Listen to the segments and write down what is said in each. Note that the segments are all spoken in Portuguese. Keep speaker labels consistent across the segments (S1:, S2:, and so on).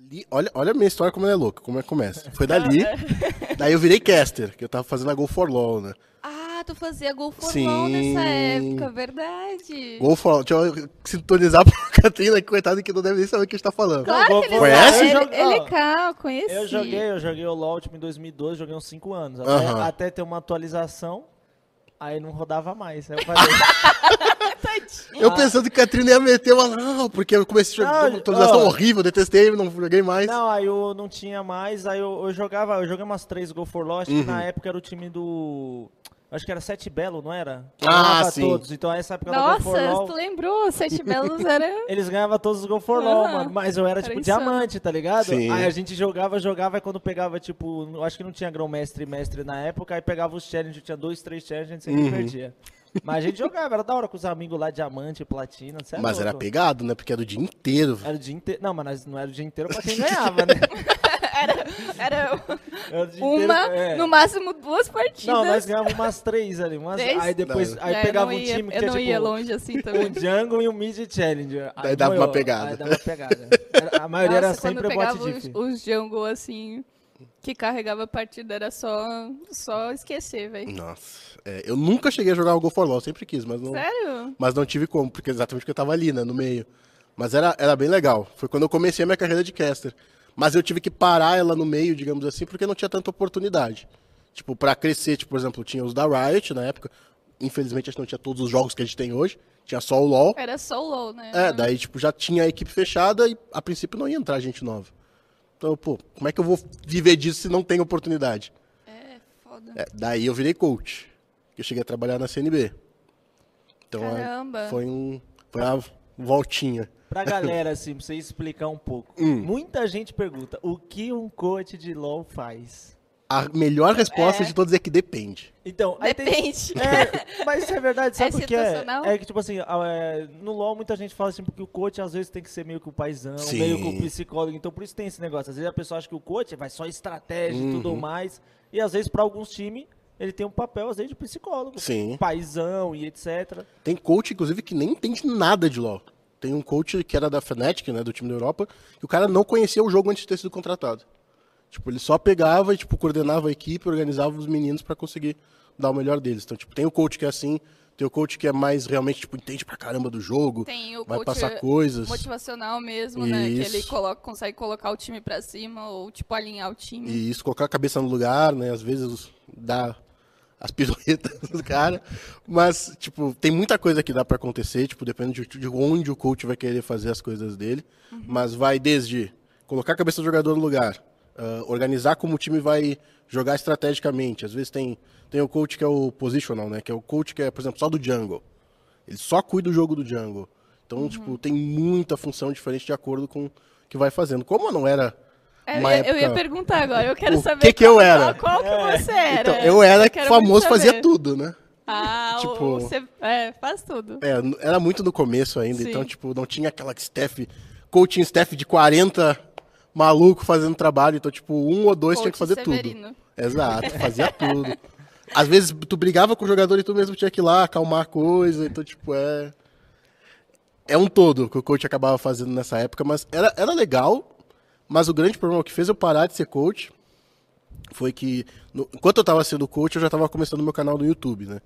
S1: dali. Olha, olha a minha história como ela é louca, como é que começa. Foi dali. daí eu virei caster, que eu tava fazendo a Go for LOL, né?
S2: Ah, tu fazia gol
S1: Sim.
S2: formal nessa época, verdade.
S1: Go for LOL. Deixa eu sintonizar pra Catrina, que coitada que não deve nem saber o que a gente tá falando.
S2: Claro
S3: Não,
S2: que ele é
S3: vou-
S1: Conhece?
S2: Ele,
S3: Eu jogo-
S2: ele assim. cá, conheci.
S3: Eu joguei, eu joguei o LoL tipo, em 2012, joguei uns 5 anos. Até,
S1: Aham.
S3: até ter uma atualização, aí não rodava mais. Aí eu falei,
S1: Eu pensando que a Catrina ia meter uma. Não, porque eu comecei a jogar
S3: Não,
S1: uma atualização
S3: ó.
S1: horrível, detestei, não joguei mais.
S3: não, aí eu não tinha mais, aí eu, eu jogava, eu joguei umas 3 Go for Lost, que
S1: Uhum.
S3: na época era o time do... Acho que era Sete Belo, não era? Que
S1: Ah,
S3: ganhava
S1: sim.
S3: todos, então essa época do Go for
S2: Nossa,
S3: LoL...
S2: tu lembrou? Sete Belos era...
S3: Eles ganhavam todos os Go for LOL,
S2: Aham.
S3: mano. Mas eu era,
S2: Era
S3: tipo,
S2: insano.
S3: diamante, tá ligado?
S1: Sim.
S3: Aí a gente jogava, jogava, e quando pegava, tipo, eu acho que não tinha grão mestre e mestre na época, aí pegava os challenges, tinha dois, três challenges, a gente
S1: Uhum.
S3: sempre perdia. Mas a gente jogava, era da hora com os amigos lá, diamante, platina, cê é
S1: Mas era
S3: louco.
S1: pegado, né? Porque era o dia inteiro.
S3: Era o dia inteiro. Não, mas nós- não era o dia inteiro pra quem ganhava, né?
S2: Era
S3: Era o dia inteiro,
S2: uma,
S3: é.
S2: no máximo duas partidas.
S3: Não, nós ganhávamos umas três ali. Umas...
S2: Três?
S3: Aí depois.
S1: Não.
S3: Aí
S2: É, eu
S3: pegava
S2: não
S3: um
S2: ia-
S3: time que
S2: Eu
S3: tinha,
S2: não
S3: tipo,
S2: ia longe assim também.
S3: O Jungle e o Mid Challenger.
S1: Daí dava uma
S3: moiou,
S1: pegada.
S3: Aí dava uma pegada. Era- a maioria era
S2: Nossa, quando
S3: sempre
S2: eu
S3: bot
S2: pegava
S3: diff.
S2: os, os jungle, assim, que carregava a partida, era só, só esquecer, velho.
S1: Nossa. é, eu nunca cheguei a jogar o Go for LOL, sempre quis, mas não.
S2: Sério?
S1: Mas não tive como, porque exatamente porque eu tava ali, né, no meio. Mas era, era bem legal. Foi quando eu comecei a minha carreira de caster. Mas eu tive que parar ela no meio, digamos assim, porque não tinha tanta oportunidade. Tipo, pra crescer, tipo, por exemplo, tinha os da Riot na época. Infelizmente a gente não tinha todos os jogos que a gente tem hoje. Tinha só o LoL.
S2: Era só o LoL, né?
S1: É, daí, tipo, já tinha a equipe fechada e a princípio não ia entrar gente nova. Então, pô, como é que eu vou viver disso se não tem oportunidade?
S2: Foda.
S1: É, daí eu virei coach. Eu cheguei a trabalhar na CNB. Então, é,
S2: Caramba.
S1: foi um foi uma voltinha.
S3: Pra galera, assim, pra você explicar um pouco.
S1: Hum.
S3: Muita gente pergunta, o que um coach de LoL faz?
S1: A melhor resposta
S2: É.
S1: de todos é que depende.
S3: Então, aí tem-
S2: Depende.
S3: É, mas isso é verdade, sabe
S2: É
S3: por quê?
S2: situacional?
S3: É que, tipo assim, a- é, no LoL muita gente fala assim, porque o coach às vezes tem que ser meio que o paizão,
S1: Sim.
S3: meio que o psicólogo, então por isso tem esse negócio. Às vezes a pessoa acha que o coach vai só estratégia e
S1: Uhum.
S3: tudo mais, e às vezes pra alguns times ele tem um papel, às vezes, de psicólogo.
S1: Sim.
S3: Paizão e etc.
S1: Tem coach, inclusive, que nem entende nada de LoL. Tem um coach que era da Fnatic, né, do time da Europa, que o cara não conhecia o jogo antes de ter sido contratado. Tipo, ele só pegava e, tipo, coordenava a equipe, organizava os meninos pra conseguir dar o melhor deles. Então, tipo, tem o coach que é assim, tem o coach que é mais realmente, tipo, entende pra caramba do jogo,
S2: Tem o
S1: vai
S2: coach
S1: passar coisas.
S2: motivacional mesmo, né? Que ele
S1: Isso.
S2: coloca, consegue colocar o time pra cima ou, tipo, alinhar o time.
S1: E isso, colocar a cabeça no lugar, né? Às vezes dá as piruetas dos caras. Mas, tipo, tem muita coisa que dá pra acontecer, tipo, depende de, de onde o coach vai querer fazer as coisas dele.
S2: Uhum.
S1: Mas vai desde colocar a cabeça do jogador no lugar, ah, organizar como o time vai jogar estrategicamente. Às vezes tem, tem o coach que é o positional, né? Que é o coach que é, por exemplo, só do jungle. Ele só cuida do jogo do jungle. Então,
S2: Uhum.
S1: tipo, tem muita função diferente de acordo com o que vai fazendo. Como não era.
S2: É, eu,
S1: uma
S2: ia- eu ia
S1: época-
S2: perguntar agora, eu quero
S1: O
S2: saber
S1: que que eu
S2: qual-
S1: era?
S2: qual que você era.
S1: Então, eu era
S2: É, quero
S1: famoso,
S2: muito
S1: fazia
S2: saber.
S1: tudo, né?
S2: Ah, o-
S1: Tipo-
S2: você é, faz tudo.
S1: É, n- era muito no começo ainda,
S2: Sim.
S1: então, tipo, não tinha aquela staff, coaching staff de 40 maluco fazendo trabalho, então, tipo, um ou dois tinha que
S2: Coach
S1: fazer
S2: Severino.
S1: tudo. Exato, fazia tudo. Às vezes tu brigava com o jogador e tu mesmo tinha que ir lá acalmar a coisa, então, tipo, é. É um todo que o coach acabava fazendo nessa época, mas era, era legal, mas o grande problema que fez eu parar de ser coach foi que, no- enquanto eu tava sendo coach, eu já tava começando meu canal no YouTube, né?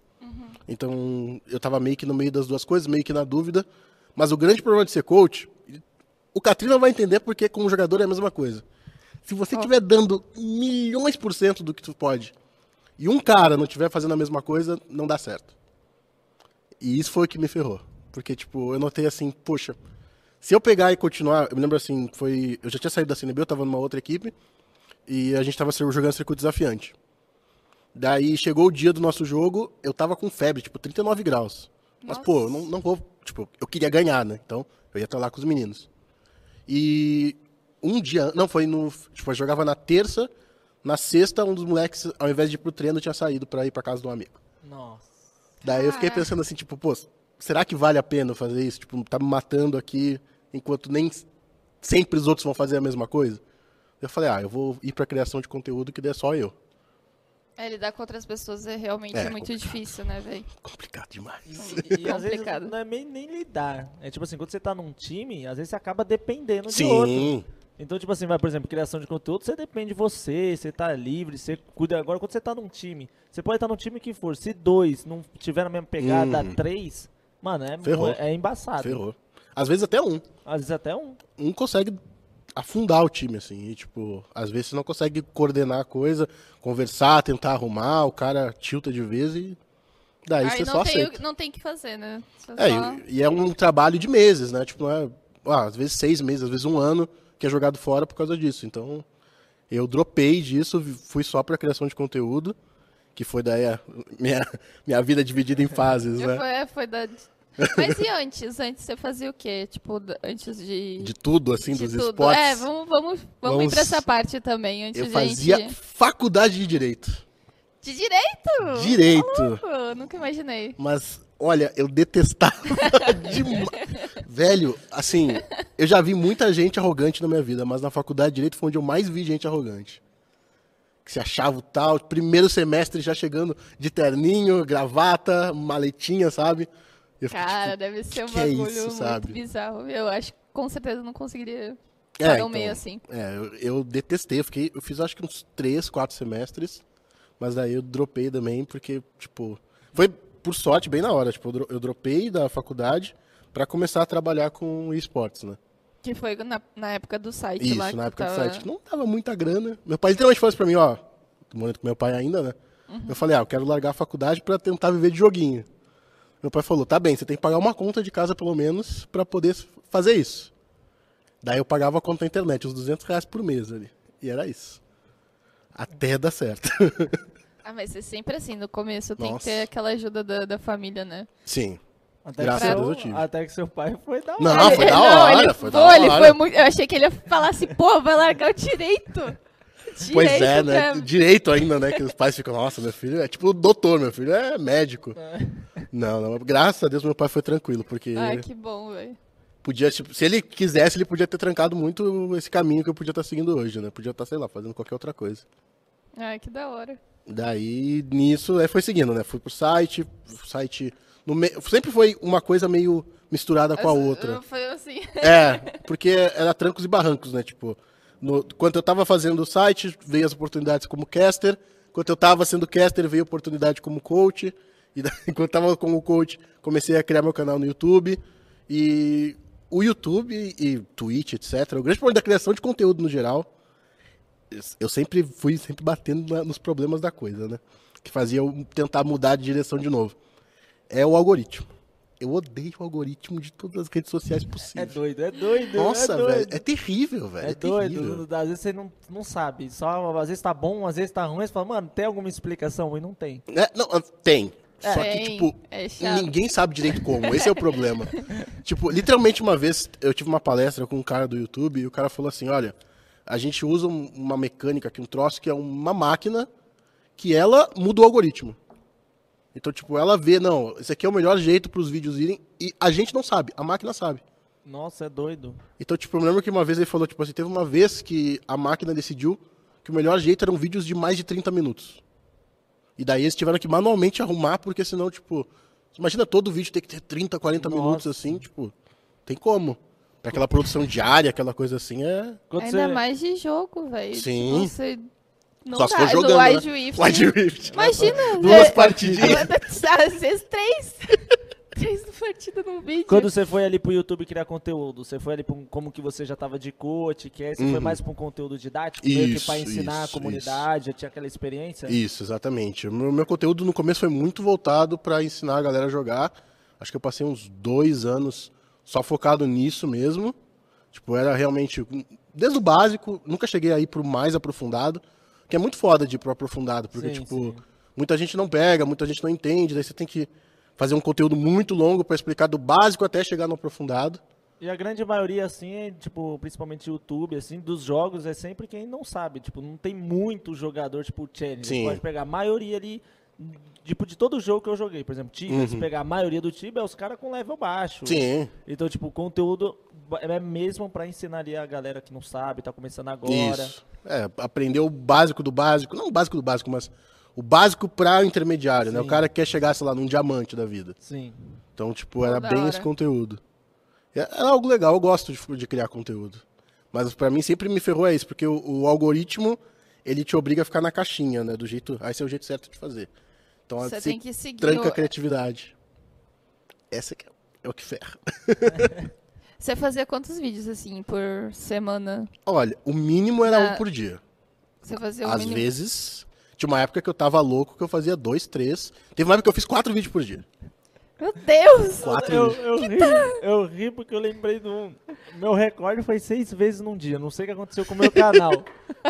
S1: Então, eu tava meio que no meio das duas coisas, meio que na dúvida. Mas o grande problema de ser coach, o Katrina vai entender porque como jogador é a mesma coisa. Se você estiver dando milhões por cento do que tu pode, e um cara não estiver fazendo a mesma coisa, não dá certo. E isso foi o que me ferrou. Porque, tipo, eu notei assim, poxa, se eu pegar e continuar, eu me lembro assim, foi. Eu já tinha saído da CNB, eu tava numa outra equipe, e a gente tava cir- jogando circuito desafiante. Daí chegou o dia do nosso jogo, eu tava com febre, tipo, 39 graus. Mas, pô, eu não, não vou. Tipo, eu queria ganhar, né? Então, eu ia estar lá com os meninos. E um dia. Não, foi no. Tipo, eu jogava na terça. Na sexta, um dos moleques, ao invés de ir pro treino, tinha saído pra ir pra casa de um amigo.
S3: Nossa.
S1: Daí eu fiquei pensando assim, tipo, pô, será que vale a pena eu fazer isso? Tipo, tá me matando aqui, enquanto nem s- sempre os outros vão fazer a mesma coisa? Eu falei, ah, eu vou ir pra criação de conteúdo que der só eu.
S2: É, lidar com outras pessoas é realmente
S1: É,
S2: muito
S1: complicado.
S2: difícil, né, velho?
S1: Complicado demais.
S3: E, e às vezes
S2: Complicado.
S3: não é nem, nem lidar. É tipo assim, quando você tá num time, às vezes você acaba dependendo de outro.
S1: Sim.
S3: Então, tipo assim, vai, por exemplo, criação de conteúdo, você depende de você, você tá livre, você cuida. Agora, quando você tá num time, você pode estar num time que for, se dois não tiver a mesma pegada,
S1: Hum.
S3: três, mano, é,
S1: Ferrou.
S3: é embaçado.
S1: Ferrou. Às vezes até um.
S3: Às vezes até um.
S1: Um consegue afundar o time, assim. E, tipo, às vezes você não consegue coordenar a coisa, conversar, tentar arrumar, o cara tilta de vez e. Daí você
S2: não,
S1: só
S2: tem,
S1: aceita.
S2: o- não tem o que fazer, né? Você
S1: É,
S2: só-
S1: e, e é um trabalho de meses, né? Tipo, não é- ah, às vezes seis meses, às vezes um ano que é jogado fora por causa disso. Então, eu dropei disso, vi- fui só pra criação de conteúdo, que foi daí a minha, minha vida dividida em fases,
S2: Já
S1: né?
S2: foi, é, foi da. Mas e antes? Antes você fazia o quê? Tipo, da- antes de.
S1: De tudo, assim,
S2: de
S1: dos
S2: tudo.
S1: esportes.
S2: É, vamos, vamos, vamos, ir
S1: Vamos-
S2: pra essa parte também. Antes
S1: eu
S2: de
S1: fazia
S2: gente...
S1: faculdade de direito.
S2: De direito?
S1: Direito.
S2: Pô, nunca imaginei.
S1: Mas, olha, eu detestava demais. Velho, assim, eu já vi muita gente arrogante na minha vida, mas na faculdade de Direito foi onde eu mais vi gente arrogante. Que se achava o tal, primeiro semestre já chegando de terninho, gravata, maletinha, sabe? Eu fiquei,
S2: Cara, deve ser um
S1: que é
S2: bagulho
S1: isso,
S2: muito
S1: sabe?
S2: bizarro. Eu acho que com certeza não conseguiria
S1: É,
S2: parar o
S1: então.
S2: meio assim.
S1: tipo, é, eu, eu detestei, eu, fiquei, eu fiz acho que uns três, quatro semestres, mas daí eu dropei também, porque, tipo, foi por sorte bem na hora, tipo, eu dro- eu dropei da faculdade pra começar a trabalhar com esportes, né?
S2: Que foi na, na época do site
S1: Isso,
S2: lá. que
S1: na
S2: tu
S1: época do
S2: tava-
S1: site. que Não dava muita grana. Meu pai literalmente falou isso pra mim, ó. Tô morando com meu pai ainda, né?
S2: Uhum.
S1: Eu falei, ah, eu quero largar a faculdade pra tentar viver de joguinho. Meu pai falou, tá bem, você tem que pagar uma conta de casa pelo menos pra poder s- fazer isso. Daí eu pagava a conta da internet, uns 200 reais por mês ali. E era isso. Até dar certo.
S2: Ah, mas é sempre assim, no começo tem que
S1: Nossa.
S2: ter aquela ajuda da, da família, né?
S1: Sim.
S3: Até
S1: Graças
S3: que
S2: a
S3: seu-
S1: Deus eu tive.
S3: Até que seu pai foi da
S1: Não,
S3: hora.
S1: Ah, foi da
S2: Não,
S1: hora,
S2: ele,
S1: foi
S2: pô,
S1: da hora.
S2: ele foi muito. Eu achei que ele ia falar assim, pô, vai largar o direito. direito
S1: pois é, né?
S2: pra- Ah,
S1: Direito ainda, né? Que os pais ficam, nossa, meu filho é tipo doutor, meu filho é médico. Não, não. Graças a Deus meu pai foi tranquilo, porque...
S2: Ah, que bom, velho.
S1: Podia, tipo, se ele quisesse, ele podia ter trancado muito esse caminho que eu podia estar seguindo hoje, né? Podia estar, sei lá, fazendo qualquer outra coisa.
S2: Ah, que da hora.
S1: Daí, nisso, aí foi seguindo, né? Fui pro site, o site. No me... Sempre foi uma coisa meio misturada com a outra.
S2: Foi assim.
S1: É, porque era trancos e barrancos, né? Tipo, no- quando eu tava fazendo o site, veio as oportunidades como caster. Quando eu tava sendo caster, veio a oportunidade como coach. E daí, quando eu tava como coach, comecei a criar meu canal no YouTube. E o YouTube e Twitch, etc., o grande problema da criação de conteúdo no geral, eu sempre fui sempre batendo na- nos problemas da coisa, né? Que fazia eu tentar mudar de direção de novo. É o algoritmo. Eu odeio o algoritmo de todas as redes sociais
S3: É
S1: possíveis.
S3: doido, é doido.
S1: Nossa,
S3: é
S1: velho.
S3: doido.
S1: É terrível, velho.
S3: É,
S1: É,
S3: doido,
S1: terrível.
S3: às vezes você não, não sabe. Só, às vezes tá bom, às vezes tá ruim. Você fala, mano, tem alguma explicação? E não tem.
S1: É, não, ah, tem. Só que,
S2: Tem,
S1: tipo,
S2: é chato.
S1: ninguém sabe direito como. Esse é o problema. tipo, literalmente uma vez eu tive uma palestra com um cara do YouTube e o cara falou assim: olha, a gente usa um- uma mecânica aqui, um troço que é uma máquina que ela muda o algoritmo. Então, tipo, ela vê, não, esse aqui é o melhor jeito para os vídeos irem e a gente não sabe, a máquina sabe.
S3: Nossa, é doido.
S1: Então, tipo, eu me lembro que uma vez ele falou, tipo assim, teve uma vez que a máquina decidiu que o melhor jeito eram vídeos de mais de 30 minutos. E daí eles tiveram que manualmente arrumar, porque senão, tipo, imagina todo vídeo ter que ter 30, 40
S3: Nossa.
S1: minutos assim, tipo, tem como. Pra aquela produção diária, aquela coisa assim, é.
S3: Quando
S2: Ainda
S3: você-
S2: mais de jogo, velho.
S1: Sim.
S2: Tipo, você não
S1: Só se
S2: dá.
S1: for jogando,
S2: no
S1: né?
S2: Wild Rift.
S1: Wide Rift.
S2: Imagina.
S1: Duas
S2: é,
S1: partidinhas.
S2: Às vezes três. três no partido num vídeo.
S3: Quando você foi ali pro YouTube criar conteúdo, você foi ali pra um- como que você já tava de coach, que aí você foi
S1: Uhum.
S3: mais pra um conteúdo didático, meio que
S1: Isso,
S3: pra ensinar
S1: isso,
S3: a comunidade, já tinha aquela experiência.
S1: Isso, exatamente. O meu, meu conteúdo no começo foi muito voltado pra ensinar a galera a jogar. Acho que eu passei uns dois anos só focado nisso mesmo. Tipo, era realmente desde o básico, nunca cheguei aí pro mais aprofundado, que é muito foda de ir pro aprofundado, porque,
S3: Sim,
S1: tipo,
S3: sim.
S1: muita gente não pega, muita gente não entende, daí você tem que fazer um conteúdo muito longo pra explicar do básico até chegar no aprofundado.
S3: E a grande maioria, assim, é, tipo, principalmente YouTube, assim, dos jogos, é sempre quem não sabe. Tipo, não tem muito jogador, tipo, challenge.
S1: Sim.
S3: Pode pegar a maioria ali, tipo, de todo jogo que eu joguei. Por exemplo, Tibia, se pegar a maioria do Tibia, é os caras com level baixo.
S1: Uhum. Sim,
S3: Então, tipo, o conteúdo é mesmo pra ensinar ali a galera que não sabe, tá começando agora.
S1: Isso. É, aprender o básico do básico, não o básico do básico, mas o básico para o intermediário, né? O
S3: Sim.
S1: cara que quer chegar, sei lá, num diamante da vida.
S3: Sim.
S1: Então, tipo, era
S2: da
S1: bem
S2: hora.
S1: é, esse conteúdo. E Era algo legal, eu gosto de, de criar conteúdo. Mas pra mim sempre me ferrou é isso, porque o, o algoritmo, ele te obriga a ficar na caixinha, né? Do jeito. Aí esse é o jeito certo de fazer. Então
S2: Você
S1: assim,
S2: tem que seguir.
S1: tranca
S2: o-
S1: a criatividade. Essa que é, é o que ferra.
S2: Você fazia quantos vídeos assim por semana?
S1: Olha, o mínimo era
S2: Na-
S1: um por dia.
S2: Você fazia o
S1: Às
S2: mínimo.
S1: vezes. Tinha uma época que eu tava louco, que eu fazia dois, três. Teve uma época que eu fiz quatro vídeos por dia.
S2: Meu Deus!
S1: Quatro
S3: Eu,
S1: vídeos.
S3: eu, ri, eu ri porque eu lembrei do. Meu recorde foi seis vezes num dia. Não sei o que aconteceu com o meu canal.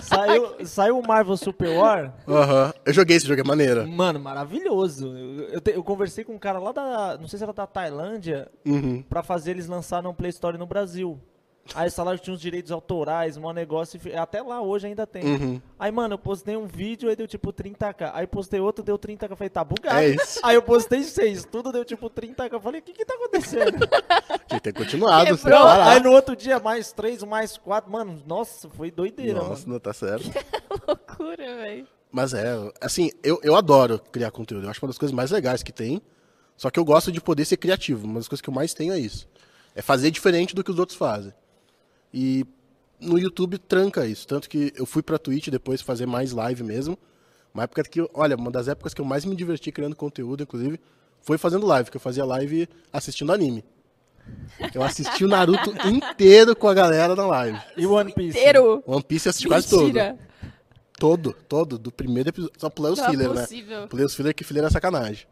S3: Saiu, saiu o Marvel Super War.
S1: Aham. Eu joguei esse jogo, é maneiro.
S3: Mano, maravilhoso. Eu, eu te- eu conversei com um cara lá da. Não sei se era da Tailândia.
S1: Uhum.
S3: Pra fazer eles lançarem um Play Store no Brasil. Aí esse salário tinha os direitos autorais, mó negócio. e fi- Até lá hoje ainda tem.
S1: Uhum.
S3: Aí, mano, eu postei um vídeo, aí deu tipo 30k. Aí postei outro, deu 30k. Eu Falei, tá bugado.
S1: É isso.
S3: Aí eu postei seis, tudo deu tipo 30k. Eu Falei, o que que tá acontecendo?
S1: Tinha que ter continuado.
S2: Quebrou.
S1: sei lá.
S3: Aí no outro dia, mais três, mais quatro. Mano, nossa, foi doideira,
S1: Nossa,
S3: mano.
S1: não tá certo.
S2: Loucura, velho.
S1: Mas é, assim, eu, eu adoro criar conteúdo. Eu acho uma das coisas mais legais que tem. Só que eu gosto de poder ser criativo. Uma das coisas que eu mais tenho é isso. É fazer diferente do que os outros fazem. E no YouTube tranca isso. Tanto que eu fui pra Twitch depois fazer mais live mesmo. Uma época que, olha, uma das épocas que eu mais me diverti criando conteúdo, inclusive, foi fazendo live, que eu fazia live assistindo anime. Eu assisti o Naruto inteiro com a galera na live.
S3: E One Piece?
S2: Inteiro!
S1: One Piece eu assisti quase todo.
S2: Mentira!
S1: Todo, todo, do primeiro episódio. Só pulei os
S2: Não
S1: filler,
S2: é
S1: né?
S2: possível.
S1: Pulei os filler que filler é sacanagem.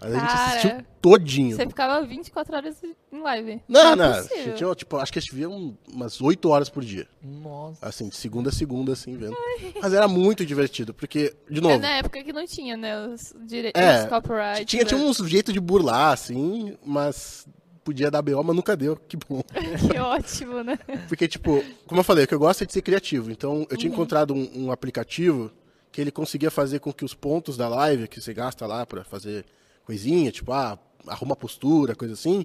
S1: Mas a gente
S2: Cara.
S1: assistiu todinho.
S2: Você ficava 24 horas em live.
S1: Não, não.
S2: é
S1: a
S2: possível.
S1: gente, eu, tipo, acho que a gente via um- umas 8 horas por dia.
S3: Nossa.
S1: Assim, de segunda a segunda, assim, vendo. Mas era muito divertido, porque, de novo,
S2: É na época que não tinha, né? Os direitos,
S1: É,
S2: os copyrights.
S1: tinha, tinha
S2: né?
S1: um jeito de burlar, assim, mas podia dar BO, mas nunca deu. Que bom.
S2: Que ótimo, né?
S1: Porque, tipo, como eu falei, o que eu gosto é de ser criativo. Então,
S2: Uhum.
S1: eu tinha encontrado um, um aplicativo que ele conseguia fazer com que os pontos da live que você gasta lá pra fazer coisinha, tipo, ah, arruma a postura, coisa assim,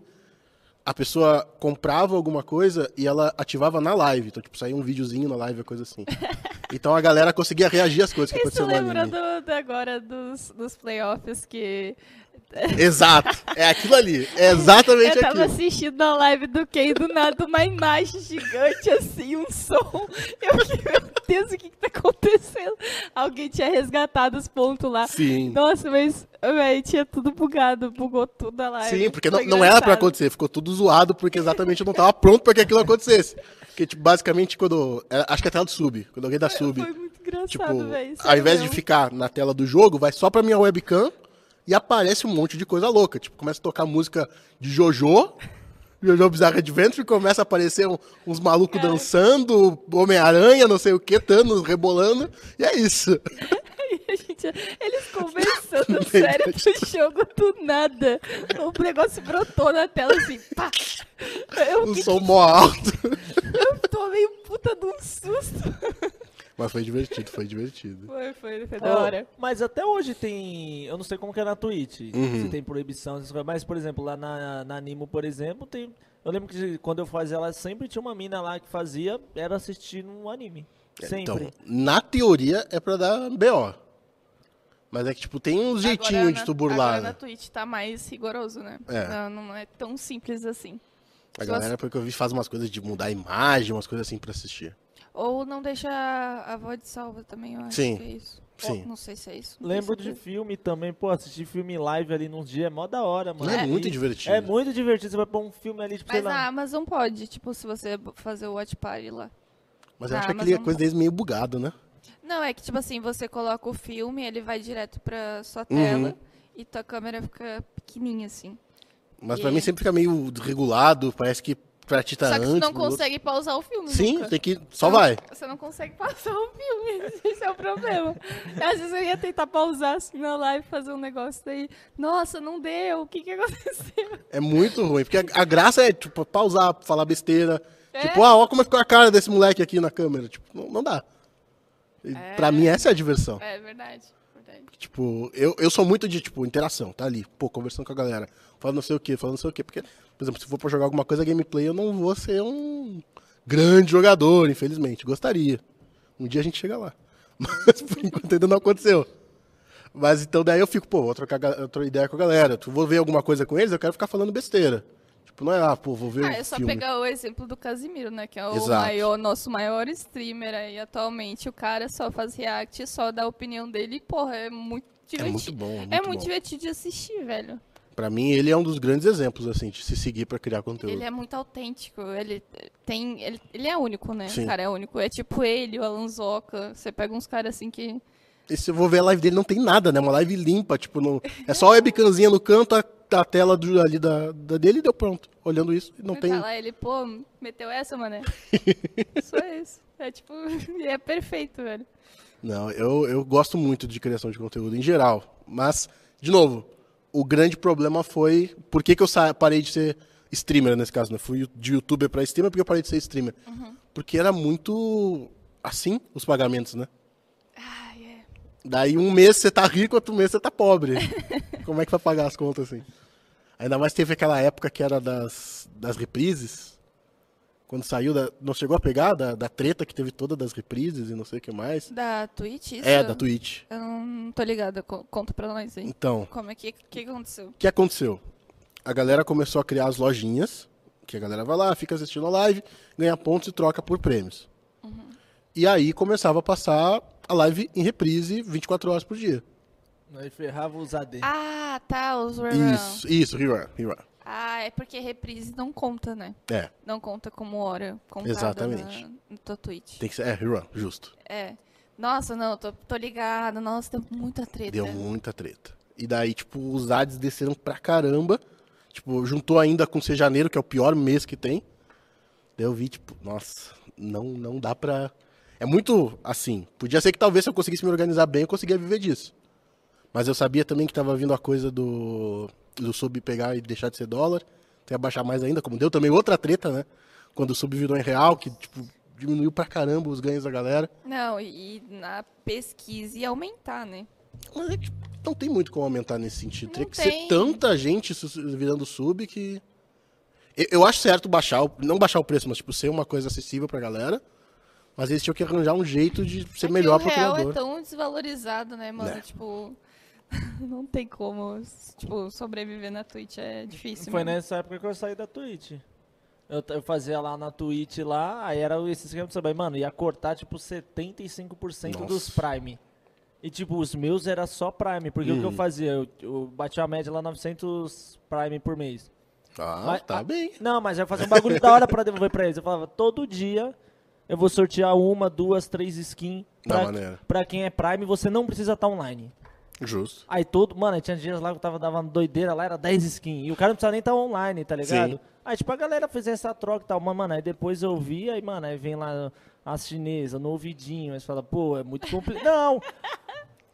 S1: a pessoa comprava alguma coisa e ela ativava na live. Então, tipo, saía um videozinho na live, coisa assim. Então, a galera conseguia reagir às coisas que
S2: Isso
S1: aconteciam no
S2: lembra
S1: um anime.
S2: do, da agora dos, dos playoffs que
S1: Exato. É aquilo ali. É exatamente
S2: eu tava
S1: aquilo.
S2: assistindo a live do Ken do nada, uma imagem gigante assim, um som. Eu fiquei, meu Deus, o que que tá acontecendo? Alguém tinha resgatado os pontos lá.
S1: Sim.
S2: Nossa, mas, velho, tinha tudo bugado, bugou tudo a live.
S1: Sim, porque não,
S2: Foi
S1: não era pra
S2: engraçado.
S1: acontecer, ficou tudo zoado, porque exatamente eu não tava pronto pra que aquilo acontecesse. Porque, tipo, basicamente, quando. era- Acho que é a tela do sub, quando alguém dá sub,
S2: Foi muito engraçado,
S1: tipo,
S2: velho.
S1: ao invés de ficar na tela do jogo, vai só pra minha webcam e aparece um monte de coisa louca. Tipo, começa a tocar música de JoJo, JoJo Bizarre Adventure, começa a aparecer um- uns malucos dançando, Homem-Aranha, não sei o que, Thanos rebolando, e é isso.
S2: A gente, eles conversando sério do jogo do nada. O negócio brotou na tela assim, pá. Eu,
S1: Um
S2: que-
S1: som mó alto.
S2: eu tomei um puta de um susto.
S1: Mas foi divertido, foi divertido.
S2: Foi, foi, foi
S3: Ó,
S2: da hora.
S3: Mas até hoje tem. Eu não sei como que é na Twitch.
S1: Uhum.
S3: Se tem proibição, essas coisas. Mas, por exemplo, lá na, na Animo, por exemplo, tem. Eu lembro que quando eu fazia ela, sempre tinha uma mina lá que fazia, era assistindo um anime. Sempre.
S1: Então, na teoria é pra dar BO. Mas é que, tipo, tem uns jeitinhos de tu burlar.
S2: Agora na
S1: né?
S2: Twitch tá mais rigoroso, né?
S1: É.
S2: Não, não é tão simples assim.
S1: A galera, porque eu vi, faz umas coisas de mudar a imagem, umas coisas assim pra assistir.
S2: Ou não deixa a voz salva também, eu acho
S1: Sim.
S2: que é isso.
S1: Sim.
S2: Ou- não sei se é isso. não tenho
S3: Lembro de
S2: certeza.
S3: filme também, pô, assistir filme live ali num dia é mó da hora, mano.
S1: Não é,
S3: E-
S1: muito divertido.
S3: É muito divertido, você vai pôr um filme ali, tipo, sei
S2: é. Mas a
S3: lá.
S2: Amazon pode, tipo, se você b- fazer o Watch Party lá.
S1: Mas eu
S2: Ah,
S1: acho que
S2: mas
S1: aquele
S2: não-
S1: coisa deles meio bugado, né?
S2: Não, é que, tipo assim, você coloca o filme, ele vai direto pra sua
S1: Uhum.
S2: tela e tua câmera fica pequenininha, assim.
S1: Mas
S2: E
S1: pra
S2: aí?
S1: mim sempre fica meio desregulado, parece que pra ti tá
S2: Só que
S1: antes.
S2: você não
S1: do outro.
S2: consegue pausar o filme,
S1: Sim,
S2: nunca.
S1: tem que. Só vai.
S2: Você não consegue passar o filme, esse é o problema. Às vezes eu ia tentar pausar assim na live, fazer um negócio daí. Nossa, não deu, o que que aconteceu?
S1: É muito ruim. Porque a, a graça é, tipo, pausar, falar besteira.
S2: É.
S1: Tipo, ah, ó como ficou a cara desse moleque aqui na câmera. Tipo, não, não dá. E Pra mim, essa é a diversão.
S2: É verdade, verdade.
S1: Tipo, eu, eu sou muito de, tipo, interação, tá ali, pô, conversando com a galera, falando não sei o que, falando não sei o que, porque, por exemplo, se for pra jogar alguma coisa gameplay, eu não vou ser um grande jogador, infelizmente, gostaria. Um dia a gente chega lá, mas por enquanto ainda não aconteceu. Mas então daí eu fico, pô, vou trocar ga- eu troco ideia com a galera, tu- vou ver alguma coisa com eles, eu quero ficar falando besteira. Tipo, Tipo, não é, ah, pô, vou ver
S2: Ah,
S1: um
S2: é só
S1: filme.
S2: pegar o exemplo do Casimiro, né? Que é o
S1: Exato.
S2: maior- nosso maior streamer aí atualmente. O cara só faz react, só dá a opinião dele. E, porra, é muito
S1: É muito
S2: divertido.
S1: bom, é muito,
S2: É muito,
S1: bom.
S2: divertido de assistir, velho.
S1: Pra mim, ele é um dos grandes exemplos, assim, de se seguir pra criar conteúdo.
S2: Ele é muito autêntico. Ele tem. Ele, ele é único, né?
S1: Sim.
S2: O cara é único. É tipo ele, o Alanzoca. Você pega uns caras assim que.
S1: E se eu vou ver a live dele, não tem nada, né? Uma live limpa, tipo, não... é só a webcamzinha no canto, a, a tela do- ali da, da dele e deu pronto. Olhando isso, não
S2: Vai
S1: tem...
S2: tá lá, ele, pô, meteu essa, mané. Só isso. É tipo, e é perfeito, velho.
S1: Não, eu, eu gosto muito de criação de conteúdo em geral. Mas, de novo, o grande problema foi por que, que eu sa- parei de ser streamer nesse caso, né? Fui de youtuber pra streamer, porque eu parei de ser streamer. Porque era muito assim os pagamentos, né?
S2: Ai, é.
S1: Daí um mês você tá rico, outro mês você tá pobre. Como é que vai pagar as contas assim? Ainda mais teve aquela época que era das, das reprises. Quando saiu, da, não chegou a pegar da, da treta que teve toda das reprises e não sei o que mais.
S2: Da Twitch, isso? um
S1: É, da Twitch.
S2: Eu não tô ligada. Co- Conta pra nós aí.
S1: Então,
S2: Como é que, o que aconteceu?
S1: O que aconteceu? A galera começou a criar as lojinhas, que a galera vai lá, fica assistindo a live, ganha pontos e troca por prêmios. E aí começava a passar a live em reprise 24 horas por dia.
S3: Aí ferrava os AD.
S2: Ah, tá, os rerun.
S1: Isso, isso, rerun, rerun.
S2: Ah, é porque reprise não conta, né?
S1: É,
S2: Não conta como hora contada
S1: Exatamente.
S2: Na, no teu Twitch.
S1: tem que ser, é, rerun, justo.
S2: É. Nossa, não, tô, tô ligada. Nossa, deu muita treta.
S1: Deu muita treta. E daí, tipo, os ads desceram pra caramba. Tipo, juntou ainda com ser janeiro, que é o pior mês que tem. Daí eu vi, tipo, nossa, não, não dá pra. É muito assim. Podia ser que talvez se eu conseguisse me organizar bem, eu conseguia viver disso. Mas eu sabia também que tava vindo a coisa do. do sub pegar e deixar de ser dólar. Até abaixar mais ainda, como deu também outra treta, né? Quando o sub virou em real, que, tipo, diminuiu pra caramba os ganhos da galera.
S2: Não, e, e na pesquisa ia aumentar, né?
S1: Mas é que tipo, não tem muito como aumentar nesse sentido.
S2: Não
S1: Teria que
S2: tem.
S1: ser tanta gente su- virando sub que. Eu, eu acho certo baixar, o- não baixar o preço, mas tipo, ser uma coisa acessível pra galera. Mas eles tinham que arranjar um jeito de ser
S2: É que
S1: melhor
S2: o
S1: pro
S2: real
S1: criador.
S2: é tão desvalorizado, né, mano?
S1: Né.
S2: Tipo, não tem como, tipo, sobreviver na Twitch é difícil.
S3: Foi né?
S2: mano.
S3: nessa época que eu saí da Twitch. Eu, t- eu fazia lá na Twitch lá, aí era esse esquema de saber, mano, ia cortar tipo 75% dos
S1: Nossa.
S3: Prime. E tipo, os meus era só Prime, porque o que
S1: Uhum.
S3: eu fazia? Eu, eu batia a média lá 900 Prime por mês.
S1: Ah,
S3: Mas-
S1: tá
S3: ah,
S1: bem.
S3: Não, mas eu fazia um bagulho da hora pra devolver pra eles. Eu falava, todo dia eu vou sortear uma, duas, três skins
S1: Da
S3: pra,
S1: maneira.
S3: pra quem é Prime, você não precisa estar online.
S1: Justo.
S3: Aí todo, mano, tinha dias lá que eu tava dava doideira lá, era 10 skins. E o cara não precisava nem estar online, tá ligado?
S1: Sim.
S3: Aí, tipo, a galera fez essa troca e tal, mas, mano, aí depois eu vi, aí, mano, aí vem lá as chinesas no ouvidinho, aí você fala, pô, é muito complicado. não!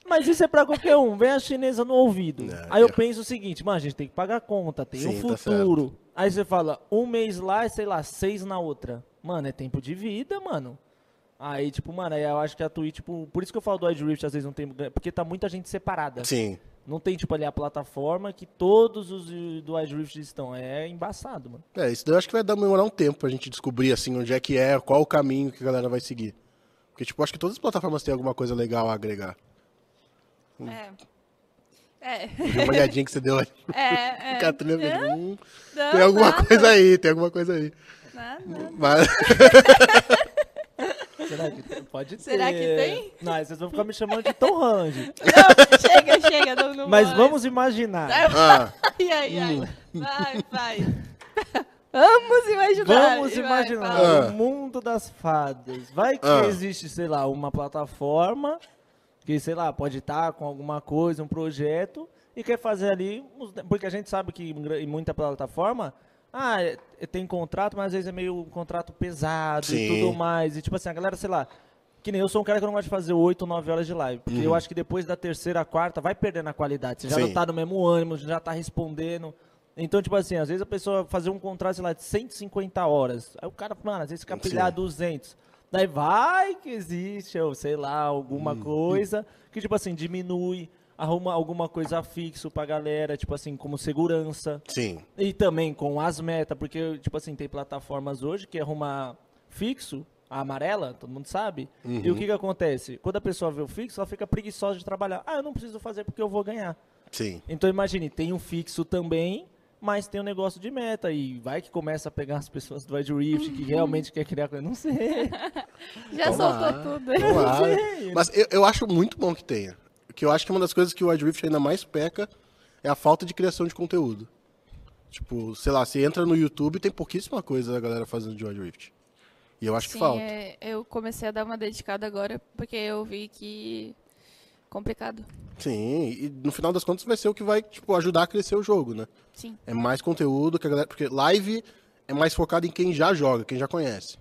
S3: Mas isso é pra qualquer um, vem a chinesa no ouvido.
S1: É,
S3: aí eu
S1: é.
S3: penso o seguinte, mano, a gente tem que pagar conta, tem um
S1: Sim, tá
S3: futuro. aí você fala, um mês lá e sei lá, seis na outra. Mano, é tempo de vida, mano. Aí, tipo, mano, aí eu acho que a Twitch, tipo, por isso que eu falo do Edge Rift às vezes não tem. Porque tá muita gente separada.
S1: É. Sim.
S3: Não tem, tipo, ali a plataforma que todos os do Edge Rift estão. É embaçado, mano.
S1: É, isso daí eu acho que vai demorar um tempo pra gente descobrir assim onde é que é, qual o caminho que a galera vai seguir. Porque, tipo, acho que todas as plataformas têm alguma coisa legal a agregar.
S2: É. É,
S1: Deu uma olhadinha que você deu ali.
S2: é, é.
S1: Catrina, hum,
S2: Não,
S1: tem alguma
S2: nada,
S1: coisa aí, tem alguma coisa aí.
S2: nada.
S1: Mas.
S3: Será que tem? Pode ter.
S2: Será que tem?
S3: Não, aí vocês vão ficar me chamando de Tom Range.
S2: Não, chega, chega, não, não
S3: Mas
S2: vai.
S3: vamos Hum. imaginar.
S1: Ah.
S2: Ai, ai, ai. Vai, vai. Vamos imaginar.
S3: Vamos
S2: vai,
S3: imaginar
S2: fala.
S1: Ah.
S3: o mundo das fadas. Vai que
S1: Ah.
S3: existe, sei lá, uma plataforma que, sei lá, pode estar com alguma coisa, um projeto, e quer fazer ali. uns- Porque a gente sabe que em gra- em muita plataforma. Ah, é- é- tem contrato, mas às vezes é meio um contrato pesado e
S1: Sim.
S3: tudo mais. E tipo assim, a galera, sei lá. Que nem eu sou um cara que eu não gosto de fazer 8, 9 horas de live. Porque eu acho que depois da terceira, quarta, vai perdendo a qualidade. Você já não
S1: Sim.
S3: tá no mesmo ânimo, já tá respondendo. Então, tipo assim, às vezes a pessoa fazer um contrato, sei lá, de 150 horas. Aí o cara, mano, às vezes fica pilhado 200. Daí vai que existe, ou sei lá, alguma coisa que, tipo assim, diminui, arruma alguma coisa fixo pra galera, tipo assim, como segurança.
S1: Sim.
S3: E também com as metas, porque, tipo assim, tem plataformas hoje que arruma fixo, a amarela, todo mundo sabe. E o que que acontece? Quando a pessoa vê o fixo, ela fica preguiçosa de trabalhar. Ah, eu não preciso fazer porque eu vou ganhar.
S1: Sim.
S3: Então imagine, tem um fixo também mas tem um negócio de meta e vai que começa a pegar as pessoas do Wild Rift que realmente quer criar coisa. Não sei.
S2: Já
S1: Tomara.
S2: soltou tudo. hein?
S1: Tomara.
S3: sei.
S1: Mas eu, eu acho muito bom que tenha. Que eu acho que uma das coisas que o Wild Rift ainda mais peca é a falta de criação de conteúdo. Tipo, sei lá, você entra no YouTube tem pouquíssima coisa a galera fazendo de Wild Rift. E eu acho que
S2: Sim,
S1: falta.
S2: é, eu comecei a dar uma dedicada agora, porque eu vi que. complicado.
S1: Sim, e no final das contas vai ser o que vai, tipo, ajudar a crescer o jogo, né?
S2: Sim.
S1: É mais conteúdo que a galera. Porque live é mais focado em quem já joga, quem já conhece.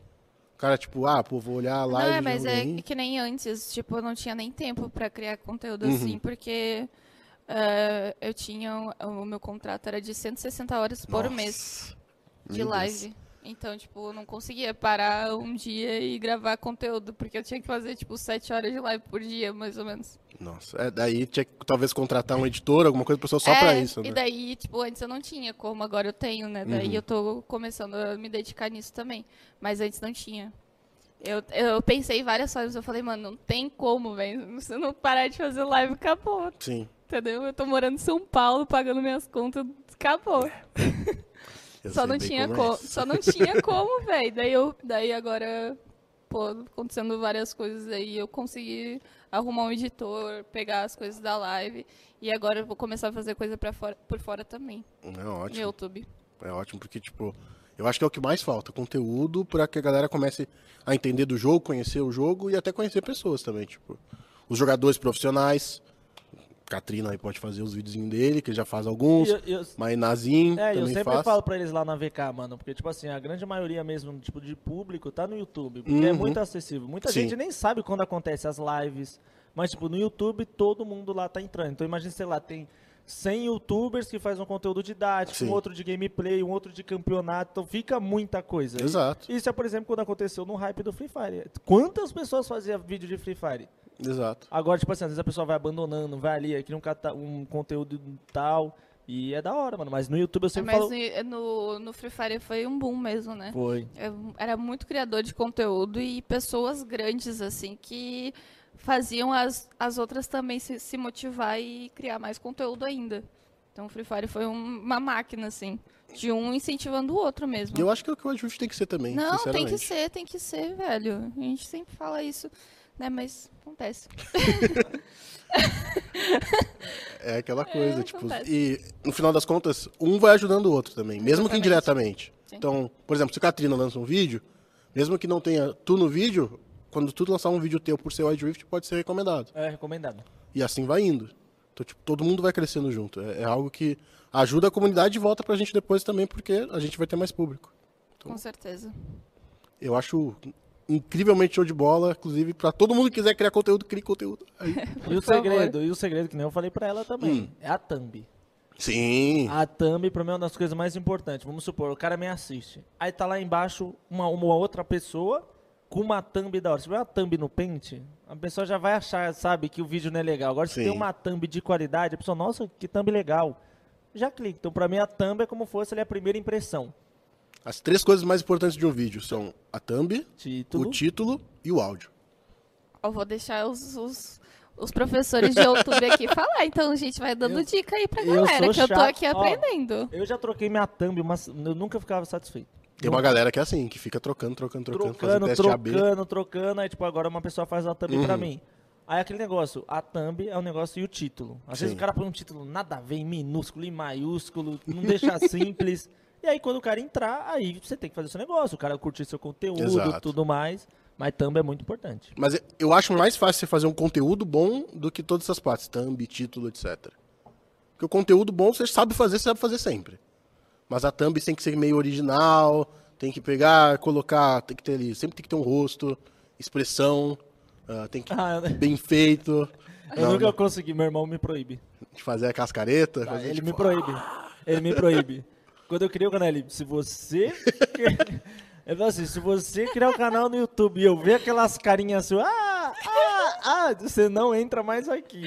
S1: O cara, tipo, ah, pô, vou olhar a live.
S2: não, é,
S1: de
S2: mas é
S1: alguém.
S2: que nem antes, tipo, eu não tinha nem tempo pra criar conteúdo
S1: Uhum.
S2: assim, porque eh, eu tinha. O meu contrato era de 160 horas por
S1: Nossa.
S2: mês de
S1: Meu Deus.
S2: live. Então, tipo, eu não conseguia parar um dia e gravar conteúdo, porque eu tinha que fazer, tipo, 7 horas de live por dia, mais ou menos.
S1: Nossa, é, daí tinha que talvez contratar um editor, alguma coisa, pessoa só
S2: é,
S1: pra isso, né?
S2: E daí, tipo, antes eu não tinha como, agora eu tenho, né? Daí
S1: Uhum.
S2: eu tô começando a me dedicar nisso também. Mas antes não tinha. Eu, eu pensei várias vezes, eu falei, mano, não tem como, velho. Se eu não parar de fazer live, acabou,
S1: Sim,
S2: entendeu? Eu tô morando em São Paulo, pagando minhas contas, acabou.
S1: eu
S2: Só
S1: sei
S2: não,
S1: bem
S2: tinha
S1: como é
S2: co-
S1: isso.
S2: só não tinha como, velho. Daí eu, daí agora, pô, acontecendo várias coisas aí, eu consegui arrumar um editor, pegar as coisas da live e agora eu vou começar a fazer coisa para fora, por fora também,
S1: É ótimo.
S2: no YouTube.
S1: É ótimo, porque, tipo, eu acho que é o que mais falta, conteúdo pra que a galera comece a entender do jogo, conhecer o jogo e até conhecer pessoas também, tipo. Os jogadores profissionais, Katrina aí pode fazer os videozinhos dele, que ele já faz alguns,
S3: E eu- eu-
S1: Mainazin
S3: É, eu
S1: também
S3: sempre
S1: faz.
S3: falo pra eles lá na VK, mano, porque, tipo assim, a grande maioria mesmo, tipo, de público tá no YouTube, porque é
S1: Uhum.
S3: muito acessível. Muita
S1: Sim.
S3: gente nem sabe quando acontece as lives, mas, tipo, no YouTube todo mundo lá tá entrando. Então, imagina, sei lá, tem 100 youtubers que fazem um conteúdo didático,
S1: Sim.
S3: um outro de gameplay, um outro de campeonato, então fica muita coisa.
S1: Exato,
S3: Isso é, por exemplo, quando aconteceu no hype do Free Fire. Quantas pessoas faziam vídeo de Free Fire?
S1: exato.
S3: Agora, tipo assim, às vezes a pessoa vai abandonando, vai ali, aí cria um, cata- um conteúdo tal, e é da hora, mano. Mas no YouTube eu sempre
S2: Mas
S3: falo...
S2: no, no- no Free Fire foi um boom mesmo, né?
S3: Foi.
S2: Eu Era muito criador de conteúdo e pessoas grandes, assim, que faziam as, as outras também se, se motivar e criar mais conteúdo ainda. Então o Free Fire foi um- uma máquina, assim, de um incentivando o outro mesmo.
S1: E
S3: um,
S1: eu acho que é o que o ajuste tem que ser também,
S2: Não, tem
S1: sinceramente.
S2: que ser, tem que ser, velho. A gente sempre fala isso, né? Mas acontece.
S1: É aquela coisa,
S2: É,
S1: tipo,
S2: acontece.
S1: e no final das contas, um vai ajudando o outro também, mesmo que
S2: Exatamente.
S1: indiretamente.
S2: Sim.
S1: Então, por exemplo, se a Katrina lança um vídeo, mesmo que não tenha tu no vídeo, quando tu lançar um vídeo teu por ser Wild Rift, pode ser recomendado.
S3: É recomendado.
S1: E assim vai indo. Então, tipo, todo mundo vai crescendo junto. É, é algo que ajuda a comunidade e volta pra gente depois também, porque a gente vai ter mais público.
S2: Com certeza.
S1: Eu acho incrivelmente show de bola, inclusive, pra todo mundo que quiser criar conteúdo, crie conteúdo. Aí-
S3: E o
S2: favor.
S3: segredo, e o segredo que nem eu falei pra ela também,
S1: Hum.
S3: é a thumb.
S1: Sim.
S3: A thumb pra mim é uma das coisas mais importantes. Vamos supor, o cara me assiste. Aí tá lá embaixo uma, uma outra pessoa com uma thumb da hora. Se tiver uma thumb no pente, a pessoa já vai achar, sabe, que o vídeo não é legal. Agora, se
S1: Sim.
S3: tem uma thumb de qualidade, a pessoa, nossa, que thumb legal. Já clica. Então, pra mim, a thumb é como fosse ali a primeira impressão.
S1: As três coisas mais importantes de um vídeo são a thumb,
S3: Título.
S1: o tipo? título e o áudio.
S2: Eu vou deixar os, os, os professores de YouTube aqui falar. Então, gente, vai dando dica aí pra
S3: eu
S2: galera,
S3: sou
S2: que eu tô
S3: chato.
S2: aqui
S3: Ó,
S2: aprendendo.
S3: Eu já troquei minha thumb, mas eu nunca ficava satisfeito.
S1: Tem uma galera que é assim, que fica trocando, trocando, trocando,
S3: trocando,
S1: fazendo teste Uhum. AB.
S3: trocando, trocando. Aí, tipo, agora uma pessoa faz a thumb pra mim. Aí aquele negócio, a thumb é um negócio e o título. Às vezes
S1: Sim.
S3: o cara põe um título nada a ver, em minúsculo, em maiúsculo, não deixa simples. E aí quando o cara entrar, aí você tem que fazer o seu negócio. O cara curtir seu conteúdo,
S1: Exato.
S3: tudo mais. Mas thumb é muito importante.
S1: Mas eu acho mais fácil você fazer um conteúdo bom do que todas essas partes, thumb, título, etc. Porque o conteúdo bom você sabe fazer, você sabe fazer sempre. Mas a thumb tem que ser meio original, tem que pegar, colocar, tem que ter ali, sempre tem que ter um rosto, expressão, ah, tem que
S3: Ah, eu-
S1: bem feito.
S3: eu
S1: Não,
S3: nunca
S1: não,
S3: consegui, meu irmão me proíbe.
S1: de fazer a cascareta.
S3: Tá,
S1: fazer,
S3: ele "Ah!"
S1: tipo,
S3: me proíbe. Ele me proíbe. Quando eu criei o canal, ele, se você. Ele falou assim: se você criar o canal no YouTube e eu ver aquelas carinhas suas, ah, ah, ah, você não entra mais aqui.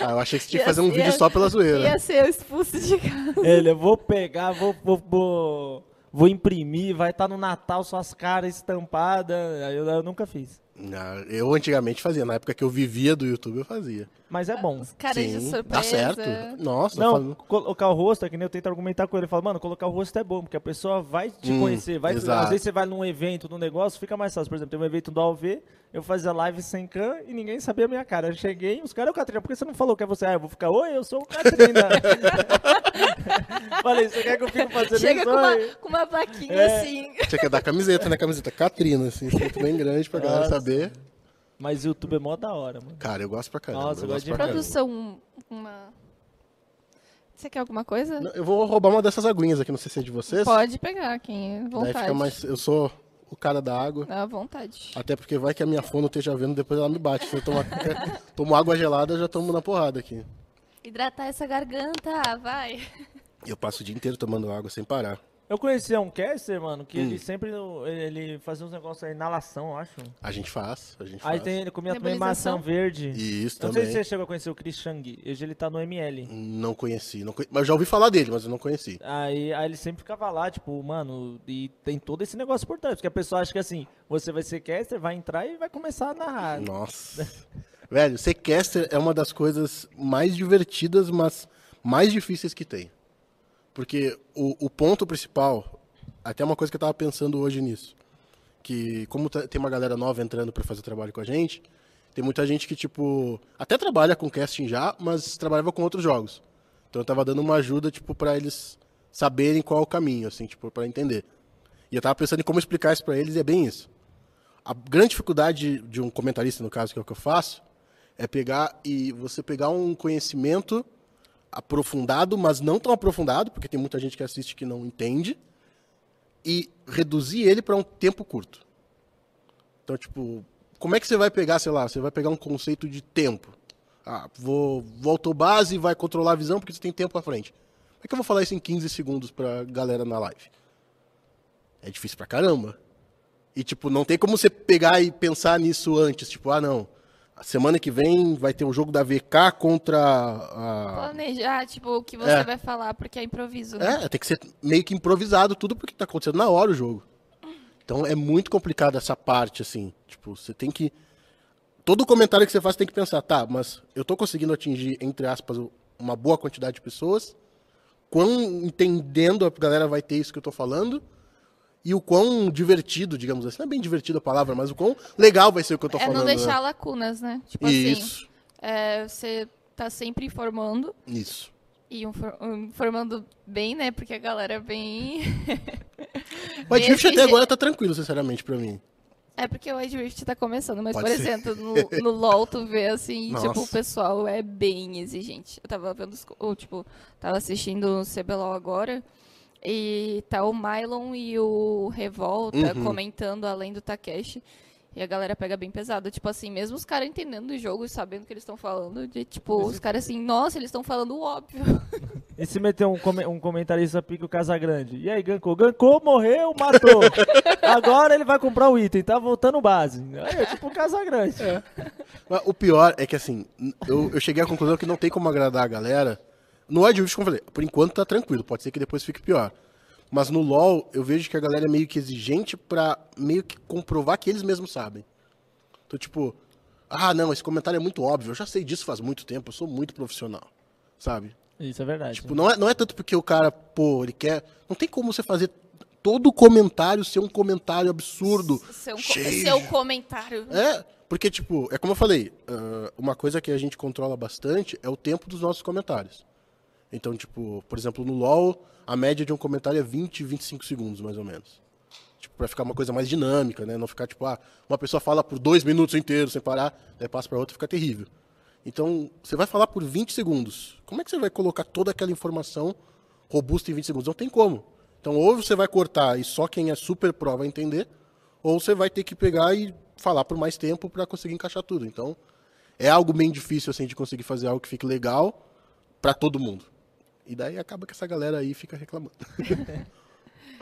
S1: ah, eu achei que você tinha
S2: Ia
S1: que fazer um
S3: assim
S2: ser-
S1: vídeo
S3: é-
S1: só pela
S2: Ia
S1: zoeira.
S2: ser expulso de casa.
S3: Ele, eu vou pegar, vou, vou, tá vou, vou imprimir, vai estar no Natal suas caras estampadas. Aí Eu, eu nunca fiz.
S1: Ah, Eu antigamente fazia, na época que eu vivia do YouTube eu fazia.
S3: Mas é bom.
S2: Os caras de
S1: Sim,
S2: surpresa.
S1: Dá certo. Nossa,
S3: Não,
S1: falando-
S3: colocar o rosto, é que nem eu tento argumentar com ele. Eu falo, mano, colocar o rosto é bom, porque a pessoa vai te
S1: Hum,
S3: conhecer. Vai
S1: exato.
S3: Às vezes você vai num evento, num negócio, fica mais fácil. Por exemplo, tem um evento do AOV, eu fazia live sem can e ninguém sabia a minha cara. Eu cheguei, os caras, ô Catrina, por que você não falou que é você? Ah, eu vou ficar, oi, eu sou o Catrina. Falei, você quer que eu fique fazendo
S2: Chega
S3: isso?
S2: com uma,
S3: Oi.
S2: com uma plaquinha
S3: É.
S2: assim.
S1: tinha que dar camiseta, né? Camiseta Catrina, assim, escrito bem grande pra galera
S3: Nossa.
S1: saber.
S3: Mas YouTube é mó da hora, mano.
S1: Cara, eu gosto pra caramba.
S3: Nossa,
S1: eu
S3: eu
S1: gosto pra
S3: gosto
S1: caramba.
S2: Produção, um- uma. Você quer alguma coisa?
S1: Não, Eu vou roubar uma dessas aguinhas aqui, não sei se é de vocês.
S2: Pode pegar, quem
S1: Daí
S2: vontade.
S1: fica mais. Eu sou o cara da água.
S2: Dá vontade.
S1: Até porque vai que a minha fono esteja vendo, depois ela me bate. Se eu tomar tomo água gelada, eu já tomo na porrada aqui.
S2: Hidratar essa garganta, vai.
S1: E Eu passo o dia inteiro tomando água sem parar.
S3: Eu conhecia um caster, mano, que
S2: Hum.
S3: ele sempre ele fazia uns negócios aí, inalação, eu acho.
S1: A gente faz, a gente
S3: Aí
S1: faz.
S3: tem, ele comia também
S2: Nebulização.
S3: maçã verde.
S1: E isso
S3: Eu Não
S1: também.
S3: sei se você chegou a conhecer o Chris Chang. Hoje ele tá no ML.
S1: Não conheci, não conhe- mas eu já ouvi falar dele, mas eu não conheci.
S3: Aí, aí ele sempre ficava lá, tipo, mano, e tem todo esse negócio por trás. Porque a pessoa acha que assim, você vai ser caster, vai entrar e vai começar a narrar.
S1: Nossa. Velho, ser caster é uma das coisas mais divertidas, mas mais difíceis que tem. Porque o, o ponto principal, até uma coisa que eu tava pensando hoje nisso, que como tá- tem uma galera nova entrando para fazer trabalho com a gente, tem muita gente que, tipo, até trabalha com casting já, mas trabalhava com outros jogos. Então eu tava dando uma ajuda, tipo, para eles saberem qual é o caminho, assim, tipo, para entender. E eu tava pensando em como explicar isso para eles, e é bem isso. A grande dificuldade de um comentarista, no caso, que é o que eu faço, é pegar e você pegar um conhecimento aprofundado, mas não tão aprofundado, porque tem muita gente que assiste que não entende, e reduzir ele para um tempo curto. Então, tipo, como é que você vai pegar, sei lá, você vai pegar um conceito de tempo. Ah, vou, vou autobase e vai controlar a visão porque você tem tempo à frente. Como é que eu vou falar isso em 15 segundos pra galera na live? É difícil pra caramba. E, tipo, não tem como você pegar e pensar nisso antes. Tipo, ah, não. A semana que vem vai ter o jogo da VK contra a.
S2: Planejar, tipo, o que você
S1: Ah. É.
S2: vai falar, porque é improviso. né?
S1: É, tem que ser meio que improvisado tudo porque tá acontecendo na hora o jogo. Então é muito complicado essa parte, assim. Tipo, você tem que. Todo comentário que você faz você tem que pensar, tá, mas eu tô conseguindo atingir, entre aspas, uma boa quantidade de pessoas. Quão entendendo a galera vai ter isso que eu tô falando. E o quão divertido, digamos assim, não é bem divertido a palavra, mas o quão legal vai ser o que eu tô
S2: É
S1: falando.
S2: não
S1: né?
S2: deixar lacunas, né? Tipo assim,
S1: Isso,
S2: é, você tá sempre informando.
S1: isso.
S2: E infor- informando bem, né? Porque a galera é bem.
S1: O Adrift
S2: Esse-
S1: até agora tá tranquilo, sinceramente, pra mim.
S2: É porque o Adrift tá começando, mas,
S1: Pode
S2: por
S1: ser.
S2: exemplo, no, no LoL tu vê assim,
S1: Nossa.
S2: tipo, o pessoal é bem exigente. Eu tava vendo, os co- ou, tipo, tava assistindo o CBLOL agora, e tá o Mylon e o Revolta
S1: Uhum.
S2: comentando além do Takeshi. E a galera pega bem pesado. Tipo assim, mesmo os caras entendendo o jogo e sabendo o que eles estão falando, de tipo, os caras assim, nossa, eles estão falando o óbvio.
S3: E se meter um, come- um comentarista pique o Casagrande. E aí, gankou? Gankou, morreu, matou. Agora ele vai comprar o item, tá voltando base. Aí é tipo o Casagrande.
S1: Mas O pior é que, assim, n- eu, eu cheguei à conclusão que não tem como agradar a galera. No Advist, como eu falei, por enquanto tá tranquilo, pode ser que depois fique pior. Mas no LoL, eu vejo que a galera é meio que exigente pra meio que comprovar que eles mesmos sabem. Então, tipo, ah, não, esse comentário é muito óbvio, eu já sei disso faz muito tempo, eu sou muito profissional, sabe?
S3: Isso é verdade.
S1: Tipo, não é, não é tanto porque o cara, pô, ele quer... Não tem como você fazer todo comentário ser um comentário absurdo.
S2: Seu, um co-
S1: cheio
S2: seu
S1: de-
S2: comentário.
S1: é, porque, tipo, é como eu falei, ah, uma coisa que a gente controla bastante é o tempo dos nossos comentários. Então, tipo, por exemplo, no LoL, a média de um comentário é 20, 25 segundos, mais ou menos. Tipo, pra ficar uma coisa mais dinâmica, né? Não ficar, tipo, ah, uma pessoa fala por dois minutos inteiros sem parar, daí passa pra outra e fica terrível. Então, você vai falar por 20 segundos. Como é que você vai colocar toda aquela informação robusta em 20 segundos? Não tem como. Então, ou você vai cortar e só quem é super pró vai entender, ou você vai ter que pegar e falar por mais tempo para conseguir encaixar tudo. Então, é algo bem difícil, assim, de conseguir fazer algo que fique legal para todo mundo. E daí acaba que essa galera aí fica reclamando.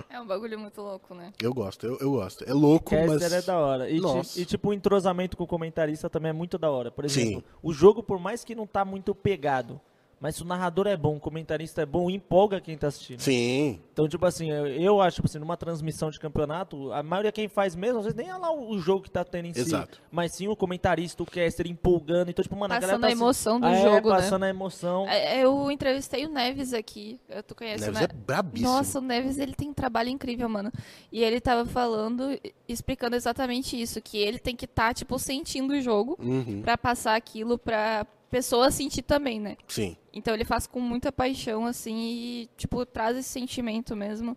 S2: É um bagulho muito louco, né?
S1: Eu gosto, eu, eu gosto. É louco,
S3: Caster
S1: mas...
S3: é da hora. E, ti-
S1: Nossa.
S3: e, tipo, o entrosamento com o comentarista também é muito da hora. Por exemplo,
S1: Sim.
S3: o jogo, por mais que não tá muito pegado, Mas se o narrador é bom, o comentarista é bom, empolga quem tá
S2: né?
S3: assistindo.
S1: Sim.
S3: Então, tipo assim, eu, eu acho, tipo assim, numa transmissão de campeonato, a maioria quem faz mesmo, às vezes nem é lá o, o jogo que tá tendo em
S1: Exato.
S3: si, mas sim o comentarista, o caster empolgando. Então, tipo, mano, a
S2: Passando
S3: galera tá
S2: a
S3: assim-
S2: emoção do
S3: Ah, é,
S2: jogo, né?
S3: passando a emoção.
S2: É, Eu entrevistei o Neves aqui. Eu- Tu conhece
S1: Neves
S2: o
S1: é
S2: Ne-
S1: brabíssimo.
S2: Nossa, o Neves ele tem um trabalho incrível, mano. E ele tava falando, explicando exatamente isso, que ele tem que estar, tipo, sentindo o jogo
S1: Uhum,
S2: pra passar aquilo pra pessoa sentir também, né?
S1: Sim.
S2: Então ele faz com muita paixão, assim, e, tipo, traz esse sentimento mesmo.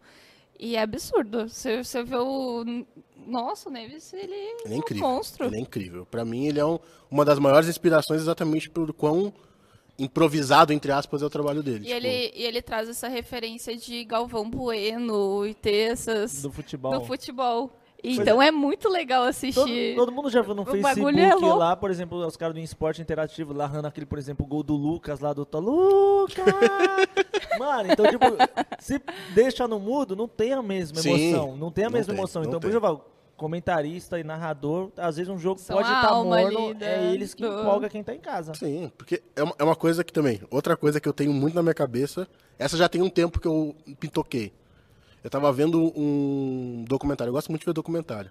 S2: E é absurdo. Você, você vê o. Nossa, o Neves, ele
S1: Ele é
S2: um
S1: incrível.
S2: monstro.
S1: Ele é incrível. Pra mim, ele é um- uma das maiores inspirações exatamente pelo quão improvisado, entre aspas, é o trabalho dele.
S2: E
S1: Tipo,
S2: ele, e ele traz essa referência de Galvão Bueno e ter essas.
S3: Do futebol.
S2: do futebol. Então é muito legal
S3: Todo,
S2: assistir.
S3: todo mundo já viu no
S2: O
S3: Facebook
S2: bagulho é louco.
S3: lá, por exemplo, os caras do esporte interativo lá narrando aquele, por exemplo, o gol do Lucas lá do Tolo. Lucas! Mano, então, tipo, se deixa no mudo, não tem a mesma
S1: Sim,
S3: emoção. Não tem a
S1: não
S3: mesma
S1: tem,
S3: emoção.
S1: não
S3: Então, por
S1: tem.
S3: isso eu falo, comentarista e narrador, às vezes um jogo
S2: São
S3: pode
S2: a
S3: estar
S2: alma ali
S3: morno,
S2: da-
S3: é eles que
S2: do-
S3: empolga quem tá em casa.
S1: Sim, porque é uma, é uma coisa que também. Outra coisa que eu tenho muito na minha cabeça. Essa já tem um tempo que eu me toquei. Eu tava vendo um documentário. Eu gosto muito de ver documentário.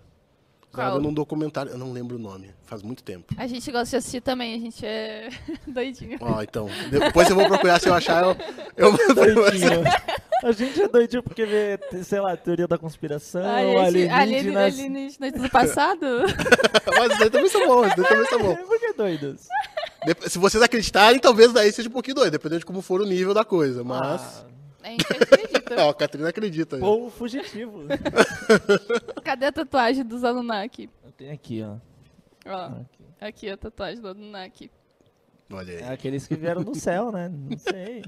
S1: Eu tava
S2: Qual?
S1: vendo um documentário. Eu não lembro o nome. Faz muito tempo.
S2: A gente gosta de assistir também, a gente é doidinho.
S1: Ó, então. Depois eu vou procurar se eu achar. Eu, eu mando pra você.
S3: Doidinho. A gente é doidinho porque vê, sei lá, teoria da conspiração,
S2: Ai, a gente-
S3: alienígenas.
S2: alienígenas do passado?
S1: Mas esses daí também são bons. esses daí também são
S2: é
S1: bons.
S3: Tá Por que doidos?
S1: Dep- Se vocês acreditarem, talvez daí seja um pouquinho doido, dependendo de como for o nível da coisa. Mas. é,
S3: Ah,
S2: a gente acredita.
S1: Ó, a Catarina acredita. né?
S3: povo fugitivo.
S2: Cadê a tatuagem dos Anunnaki?
S3: Eu tenho aqui, ó.
S2: Ó, aqui a tatuagem do Anunnaki.
S1: Olha aí.
S3: É aqueles que vieram do céu, né? Não sei.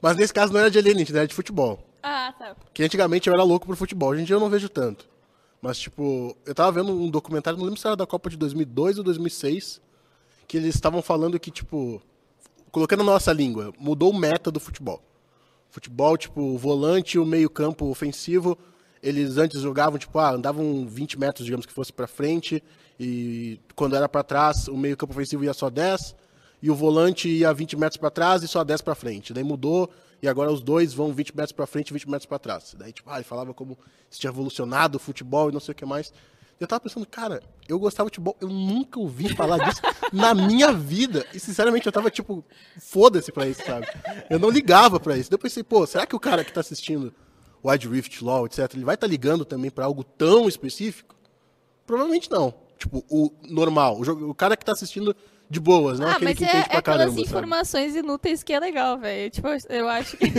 S1: Mas nesse caso não era de alienígena, era de futebol.
S2: Ah, tá.
S1: Que antigamente eu era louco pro futebol, hoje em dia eu não vejo tanto. Mas, tipo, eu tava vendo um documentário, não lembro se era da Copa de 2002 ou 2006, que eles estavam falando que, tipo, colocando a nossa língua, mudou o meta do futebol. Futebol, tipo, o volante e o meio-campo ofensivo, eles antes jogavam, tipo, ah, andavam 20 metros, digamos que fosse pra frente, e quando era pra trás, o meio-campo ofensivo ia só 10, e o volante ia 20 metros pra trás e só 10 pra frente. Daí mudou, e agora os dois vão 20 metros pra frente e 20 metros pra trás. Daí, tipo, ah, ele falava como se tinha evolucionado o futebol e não sei o que mais. Eu tava pensando, cara, eu gostava de futebol, eu nunca ouvi falar disso na minha vida. E sinceramente, eu tava tipo, foda-se pra isso, sabe? Eu não ligava pra isso. Depois pensei, pô, será que o cara que tá assistindo Wide Rift Law, etc., ele vai estar tá ligando também pra algo tão específico? Provavelmente não. Tipo, o normal, o, jogo- o cara que tá assistindo de boas, não
S2: ah,
S1: aquele
S2: mas
S1: que
S2: é,
S1: entende
S2: é
S1: pra
S2: aquelas
S1: caramba. sabe?
S2: informações inúteis que é legal, velho. Tipo, eu acho que.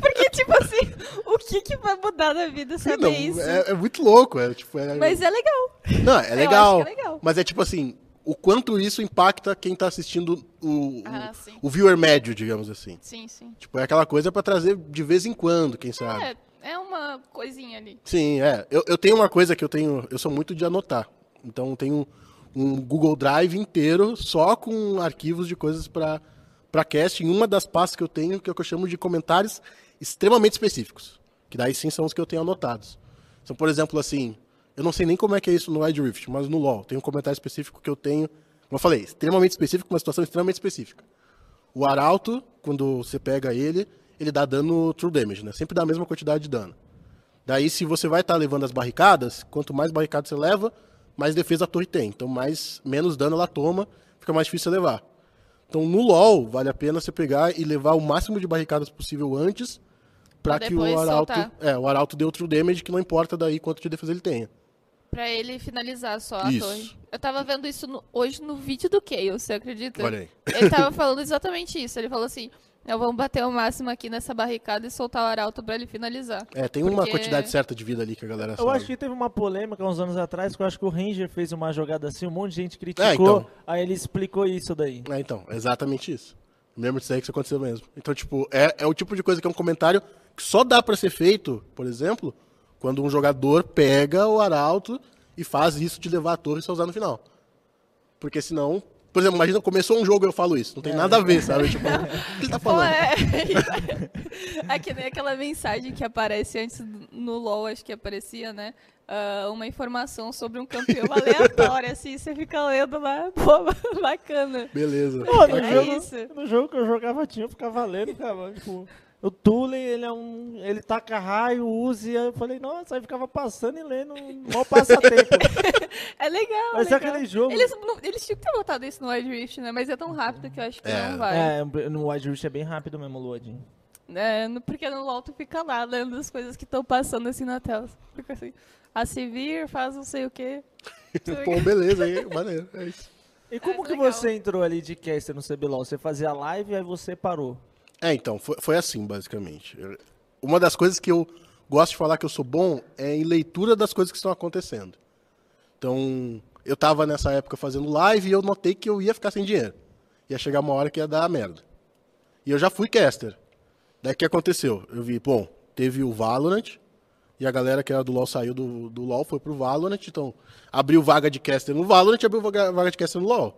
S2: Porque, tipo assim, o que, que vai mudar na vida
S1: Sim,
S2: saber
S1: não,
S2: isso?
S1: é, é muito louco, é tipo. É,
S2: Mas é legal.
S1: não, é
S2: que
S1: legal,
S2: é legal.
S1: Mas é tipo assim, o quanto isso impacta quem tá assistindo o, o-
S2: Ah, sim.
S1: o viewer médio, digamos assim.
S2: Sim, sim.
S1: Tipo, é aquela coisa pra trazer de vez em quando, quem sabe.
S2: É, é uma coisinha ali.
S1: Sim, é. Eu, eu tenho uma coisa que eu tenho. Eu sou muito de anotar. Então eu tenho um Google Drive inteiro só com arquivos de coisas pra para cast. Em uma das pastas que eu tenho, que é o que eu chamo de comentários extremamente específicos. Que daí sim são os que eu tenho anotados. São, por exemplo, assim. Eu não sei nem como é que é isso no Wide Rift, mas no LoL tem um comentário específico que eu tenho. Como eu falei, extremamente específico, uma situação extremamente específica. O Arauto, quando você pega ele, ele dá dano true damage, né? Sempre dá a mesma quantidade de dano. Daí, se você vai estar levando as barricadas, quanto mais barricada você leva, mais defesa a torre tem. Então, mais, menos dano ela toma, fica mais difícil você levar. Então, no LoL, vale a pena você pegar e levar o máximo de barricadas possível antes, para
S2: Pra
S1: que o
S2: depois
S1: arauto,
S2: soltar.
S1: é, o arauto dê outro damage, que não importa daí quanto de defesa ele tenha.
S2: Pra ele finalizar só a
S1: Isso.
S2: torre. Eu tava vendo isso no- hoje no vídeo do Kayle, você acredita?
S1: Olha aí.
S2: Ele tava falando exatamente isso. Ele falou assim: "Não, vamos bater o máximo aqui nessa barricada e soltar o arauto pra ele finalizar.
S1: É, tem uma
S2: Porque-
S1: quantidade certa de vida ali que a galera
S3: Eu
S1: sabe.
S3: acho que teve uma polêmica uns anos atrás, que eu acho que o Ranger fez uma jogada assim, um monte de gente criticou,
S1: É, então.
S3: aí ele explicou isso daí.
S1: É, então, é exatamente isso. Eu Lembro disso aí que isso aconteceu mesmo. Então, tipo, é, é o tipo de coisa que é um comentário que só dá pra ser feito, por exemplo, quando um jogador pega o arauto e faz isso de levar a torre e só usar no final. Porque senão, por exemplo, imagina, começou um jogo e eu falo isso. Não tem nada a ver, sabe? Tipo, o que ele tá
S2: É. Pô,
S1: falando?
S2: é... é que nem aquela mensagem que aparece antes do- no LOL, acho que aparecia, né? ah, uma informação sobre um campeão aleatório, assim, você fica lendo lá, pô, bacana.
S1: Beleza.
S3: Pô, no,
S2: É
S3: jogo,
S2: isso.
S3: no jogo que eu jogava tinha, eu ficava lendo, ficava, tipo, o Tullen, ele é um. ele taca raio, use, aí eu falei, nossa, aí ficava passando e lendo, mó passatempo.
S2: É legal,
S3: Mas é
S2: legal.
S3: aquele jogo.
S2: Eles, não- eles tinham que ter botado isso no Wild Rift, né? Mas é tão rápido que eu acho que
S1: É.
S2: não vai.
S3: É, no Wide Rift é bem rápido mesmo, Luadinho.
S2: É, no- porque no LoL tu fica lá lendo as coisas que estão passando assim na tela. Fica assim, a Sivir faz não sei o quê.
S1: Pô, beleza, aí, maneiro. É isso.
S3: E como
S2: É,
S3: que
S2: legal.
S3: você entrou ali de caster no CBLOL? Você fazia live e aí você parou.
S1: É, então, foi, foi assim, basicamente. Eu- Uma das coisas que eu gosto de falar que eu sou bom é em leitura das coisas que estão acontecendo. Então, eu tava nessa época fazendo live e eu notei que eu ia ficar sem dinheiro. Ia chegar uma hora que ia dar merda. E eu já fui caster. Daí o que aconteceu? Eu vi, bom, teve o Valorant, e a galera que era do LoL saiu do, do LoL, foi pro Valorant, então abriu vaga de caster no Valorant, abriu vaga, vaga de caster no LoL.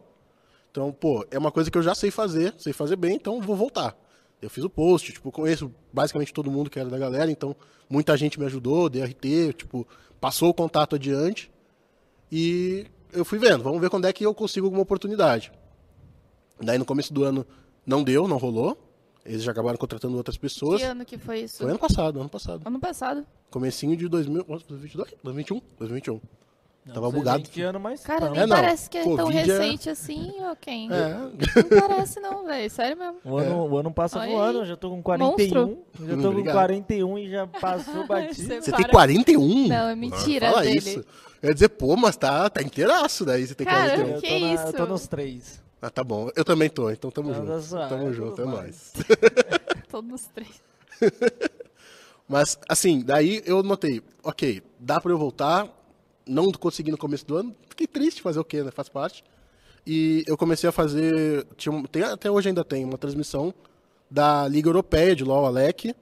S1: Então, pô, é uma coisa que eu já sei fazer, sei fazer bem, então vou voltar. Eu fiz o post, tipo, conheço basicamente todo mundo que era da galera, então muita gente me ajudou, DRT, tipo, passou o contato adiante. E eu fui vendo, vamos ver quando é que eu consigo alguma oportunidade. Daí no começo do ano não deu, não rolou. Eles já acabaram contratando outras pessoas.
S2: Que ano que foi isso?
S1: Foi ano passado, ano passado.
S2: Ano passado.
S1: Comecinho de 2000, nossa, 2022, 2021, 2021.
S3: Não
S1: Tava
S3: sei
S1: bugado.
S3: nem Que ano, mas
S2: Cara,
S3: tamo.
S2: nem
S1: É, não.
S2: parece que é tão
S1: Covid é-
S2: recente assim, ô Ken.
S1: É,
S2: Não parece não, velho. Sério mesmo.
S3: O ano, o ano passa
S2: Olha
S3: voando,
S2: aí.
S3: eu já tô com 41. Já tô com
S1: Obrigado.
S3: 41 e já passou batido.
S2: Você-
S1: você
S2: Para.
S1: tem 41?
S2: Não, é mentira
S1: fala
S2: dele.
S1: isso. Eu ia dizer, pô, mas tá, tá inteiraço daí, você tem
S2: Cara,
S1: 41.
S3: eu
S2: que
S3: tô na- eu
S2: isso?
S3: tô nos três.
S1: Ah, tá bom. Eu também tô, então tamo
S3: Tá, tá
S1: junto.
S3: suave,
S1: tamo
S3: tudo
S1: junto, é
S3: mais.
S1: nóis.
S2: Todos os três.
S1: Mas, assim, daí eu notei, ok, dá pra eu voltar, não consegui no começo do ano, fiquei triste fazer o quê, né? Faz parte. E eu comecei a fazer, tinha um- tem- até hoje ainda tem, uma transmissão da Liga Europeia de LoL Alec,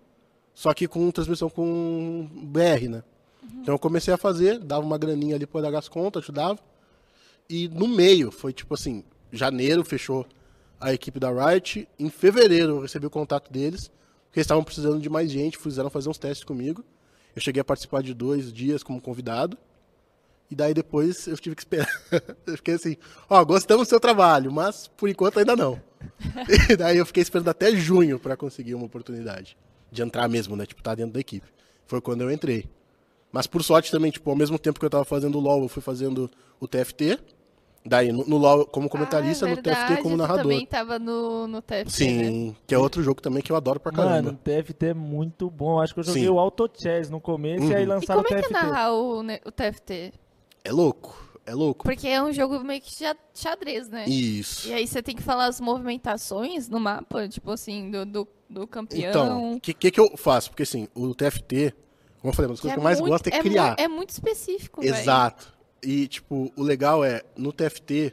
S1: só que com transmissão com BR, né?
S2: Uhum.
S1: Então eu comecei a fazer, dava uma graninha ali pra pagar as contas, ajudava. E no meio, foi tipo assim, janeiro fechou a equipe da Riot. Em fevereiro eu recebi o contato deles, porque eles estavam precisando de mais gente, fizeram fazer uns testes comigo. Eu cheguei a participar de dois dias como convidado. E daí depois eu tive que esperar. Eu fiquei assim, ó, gostamos do seu trabalho, mas por enquanto ainda não. E daí eu fiquei esperando até junho para conseguir uma oportunidade de entrar mesmo, né? Tipo, tá dentro da equipe. Foi quando eu entrei. Mas por sorte também, tipo, ao mesmo tempo que eu tava fazendo o LoL, eu fui fazendo o TFT. Daí no, no LoL como comentarista,
S2: ah, é
S1: no TFT
S2: verdade,
S1: como
S2: tu
S1: narrador.
S2: também tava no, no TFT, né?
S1: Sim, que é outro jogo também que eu adoro pra caramba.
S3: Mano, o TFT é muito bom. Acho que eu joguei
S1: Sim. Uhum.
S3: o Auto Chess no começo e aí
S2: E
S3: lançaram
S2: como
S3: o
S2: é que
S3: TFT.
S2: é narrar o, ne- o TFT?
S1: É louco, é louco.
S2: Porque é um jogo meio que xa- xadrez, né?
S1: Isso.
S2: E aí você tem que falar as movimentações no mapa, tipo assim, do, do, do campeão.
S1: Então, o que, que que eu faço? Porque assim, o TFT, como eu falei, uma das
S2: Que
S1: coisas
S2: é
S1: que eu mais
S2: muito-
S1: gosto é,
S2: mu-
S1: criar.
S2: É muito específico, velho.
S1: Exato. E, tipo, o legal é, no TFT,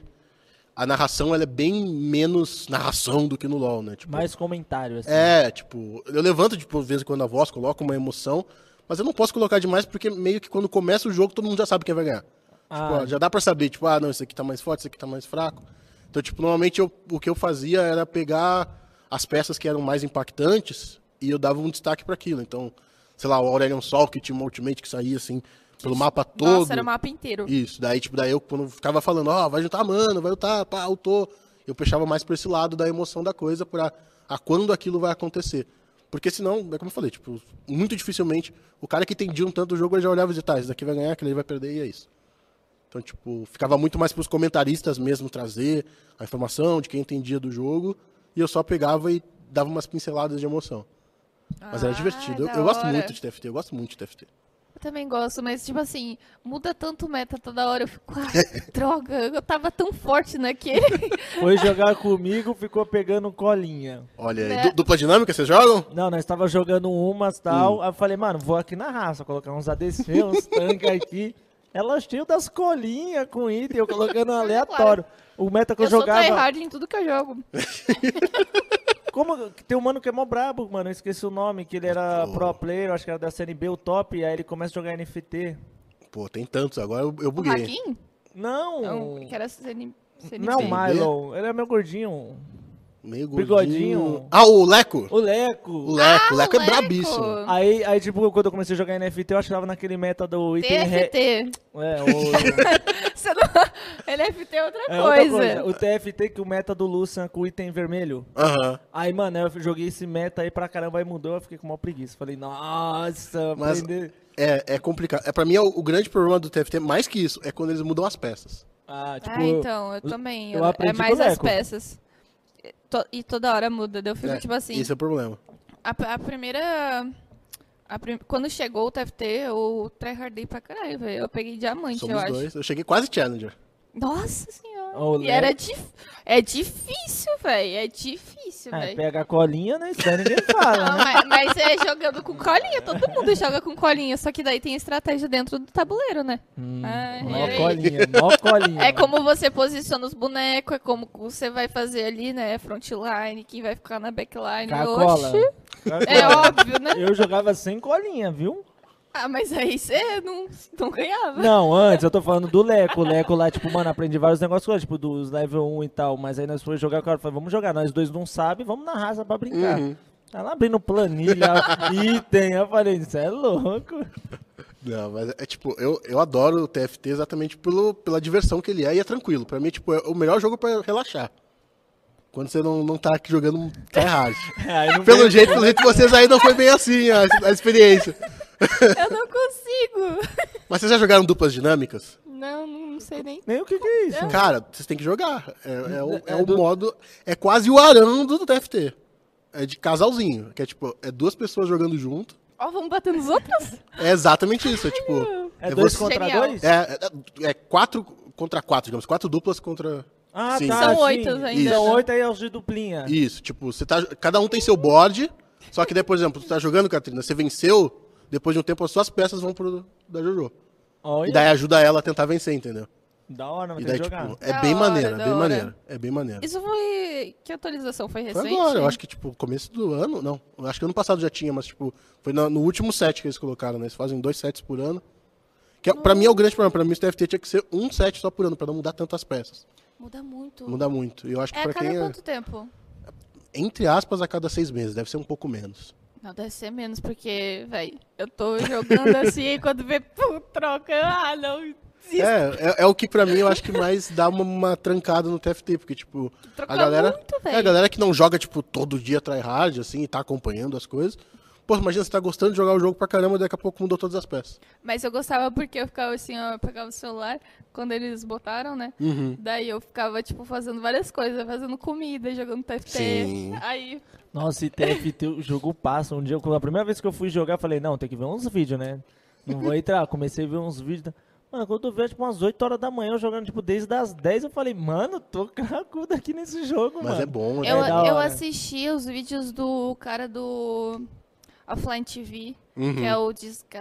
S1: a narração ela é bem menos narração do que no LoL, né? Tipo,
S3: Mais comentário, assim.
S1: É, tipo, eu levanto, tipo, de vez em quando a voz, coloco uma emoção, mas eu não posso colocar demais porque meio que quando começa o jogo todo mundo já sabe quem vai ganhar.
S3: Ah,
S1: Tipo, ó, já dá pra saber, tipo, ah, não, esse aqui tá mais forte, esse aqui tá mais fraco. Então, tipo, normalmente eu- o que eu fazia era pegar as peças que eram mais impactantes e eu dava um destaque pra aquilo. Então, sei lá, o Aurelion Sol, que tinha uma ultimate que saía, assim, pelo mapa todo.
S2: Nossa, era o mapa inteiro.
S1: Isso, daí, tipo, daí eu quando ficava falando, ó, vai juntar mano, vai juntar, pá, eu tô. Eu puxava mais pra esse lado da emoção da coisa, pra a quando aquilo vai acontecer. Porque senão, é como eu falei, tipo, muito dificilmente, o cara que entendia um tanto o jogo, ele já olhava e dizia, tá, esse daqui vai ganhar, aquele ali vai perder, e é isso. Então, tipo, ficava muito mais pros comentaristas mesmo trazer a informação de quem entendia do jogo, e eu só pegava e dava umas pinceladas de emoção. Mas era
S2: Ah,
S1: divertido. Eu,
S2: da
S1: eu gosto
S2: hora.
S1: muito de TFT, eu gosto muito de TFT.
S2: Eu também gosto, mas tipo assim, muda tanto meta toda hora. Eu fico, ai, droga, eu tava tão forte naquele.
S3: Foi jogar comigo, ficou pegando colinha.
S1: Olha, e
S2: Né?
S1: du- dupla dinâmica, vocês jogam?
S3: Não, nós tava jogando umas
S1: Hum.
S3: tal. Aí eu falei, mano, vou aqui na raça, colocar uns ADC, uns tanques aqui. Ela cheio das colinhas com item, eu colocando aleatório. O meta que eu,
S2: eu sou
S3: jogava.
S2: tryhard em tudo que eu jogo.
S3: Como que tem um mano que é mó brabo, mano. Eu esqueci o nome, que ele era
S1: Pô.
S3: pro player, eu acho que era da CNB, o top, aí ele começa a jogar NFT.
S1: Pô, tem tantos, agora eu, eu
S2: O
S1: buguei.
S2: Hakim?
S3: Não!
S2: Não, que era CN... CNB.
S3: Não, é o
S1: CNB?
S3: Mylon. Ele é meu gordinho.
S1: Meio gordinho.
S3: Bigodinho.
S1: Ah, o Leco.
S3: O Leco.
S1: O Leco.
S2: Ah,
S1: o Leco é
S2: o Leco.
S1: brabíssimo.
S3: Aí, aí, tipo, quando eu comecei a jogar NFT, eu achava naquele meta do item re-
S2: TFT.
S3: É, o-
S2: Você não... LFT é outra
S3: é outra
S2: coisa.
S3: coisa. O TFT que o meta do Lucian com o item vermelho.
S1: Aham.
S3: Aí, mano, eu joguei esse meta aí pra caramba, aí mudou, eu fiquei com uma preguiça. Falei, nossa,
S1: Mas-
S3: aprender.
S1: É, é complicado. É, pra mim, é o, o grande problema do TFT, mais que isso, é quando eles mudam as peças.
S3: Ah, tipo,
S2: ah, então, eu também.
S3: eu
S2: Eu é
S3: aprendi
S2: mais
S3: com o
S2: as
S3: Leco.
S2: peças. E to- E toda hora muda. daí Eu fico
S1: É,
S2: tipo assim.
S1: Esse é o problema.
S2: A, a primeira. a prim- Quando chegou o TFT, eu tryhardei pra caralho, velho. Eu peguei diamante,
S1: Somos
S2: eu acho.
S1: dois. Eu cheguei quase Challenger.
S2: Nossa senhora.
S3: O
S2: e
S3: Leco-
S2: era dif... É difícil, velho. É difícil,
S3: ah,
S2: velho.
S3: pega a colinha, né? Isso aí ninguém fala,
S2: Não,
S3: né?
S2: mas, mas é jogando com colinha, todo mundo joga com colinha, só que daí tem estratégia dentro do tabuleiro, né?
S3: Hum,
S2: Ah,
S3: mó
S2: é.
S3: colinha, mó colinha.
S2: É como você posiciona os bonecos, é como você vai fazer ali, né? Frontline, quem vai ficar na backline.
S3: Tá Cacola.
S2: Oxi. É
S3: Cacola.
S2: óbvio, né?
S3: Eu jogava sem colinha, viu?
S2: Ah, mas aí você não, não ganhava.
S3: Não, antes, eu tô falando do Leco. O Leco lá, tipo, mano, aprendi vários negócios, lá, tipo, dos level 1 e tal. Mas aí nós fomos jogar, o cara falou, vamos jogar. Nós dois não sabe, vamos na raça pra brincar.
S1: Uhum.
S3: Ela abrindo planilha, item. Eu falei, isso é louco.
S1: Não, mas é tipo, eu, eu adoro o TFT exatamente pelo, pela diversão que ele é e é tranquilo. Pra mim, tipo, é o melhor jogo pra relaxar. Quando você não, não tá aqui jogando um tryhard.
S3: É, Aí não
S1: pelo jeito, pelo jeito, vocês aí não foi bem assim a, a experiência.
S2: Eu não consigo.
S1: Mas vocês já jogaram duplas dinâmicas?
S2: Não, não sei nem.
S3: Nem o que que é isso.
S2: Então.
S1: Cara, vocês têm que jogar. É, é o, é
S3: É
S1: o
S3: do-
S1: modo. É quase o arão do TFT. É de casalzinho. Que é tipo, é duas pessoas jogando junto.
S2: Ó, vamos bater nos outros?
S1: É exatamente isso. É tipo.
S3: É
S1: é
S3: dois
S1: você-
S3: contra
S2: Genial.
S3: dois?
S1: É, é- é quatro contra quatro, digamos. Quatro duplas contra.
S3: Ah,
S1: Sim.
S3: tá.
S2: São
S3: sim.
S2: oito ainda,
S3: São
S2: né?
S3: oito aí é os de duplinha.
S1: Isso. Tipo, você tá. Cada um tem seu board. Só que daí, por exemplo, tu tá jogando, Catrina, você venceu, depois de um tempo as suas peças vão pro da Jojo.
S3: Olha,
S1: E daí ajuda ela a tentar vencer, entendeu?
S3: da hora, mas
S1: E
S3: tem
S1: daí,
S3: que
S1: tipo,
S3: jogar.
S1: é
S2: Da
S1: bem
S2: hora,
S1: maneiro, é
S2: da
S1: bem
S2: hora.
S1: maneiro. É bem maneiro.
S2: Isso foi. Que atualização foi
S1: Foi
S2: É recente?
S1: agora, eu acho que, tipo, começo do ano, não. eu Acho que ano passado já tinha, mas, tipo, foi na- no, último set que eles colocaram, né? Eles fazem dois sets por ano. Que é, pra mim é o grande problema. Pra mim, o TFT tinha que ser um set só por ano, pra não mudar tantas peças.
S2: Muda muito.
S1: Muda muito. E eu acho que
S2: é a
S1: pra
S2: cada
S1: quem é,
S2: quanto tempo?
S1: entre aspas, a cada seis meses, deve ser um pouco menos.
S2: Não, deve ser menos, porque, velho, eu tô jogando assim e quando vê, pum, troca. Ah, não.
S1: É, é, é o que pra mim eu acho que mais dá uma, uma trancada no TFT, porque, tipo,
S2: Troca
S1: a galera.
S2: muito,
S1: é,
S2: velho.
S1: a galera que não joga, tipo, todo dia tryhard, assim, e tá acompanhando as coisas. Pô, imagina, você tá gostando de jogar o jogo pra caramba, daqui a pouco mudou todas as peças.
S2: Mas eu gostava porque eu ficava assim, ó, eu pegava o celular quando eles botaram, né?
S1: Uhum.
S2: Daí eu ficava, tipo, fazendo várias coisas, fazendo comida, jogando TFT.
S1: Sim.
S2: Aí,
S3: Nossa, e TFT, o jogo passa. Um dia, eu- a primeira vez que eu fui jogar, eu falei, não, tem que ver uns vídeos, né? Não vou entrar. Comecei a ver uns vídeos. tá? Mano, quando eu vejo, tipo, umas 8 horas da manhã, eu jogando, tipo, desde as 10, eu falei, mano, tô cracudo aqui nesse jogo,
S1: Mas
S3: mano.
S1: é bom, né?
S2: eu,
S3: Tipo, da
S2: eu
S3: hora.
S2: assisti os vídeos do cara do Offline TV,
S1: Uhum.
S2: que é o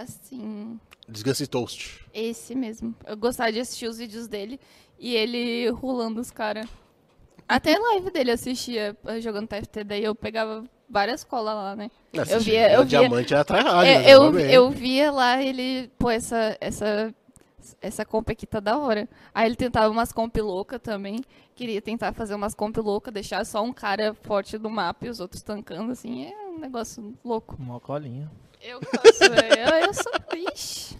S2: Disgusting.
S1: Disgusting Toast.
S2: Esse mesmo. Eu gostava de assistir os vídeos dele e ele rolando os caras. Até a live dele eu assistia eh, jogando TFT, daí eu pegava várias colas lá, né? eu via, eu
S1: o
S2: via,
S1: diamante é tryhard,
S2: É,
S1: né?
S2: eu,
S1: Realmente.
S2: eu via lá ele, pô, essa, essa, essa comp aqui tá da hora. Aí ele tentava umas comp louca também. Queria tentar fazer umas comp louca, deixar só um cara forte do mapa e os outros tancando, assim. É um negócio louco.
S3: Uma colinha.
S2: Eu gosto, é. velho. Eu, eu sou. Ixi.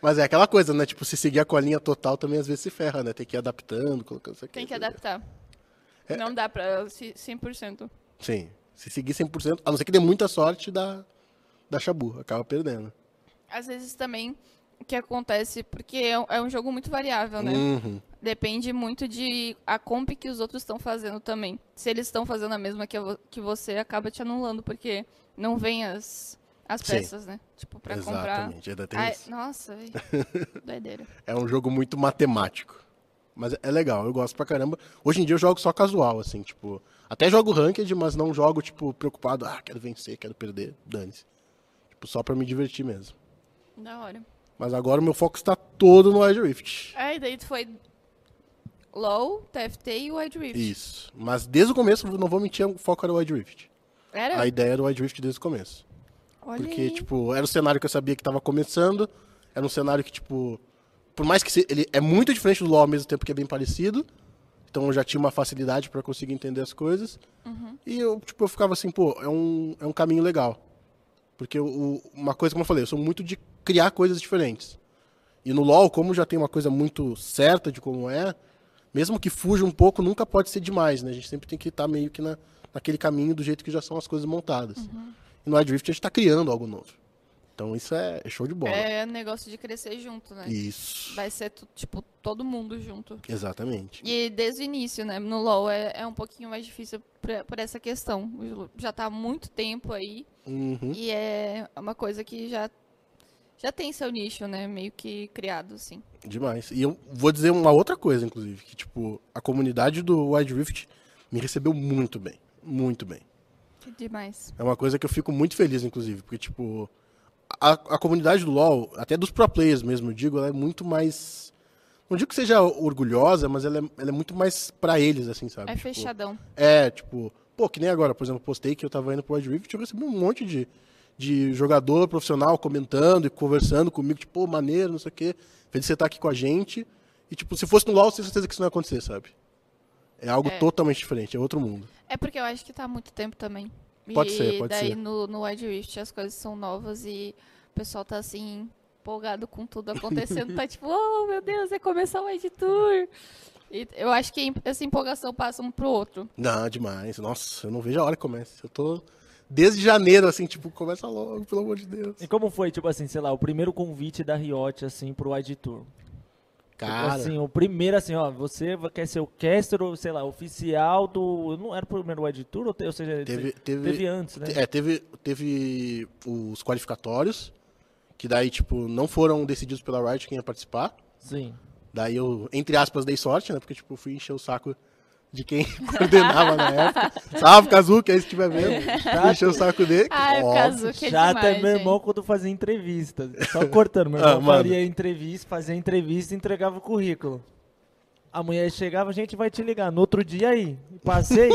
S1: Mas é aquela coisa, né? Tipo, se seguir a colinha total também às vezes se ferra, né? Tem que ir adaptando, colocando isso aqui.
S2: Tem que adaptar. Não dá pra ci- 100%.
S1: Sim. Se seguir 100%, a não ser que dê muita sorte, dá, dá chabu, acaba perdendo.
S2: Às vezes também o que acontece, porque é um- é um jogo muito variável, né?
S1: Uhum.
S2: Depende muito de a comp que os outros estão fazendo também. Se eles estão fazendo a mesma que, vo- que você, acaba te anulando, porque não vem as, as
S1: Sim.
S2: peças, né? Tipo, pra comprar.
S1: Exatamente, ainda tem
S2: Ai,
S1: isso.
S2: nossa, velho. Doideira.
S1: É um jogo muito matemático. Mas é legal, eu gosto pra caramba. Hoje em dia eu jogo só casual, assim, tipo. Até jogo ranked, mas não jogo, tipo, preocupado, ah, quero vencer, quero perder, dane-se. Tipo, só pra me divertir mesmo.
S2: Da hora.
S1: Mas agora o meu foco está todo no Wild Rift.
S2: Aí daí tu foi LOL, TFT e Wide Rift.
S1: Isso. Mas desde o começo, não vou mentir, o foco era o Wild Rift.
S2: Era?
S1: A ideia era o Wild Rift desde o começo.
S2: É. Olha
S1: Porque,
S2: aí.
S1: tipo, era o cenário que eu sabia que tava começando. Era um cenário que, tipo. Por mais que se- ele é muito diferente do LoL ao mesmo tempo que é bem parecido. Então eu já tinha uma facilidade para conseguir entender as coisas.
S2: Uhum.
S1: E eu, tipo, eu ficava assim, pô, é um, é um caminho legal. Porque o- uma coisa, como eu falei, eu sou muito de criar coisas diferentes. E no LoL, como já tem uma coisa muito certa de como é, mesmo que fuja um pouco, nunca pode ser demais, né? A gente sempre tem que estar meio que na, naquele caminho do jeito que já são as coisas montadas. E no Adrift a gente está criando algo novo. Então isso é show de bola.
S2: É negócio de crescer junto, né?
S1: Isso.
S2: Vai ser, tu- tipo, todo mundo junto.
S1: Exatamente.
S2: E desde o início, né? No LoL é, é um pouquinho mais difícil pra- por essa questão. O Lu- Já tá há muito tempo aí.
S1: Uhum.
S2: E é uma coisa que já, já tem seu nicho, né? Meio que criado, assim.
S1: Demais. E eu vou dizer uma outra coisa, inclusive, que tipo, a comunidade do Wild Rift me recebeu muito bem. Muito bem.
S2: Que demais.
S1: É uma coisa que eu fico muito feliz, inclusive, porque, tipo, a, a comunidade do LoL, até dos pro players mesmo, eu digo, ela é muito mais. Não digo que seja orgulhosa, mas ela é, ela é muito mais pra eles, assim, sabe?
S2: É
S1: Tipo,
S2: fechadão.
S1: É, tipo, pô, que nem agora, por exemplo, postei que eu tava indo pro Wild Rift, eu recebi um monte de, de jogador profissional comentando e conversando comigo, tipo, pô, maneiro, não sei o quê, feliz que você tá aqui com a gente. E, tipo, se fosse no LoL, eu tenho certeza que isso não ia acontecer, sabe? É algo totalmente diferente, é outro mundo.
S2: É porque eu acho que tá há muito tempo também.
S1: Pode
S2: e
S1: ser, pode
S2: daí
S1: ser.
S2: no, no Wild Rift as coisas são novas e o pessoal tá assim, empolgado com tudo acontecendo. tá tipo, oh meu Deus, vai começar o Wild Tour. E eu acho que essa empolgação passa um pro outro.
S1: Não, demais. Nossa, eu não vejo a hora que começa. Eu tô desde janeiro, assim, tipo, começa logo, pelo amor de Deus.
S3: E como foi, tipo assim, sei lá, o primeiro convite da Riot, assim, pro ID Tour?
S1: Cara,
S3: Tipo assim, o primeiro, assim, ó, você quer ser o caster, ou, sei lá, oficial do... Não era o primeiro ID Tour, ou, te- ou seja,
S1: teve, teve,
S3: teve antes, né?
S1: é, teve, teve os qualificatórios, que daí, tipo, não foram decididos pela Riot quem ia participar.
S3: Sim.
S1: Daí eu, entre aspas, dei sorte, né? Porque, tipo, fui encher o saco de quem coordenava na época. Salve, Kazu, que aí se estiver vendo. Fui encher o saco dele.
S2: Ai, o
S1: Óbvio.
S2: Kazuki é
S3: Chato
S2: demais,
S3: é meu irmão
S2: gente.
S3: quando fazia entrevista. Só cortando, meu
S1: Ah,
S3: irmão
S1: mano.
S3: faria entrevista, fazia entrevista e entregava o currículo. A mulher chegava, a gente vai te ligar. No outro dia aí, passei.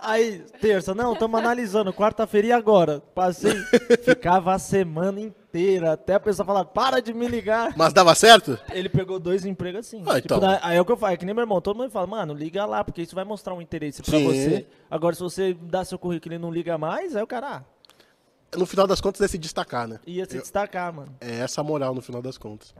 S3: aí, terça, não, estamos analisando. Quarta-feira e agora? Passei. Ficava a semana inteira. Até a pessoa falar, para de me ligar.
S1: Mas dava certo?
S3: Ele pegou dois empregos assim.
S1: Ah,
S3: Tipo,
S1: então.
S3: na- aí é o que eu falo, é que nem meu irmão, todo mundo fala, mano, liga lá, porque isso vai mostrar um interesse pra
S1: Sim.
S3: você. Agora, se você dá seu currículo e ele não liga mais, aí o cara ah,
S1: No final das contas, é se destacar, né?
S3: ia se
S1: Eu-
S3: destacar, mano.
S1: É essa a moral no final das contas.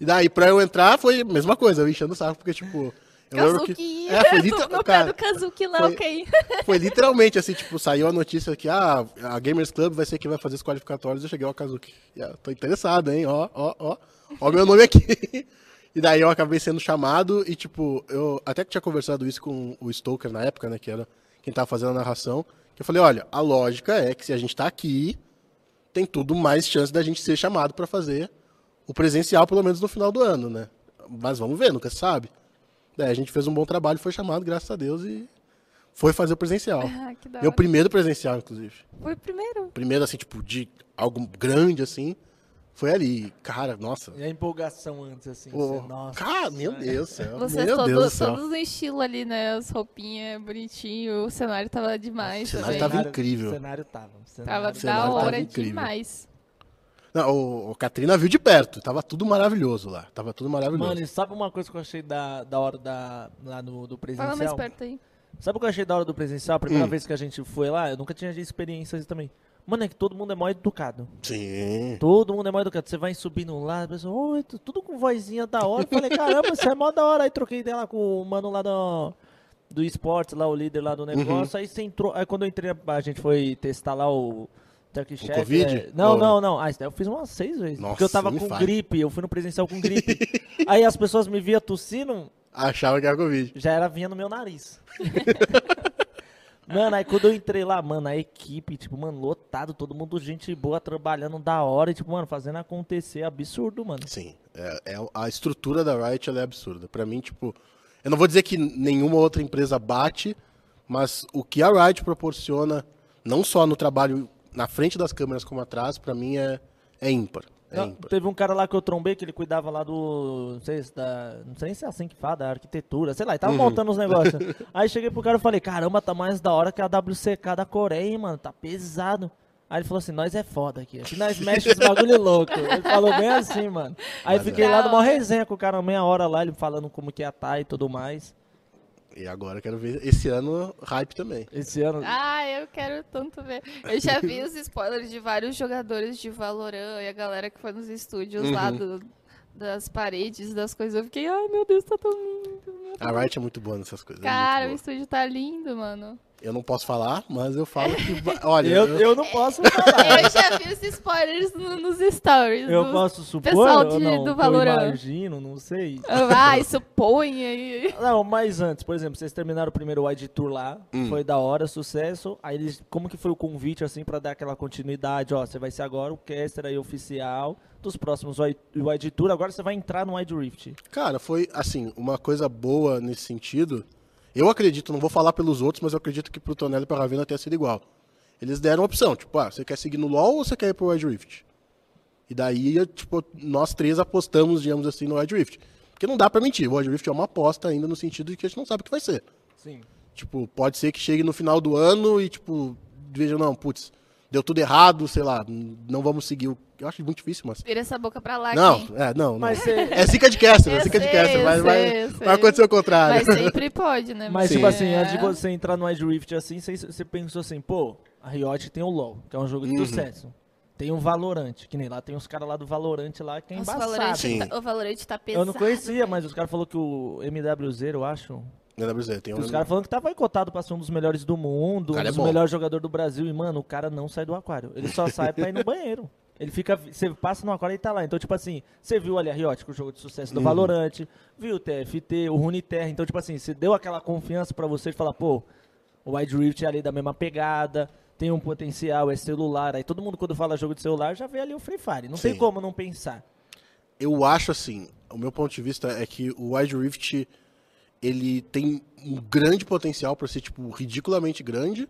S1: E daí, pra eu entrar, foi a mesma coisa, eu enchendo o saco, porque, tipo. Eu lembro
S2: Kazuki,
S1: que.
S2: eu
S1: É, foi,
S2: tô
S1: liter...
S2: no pé
S1: cara,
S2: do Kazuki lá,
S1: foi-
S2: ok.
S1: foi literalmente assim, tipo, saiu a notícia que ah, a Gamers Club vai ser quem vai fazer os qualificatórios. Eu cheguei, ó, Kazuki. e, ah, tô interessado, hein? Ó, ó, ó. Ó, meu nome aqui. E daí eu acabei sendo chamado e, tipo, eu até que tinha conversado isso com o Stoker na época, né? Que era quem tava fazendo a narração. Que eu falei, olha, a lógica é que se a gente tá aqui, tem tudo mais chance da gente ser chamado para fazer o presencial, pelo menos no final do ano, né? Mas vamos ver, nunca se sabe. Daí a gente fez um bom trabalho, foi chamado, graças a Deus, e foi fazer o presencial.
S2: Ah, que da
S1: Meu
S2: hora.
S1: primeiro presencial, inclusive.
S2: Foi o primeiro.
S1: Primeiro, assim, tipo, de algo grande, assim, foi ali. Cara, nossa.
S3: E a empolgação antes, assim.
S1: Ô,
S3: você, nossa.
S1: cara, Ah, meu Deus do céu.
S2: Vocês
S1: meu
S2: todos,
S1: Deus do céu.
S2: todos no estilo ali, né? As roupinhas, bonitinho. O cenário tava demais
S1: O cenário
S2: também.
S1: tava incrível.
S3: O cenário tava. o cenário
S2: Tava da
S1: cenário tava
S2: hora
S1: incrível.
S2: demais.
S1: Não, o, o Katrina viu de perto. Tava tudo maravilhoso lá. Tava tudo maravilhoso.
S3: Mano, e sabe uma coisa que eu achei da, da hora da, lá no, do
S2: Fala mais
S3: presencial?
S2: perto aí.
S3: Sabe o que eu achei da hora do presencial? A
S1: Hum.
S3: primeira vez que a gente foi lá, eu nunca tinha experiências também. Mano, é que todo mundo é mó educado.
S1: Sim.
S3: Todo mundo é mó educado. Você vai subindo lá, a pessoa, oi, tu- tudo com vozinha da hora. Eu falei, caramba, você é mó da hora. Aí troquei ideia lá com o mano lá do, do esporte, lá, o líder lá do negócio. Aí você entrou. Aí quando eu entrei, a gente foi testar lá o. Turkey Chef,
S1: Covid?
S3: é. Não,
S1: Ou-
S3: não, não. Ah, isso daí eu fiz umas seis vezes.
S1: Nossa,
S3: porque eu tava
S1: me
S3: com
S1: fale.
S3: gripe, eu fui no presencial com gripe. aí as pessoas me via tossindo,
S1: Achava que era Covid.
S3: já era vinha no meu nariz. mano, aí quando eu entrei lá, mano, a equipe, tipo, mano, lotado, todo mundo gente boa, trabalhando da hora, e tipo, mano, fazendo acontecer, absurdo, mano.
S1: Sim. É, é- a estrutura da Riot ela é absurda. Pra mim, tipo. Eu não vou dizer que nenhuma outra empresa bate, mas o que a Riot proporciona, não só no trabalho na frente das câmeras como atrás, pra mim é, é ímpar. É
S3: Não,
S1: ímpar.
S3: teve um cara lá que eu trombei, que ele cuidava lá do, não sei, se da, não sei nem se é assim que fala, da arquitetura, sei lá, ele
S1: Uhum.
S3: tava montando os negócios. aí cheguei pro cara e falei, caramba, tá mais da hora que a WCK da Coreia, hein, mano, tá pesado. Aí ele falou assim, nós é foda aqui. Aqui nós mexe os bagulho louco. Ele falou bem assim, mano. Aí
S1: Mas
S3: fiquei
S2: é.
S3: lá numa resenha com o cara, meia hora lá, ele falando como que ia estar e tudo mais.
S1: E agora eu quero ver esse ano hype também.
S3: Esse ano...
S2: Ah, eu quero tanto ver. Eu já vi os spoilers de vários jogadores de Valorant e a galera que foi nos estúdios lá
S1: Uhum.
S2: do- das paredes, das coisas. Eu fiquei, ai meu Deus, tá tão lindo.
S1: A Riot é muito boa nessas coisas. é muito
S2: Cara, o
S1: boa.
S2: estúdio tá lindo, mano.
S1: Eu não posso falar, mas eu falo que. va- Olha,
S3: Eu,
S1: eu-
S3: eu não posso falar.
S2: Eu já vi os spoilers no- nos stories.
S3: Eu
S2: dos-
S3: posso supor
S2: pessoal
S3: ou
S2: de-
S3: não?
S2: do
S3: Eu
S2: Valorant.
S3: imagino, não sei.
S2: Vai, supõe ah, aí.
S3: Não, mas antes, por exemplo, vocês terminaram o primeiro Wide Tour lá, foi da hora, sucesso. Aí eles, como que foi o convite, assim, pra dar aquela continuidade? Ó, você vai ser agora o caster aí oficial dos próximos Wide Wide Tour, agora você vai entrar no Wide Rift.
S1: cara, foi assim, uma coisa boa nesse sentido. Eu acredito, não vou falar pelos outros, mas eu acredito que pro Tonelli e pra Ravena tenha sido igual. Eles deram a opção, tipo, ah, você quer seguir no LoL ou você quer ir pro Wild Rift? E daí, eu, tipo, nós três apostamos, digamos assim, no Wild Rift. Porque não dá pra mentir, o Wild Rift é uma aposta ainda no sentido de que a gente não sabe o que vai ser.
S3: Sim.
S1: Tipo, pode ser que chegue no final do ano e, tipo, veja, não, putz, deu tudo errado, sei lá, não vamos seguir. o- Eu acho muito difícil, mas.
S2: Vira essa boca pra lá,
S1: Não,
S2: Kim.
S1: é, não. não.
S3: Mas você-
S1: É zica de caster, é
S2: Eu
S1: zica de
S2: sei,
S1: caster,
S2: eu
S1: mas
S2: sei,
S1: vai,
S2: eu
S1: vai
S2: sei.
S1: acontecer o contrário.
S2: Mas sempre pode, né?
S3: Mas,
S1: Sim.
S3: tipo assim,
S2: É.
S3: antes de você entrar no Edge Rift, assim, você, você pensou assim, pô, a Riot tem o LoL, que é um jogo de sucesso. Tem o Valorant, que nem lá tem os caras lá do Valorant lá, que é
S2: Nossa, o
S3: embaçado.
S2: Valorant
S1: Sim.
S2: tá- o Valorant tá pesado.
S3: Eu não conhecia, mas os caras falaram que o MWZ, eu acho,
S1: NWZ, tem
S3: que
S1: um...
S3: os caras falando que tava cotado pra ser um dos melhores do mundo,
S1: O cara
S3: um
S1: é
S3: dos
S1: bom.
S3: melhores jogadores do Brasil. E, mano, o cara não sai do aquário. Ele só sai pra ir no banheiro. Ele fica. Você passa no aquário e tá lá. Então, tipo assim, você viu ali a Riot com o jogo de sucesso do
S1: Uhum.
S3: Valorante, viu o TFT, o Runeterra. Então, tipo assim, você deu aquela confiança pra você de falar, pô, o Wide Rift é ali da mesma pegada, tem um potencial, é celular. Aí todo mundo, quando fala jogo de celular, já vê ali o Free Fire. Não tem
S1: Sim.
S3: como não pensar.
S1: Eu acho assim, o meu ponto de vista é que o Wild Rift, ele tem um grande potencial pra ser, tipo, ridiculamente grande,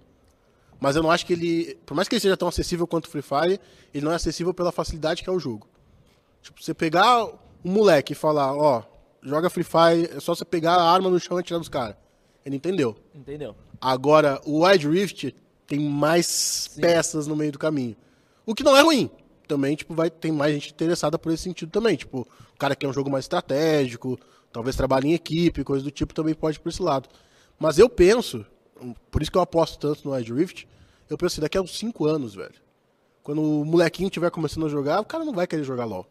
S1: mas eu não acho que ele, por mais que ele seja tão acessível quanto o Free Fire, ele não é acessível pela facilidade que é o jogo. Tipo, você pegar um moleque e falar, ó, joga Free Fire, é só você pegar a arma no chão e atirar dos caras. Ele entendeu.
S3: Entendeu?
S1: Agora, o Wild Rift tem mais peças no meio do caminho. O que não é ruim. Também, tipo, vai tem mais gente interessada por esse sentido também. Tipo, o cara quer um jogo mais estratégico, talvez trabalhe em equipe, coisa do tipo, também pode ir por esse lado. Mas eu penso, por isso que eu aposto tanto no Wild Rift, eu penso assim, daqui a uns 5 anos, velho. Quando o molequinho tiver começando a jogar, o cara não vai querer jogar LOL.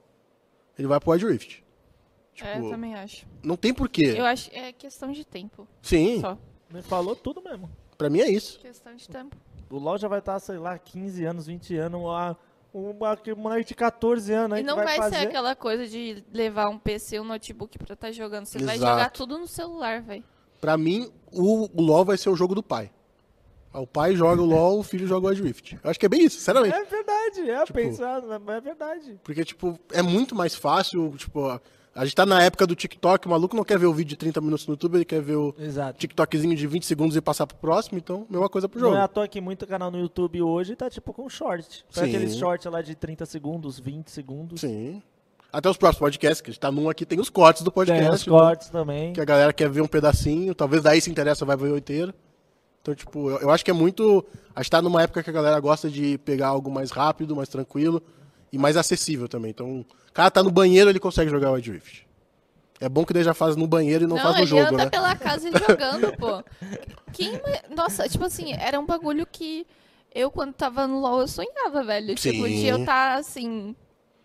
S1: Ele vai pro Wild Rift.
S2: É, eu
S1: Tipo,
S2: também acho.
S1: não tem porquê.
S2: Eu acho é questão de tempo.
S1: Sim,
S2: Só.
S3: Me falou tudo mesmo.
S1: pra mim é isso.
S2: Questão de tempo.
S3: O LoL já vai estar, sei lá, 15 anos, 20 anos, a uma que- moleque de 14 anos aí
S2: E não
S3: que
S2: vai,
S3: vai,
S2: ser
S3: fazer.
S2: aquela coisa de levar um PC ou um notebook pra estar jogando. Você vai
S1: Exato.
S2: jogar tudo no celular, velho.
S1: Pra mim, o, o LoL vai ser o jogo do pai. Ah, O pai joga o LoL, o filho joga o Wild Rift. Eu acho que é bem isso, sinceramente.
S3: É verdade, é
S1: Tipo-
S3: pensado, mas é verdade.
S1: Porque, tipo, é muito mais fácil, tipo, a- a gente tá na época do TikTok, o maluco não quer ver o vídeo de 30 minutos no YouTube, ele quer ver o
S3: Exato.
S1: TikTokzinho de 20 segundos e passar pro próximo, então, mesma coisa pro
S3: Não é à
S1: Tipo, jogo.
S3: toa que muito canal no YouTube hoje tá tipo com short. Tá
S1: Sim.
S3: aqueles short lá de 30 segundos, 20 segundos.
S1: Sim. Até os próprios podcasts, que a gente tá num aqui, tem os cortes do
S3: Tem
S1: podcast. né?
S3: os cortes também.
S1: tipo, Que a galera quer ver um pedacinho, talvez daí se interessa, vai ver o inteiro. Então, tipo, eu, eu acho que é muito. A gente tá numa época que a galera gosta de pegar algo mais rápido, mais tranquilo e mais acessível também. Então, o cara tá no banheiro, ele consegue jogar o Wild Rift. É bom que daí já faz no banheiro e não, faz
S2: ele
S1: no jogo,
S2: anda
S1: né?
S2: pela casa jogando, pô. Quem... ima- Nossa, tipo assim, era um bagulho que eu, quando tava no LoL, eu sonhava, velho. Tipo,
S1: Sim.
S2: de eu tá, assim,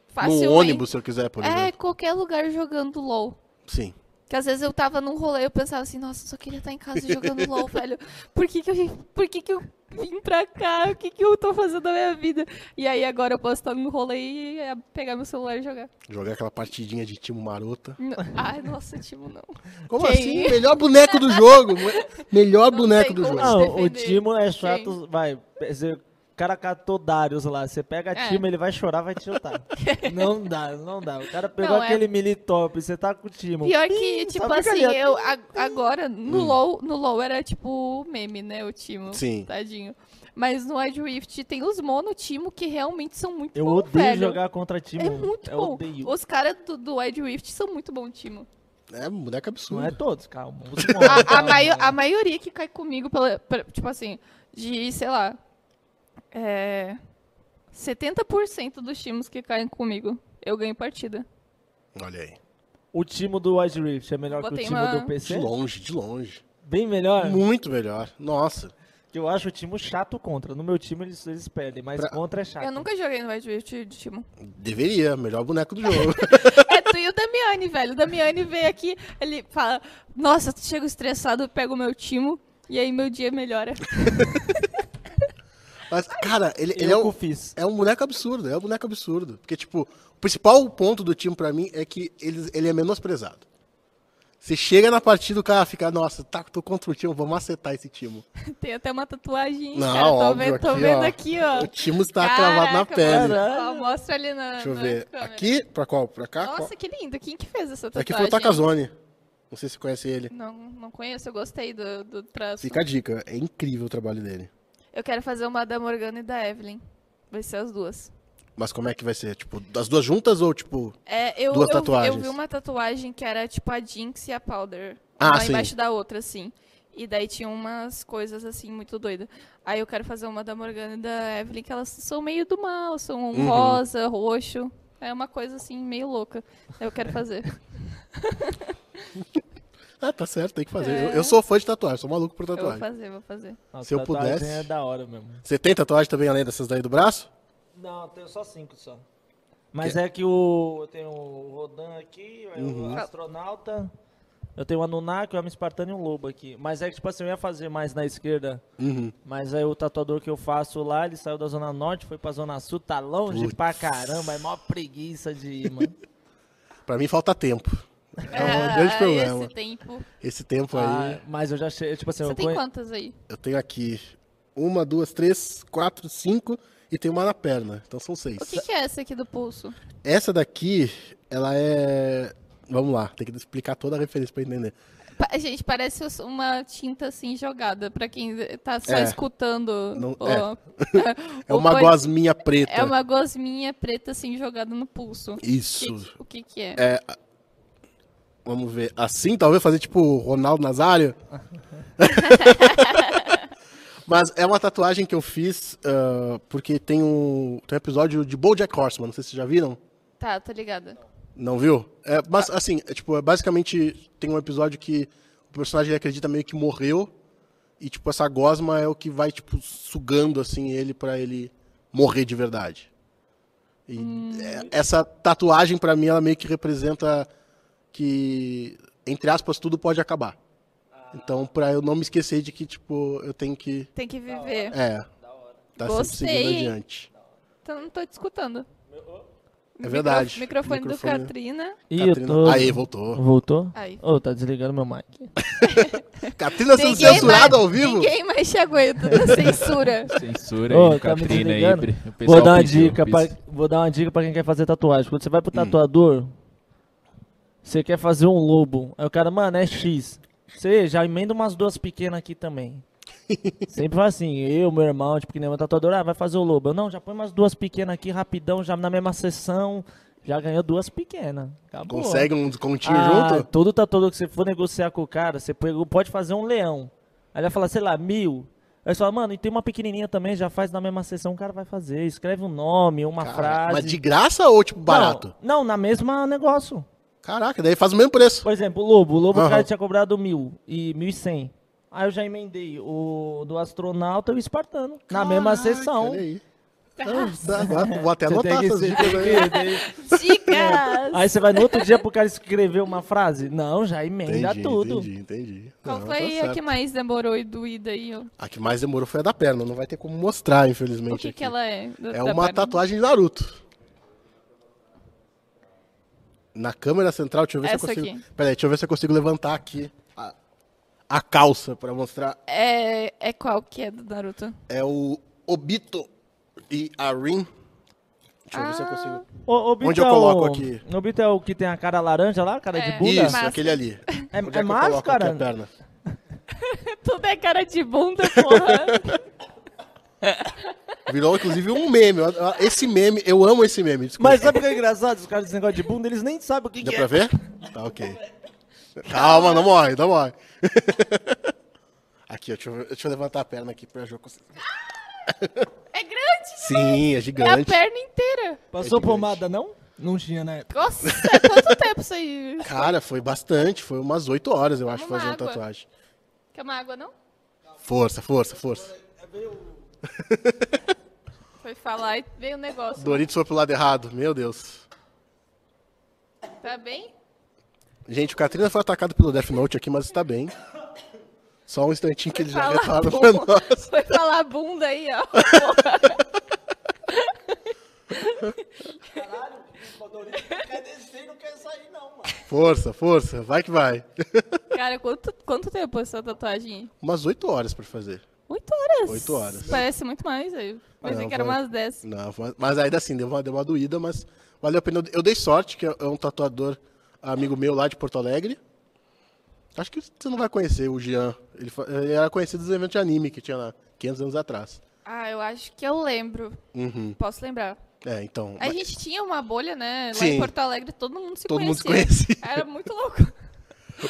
S2: facilmente...
S1: No ônibus, se eu quiser, por
S2: É,
S1: exemplo.
S2: qualquer lugar jogando LoL.
S1: Sim.
S2: Que às vezes eu tava num rolê e eu pensava assim, nossa, eu só queria estar em casa jogando LOL, velho. Por que que eu, por que que eu vim pra cá? O que que eu tô fazendo da minha vida? E aí agora eu posso estar num rolê e é, pegar meu celular e jogar.
S1: Jogar aquela partidinha de time marota.
S2: N- Ai, nossa, Timo, não.
S1: Como
S2: Que
S1: assim?
S2: isso?
S1: Melhor boneco do jogo! mo- Melhor
S2: Não
S1: boneco
S2: tem
S1: do
S2: como.
S1: jogo.
S3: Não, o
S2: defender.
S3: Timo é chato, vai. Você, o cara catou Darius lá, você pega
S2: É.
S3: Timo, ele vai chorar, vai tiltar. não dá, não dá. O cara pegou
S2: Não, é-
S3: aquele militop, você tá com o Timo.
S2: Pior que, tipo
S3: fica
S2: assim,
S3: ali, ó.
S2: eu a- agora, no
S3: Hum.
S2: LOL, no LOL era tipo meme, né, o Timo.
S1: Sim.
S2: Tadinho. Mas no Wild Rift tem os mono Timo que realmente são muito
S3: Eu
S2: bons,
S3: odeio
S2: velho.
S3: jogar contra time. um.
S2: É muito
S3: eu
S2: bom.
S3: odeio.
S2: Os caras do, do Wild Rift são muito bons, Timo.
S1: É, boneco
S3: Não é
S1: absurdo.
S3: todos, calma. Os
S2: A-
S3: bons,
S2: a,
S3: calma.
S2: maio- a maioria que cai comigo, pela, pra- tipo assim, de, sei lá, é, 70% dos times que caem comigo, eu ganho partida.
S1: Olha aí.
S3: O time do Wide Rift é melhor que o
S2: Botei
S3: time
S2: uma-
S3: do
S1: De
S3: PC?
S1: longe, de longe.
S3: Bem melhor?
S1: Muito melhor. Nossa.
S3: Que eu acho o time chato contra. No meu time eles, eles perdem, mas
S1: Pra-
S3: contra é chato.
S2: Eu nunca joguei no Wild Rift de time.
S1: Deveria, melhor boneco do jogo.
S2: É tu e o Damiani, velho. O Damiani vem aqui, ele fala: Nossa, chego estressado, pego o meu time e aí meu dia melhora.
S1: Mas, cara, ele,
S3: Eu
S1: ele é,
S3: que
S1: um,
S3: fiz.
S1: é um boneco absurdo, é um boneco absurdo. Porque, tipo, o principal ponto do time pra mim é que ele, ele é menosprezado. Você chega na partida, o cara fica, nossa, tá, tô contra o time, vou macetar esse time.
S2: Tem até uma tatuagem,
S1: Não,
S2: cara. Tô
S1: óbvio,
S2: vendo, tô
S1: aqui,
S2: vendo
S1: ó.
S2: aqui, ó.
S1: O time está cravado na
S2: Caraca,
S1: pele.
S3: mano.
S2: Ó, mostra ali na.
S1: Deixa eu
S2: na
S1: ver.
S2: câmera.
S1: Aqui? Pra qual? Pra cá? Qual?
S2: Nossa, que lindo. Quem que fez essa tatuagem?
S1: Aqui foi o Takazone. Não sei se você conhece ele.
S2: Não, não conheço, eu gostei do, do traço.
S1: Fica a dica, é incrível o trabalho dele.
S2: Eu quero fazer uma da Morgana e da Evelyn. Vai ser as duas.
S1: Mas como é que vai ser? Tipo, das duas juntas ou tipo.
S2: É, eu,
S1: Duas
S2: eu-
S1: tatuagens.
S2: eu vi uma tatuagem que era tipo a Jinx e a Powder.
S1: Ah,
S2: uma
S1: sim.
S2: embaixo da outra, assim. E daí tinha umas coisas assim muito doidas. Aí eu quero fazer uma da Morgana e da Evelyn, que elas são meio do mal, são um
S1: Uhum.
S2: rosa, roxo. É uma coisa assim, meio louca. Eu quero fazer.
S1: Ah, tá certo, tem que fazer. Eu,
S2: É.
S1: eu sou fã de tatuagem, sou maluco por
S2: eu vou
S1: tatuagem.
S2: fazer, vou fazer.
S3: Nossa,
S1: se eu
S3: tatuagem
S1: pudesse-
S3: é da hora mesmo.
S1: Você tem tatuagem também além dessas daí do braço?
S3: Não, eu tenho só cinco só. Mas é que o, eu tenho o Rodan aqui, aí o astronauta. Eu tenho o Anunnaki, o Homem Espartano e o Lobo aqui. Mas é que, tipo assim, eu ia fazer mais na esquerda.
S1: Uhum.
S3: Mas aí o tatuador que eu faço lá, ele saiu da Zona Norte, foi pra Zona Sul, tá longe
S1: Putz.
S3: pra caramba, é mó preguiça de ir, mano.
S1: Pra mim falta tempo. É um grande problema.
S2: Ah, Esse
S1: Esse,
S2: tempo.
S1: tempo
S3: Ah,
S1: aí,
S3: mas eu já achei, tipo assim,
S2: Você
S3: eu
S2: tem
S3: conhe-
S2: quantas aí?
S1: eu tenho aqui uma, duas, três, quatro, cinco e tem uma na perna. Então são seis.
S2: O que, que é essa aqui do pulso?
S1: Essa daqui, ela é. Vamos lá, tem que explicar toda a referência pra entender.
S2: Pa- Gente, parece os- uma tinta assim jogada, pra quem tá só
S1: É.
S2: escutando.
S1: Não-
S2: o-
S1: é. É
S2: o
S1: uma
S2: pod-
S1: gosminha preta.
S2: É uma gosminha preta assim jogada no pulso.
S1: Isso.
S2: Que- o que que é?
S1: Vamos ver. Assim, talvez fazer tipo o Ronaldo Nazário. Mas é uma tatuagem que eu fiz ah, porque tem um, tem um episódio de BoJack Horseman, não sei se vocês já viram.
S2: Tá, tô ligada.
S1: Não viu? É, mas assim, é, tipo, é basicamente tem um episódio que o personagem ele acredita meio que morreu e tipo essa gosma é o que vai tipo sugando assim ele pra ele morrer de verdade. E é, essa tatuagem pra mim ela meio que representa que entre aspas tudo pode acabar. Então pra eu não me esquecer de que tipo eu tenho que
S2: Tem que viver.
S1: é tá
S2: Gostei,
S1: sempre seguindo
S2: hein?
S1: adiante.
S2: Então não tô te escutando.
S1: É verdade.
S2: Micro- microfone,
S1: Microfone.
S2: do Katrina.
S3: Ih, eu
S1: Catrina-
S3: tô...
S1: Tá Aí, voltou.
S3: Voltou?
S2: Aí.
S3: Ô, tá desligando meu mic.
S1: Catrina sendo
S2: Ninguém
S1: censurada
S2: mais-
S1: ao vivo?
S2: Ninguém mais te aguenta da censura.
S4: Censura
S3: Ô,
S4: aí do
S3: tá me
S4: Catrina aí.
S3: desligando?
S4: pre- O pessoal
S3: Vou dar, uma
S4: pediu, Hum.
S3: dica pra,
S4: pis-
S3: vou dar uma dica pra quem quer fazer tatuagem. Quando você vai pro tatuador, você quer fazer um lobo. Aí o cara, mano, é X. Você já emenda umas duas pequenas aqui também. Sempre faz assim, eu, meu irmão, tipo, que nem meu tatuador, ah, vai fazer o lobo. Eu, não, já põe umas duas pequenas aqui rapidão, já na mesma sessão, já ganhou duas pequenas. Acabou.
S1: Consegue um descontinho
S3: Ah,
S1: junto?
S3: Todo tatuador que você for negociar com o cara, você pega- pode fazer um leão. Aí ele vai falar, sei lá, mil. Aí você fala, mano, e tem uma pequenininha também, já faz na mesma sessão, o cara vai fazer. Escreve um nome, uma
S1: Cara,
S3: frase.
S1: Mas de graça ou, tipo, barato?
S3: Não, não, na mesma negócio.
S1: Caraca, daí faz o mesmo preço.
S3: Por exemplo, o Lobo. O Lobo, o
S1: Aham.
S3: cara tinha cobrado mil e mil e cem. Aí eu já emendei o do astronauta e o espartano. na mesma
S1: Caraca,
S3: sessão.
S1: olha aí.
S2: Tá.
S1: Então, dá- dá- Vou até
S3: Você
S1: anotar
S3: tem que
S1: essas
S3: ser-
S1: dicas aí.
S2: Dicas!
S3: Aí você vai no outro dia pro cara escrever uma frase? Não, já emenda
S1: Entendi,
S3: tudo.
S1: entendi, entendi.
S2: Qual
S1: Não,
S2: foi
S1: tá
S2: a
S1: certo.
S2: que mais demorou e doída aí? ó?
S1: A que mais demorou foi a da perna, não vai ter como mostrar,
S2: O
S1: infelizmente.
S2: que
S1: aqui.
S2: que ela é? do-
S1: É
S2: da
S1: uma
S2: Barbie?
S1: tatuagem de Naruto. Na câmera central, deixa eu ver
S2: Essa
S1: se eu consigo.
S2: aqui.
S1: Peraí, deixa eu ver se eu consigo levantar aqui a, a calça pra mostrar.
S2: É, é qual que é do Naruto?
S1: É o Obito e a Rin. Deixa eu ver se
S3: Ah.
S1: eu consigo.
S3: O, o Bito
S1: Onde eu
S3: é
S1: coloco
S3: o-
S1: aqui?
S3: O Bito é o que tem a cara laranja lá, cara
S2: É.
S3: de bunda?
S1: Isso,
S2: Máscara.
S1: aquele ali.
S3: É,
S1: Onde
S3: é
S1: que eu coloco aqui
S3: máscara?
S1: a perna?
S2: Tudo é cara de bunda, porra.
S1: Virou, inclusive, um meme. Eu- eu- Esse meme, eu amo esse meme. Desculpa.
S3: Mas sabe o que é engraçado? Os caras desse negócio de bunda, eles nem sabem o que,
S1: Deu
S3: que
S1: pra
S3: é.
S1: ver? Tá, ok. Calma, não morre, não morre. aqui, ó, deixa eu, deixa eu levantar a perna aqui pra jogo.
S2: é grande,
S1: Sim, é
S2: É a
S1: gigante.
S2: perna inteira.
S3: Passou
S1: É gigante.
S3: pomada, não? Não tinha, né?
S2: Nossa, quanto tempo isso aí?
S1: Cara, foi bastante. Foi umas 8 horas, eu acho,
S2: Toma
S1: fazendo
S2: água.
S1: tatuagem.
S2: Quer uma água, não?
S1: Força, força, força.
S2: Foi falar e veio o negócio.
S1: Doritos foi pro lado errado. Meu Deus.
S2: Tá bem?
S1: Gente, o Katrina foi atacado pelo Death Note aqui, mas está bem. Só um instantinho que ele já retorna
S2: Fala
S1: pra
S2: bunda.
S1: nós.
S2: Foi falar bunda aí, ó.
S3: Quer descer, não quer sair, não, mano.
S1: Força, força. Vai que vai.
S2: Cara, quanto, quanto tempo essa tatuagem?
S1: Umas 8 horas pra fazer.
S2: Oito horas.
S1: Oito horas.
S2: Parece muito mais aí. Mas
S1: Não,
S2: que era
S1: vai-
S2: umas dez.
S1: Não, mas- mas ainda assim, deu uma, deu uma doída, mas valeu a pena. Eu dei sorte, que é é um tatuador amigo meu lá de Porto Alegre. Acho que você não vai conhecer o Jean. Ele, fa- ele era conhecido dos eventos de anime que tinha lá 500 anos atrás.
S2: Ah, eu acho que eu lembro.
S1: Uhum.
S2: Posso lembrar.
S1: É, então.
S2: A
S1: mas
S2: gente tinha uma bolha, né? Lá
S1: Sim.
S2: em Porto Alegre, todo mundo se
S1: Todo mundo se
S2: conhecia.
S1: conhecia.
S2: Era muito louco.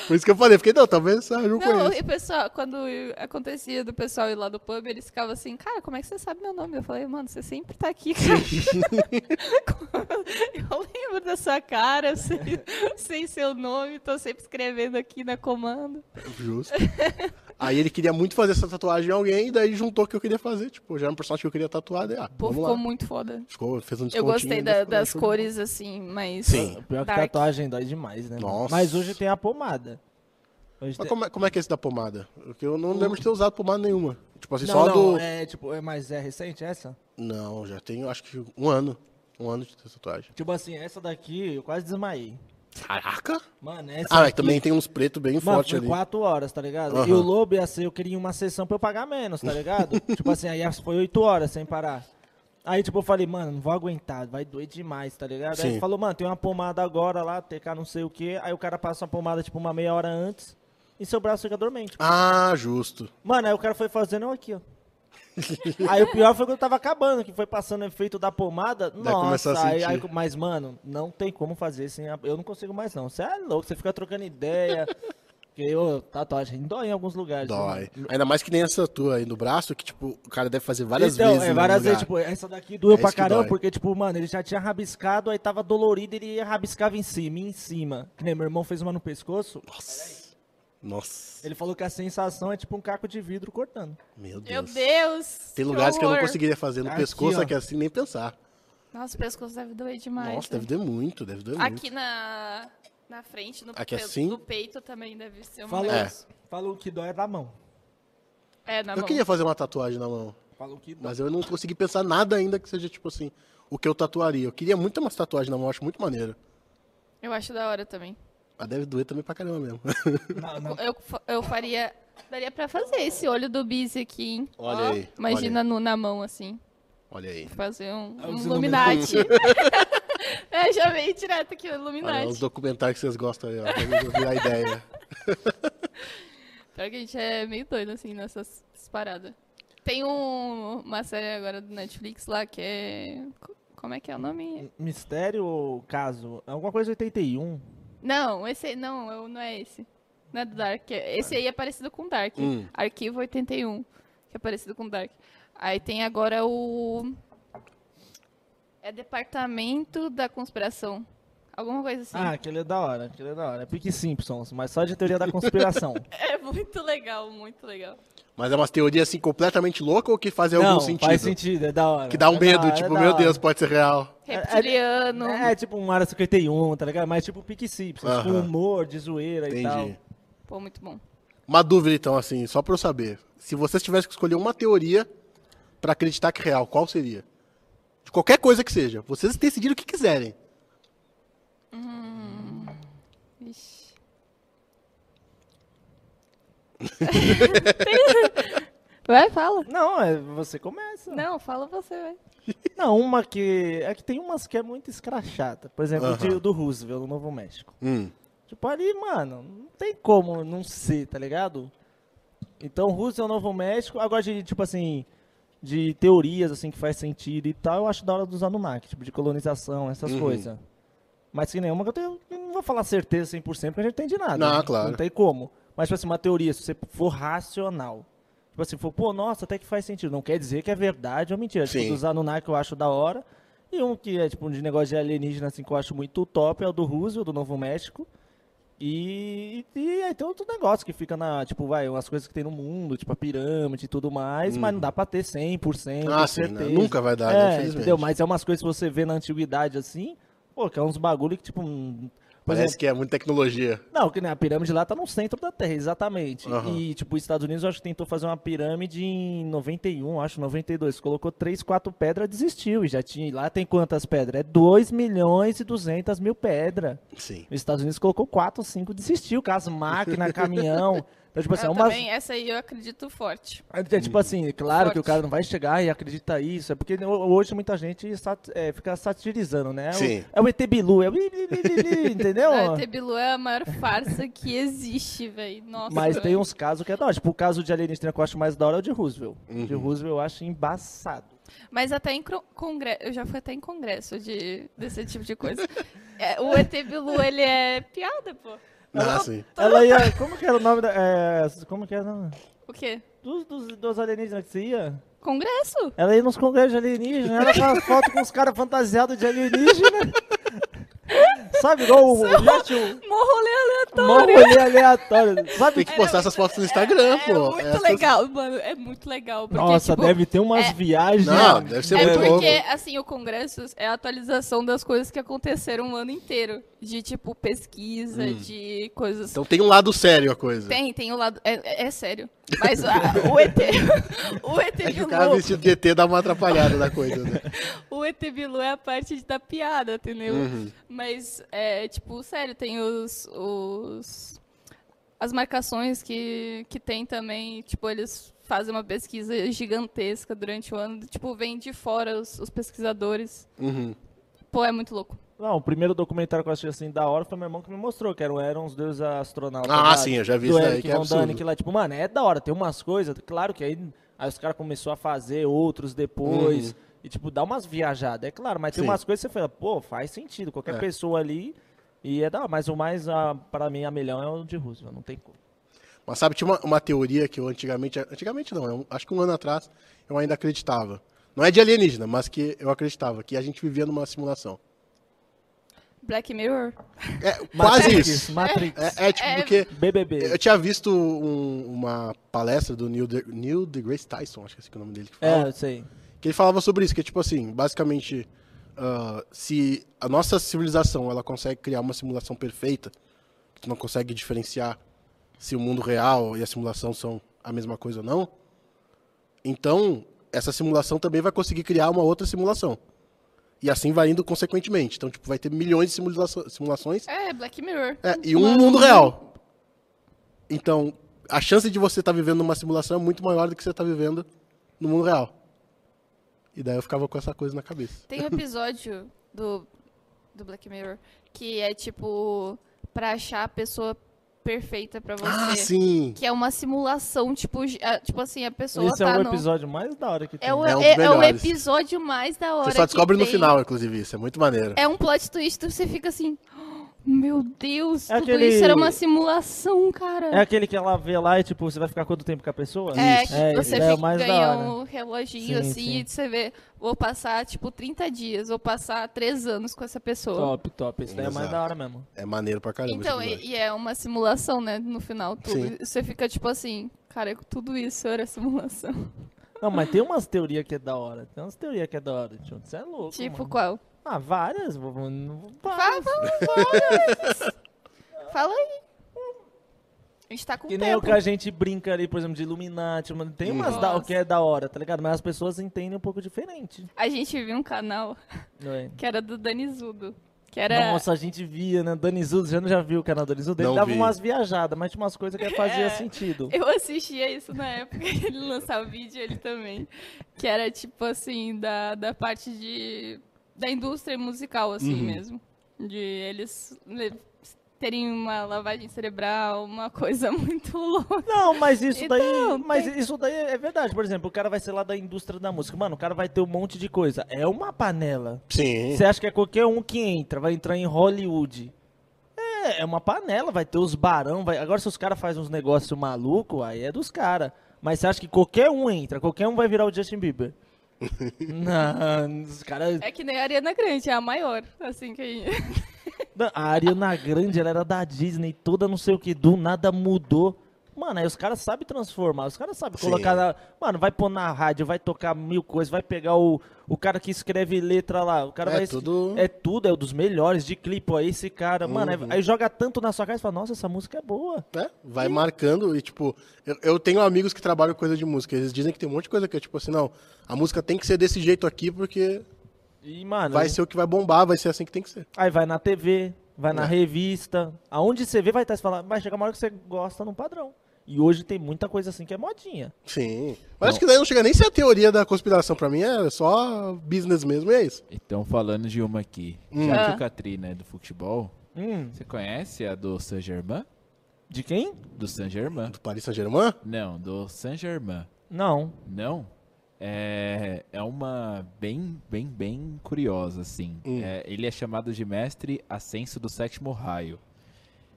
S1: Por isso que eu falei, fiquei, não, talvez a Ju
S2: Não,
S1: conheça.
S2: e o pessoal, quando acontecia do pessoal ir lá do pub, eles ficavam assim, cara, como é que você sabe meu nome? Eu falei, mano, você sempre tá aqui, cara. eu lembro da sua cara, sei, sei seu nome, tô sempre escrevendo aqui na comando.
S1: Justo. Aí ele queria muito fazer essa tatuagem em alguém, e daí juntou o que eu queria fazer. Tipo, já era um personagem que eu queria tatuar, daí, ah,
S2: Pô,
S1: vamos
S2: ficou
S1: lá.
S2: muito foda.
S1: Ficou, fez um
S2: Eu
S1: descontinho.
S2: gostei
S1: ainda
S2: da-
S1: ficou-
S2: das
S1: show de bola.
S2: cores, assim, mas...
S1: Sim.
S3: Pior que
S2: Dark.
S3: tatuagem dói demais, né? mano?
S1: Nossa.
S3: Mas hoje tem a pomada. Hoje
S1: Mas
S3: tem-
S1: como é, como é que é esse da pomada? Porque eu não lembro de ter usado pomada nenhuma. Tipo assim,
S3: Não,
S1: só a
S3: não,
S1: do.
S3: é tipo, é, mas é recente essa?
S1: Não, já tenho acho que um ano. Um ano de tatuagem.
S3: Tipo assim, essa daqui eu quase desmaiei.
S1: Caraca!
S3: Mano, essa
S1: Ah, mas
S3: aqui-
S1: também tem uns pretos bem
S3: Mano,
S1: fortes
S3: foi
S1: ali.
S3: quatro horas, tá ligado?
S1: Aham.
S3: E o Lobo ia ser, eu queria uma sessão pra eu pagar menos, tá ligado? tipo assim, aí as- foi oito horas sem parar. Aí, tipo, eu falei, mano, não vou aguentar, vai doer demais, tá ligado? Aí
S1: Sim.
S3: ele falou, mano, tem uma pomada agora lá, TK não sei o quê. Aí o cara passa uma pomada, tipo, uma meia hora antes e seu braço fica dormente.
S1: Ah, justo.
S3: Mano, aí o cara foi fazendo eu aqui, ó. aí o pior foi quando eu tava acabando, que foi passando o efeito da pomada.
S1: começou
S3: nossa,
S1: a
S3: aí, aí-
S1: sentir.
S3: mas, mano, não tem como fazer sem. a- Eu não consigo mais, não. Você é louco, você fica trocando ideia. Porque ô, tatuagem dói em alguns lugares.
S1: Dói.
S3: né?
S1: Ainda mais que nem essa tua aí no braço, que tipo, o cara deve fazer várias
S3: então,
S1: vezes.
S3: é,
S1: no
S3: várias
S1: lugar.
S3: vezes, tipo, essa daqui doeu
S1: É
S3: pra
S1: isso que
S3: caramba,
S1: dói.
S3: porque, tipo, mano, ele já tinha rabiscado, aí tava dolorido, ele rabiscava em cima, em cima. Que nem meu irmão fez uma no pescoço,
S1: Nossa. Nossa.
S3: ele falou que a sensação é tipo um caco de vidro cortando.
S1: Meu Deus.
S2: Meu Deus!
S1: Tem lugares que eu não
S2: horror.
S1: conseguiria fazer no
S3: Aqui,
S1: pescoço,
S3: ó.
S1: aqui assim, nem pensar.
S2: Nossa, o pescoço deve doer demais.
S1: Nossa,
S2: né?
S1: deve doer muito, deve doer
S2: Aqui na, na frente, no,
S1: Aqui
S2: pe-
S1: assim?
S2: no peito também deve ser um
S3: Falou,
S2: negócio.
S3: falou que dói da mão.
S2: É, na
S1: muito. Eu
S2: mão.
S1: queria fazer uma tatuagem na mão.
S3: Falou que dói.
S1: Mas eu não consegui pensar nada ainda que seja, tipo assim, o que eu tatuaria. Eu queria muito ter umas tatuagens na mão, eu acho muito maneiro.
S2: Eu acho da hora também.
S1: Mas deve doer também pra caramba mesmo.
S3: Não, não.
S2: Eu, fa- eu faria. Daria pra fazer esse olho do Biz aqui, hein?
S1: Olha aí,
S2: Imagina nu na mão, assim.
S1: Olha aí.
S2: Fazer um,
S3: Ah,
S2: um
S3: os
S2: Illuminati. é, já veio direto aqui o Illuminati.
S1: Olha os documentários que vocês gostam aí, ó. pra mim virar ideia.
S2: Pior que a gente é meio doido, assim, nessas paradas. Tem um- uma série agora do Netflix lá que é. co- Como é que é o nome?
S3: Mistério ou caso? É Alguma coisa 81.
S2: Não, esse aí- não, eu- não é esse. Não é do Dark. é- Esse aí é parecido com Dark.
S1: Hum.
S2: Arquivo 81, que é parecido com Dark. Aí tem agora o. É Departamento da Conspiração. Alguma coisa assim.
S3: Ah, aquele é da hora, aquele é da hora. É Pique Simpsons, mas só de teoria da conspiração.
S2: É muito legal, muito legal.
S1: Mas é umas teorias assim completamente loucas ou que fazem
S3: não,
S1: algum sentido?
S3: faz sentido, é da hora.
S1: Que dá um
S3: É da
S1: medo,
S3: hora, é
S1: tipo,
S3: da
S1: meu
S3: hora.
S1: Deus, pode ser real.
S3: É- é-
S2: Reptiliano.
S3: É, tipo um Área 51, tá ligado? Mas tipo Pique Simpsons, com
S1: Aham.
S3: humor, de zoeira e tal.
S1: Entendi.
S2: Pô, muito bom.
S1: Uma dúvida então, assim, só pra eu saber. Se vocês tivessem que escolher uma teoria pra acreditar que é real, qual seria? De qualquer coisa que seja. Vocês decidiram o que quiserem.
S2: Ixi. vai, fala.
S3: Não, é, você começa.
S1: Né?
S3: Não.
S2: Não, fala você, vai.
S3: uma que. É que tem umas que é muito escrachada. Por exemplo, o
S1: Aham.
S3: tio do Roosevelt, no Novo México.
S1: Hum.
S3: Tipo, ali, mano, não tem como não ser, tá ligado? Então, Rússia é o Novo México. Agora, de, tipo assim, de teorias, assim, que faz sentido e tal, eu acho da hora dos Anunnaki, tipo, de colonização, essas
S1: Uhum.
S3: coisas. Mas que nenhuma que eu tenho, eu não vou falar certeza 100%, porque a gente não entende nada.
S1: Não,
S3: né?
S1: claro.
S3: Não tem como. Mas, tipo assim, uma teoria, se você for racional, Tipo assim, falou, pô, nossa, até que faz sentido. Não quer dizer que é verdade ou mentira.
S1: Sim.
S3: Tipo, dos Anunnaki eu acho da hora. E um que é, tipo, um de negócio de alienígena, assim, que eu acho muito top, é o do Roosevelt, do Novo México. E, e aí tem outro negócio que fica na, tipo, vai, umas coisas que tem no mundo, tipo a pirâmide e tudo mais, mas não dá pra ter 100%,
S1: Uhum. Ah, sim, né?
S3: certeza.
S1: nunca vai dar, né?
S3: É,
S1: Infelizmente.
S3: entendeu? Mas é umas coisas que você vê na antiguidade assim, pô, que é uns bagulho que, tipo. hum, por
S1: Parece
S3: exemplo,
S1: que é muita tecnologia.
S3: Não, que nem a pirâmide lá tá no centro da Terra, exatamente.
S1: Aham.
S3: E, tipo, os Estados Unidos eu acho que tentou fazer uma pirâmide em 91, acho, 92. Colocou 3, 4 pedras, desistiu. E já tinha. e Lá tem quantas pedras? É 2 milhões e 200 mil pedras.
S1: Sim.
S3: Os Estados Unidos colocou 4, 5, desistiu. Com as máquinas, caminhão. Então, tipo assim, é
S2: eu
S3: umas,
S2: também, essa aí eu acredito forte.
S3: é, É, tipo assim, claro que o
S2: Forte.
S3: cara não vai chegar e acreditar isso. É porque ho- hoje muita gente sat- é, fica satirizando, né? É o-
S1: Sim.
S3: É o ET Bilu, é o... bi- bi- bi- bi- bi, entendeu?
S2: Ah, ET Bilu é a maior farsa que existe, velho. Nossa. né?
S3: Mas tem
S2: velho.
S3: uns casos que é da hora. Tipo, o caso de alienígena que eu acho mais da hora é o de Roosevelt. De Roosevelt eu acho embaçado.
S2: Mas até em cro- congresso, eu já fui até em congresso de, desse tipo de coisa. É, o ET Bilu, ele é piada, pô.
S1: Ah, sim.
S3: Ela ia... Como que era o nome da... é, como que era o nome?
S2: O quê?
S3: Dos, dos, dos alienígenas que você ia?
S2: Congresso?
S3: Ela ia nos congressos de alienígena, né? ela faz foto com os caras fantasiados de alienígena. Sabe, igual o... Gente, o...
S2: Mó rolê aleatório.
S3: Mó rolê aleatório. Sabe
S1: Tem que postar essas fotos no Instagram,
S2: é,
S1: pô.
S2: muito
S1: Essas-
S2: legal, mano. É muito legal. Porque,
S3: Nossa,
S2: tipo,
S3: deve ter umas
S2: é-
S3: viagens.
S1: Não, deve ser
S2: É
S1: muito louco.
S2: porque, assim, o Congresso é a atualização das coisas que aconteceram o ano inteiro. De, tipo, pesquisa, de
S1: Hum.
S2: coisas.
S1: Então tem um lado sério a coisa.
S2: Tem, tem o lado. É, é- é sério. Mas a- o ET. o ET
S1: É que o
S2: Bilu.
S1: cara vestido de ET dá uma atrapalhada na coisa, né?
S2: O ET Bilu é a parte da piada, entendeu?
S1: Uhum,
S2: Mas, é, tipo, sério, tem os. os as marcações que, que tem também, tipo, eles fazem uma pesquisa gigantesca durante o ano, tipo, vem de fora os, os pesquisadores.
S1: Uhum.
S2: Pô, é muito louco.
S3: Não, o primeiro documentário que eu assisti assim da hora foi meu irmão que me mostrou, que eram, eram os deuses astronautas.
S1: Ah,
S3: lá,
S1: sim, eu já vi
S3: do
S1: isso daí,
S3: Eric
S1: que é
S3: Von
S1: absurdo.
S3: Däniken lá, tipo, mano, é da hora, tem umas coisas, claro que aí, aí os caras começaram a fazer outros depois. E, tipo, dá umas viajadas, é claro, mas
S1: Uhum. Sim.
S3: tem umas coisas que você fala, pô, faz sentido, qualquer
S1: É.
S3: pessoa ali. E é da hora, mas o mais, ah, pra mim, a melhor é o de Roosevelt, não tem como.
S1: Mas sabe, tinha uma, uma teoria que eu antigamente. Antigamente não, é um- acho que um ano atrás eu ainda acreditava. Não é de alienígena, mas que eu acreditava, que a gente vivia numa simulação.
S2: Black Mirror.
S1: É quase
S3: Matrix,
S1: isso.
S3: Matrix,
S1: É, é tipo,
S2: É-
S1: porque
S3: BBB.
S1: eu tinha visto um- uma palestra do Neil, de, Neil deGrasse Tyson, acho que é esse que é o nome dele que fala.
S3: É, eu sei.
S1: que ele falava sobre isso, que é tipo assim, basicamente, ah, se a nossa civilização ela consegue criar uma simulação perfeita, que tu não consegue diferenciar se o mundo real e a simulação são a mesma coisa ou não, então essa simulação também vai conseguir criar uma outra simulação. E assim vai indo consequentemente. Então, tipo, vai ter milhões de simulaço- simulações
S2: É, Black Mirror.
S1: é, e um mundo real. Então, a chance de você estar vivendo numa simulação é muito maior do que você está vivendo no mundo real. E daí eu ficava com essa coisa na cabeça.
S2: Tem um episódio do, do Black Mirror que é tipo pra achar a pessoa perfeita pra você.
S1: Ah, sim!
S2: Que é uma simulação, tipo, gi- ah, tipo assim, a pessoa
S3: Esse é
S2: tá
S3: o
S2: no.
S3: episódio mais da hora que tem. né?
S2: É o,
S1: É um dos
S2: é- é o
S1: melhores.
S2: episódio mais da hora.
S1: Você só
S2: que
S1: descobre no
S2: tem.
S1: final, inclusive, isso é muito maneiro.
S2: É um plot twist, você fica assim. "Oh, Meu Deus,
S3: É
S2: tudo
S3: aquele-
S2: isso era uma simulação, cara.
S3: É aquele que ela vê lá e, tipo, você vai ficar quanto tempo com a pessoa?
S2: É,
S3: Isso.
S2: que você
S3: isso é o
S2: fica-
S3: mais da
S2: ganha
S3: hora.
S2: um reloginho
S3: Sim,
S2: assim
S3: sim.
S2: e você vê, vou passar tipo 30 dias, vou passar 3 anos com essa pessoa.
S3: Top, top. Isso daí é mais
S1: Exato.
S3: da hora mesmo.
S1: É maneiro pra caramba.
S2: então,
S1: esse
S2: e,
S1: episódio.
S2: e é uma simulação, né? No final, tudo.
S1: Sim.
S2: Você fica tipo assim, cara, tudo isso era simulação.
S3: Não, mas tem umas teorias que é da hora. Tem umas teorias que é da hora. Tio. Você é louco.
S2: tipo,
S3: mano.
S2: qual?
S3: Ah, várias. vou- vou- não-
S2: Fala,
S3: várias.
S2: Fala aí. A gente tá com
S3: Que nem o
S2: tempo.
S3: que a gente brinca ali, por exemplo, de Illuminati, mano. Tem umas da,
S2: Nossa.
S3: que é da hora, tá ligado? Mas as pessoas entendem um pouco diferente.
S2: A gente viu um canal
S3: não é?
S2: que era do Danizudo. Que era.
S3: Nossa, a gente via, né? Danizudo, já não já viu o canal do Danizudo? Ele
S1: Não
S3: dava
S1: vi.
S3: umas viajadas, mas tinha umas coisas que fazia
S2: É.
S3: sentido.
S2: Eu assistia isso na época que ele lançava o vídeo, ele também. Que era tipo assim, da, da parte de. da indústria musical, assim
S4: Uhum.
S2: mesmo. De eles le- terem uma lavagem cerebral, uma coisa muito louca.
S3: Não, mas isso
S2: Então,
S3: daí. Mas
S2: tem-
S3: isso daí é verdade. Por exemplo, o cara vai ser lá da indústria da música. Mano, o cara vai ter um monte de coisa. É uma panela.
S1: Sim.
S3: Você acha que é qualquer um que entra, vai entrar em Hollywood. É, é uma panela, vai ter os barão. Vai... Agora, se os caras fazem uns negócios maluco, aí é dos caras. Mas você acha que qualquer um entra, qualquer um vai virar o Justin Bieber? não, os caras.
S2: É que nem a Ariana Grande, é a maior, assim que...
S3: Não, A Ariana Grande, ela era da Disney, toda não sei o que, do nada mudou. Mano, aí os caras sabem transformar, os caras sabem
S1: Sim.
S3: colocar. na- Mano, vai pôr na rádio, vai tocar mil coisas, vai pegar o, o cara que escreve letra lá. O cara
S1: É
S3: vai. es-
S1: tudo-
S3: É tudo, é um dos melhores de clipe, ó, esse cara. Mano, é, aí- aí joga tanto na sua cara e fala, nossa, essa música é boa.
S1: né? Vai marcando e, tipo, eu, eu tenho amigos que trabalham com coisa de música. Eles dizem que tem um monte de coisa que é tipo assim, não, a música tem que ser desse jeito aqui, porque
S3: E, mano,
S1: vai ser o que vai bombar, vai ser assim que tem que ser.
S3: aí vai na TV, vai na
S1: É.
S3: revista. Aonde você vê, vai estar se falando, vai chegar uma hora que você gosta num padrão. E hoje tem muita coisa assim que é modinha.
S1: Sim. Mas acho que daí não chega nem a ser a teoria da conspiração pra mim, é só business mesmo, e é isso.
S4: Então, falando de uma aqui. Já
S2: Ah.
S4: que o Katrina é do futebol,
S3: Hum,
S4: você conhece a do Saint-Germain?
S3: de quem?
S4: Do Saint-Germain.
S1: Ah, Do Paris Saint-Germain?
S4: Não, do Saint-Germain.
S3: Não.
S4: Não. É, é uma bem, bem, bem curiosa, assim.
S1: Hum.
S4: É, ele é chamado de mestre ascenso do sétimo raio.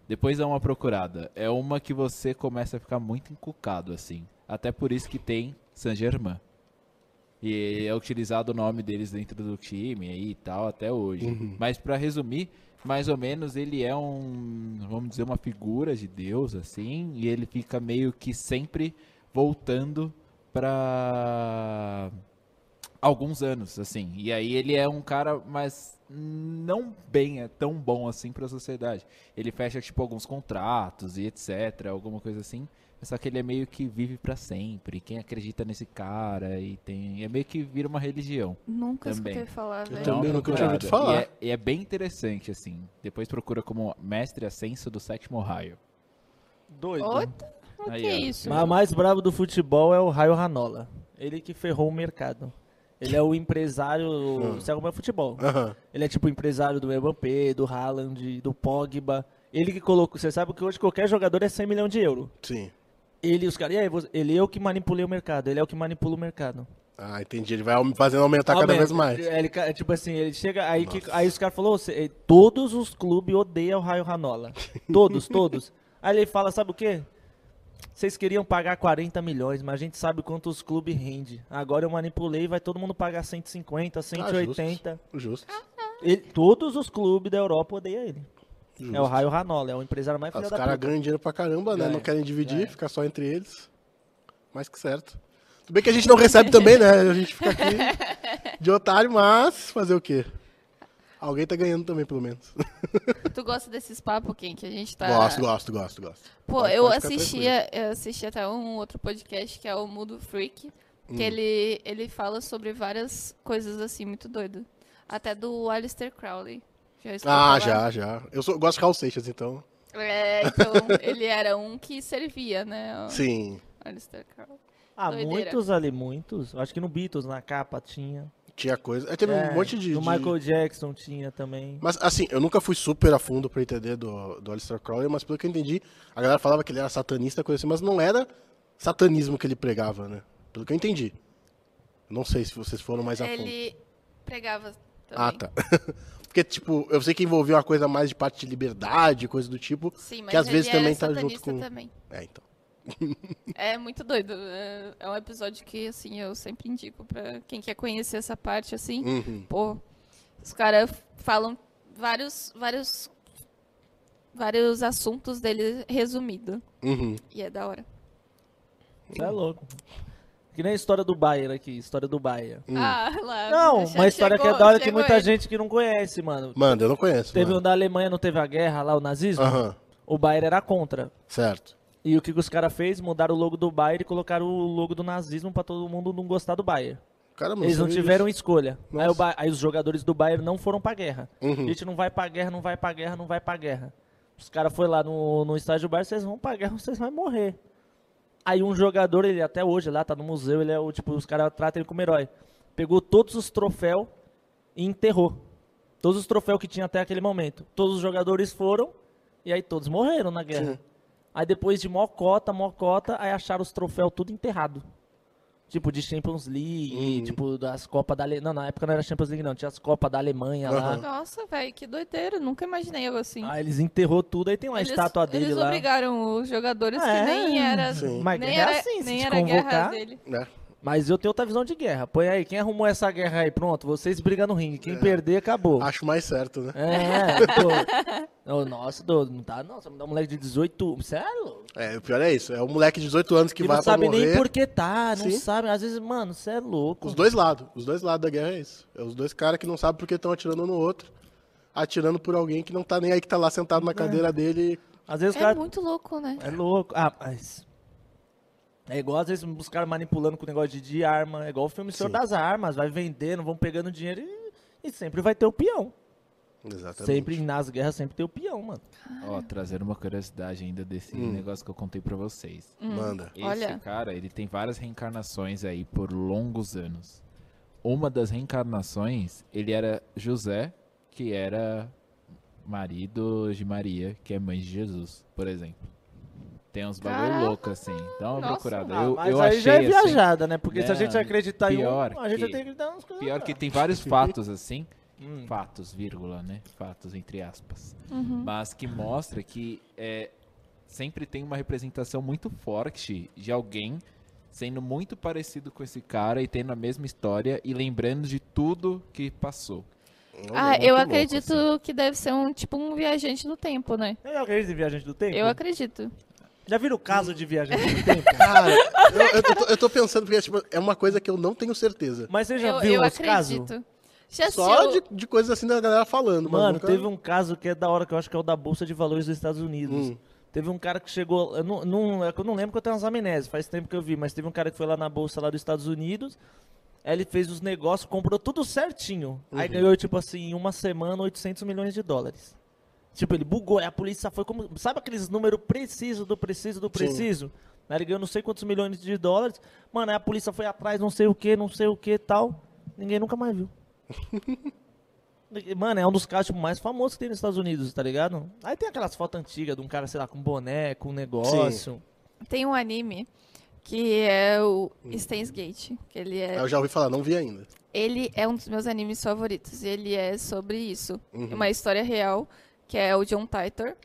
S4: Depois dá uma procurada. É uma que você começa a ficar muito encucado, assim. Até por isso que tem Saint-Germain. E é utilizado o nome deles dentro do time aí e tal até hoje. Mas pra resumir, mais ou menos ele é um, vamos dizer, uma figura de Deus assim, e ele fica meio que sempre voltando pra alguns anos assim. E aí ele é um cara, mas não bem é tão bom assim pra sociedade. Ele fecha tipo alguns contratos e etc, alguma coisa assim. Só que ele é meio que vive pra sempre. Quem acredita nesse cara e tem. É meio que vira uma religião.
S2: Nunca
S4: Também. Então,
S2: escutei falar, velho.
S4: Dá uma
S1: também nunca tinha
S4: procurada.
S1: ouvido falar.
S4: E é, e é bem interessante, assim. Depois procura como Mestre Ascenso do Sétimo Raio.
S3: Doido.
S2: Outra? O que
S4: então. Aí,
S2: é
S4: ó.
S2: isso?
S3: Mas o mais brabo do futebol é o Raio Ranola. Ele que ferrou o mercado. Ele é o empresário. Você acompanha futebol.
S1: Aham.
S3: Ele é tipo o empresário do Mbappé, do Haaland, do Pogba. Ele que colocou. Você sabe que hoje qualquer jogador é 100 milhões de euro.
S1: Sim.
S3: Ele, e os caras. E aí, você- ele é o que manipulei o mercado. Ele é o que manipula o mercado.
S1: Ah, entendi. Ele vai aum- fazendo aumentar Tá cada
S3: Aumenta.
S1: vez mais.
S3: É, Ele, ca- é tipo assim, ele chega. Aí, que, aí os caras falaram: todos os clubes odeiam o Raio Ranola. Todos, todos. Aí ele fala: sabe o quê? Vocês queriam pagar 40 milhões, mas a gente sabe quanto os clubes rende. Agora eu manipulei, vai todo mundo pagar 150,
S1: Ah,
S3: 180.
S1: justo.
S3: Ah,
S1: Ah, Justo.
S3: Ele- todos os clubes da Europa odeiam ele. É o Raio Ranola, é o empresário mais
S1: Ah,
S3: filho
S1: os
S3: da
S1: caras
S3: puta.
S1: ganham dinheiro pra caramba, né? Não
S3: Ganha,
S1: querem dividir,
S3: ganha.
S1: fica só entre eles. Mais que certo. Tudo bem que a gente não recebe também, né? A gente fica aqui de otário, mas fazer o quê? Alguém tá ganhando também, pelo menos.
S2: Tu gosta desses papos, Kim, que a gente tá...
S1: Gosto, gosto, gosto, gosto.
S2: Pô,
S1: Pode-
S2: eu
S1: pode ficar
S2: assistia, eu assisti até um outro podcast que é o Mudo Freak, que
S1: Hum.
S2: ele, ele fala sobre várias coisas assim, muito doido. Até do Aleister Crowley. Já escutou
S3: tá
S1: Ah, já,
S2: falar?
S1: já. Eu sou, gosto de Carl Seixas, então.
S2: É, então, ele era um que servia, né? o
S1: Sim.
S2: Aleister Crowley.
S3: Ah,
S2: Doideira.
S3: muitos ali, muitos. Acho que no Beatles, na capa, tinha.
S1: Tinha coisa. É, teve
S3: É,
S1: um monte de.
S3: No
S1: de-
S3: Michael Jackson tinha também.
S1: Mas assim, eu nunca fui super a fundo pra entender do, do Aleister Crowley, mas pelo que eu entendi, a galera falava que ele era satanista, coisa assim, mas não era satanismo que ele pregava, né? Pelo que eu entendi. Não sei se vocês foram mais a fundo.
S2: Ele pregava também.
S1: Ah, tá. Porque, tipo, eu sei que envolveu uma coisa mais de parte de liberdade, coisa do tipo.
S2: Sim, mas
S1: que às
S2: ele
S1: vezes
S2: era
S1: também tá junto
S2: satanista
S1: com.
S2: também.
S1: É, então.
S2: É muito doido. É, é um episódio que, assim, eu sempre indico pra quem quer conhecer essa parte, assim.
S1: Uhum.
S2: Pô, os caras falam vários, vários, vários assuntos dele resumido.
S1: Uhum.
S2: E é da hora.
S3: Isso é louco. Que nem a história do Bayer aqui, história do Bayer.
S1: Hum.
S2: Ah, lá.
S3: Não,
S2: che-
S3: uma história
S2: chegou-
S3: que é da hora que
S2: chegou
S3: muita
S2: ele.
S3: gente que não conhece, mano.
S1: Mano, eu não conheço.
S3: Teve um
S1: mano. Ah.
S3: da Alemanha, não teve a guerra lá, o nazismo?
S1: Aham,
S3: O Bayer era contra.
S1: certo.
S3: E o que, que os caras fez? Mudaram o logo do Bayer e colocaram o logo do nazismo pra todo mundo não gostar do Bayer.
S1: Caramba,
S3: Eles não
S1: sabia
S3: tiveram
S1: disso.
S3: escolha. Aí,
S1: Nossa.
S3: o Ba- aí os jogadores do Bayern não foram pra guerra.
S1: Uhum.
S3: A gente não vai pra guerra, não vai pra guerra, não vai pra guerra. Os caras foram lá no, no estádio do Bayern, vocês vão pra guerra, vocês vão morrer. Aí um jogador, ele até hoje lá, tá no museu, ele é o tipo, os caras tratam ele como herói. Pegou todos os troféus e enterrou. Todos os troféus que tinha até aquele momento. Todos os jogadores foram e aí todos morreram na guerra. Aí depois de mocota, mocota, aí acharam os troféus tudo enterrado. Tipo, de Champions League,
S1: Hum.
S3: tipo, das Copas da Alemanha. Não, na época não era Champions League, não. Tinha as Copas da Alemanha lá.
S1: Aham.
S2: Ah. Nossa, velho, que doideira. Nunca imaginei algo assim.
S3: Ah, eles enterrou tudo. Aí tem uma
S2: eles,
S3: estátua dele
S2: eles
S3: lá.
S2: obrigaram os jogadores
S3: É,
S2: que nem era,
S1: Sim.
S3: Mas
S2: nem
S3: é
S2: era,
S3: assim, se
S2: nem
S3: te
S2: era a guerra
S3: convocar.
S2: dele.
S1: né?
S3: Mas eu tenho outra visão de guerra. Põe aí, quem arrumou essa guerra aí? Pronto, vocês brigam no ringue. Quem perder, acabou.
S1: É. Acho mais certo, né?
S3: É, pô. Ô, Nossa, Dô, não dá não. Você me dá um moleque de 18. Sério?
S1: É, o pior é isso. É um moleque de 18 anos que,
S3: Que
S1: vai
S3: não
S1: pra
S3: sabe
S1: morrer.
S3: nem por que tá, não
S1: Sim.
S3: sabe. Às vezes, mano, você é louco.
S1: Os dois lados. Os dois lados da guerra é isso. É os dois caras que não sabem porque estão atirando um no outro. Atirando por alguém que não tá nem aí, que tá lá sentado na cadeira dele.
S3: Às vezes
S2: É
S3: o cara
S2: muito louco, né?
S3: é louco. Ah, mas... É igual, às vezes, os caras manipulando com o negócio de, de arma. É igual o filme Senhor
S1: Sim.
S3: das Armas. Vai vendendo, vão pegando dinheiro e, e sempre vai ter o peão.
S1: Exatamente.
S3: Sempre, nas guerras, sempre tem o peão, mano.
S4: Ó, trazer uma curiosidade ainda desse
S1: Ah. Hum.
S4: negócio que eu contei pra vocês.
S1: Manda.
S4: Esse
S2: Olha.
S4: cara, ele tem várias reencarnações aí por longos anos. Uma das reencarnações, ele era José, que era marido de Maria, que é mãe de Jesus, por exemplo. Tem uns bagulho
S2: Caraca,
S4: louco assim. Dá uma
S2: nossa,
S4: procurada.
S3: Ah,
S4: eu
S3: mas
S4: eu
S3: aí
S4: achei
S3: já é
S4: assim,
S3: viajada, né? Porque se a
S4: Não,
S3: gente acreditar em
S4: pior
S3: um, a gente
S4: que-
S3: tem que dar umas coisas.
S4: Pior que tem vários fatos assim. Fatos, vírgula, né? Fatos, entre aspas.
S3: É.
S2: Uhum.
S4: Mas que mostra que é, sempre tem uma representação muito forte de alguém sendo muito parecido com esse cara e tendo a mesma história e lembrando de tudo que passou.
S2: Ah,
S4: muito
S2: eu
S4: louco, assim.
S2: acredito
S3: assim.
S2: que deve ser um tipo um viajante do tempo, né?
S3: Eu já acredito em viajante do tempo?
S2: Eu acredito.
S3: Já viram o caso de viajante do tempo?
S1: Cara, eu, eu tô, eu tô pensando, porque tipo, é uma coisa que eu não tenho certeza.
S3: Mas você já
S2: Eu,
S3: viu
S2: eu
S3: os casos?
S2: acredito. Já
S1: Só
S2: assistiu-
S1: de, de coisas assim da galera falando. mas
S3: Mano,
S1: nunca-
S3: teve um caso que é da hora, que eu acho que é o da Bolsa de Valores dos Estados Unidos.
S1: Hum.
S3: Teve um cara que chegou. Eu não, não- é que eu não lembro que eu tenho umas amnésias, faz tempo que eu vi, mas teve um cara que foi lá na Bolsa lá dos Estados Unidos. Aí ele fez os negócios, comprou tudo certinho. Aí ganhou, tipo assim, em uma semana, 800 milhões de dólares. Tipo, ele bugou, aí a polícia foi como. Sabe aqueles números precisos do preciso do preciso? Aí ele ganhou não sei quantos milhões de dólares. Mano, aí a polícia foi atrás, não sei o que, não sei o que tal. Ninguém nunca mais viu. Mano, é um dos casos tipo, mais famosos que tem nos Estados Unidos, tá ligado? Aí tem aquelas fotos antigas de um cara, sei lá, com boné, com um negócio.
S2: Tem um anime que é o Steins Gate, que ele é
S1: Eu já ouvi falar, não vi ainda.
S2: Ele é um dos meus animes favoritos. Ele é sobre isso.
S3: Uhum.
S2: É Uma história real, que é o John Titor,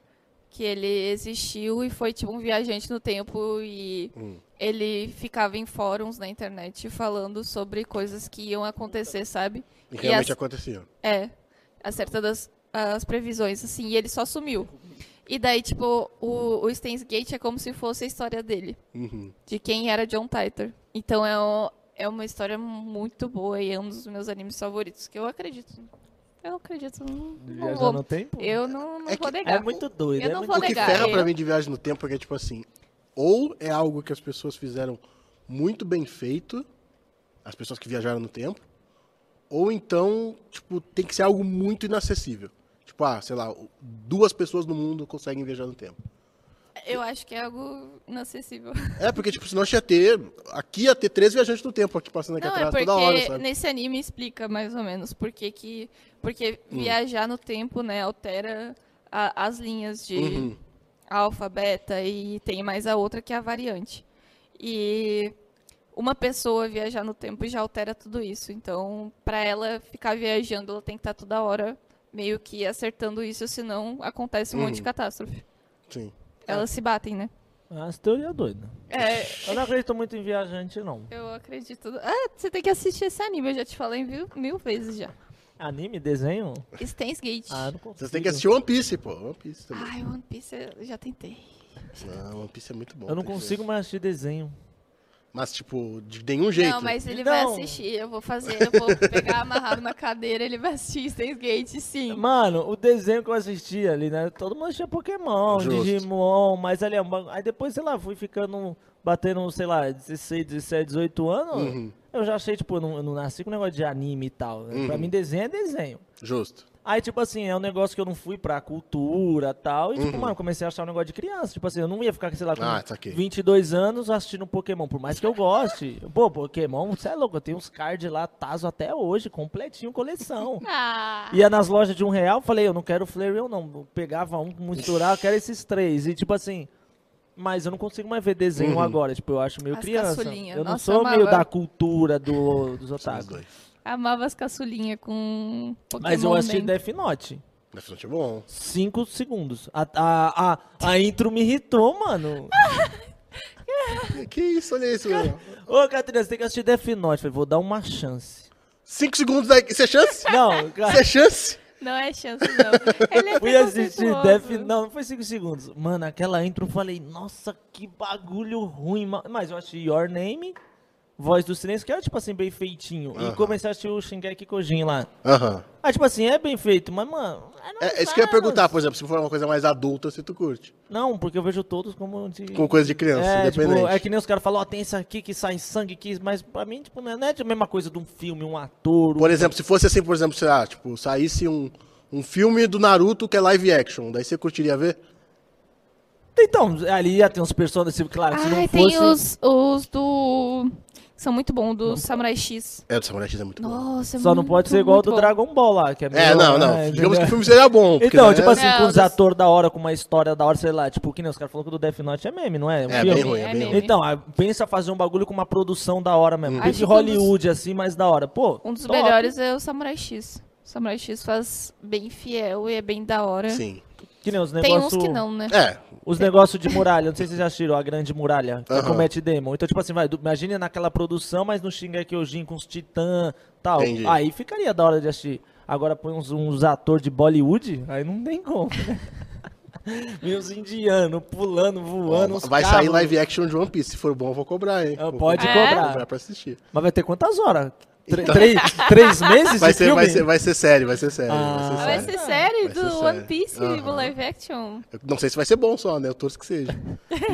S2: que ele existiu e foi tipo um viajante no tempo e
S3: Hum.
S2: ele ficava em fóruns na internet falando sobre coisas que iam acontecer, sabe?
S1: E
S2: E
S1: realmente
S2: as-
S1: acontecia.
S2: é, acertando as, as previsões, assim, e ele só sumiu. E daí, tipo, o, o Steins Gate é como se fosse a história dele,
S1: Uhum.
S2: de quem era John Titor. Então é, o- é uma história muito boa e é um dos meus animes favoritos, que eu acredito. Eu acredito, não, não
S3: Viajar no
S2: vou.
S3: tempo?
S2: Eu não, não
S1: É
S2: vou
S1: que-
S2: negar.
S3: É muito doido.
S2: Eu
S3: é
S2: não
S3: muito
S2: vou
S1: O que
S2: negar,
S1: ferra
S2: eu-
S1: pra mim de viagem no tempo é que, tipo assim, ou é algo que as pessoas fizeram muito bem feito, as pessoas que viajaram no tempo, ou então, tipo, tem que ser algo muito inacessível. Tipo, ah, sei lá, o- duas pessoas no mundo conseguem viajar no tempo.
S2: Eu acho que é algo inacessível.
S1: É, porque, tipo, senão a gente ia ter. Aqui ia ter três viajantes no tempo aqui passando aqui
S2: Não, é
S1: atrás
S2: porque
S1: toda hora, sabe?
S2: nesse anime explica mais ou menos porque que. Porque
S1: Hum.
S2: viajar no tempo, né, altera a- as linhas de
S1: Uhum.
S2: alfa, beta e tem mais a outra que é a variante. E uma pessoa viajar no tempo já altera tudo isso. Então, para ela ficar viajando, ela tem que estar toda hora meio que acertando isso, senão acontece um monte de
S1: Uhum.
S2: catástrofe.
S1: Sim.
S2: Elas se batem, né?
S3: As teorias doidas.
S2: É,
S3: Eu não acredito muito em viajante, não.
S2: eu acredito. Ah, você tem que assistir esse anime, eu já te falei mil, mil vezes já.
S3: Anime, desenho?
S2: Steins Gate.
S3: Ah, eu não consigo.
S1: Vocês têm que assistir One Piece, pô. One Piece também.
S2: Ai, One Piece eu já tentei. Ah.
S1: Não, One Piece é muito bom.
S3: Eu não
S1: tem que ver.
S3: consigo mais assistir desenho.
S1: Mas, tipo, de nenhum jeito.
S2: Não, mas ele
S3: Não.
S2: vai assistir. Eu vou fazer, eu vou pegar amarrado na cadeira, ele vai assistir Steins Gate, sim.
S3: Mano, o desenho que eu assistia ali, né? Todo mundo tinha Pokémon,
S1: Justo.
S3: Digimon, mas ali é um bagulho. Aí depois, sei lá, fui ficando, batendo, sei lá, 16, 17, 18 anos.
S1: Uhum.
S3: Eu já achei, tipo, eu não, eu não nasci com negócio de anime e tal. né?
S1: Uhum.
S3: Pra mim, desenho é desenho.
S1: Justo.
S3: Aí, tipo assim, é um negócio que eu não fui pra cultura e tal. E, tipo, mano, comecei a achar um negócio de criança. Tipo assim, eu não ia ficar, sei lá, com
S1: Uhum. Ah, saquei.
S3: 22 anos assistindo um Pokémon. Por mais que eu goste. Pô, Pokémon, você é louco. Eu tenho uns cards lá, Tazo até hoje, completinho, coleção.
S2: Ah,
S3: Ia nas lojas de um real, falei, eu não quero Flareon, não. Eu Pegava um, misturava, eu quero esses três. E, tipo assim, mas eu não consigo mais ver desenho
S1: Uhum.
S3: agora. Tipo, eu acho meio
S2: As
S3: criança.
S2: caçulinha.
S3: Eu não
S2: Nossa,
S3: sou
S2: amava.
S3: meio da cultura do, dos
S1: São os
S3: otakus.
S1: dois.
S2: Amava as caçulinhas com Pokémon
S3: Mas eu assisti
S2: dentro.
S3: Death Note.
S1: Death Note é bom.
S3: Cinco segundos. A, a, a, a intro me irritou, mano.
S1: Que isso, olha isso, mano.
S3: Ô, Catarina, você tem que assistir Death Note. Falei, vou dar uma chance.
S1: Cinco segundos daí. Isso é chance?
S3: Não,
S1: Isso
S3: cara.
S1: é chance?
S2: Não é chance, não. Ele é
S3: Fui assistir
S2: preconceituoso.
S3: Death Não, não foi cinco segundos. Mano, aquela intro eu falei, nossa, que bagulho ruim. ma- Mas eu achei Your Name, Voz do Silêncio, que era tipo assim, bem feitinho. E
S1: Aham.
S3: comecei a assistir o Shingeki Kojin lá.
S1: Aham.
S3: Ah, tipo assim, é bem feito, mas, mano. não
S1: É, é isso que eu ia
S3: sabe.
S1: perguntar, por exemplo, se for uma coisa mais adulta, se tu curte.
S3: Não, porque eu vejo todos como de.
S1: Com coisa de criança,
S3: É, tipo,
S1: independente.
S3: é que nem os caras falam, ó, tem esse aqui que sai sangue, que... mas pra mim, tipo, não é, não é a mesma coisa de um filme, um ator.
S1: Por exemplo, se fosse assim, por exemplo, sei lá, tipo, saísse um, um filme do Naruto que é live action, daí você curtiria ver?
S3: Então, ali ia ter uns personagens, tipo, claro, se
S2: Ai,
S3: não
S2: tem
S3: fosse...
S2: os, os do. São muito bons, do Samurai X.
S1: É, o Samurai X é muito bom.
S2: Nossa, é
S3: Só não
S2: muito,
S3: pode ser igual
S2: muito
S3: do
S2: bom.
S3: Dragon Ball lá, que é
S1: É,
S3: meio-
S1: não, não.
S3: é,
S1: Digamos que o
S3: entendeu?
S1: filme seria bom. porque,
S3: Então,
S1: né?
S3: tipo assim,
S2: Não,
S3: com os
S2: das-
S3: atores da hora, com uma história da hora, sei lá, tipo, que nem os caras falaram que o do Death Note é meme, não é? um
S1: É,
S3: filme.
S1: bem ruim, é bem
S2: meme.
S1: ruim.
S3: Então, a- pensa fazer um bagulho com uma produção da hora
S1: Hum.
S3: mesmo.
S2: Acho
S3: Pensa
S2: que
S3: em
S2: um dos-
S3: Hollywood, assim, mais da hora. Pô,
S2: Um dos
S3: top.
S2: melhores é o Samurai X. O Samurai X faz bem fiel e é bem da
S3: né?
S2: hora.
S1: Sim.
S3: Que nem os
S2: Tem
S3: negócios...
S2: uns que não, né?
S1: É,
S3: Os negócios de muralha, não sei se vocês já assistiram a grande muralha que é com
S1: Aham.
S3: o Matt Damon. Então, tipo assim, vai, do- imagina naquela produção, mas no Shingeki Kyojin com os titã tal.
S1: Entendi.
S3: Aí ficaria da hora de assistir. Agora põe uns, uns atores de Bollywood, aí não tem como, né? Meus indianos pulando, voando,
S1: Ó,
S3: uns
S1: É, vai
S3: carros.
S1: sair live action de One Piece. Se for bom, eu vou cobrar, hein?
S3: Ah,
S1: Vou
S3: pode
S1: cobrar.
S2: cobrar.
S1: Vou cobrar pra assistir.
S3: Mas vai ter quantas horas? Tre- três, três meses
S1: Então- Vai
S3: de
S1: ser,
S3: filme?
S1: vai, ser, vai ser sério, vai ser sério.
S3: Ah.
S1: vai ser
S2: Ah, vai
S1: sério.
S2: ser série
S1: Vai
S2: do
S1: ser série.
S2: One Piece
S1: Aham.
S2: live action.
S1: Eu Não sei se vai ser bom só, né? Eu torço que seja.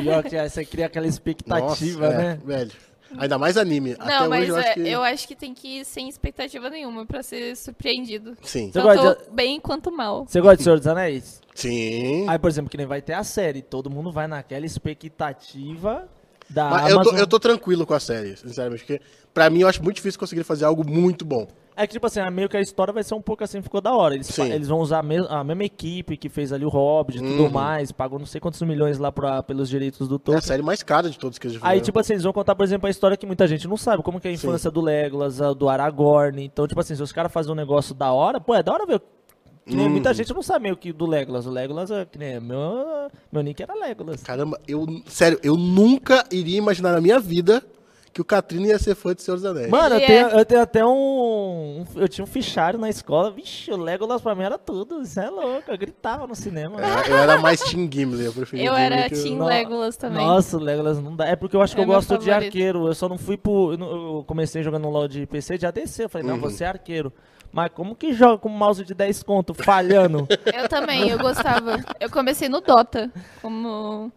S3: Pior que é, você cria aquela expectativa,
S1: Nossa, é,
S3: né?
S1: velho. Ainda mais anime. Até
S2: não, mas
S1: hoje eu
S2: é,
S1: acho que...
S2: tem que ir sem expectativa nenhuma pra ser surpreendido.
S1: Sim.
S3: Você
S2: Tanto
S3: gosta
S2: bem quanto mal.
S3: Você gosta de Senhor dos Anéis?
S1: Sim.
S3: Aí, por exemplo, que nem vai ter a série, todo mundo vai naquela expectativa da
S1: Mas eu,
S3: Amazon.
S1: tô, eu tô tranquilo com a série, sinceramente. Porque pra mim eu acho muito difícil conseguir fazer algo muito bom.
S3: É que, tipo assim, meio que a história vai ser um pouco assim, ficou da hora. Eles, fa-
S1: Sim. Uhum.
S3: eles vão usar a, mes- a mesma equipe que fez ali o Hobbit e tudo mais, pagou não sei quantos milhões lá pra, pelos direitos do
S1: É
S3: Tolkien.
S1: a série mais cara de todos que eles já
S3: Aí,
S1: fizeram.
S3: tipo assim, eles vão contar, por exemplo, a história que muita gente não sabe, como que é a infância do Legolas, a do Aragorn. Então, tipo assim, se os caras fazem um negócio da hora, pô, é da hora ver. Que nem Muita gente não sabe meio que do Legolas. O Legolas, é que nem meu, meu nick era Legolas.
S1: Caramba, eu... Sério, eu nunca iria imaginar na minha vida que o Catrina ia ser fã de Senhor dos Anéis.
S3: Mano, eu
S2: Ele
S3: tenho, eu tenho até um, um- Eu tinha um fichário na escola. Vixe, o Legolas pra mim era tudo. Isso é louco. Eu gritava no cinema.
S1: É, eu era mais Team Gimli, eu preferia
S2: Eu
S1: Gimli
S2: era
S1: que o-
S2: Team
S3: No-
S2: Legolas também.
S3: Nossa, o Legolas não dá. É porque eu acho que
S2: É
S3: eu
S2: meu
S3: gosto de
S2: favorito.
S3: arqueiro. Eu só não fui pro. Eu, não- eu comecei jogando um LOL de PC de ADC. Eu falei,
S1: Uhum.
S3: não, você é arqueiro. Mas como que joga com um mouse de 10 conto falhando? É,
S2: Eu também, eu gostava. Eu comecei no Dota, como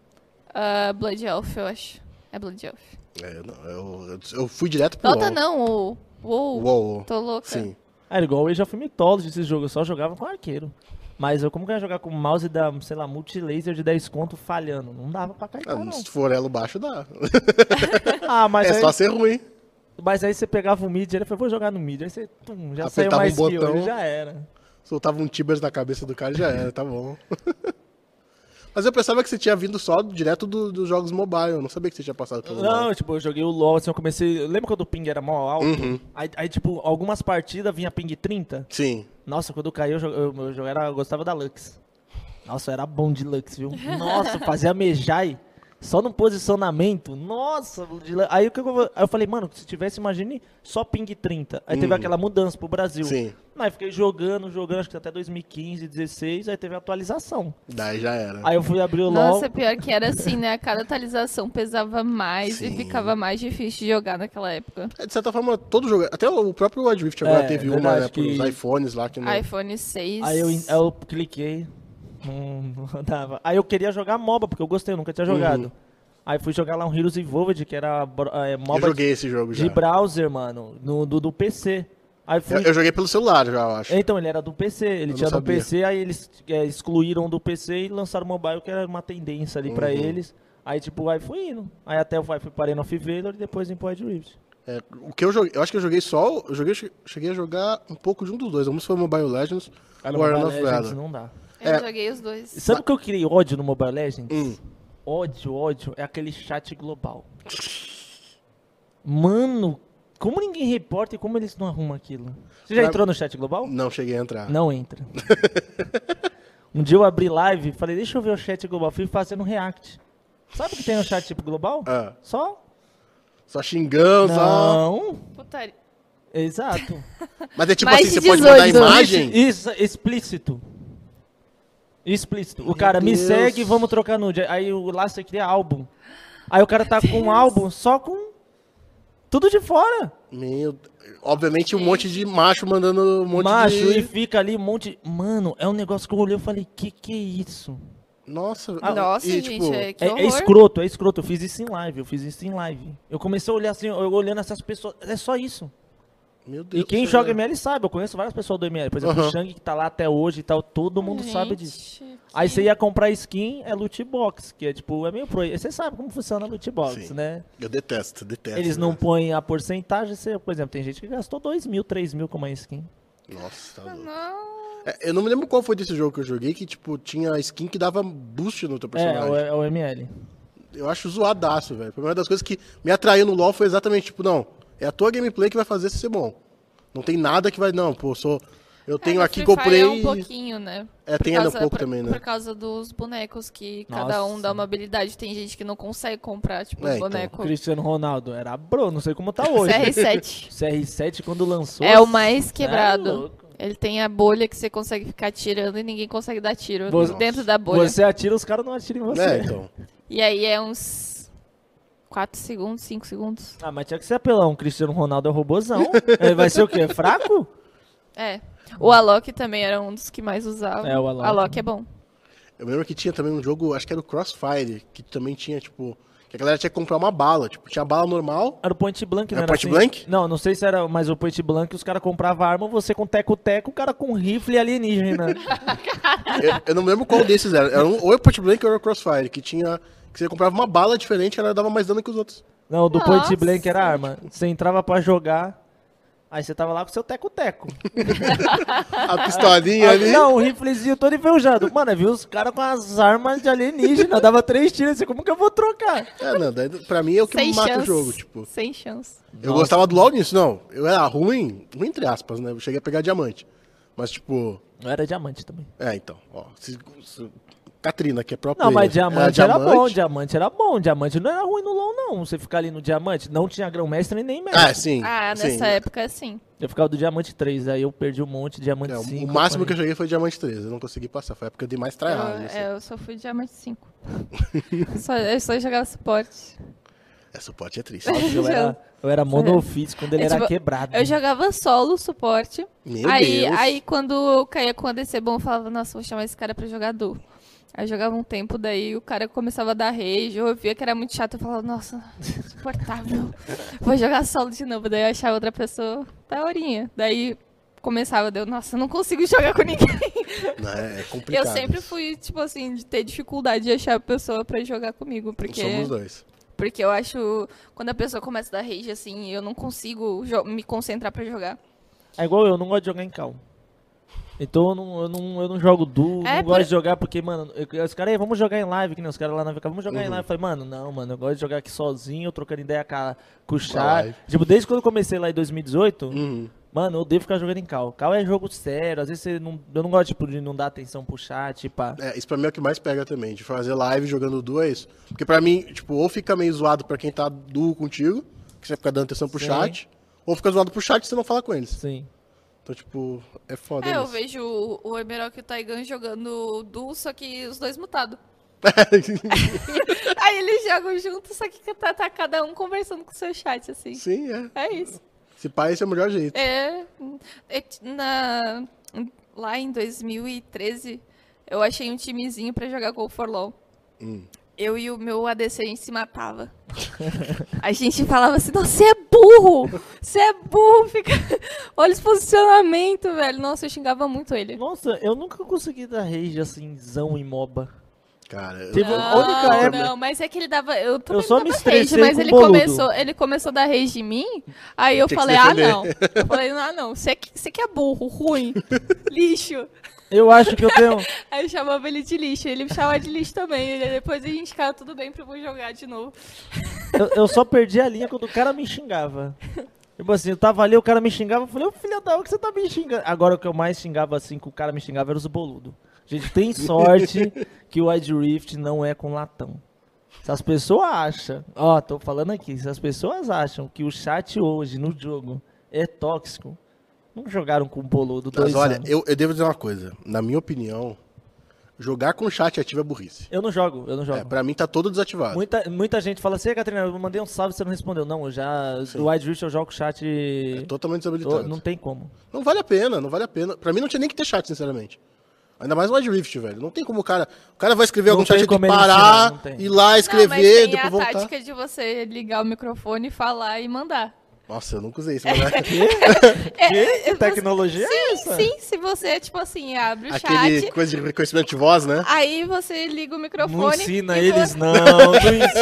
S2: ah, Blood Elf, eu acho. É Blood Elf.
S1: É, não, eu, eu fui direto pro
S2: Dota
S1: WoW.
S2: não, o... Uou,
S1: WoW.
S2: tô louca.
S1: Sim.
S3: Era igual o Age of Mythology esse jogo. Eu só jogava com arqueiro. Mas eu como que eu ia jogar com um mouse da, sei lá, multilaser de 10 conto falhando? Não dava pra
S1: Ah,
S3: carregar,
S1: não,
S3: não.
S1: Se for elo baixo, dá.
S3: Ah, mas
S1: é
S3: aí-
S1: só ser ruim.
S3: Mas aí você pegava o mid, ele falou, vou jogar no mid. Aí você tum, já saiu
S1: Apertava
S3: mais
S1: um
S3: skill,
S1: botão.
S3: ele já era.
S1: Soltava um Tibers na cabeça do cara e já era, tá bom. Mas eu pensava que você tinha vindo só direto do- dos jogos mobile. Eu não sabia que você tinha passado pelo
S3: Não, então.
S1: LoL.
S3: tipo, eu joguei o LoL, assim, eu comecei... Lembra quando o ping era mó alto?
S1: Uhum,
S3: Aí, aí, tipo, algumas partidas vinha ping 30.
S1: Sim.
S3: Nossa, quando eu caí, eu, jo- eu, eu, jo- era- eu gostava da Lux. Nossa, eu era bom de Lux, viu? Nossa, fazia Mejai. Só no posicionamento. Nossa, de Lu- aí o que eu, aí eu falei, mano, se tivesse, imagine só ping 30. Aí teve
S1: Uhum.
S3: aquela mudança pro Brasil.
S1: Sim.
S3: Aí fiquei jogando, jogando, acho que até 2015, 16, aí teve a atualização.
S1: Daí já era.
S3: Aí eu fui abrir o LoL.
S2: Nossa, pior que era assim, né? A cada atualização pesava mais e
S1: Sim.
S2: ficava mais difícil de jogar naquela época.
S1: É, de certa forma, todo jogo. Até o próprio Wild Rift agora
S3: É,
S1: teve uma,
S3: verdade
S1: né?
S3: que-
S1: Pros iPhones lá que não.
S2: iPhone 6.
S3: Aí eu, aí eu cliquei. Não, não dava. Aí eu queria jogar MOBA, porque eu gostei, eu nunca tinha
S1: Uhum.
S3: jogado. Aí fui jogar lá um Heroes Evolved, que era bro- é,
S1: Eu
S3: MOBA
S1: joguei esse jogo
S3: de,
S1: já.
S3: de browser, mano, no, do, do PC. Aí fui.
S1: Eu, eu joguei pelo celular já, eu acho.
S3: Então, ele era do PC, ele
S1: não
S3: tinha do
S1: sabia.
S3: PC, aí eles é, excluíram do PC e lançaram o mobile, que era uma tendência ali pra
S1: Uhum.
S3: eles. Aí, tipo, aí fui indo. Aí até eu fui parei no Off Valor e depois em Poed Rift.
S1: É, o que eu joguei, eu acho que eu joguei só, eu joguei, cheguei a jogar um pouco de um dos dois. Um foi Mobile Legends, o
S3: Ah, Mobile
S1: Arena of
S3: Legends
S1: Valor.
S3: não dá.
S2: Eu
S1: é.
S2: joguei os dois.
S3: Sabe o que eu criei ódio no Mobile Legends?
S1: Hum.
S3: ódio, ódio, é aquele chat global. Mano, como ninguém reporta e como eles não arrumam aquilo? Você já
S1: Mas-
S3: entrou no chat global?
S1: Não cheguei a entrar.
S3: Não entra. um dia eu abri live e falei, deixa eu ver o chat global. Fui fazendo react. Sabe o que tem no chat global?
S1: Ah,
S3: Só?
S1: só xingão, só.
S3: Não.
S2: Putaria.
S3: Exato.
S1: Mas é tipo
S2: Mais
S1: assim,
S2: de
S1: você pode mandar
S2: 18.
S1: imagem?
S3: Isso, explícito. Explícito. O
S1: Meu
S3: cara me
S1: Deus.
S3: segue, vamos trocar nude. Aí o Lasta cria álbum. Aí o cara tá com um álbum só com tudo de fora.
S1: Meu, obviamente um monte de macho mandando um monte
S3: Macho,
S1: de...
S3: e fica ali um monte. Mano, é um negócio que eu olhei e falei, que que é isso?
S1: Nossa,
S2: Nossa,
S1: e, tipo,
S2: gente, é, que
S3: Ah, É,
S2: horror.
S3: é escroto, é escroto. Eu fiz isso em live, eu fiz isso em live. Eu comecei a olhar assim, eu olhando essas pessoas. É só isso.
S1: Meu Deus
S3: E quem
S1: do céu.
S3: joga ML sabe, eu conheço várias pessoas do ML. Por exemplo,
S1: Aham.
S3: o Shang que tá lá até hoje e tal, todo mundo sabe
S2: Gente,
S3: disso.
S2: que-
S3: Aí você ia comprar skin, é loot box, que é tipo, é meio pro. Você sabe como funciona a loot box,
S1: Sim. é
S3: né?
S1: Eu detesto, detesto.
S3: Eles
S1: né?
S3: não põem a porcentagem, você, por exemplo, tem gente que gastou 2 mil, 3 mil com uma skin.
S1: Nossa, tá
S2: Ah,
S1: louco.
S2: Não.
S1: É, eu não me lembro qual foi desse jogo que eu joguei, que, tipo, tinha skin que dava boost no teu
S3: É,
S1: personagem.
S3: o, é o ML.
S1: Eu acho zoadaço, velho. Foi Uma das coisas que me atraiu no LoL foi exatamente, tipo, não, é a tua gameplay que vai fazer você ser bom. Não tem nada que vai, não, pô, eu sou... Eu tenho
S2: é,
S1: aqui,
S2: no Free Fire
S1: comprei...
S2: É, um pouquinho, né?
S1: É,
S2: Por
S1: tem ainda um
S2: causa-
S1: pouco
S2: por-
S1: também, né?
S2: Por causa dos bonecos que cada um
S3: Nossa.
S2: dá uma habilidade. Tem gente que não consegue comprar, tipo,
S1: É,
S2: um
S1: então.
S2: boneco
S3: Cristiano Ronaldo era bro, não sei como tá hoje.
S2: CR7.
S3: CR7 quando lançou.
S2: É o mais
S3: cê é
S2: quebrado.
S3: louco.
S2: Ele tem a bolha que você consegue ficar tirando e ninguém consegue dar tiro
S3: Você-
S2: dentro da bolha.
S3: Você atira, os caras não atiram em você.
S1: É, então.
S2: E aí é uns 4 segundos, 5 segundos.
S3: Ah, mas tinha que ser apelão. Cristiano Ronaldo é robozão. Ele vai ser o quê? Fraco?
S2: É. O Alok também era um dos que mais usava.
S3: É, o Alok.
S2: é bom.
S1: Eu lembro que tinha também um jogo, acho que era o Crossfire, que também tinha, tipo... Que a galera tinha que comprar uma bala, tipo, tinha a bala normal...
S3: Era o Point Blank, não
S1: Era
S3: era
S1: Point
S3: assim?
S1: Blank?
S3: Não, não sei se era, mas o Point Blank os caras compravam arma, você com teco-teco, o cara com rifle alienígena. né?
S1: Eu, eu não lembro qual desses era. era um, ou era o Point Blank ou era o Crossfire, que tinha... Que você comprava uma bala diferente e ela dava mais dano que os outros.
S3: não, do
S2: Nossa.
S3: Point Blank era arma. Você entrava pra jogar, aí você tava lá com seu teco-teco.
S1: A pistolinha
S3: Aí,
S1: ali...
S3: Não, o riflezinho todo enferrujado. Mano, eu vi os caras com as armas de alienígena, dava três tiros, assim, como que eu vou trocar?
S1: É, não, daí, pra mim é o que
S2: Sem
S1: mata
S2: chance.
S1: o jogo, tipo...
S2: Sem chance.
S1: Eu gostava do LoL nisso, não. Eu era ruim, ruim entre aspas, né? Eu cheguei a pegar diamante. Mas, tipo,
S3: Eu era diamante também.
S1: é, então, ó. Se, se- Catrina, que é própria.
S3: Não, mas diamante era, bom, diamante era bom, diamante não era ruim no LoL, não. Você ficar ali no diamante, não tinha grão-mestre nem mestre.
S1: Ah, sim.
S2: Ah,
S1: sim.
S2: nessa época sim.
S3: Eu ficava do diamante 3, aí eu perdi um monte, diamante
S1: É, o-
S3: 5.
S1: o máximo que eu cheguei foi diamante 3. Eu não consegui passar. Foi a época que eu dei mais
S2: Eu,
S1: tryhard. assim.
S2: é, eu só fui diamante 5. só, eu só jogava suporte.
S1: É, suporte é triste.
S3: Nossa, eu era, eu era monofísico quando ele
S2: É,
S3: era
S2: tipo,
S3: quebrado.
S2: Eu jogava solo suporte.
S1: Meu
S2: aí,
S1: Deus.
S2: aí quando eu caía com a DC bom, eu falava, nossa, vou chamar esse cara pra jogar duo. Aí eu jogava um tempo, daí o cara começava a dar rage, eu via que era muito chato, eu falava, nossa, insuportável, vou jogar solo de novo. Daí eu achava outra pessoa, daorinha. Daí começava, deu, nossa, eu não consigo jogar com ninguém.
S1: Não, é, é
S2: Eu
S1: complicado.
S2: sempre fui, tipo assim, de ter dificuldade de achar a pessoa pra jogar comigo, porque...
S1: Somos dois.
S2: Porque eu acho, quando a pessoa começa a dar rage, assim, eu não consigo jo- me concentrar pra jogar.
S3: É igual eu, eu não gosto de jogar em cal. Então eu não, eu não, eu não jogo duo,
S2: É,
S3: não
S2: por-
S3: gosto de jogar porque, mano, eu- os caras, "Ei, vamos jogar em live, que nem os caras lá na VK, vamos jogar em live. Eu falei, mano, não, mano, eu gosto de jogar aqui sozinho, trocando ideia com, a- com o chat.
S1: live.
S3: Tipo, desde quando eu comecei lá em 2018,
S1: Uhum.
S3: mano, eu devo ficar jogando em cal. Cal é jogo sério, às vezes você não, eu não gosto tipo, de não dar atenção pro chat, pá.
S1: É, isso pra mim é o que mais pega também, de fazer live jogando dois. Porque pra mim, tipo, ou fica meio zoado pra quem tá duo contigo, que você fica dando atenção pro
S3: Sim.
S1: chat, ou fica zoado pro chat e você não fala com eles.
S3: Sim.
S1: Então, tipo, é foda
S2: É, eu
S1: isso.
S2: vejo o- o Emerald e o Taigan jogando duo, só que os dois mutados. Aí eles jogam juntos, só que tá, tá cada um conversando com o seu chat, assim.
S1: Sim, é.
S2: É isso.
S1: Se pá, esse é o melhor jeito.
S2: É, é t- na, lá em 2013, eu achei um timezinho pra jogar Go for LOL.
S1: Hum.
S2: Eu e o meu ADC, a gente se matava. a gente falava assim, nossa, você é burro! Você é burro! Fica... Olha esse posicionamento, velho. Nossa, eu xingava muito ele.
S3: Nossa, eu nunca consegui dar rage assim, zão em MOBA.
S1: cara.
S3: Teve-
S1: Eu-
S3: A única
S2: Não,
S3: época-
S2: não, mas é que ele dava. Eu, também
S3: só
S2: dava
S3: me
S2: rage,
S3: estressei
S2: mas
S3: com o
S2: ele
S3: boludo.
S2: começou, ele começou a dar rage em mim, aí eu
S1: Tinha que
S2: falei,
S1: se
S2: ah
S1: defender."
S2: não. Eu falei, ah não, você que, você que é burro, ruim, lixo.
S3: Eu acho que eu tenho.
S2: Aí eu chamava ele de lixo, ele me chamava de lixo também. e depois a gente ficava tudo bem pra eu vou jogar de novo.
S3: Eu, eu só perdi a linha quando o cara me xingava. Tipo assim, eu tava ali, o cara me xingava, eu falei, ô filho da hora que você tá me xingando. Agora o que eu mais xingava, assim, que o cara me xingava era os boludos. Gente, tem sorte que o Wide Rift não é com latão. Se as pessoas acham, ó, tô falando aqui, se as pessoas acham que o chat hoje no jogo é tóxico, não jogaram com um boludo dois
S1: Mas olha,
S3: anos.
S1: eu, eu devo dizer uma coisa. Na minha opinião, jogar com chat ativo é burrice.
S3: Eu não jogo, eu não jogo.
S1: É, pra mim tá todo desativado.
S3: Muita, muita gente fala assim, "Ei, Catarina, eu mandei um salve, você não respondeu. Não, eu já. Do Wide Rift eu jogo chat.
S1: É totalmente
S3: Oh,
S1: desabilitado.
S3: não
S1: Não...
S3: tem como.
S1: vale a pena, não vale a pena. Pra mim não tinha nem que ter chat, sinceramente. Ainda mais no Wild Rift, velho. Não tem como o cara. O cara vai escrever
S3: Não
S1: algum
S3: tem
S1: chat, ele tem
S3: como
S1: que
S3: ele ensinar, não
S1: parar,
S3: tem.
S1: ir lá,
S2: não, mas
S1: escrever,
S2: tem a
S1: depois voltar.
S2: tática de você ligar o microfone, falar e mandar.
S1: Nossa, eu nunca usei isso, mas
S2: É, é,
S3: tecnologia é
S2: você- Sim, se você, tipo assim, abre o
S1: aquele
S2: chat,
S1: coisa de reconhecimento de voz, né?
S2: aí você liga o microfone.
S3: Não ensina
S2: e
S3: eles,
S2: você-
S3: não. Não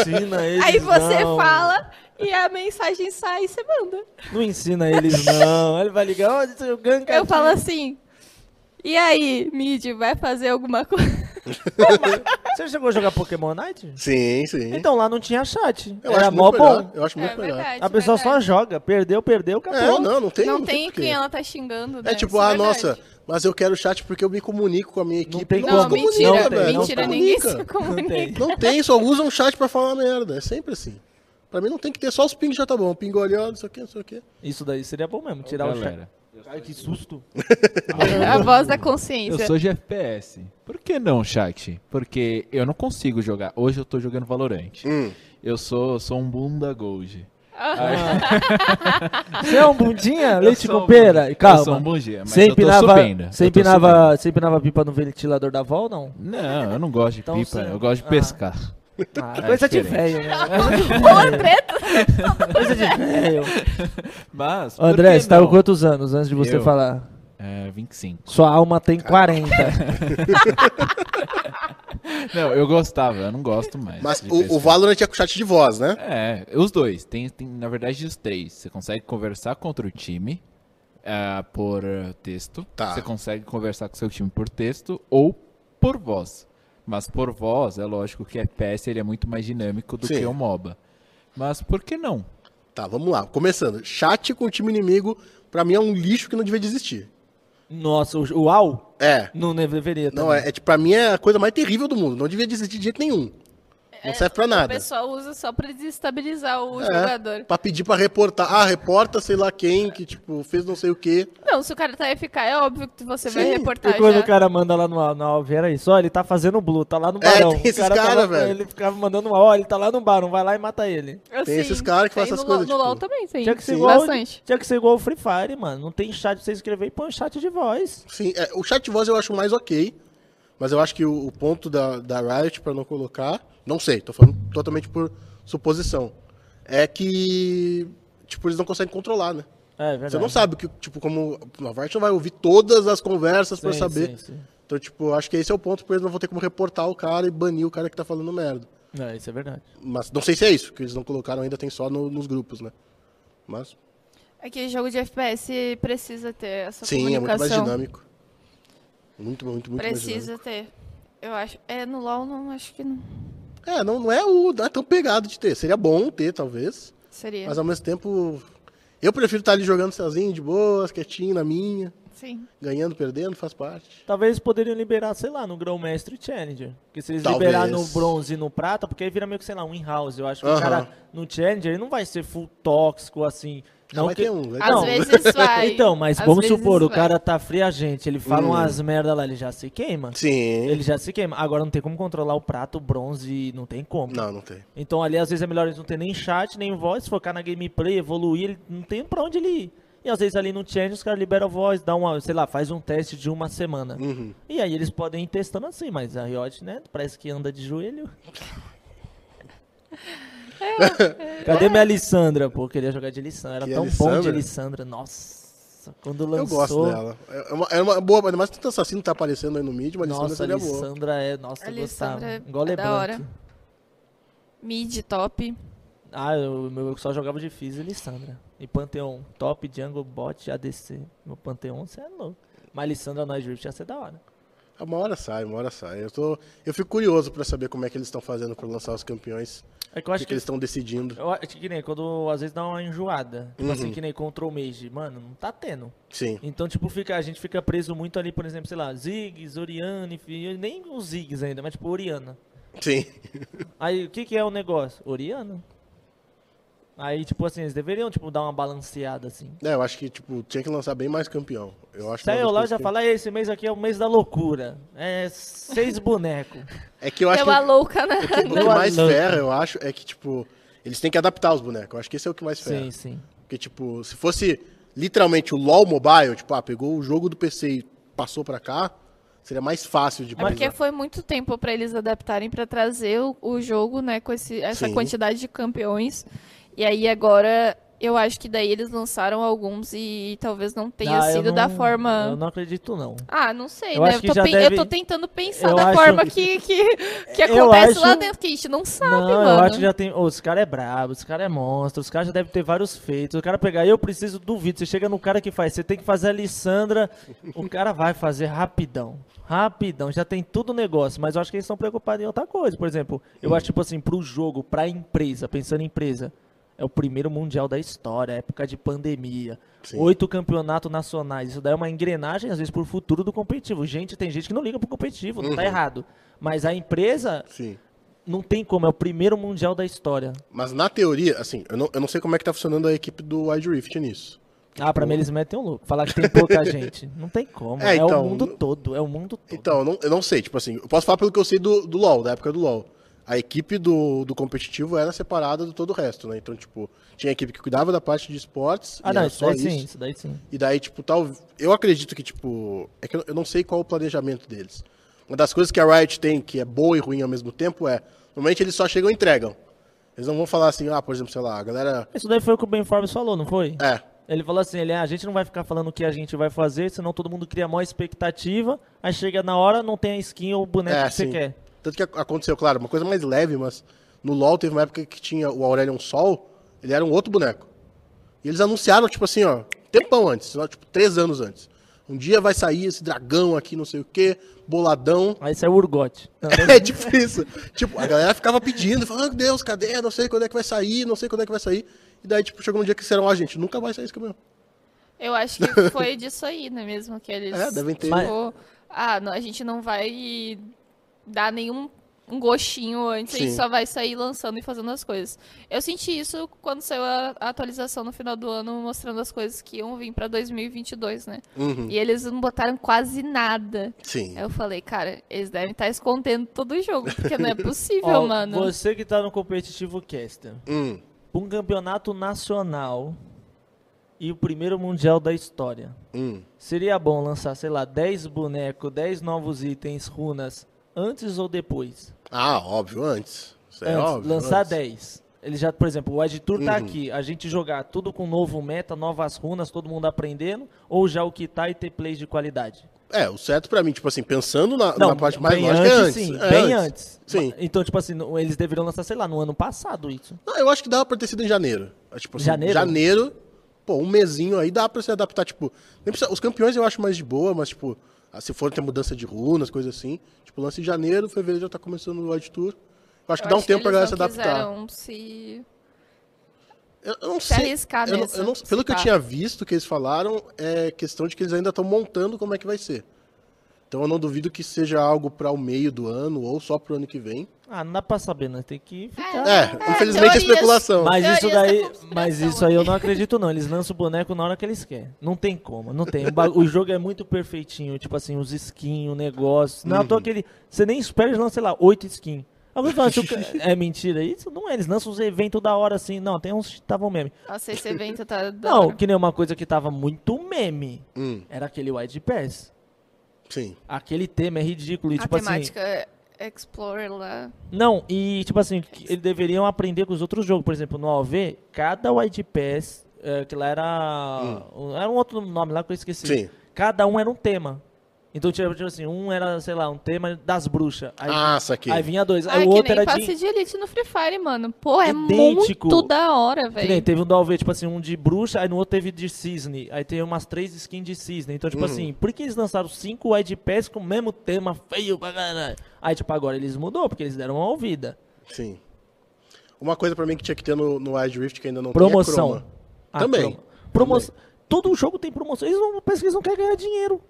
S3: ensina eles.
S2: Aí você
S3: não.
S2: fala e a mensagem sai e você manda.
S3: Não ensina eles, não. Ele vai ligar, ó, oh, o Ganka.
S2: Eu falo assim. E aí, Mid, vai fazer alguma coisa? assim,
S3: Você chegou a jogar Pokémon Night?
S1: Sim, sim.
S3: Então lá não tinha chat.
S1: eu,
S3: Era
S1: acho
S3: mó
S1: muito melhor,
S3: bom.
S1: eu acho muito
S2: é
S1: melhor.
S2: verdade.
S3: A pessoa só
S2: verdade.
S3: joga. Perdeu, perdeu,
S1: É,
S3: acabou.
S1: não, não tem.
S2: Não tem
S1: porquê.
S2: quem ela tá xingando.
S1: É
S2: né?
S1: tipo,
S2: Isso é
S1: ah,
S2: verdade.
S1: nossa, mas eu quero chat porque eu me comunico com a minha equipe.
S3: tem
S1: não
S2: Não,
S1: se
S3: como.
S1: comunica,
S2: mentira,
S3: Não tem,
S1: velho.
S3: não
S2: mentira,
S3: tem.
S2: ninguém se
S1: comunica.
S3: Não tem.
S2: comunica.
S1: Não tem, só usam chat pra falar merda. É sempre assim. Pra mim não tem que ter só os ping já tá bom. Pingou ali, ó, não sei o que, não sei o que.
S3: Isso daí seria bom mesmo, tirar o chat.
S4: Galera,
S3: Ai, que susto.
S2: A voz é da
S4: eu
S2: consciência.
S4: sou de FPS. Por que não, chat? Porque eu não consigo jogar. Hoje eu tô jogando Valorant. Eu sou, sou um bunda gold.
S2: Ah.
S3: Você é um bundinha?
S4: Eu
S3: Leite
S4: sou
S3: com
S4: um-
S3: pera?
S4: Eu sou um
S3: Calma.
S4: bungia, mas
S3: Você
S4: eu tô
S3: empinava,
S4: subindo. eu
S3: você
S4: tô
S3: empinava, você empinava pipa no ventilador da avó ou não?
S4: subindo. Não, eu não gosto de
S3: Então
S4: pipa,
S3: você-
S4: eu gosto de
S3: Ah.
S4: pescar.
S3: Ah,
S4: É
S3: coisa de
S4: diferente.
S3: velho, né?
S2: Boa treta.
S3: Coisa de velho.
S4: Mas, por
S3: André,
S4: que
S3: você tá com
S4: não?
S3: quantos anos antes de você
S4: Eu?
S3: falar?
S4: É, 25.
S3: Sua alma tem 40.
S4: Não, eu gostava, eu não gosto mais.
S1: Mas
S4: de
S1: o, o
S4: pescar.
S1: Valorant é com chat de voz, né?
S4: É, os dois. Tem, tem, na verdade, os três. Você consegue conversar contra o time ah, por ah, texto.
S1: Tá.
S4: Você consegue conversar com seu time por texto ou por voz. Mas por voz, é lógico que FPS ele é muito mais dinâmico do
S1: Sim.
S4: que o MOBA. Mas por que não?
S1: Tá, vamos lá. Começando. Chat com o time inimigo, pra mim é um lixo que não devia existir.
S3: Nossa, o, o AU
S1: É.
S3: não né, deveria.
S1: Não,
S3: também.
S1: é, é tipo, pra mim é a coisa mais terrível do mundo. Não devia existir de jeito nenhum. Não serve pra
S2: O
S1: nada.
S2: pessoal usa só pra desestabilizar o
S1: É,
S2: jogador.
S1: Pra pedir pra reportar. Ah, reporta sei lá quem, que tipo, fez não sei o quê.
S2: Não, se o cara tá FK, é óbvio que você vai
S1: Sim,
S2: reportar
S3: E quando o
S2: já.
S3: cara manda lá no AU, na AU, era isso, ó, ele tá fazendo blue, tá lá no barão.
S1: É, tem esses
S3: o cara, tá
S1: cara,
S3: lá-
S1: velho.
S3: Ele ficava mandando uma, ó, ele tá lá no barão, vai lá e mata ele.
S1: Tem esses caras que
S2: tem
S1: fazem essas
S2: no
S1: coisas,
S2: LOL- No
S1: tipo-
S2: LoL também tem.
S3: Tinha que, ser
S2: Sim.
S3: igual,
S2: Bastante.
S3: tinha que ser igual o Free Fire, mano. Não tem chat pra você escrever e põe o chat de voz.
S1: Sim, é, o chat de voz eu acho mais ok, mas eu acho que o, o ponto da, da Riot pra não colocar, não sei, tô falando totalmente por suposição, é que tipo eles não conseguem controlar, né?
S3: É verdade.
S1: Você não sabe o que tipo como a Riot não vai ouvir todas as conversas pra
S3: Sim,
S1: saber.
S3: sim, sim.
S1: Então tipo, eu acho que esse é o ponto, porque eles não vão ter como reportar o cara e banir o cara que tá falando merda.
S3: É, isso é verdade.
S1: Mas não sei se é isso, que eles não colocaram ainda tem só no- nos grupos, né? Mas
S2: É que jogo de FPS precisa ter essa
S1: sim, é
S2: comunicação.
S1: muito mais dinâmico. Muito, muito, muito mais dinâmico.
S2: Precisa ter. Eu acho. É, no LoL não acho que não
S1: É, não, não é o não é tão pegado de ter. Seria bom ter, talvez.
S2: seria.
S1: Mas ao mesmo tempo, eu prefiro estar ali jogando sozinho, de boas, quietinho na minha,
S2: Sim.
S1: ganhando, perdendo, faz parte.
S3: Talvez poderiam liberar, sei lá, no Grão Mestre Challenger. Porque se eles
S1: Talvez.
S3: liberar no bronze e no prata, porque aí vira meio que, sei lá, um in-house. Eu acho que o
S1: Aham.
S3: cara no Challenger ele não vai ser full tóxico assim.
S1: Não,
S3: Não
S1: vai
S3: que-
S1: ter um, vai
S2: Às
S1: ter um.
S2: vezes vai.
S3: Então, mas
S2: Às
S3: vamos
S2: vezes
S3: supor, o
S2: vai.
S3: cara tá fria gente, ele fala umas merda lá, ele já se queima.
S1: Hum. Sim.
S3: Ele já se queima. Agora não tem como controlar o prato, o bronze, não tem como.
S1: Não, não tem.
S3: Então ali às vezes é melhor eles não ter nem chat, nem voz, focar na gameplay, evoluir, ele não tem pra onde ele ir. E às vezes ali no challenge os caras liberam a voz, dá uma, sei lá, faz um teste de uma semana.
S1: Uhum.
S3: E aí eles podem ir testando assim, mas a Riot, né, parece que anda de joelho.
S2: É.
S3: Cadê minha Alissandra? Pô, eu queria jogar de Alissandra. Era
S1: Que
S3: tão bom de
S1: Alissandra?
S3: Alissandra, nossa. Nossa, quando
S1: Eu
S3: lançou...
S1: gosto dela. É é uma, é uma boa, ainda mais que tanto assassino tá aparecendo aí no mídia, mas Alessandra
S3: Nossa,
S1: seria boa.
S3: Alessandra é... Nossa, eu
S2: Alessandra
S3: gostava.
S2: é
S3: Igual
S2: da
S3: Leblanc.
S2: hora. Mid, top.
S3: Ah, eu, meu, eu só jogava de Fizz e Lissandra. E Pantheon, top, jungle, bot, ADC. Meu Pantheon, você é louco. Mas Lissandra no Drift ia ser da hora.
S1: É, Uma hora sai, uma hora sai. Eu, tô, eu fico curioso pra saber como é que eles estão fazendo pra lançar os campeões.
S3: É que eu
S1: O
S3: acho
S1: que,
S3: que,
S1: que eles estão decidindo.
S3: eu acho que nem quando às vezes dá uma enjoada. Tipo
S1: Uhum.
S3: assim, que nem contra o Mage. Mano, não tá tendo.
S1: Sim.
S3: Então, tipo, fica, a gente fica preso muito ali, por exemplo, sei lá, Ziggs, Oriane, fi- nem os Ziggs ainda, mas tipo, Oriana.
S1: Sim.
S3: Aí, o que que é o negócio? Oriana. Aí, tipo assim, eles deveriam, tipo, dar uma balanceada, assim.
S1: É, eu acho que, tipo, tinha que lançar bem mais campeão. Eu acho que uma
S3: Saiu
S1: das
S3: lá e
S1: coisas
S3: já
S1: que-
S3: fala, "Ah, esse mês aqui é o mês da loucura. É seis bonecos.
S1: É que eu acho
S2: Deu
S1: que
S2: a
S1: o
S2: louca na...
S1: que, o que
S3: Deu a
S1: mais
S3: louca.
S1: ferra, eu acho, é que, tipo, eles têm que adaptar os bonecos. Eu acho que esse é o que mais ferra.
S3: sim, sim.
S1: Porque, tipo, se fosse literalmente o LoL Mobile, tipo, ah, pegou o jogo do PC e passou pra cá, seria mais fácil de
S2: É porque
S1: brisar.
S2: foi muito tempo pra eles adaptarem pra trazer o, o jogo, né, com esse- essa
S1: Sim.
S2: quantidade de campeões. E aí agora eu acho que daí eles lançaram alguns e talvez não tenha
S3: Não, Ah, eu
S2: sido da
S3: não-
S2: forma
S3: Eu não acredito, não.
S2: Ah, não sei,
S3: Eu
S2: né?
S3: acho
S2: Eu
S3: que
S2: tô,
S3: já
S2: pen-
S3: deve-
S2: eu tô tentando pensar
S3: Eu
S2: da
S3: acho-
S2: forma que, que, que
S3: Eu
S2: acontece lá
S3: acho-
S2: dentro, que a gente não sabe,
S3: Não,
S2: mano.
S3: eu acho que já tem. Ô, os cara é brabo, os cara é monstro, os cara já deve ter vários feitos. O cara pegar, eu preciso duvido. Você chega no cara que faz, você tem que fazer a Lissandra, o cara vai fazer rapidão. Rapidão, já tem tudo o negócio, mas eu acho que eles estão preocupados em outra coisa. Por exemplo, eu acho, tipo assim, pro jogo, pra empresa, pensando em empresa, é o primeiro mundial da história, época de pandemia.
S1: Sim.
S3: Oito campeonatos nacionais. Isso daí é uma engrenagem, às vezes, pro futuro do competitivo. Gente, tem gente que não liga pro competitivo, não tá errado. Mas a
S2: é
S3: empresa,
S1: Sim.
S3: não tem como, é o primeiro mundial da história.
S1: Mas na teoria, assim, eu não, eu não sei como é que tá funcionando a equipe do Wide Rift nisso.
S3: Ah, pra mim eles metem um louco. Falar que tem pouca gente. Não tem como.
S1: É,
S3: É,
S1: então,
S3: o mundo
S1: não-
S3: todo. É o mundo todo.
S1: Então, eu não, eu não sei, tipo assim, eu posso falar pelo que eu sei do, do LoL, da época do LoL. A equipe do, do competitivo era separada do todo o resto, né? Então, tipo, tinha a equipe que cuidava da parte de esportes,
S3: ah,
S1: e
S3: não,
S1: era
S3: isso
S1: só
S3: daí
S1: isso.
S3: sim, isso daí sim.
S1: E daí, tipo, tal. Eu acredito que, tipo. É que eu- eu não sei qual o planejamento deles. Uma das coisas que a Riot tem, que é boa e ruim ao mesmo tempo, é. Normalmente eles só chegam e entregam. Eles não vão falar assim, ah, por exemplo, sei lá, a galera.
S3: Isso daí foi o que o Ben Forbes falou, não foi?
S1: É.
S3: Ele falou assim, ele, ah, a gente não vai ficar falando o que a gente vai fazer, senão todo mundo cria a maior expectativa, aí chega na hora, não tem a skin ou o boneco
S1: É,
S3: que você
S1: sim.
S3: quer.
S1: Tanto que ac- aconteceu, claro, uma coisa mais leve, mas no LoL teve uma época que tinha o Aurelion Sol, ele era um outro boneco. E eles anunciaram, tipo assim, ó, tempão antes, só, tipo, três anos antes. Um dia vai sair esse dragão aqui, não sei o quê, boladão.
S3: Aí isso é o Urgot. Não,
S1: É tipo isso. Tipo, a galera ficava pedindo, falando, meu Deus, cadê? Não sei quando é que vai sair, não sei quando é que vai sair. E daí, tipo, chegou um dia que disseram, ó, gente, nunca vai sair esse caminhão.
S2: Eu acho que foi disso aí, né, mesmo que eles...
S1: É, devem ter-
S2: Mas... Ah, não, a gente não vai dar nenhum um gostinho antes, a gente
S1: Sim.
S2: só vai sair lançando e fazendo as coisas. Eu senti isso quando saiu a, a atualização no final do ano, mostrando as coisas que iam vir pra 2022, né?
S1: Uhum.
S2: E eles não botaram quase nada.
S1: Sim.
S3: É
S2: Aí Eu falei, cara, eles devem estar escondendo todo o jogo, porque não é possível,
S3: Ó,
S2: mano.
S3: Você que tá no competitivo caster,
S1: Hum.
S3: um campeonato nacional e o primeiro mundial da história.
S1: Hum.
S3: Seria bom lançar, sei lá, 10 bonecos, 10 novos itens, runas, antes ou depois?
S1: Ah, óbvio, antes. Isso é
S3: Antes,
S1: óbvio.
S3: lançar
S1: antes.
S3: 10. Ele já, por exemplo, o Ed Tour tá
S1: Uhum.
S3: aqui, a gente jogar tudo com novo meta, novas runas, todo mundo aprendendo, ou já o que tá e ter plays de qualidade?
S1: É, o certo pra mim, tipo assim, pensando na, na parte mais
S3: bem
S1: lógica, é antes.
S3: sim,
S1: é
S3: bem antes.
S1: Sim.
S3: Ma- Então, tipo assim, no- eles deveriam lançar, sei lá, no ano passado isso.
S1: Não, eu acho que dava pra ter sido em janeiro. É, Tipo, assim,
S3: Janeiro?
S1: Janeiro, pô, um mesinho aí dá pra se adaptar, tipo... nem precisa- os campeões eu acho mais de boa, mas, tipo, ah, se for ter mudança de runas, coisa assim, tipo, lance em janeiro, fevereiro já tá começando o Wide Tour. Eu acho que
S2: Eu
S1: dá um
S2: acho
S1: tempo pra
S2: eles
S1: galera se
S2: não
S1: adaptar.
S2: quiseram se-
S1: Eu, eu não
S2: se
S1: sei.
S2: arriscar
S1: eu não-
S2: nessa,
S1: eu não-
S2: se
S1: pelo que eu
S2: pá.
S1: tinha visto que eles falaram, é questão de que eles ainda estão montando como é que vai ser. Então eu não duvido que seja algo para o meio do ano ou só pro ano que vem.
S3: Ah, não dá pra saber, né? Tem que ficar...
S1: É, infelizmente é
S2: teorias.
S1: especulação.
S3: Mas
S2: Teorias
S3: isso
S2: da
S3: daí,
S2: conspiração
S3: mas isso aí eu
S2: aqui.
S3: não acredito não. Eles lançam o boneco na hora que eles querem. Não tem como, não tem. O, ba- o jogo é muito perfeitinho, tipo assim, os skins, o negócio. Não é à toa que ele, você nem espera eles lançam, sei lá, oito skins. Alguém fala, "Tio, é mentira isso? Não é, eles lançam uns eventos da hora assim. Não, tem uns que estavam meme.
S2: Nossa, esse evento tá... da
S3: Não,
S2: hora.
S3: que nem uma coisa que tava muito meme.
S1: Hum,
S3: Era aquele Wide Pass.
S1: sim.
S3: Aquele tema é ridículo.
S2: A
S3: E, tipo assim,
S2: temática é Explorer lá.
S3: Não, e tipo assim, que eles deveriam aprender com os outros jogos. Por exemplo, no AOV, cada Wide Pass é, que lá era. um- Era um outro nome lá que eu esqueci.
S1: Hum. Sim.
S3: Cada um era um tema. Então, tipo tipo assim, um era, sei lá, um tema das bruxas. Aí,
S1: Ah, saquei.
S3: aí vinha dois.
S2: Ah,
S3: Aí
S2: é
S3: o
S2: que
S3: outro
S2: nem
S3: era
S2: passe
S3: de.
S2: de elite no Free Fire, mano. Pô, é
S3: Idêntico.
S2: muito da hora,
S3: Que nem
S2: velho.
S3: teve um do Alvê, tipo assim, um de bruxa, aí no outro teve de cisne. Aí teve umas três skins de cisne. Então,
S1: Hum.
S3: tipo assim, por que eles lançaram cinco White Pass com o mesmo tema feio pra caralho? Aí, tipo, agora eles mudou, porque eles deram uma ouvida.
S1: Sim. Uma coisa pra mim que tinha que ter no, no Wild Rift que ainda não tem é
S3: Promoção.
S1: croma.
S3: Ah,
S1: Também.
S3: promo- Promoção. Todo jogo tem promoção. Eles não, parece que eles não querem ganhar dinheiro.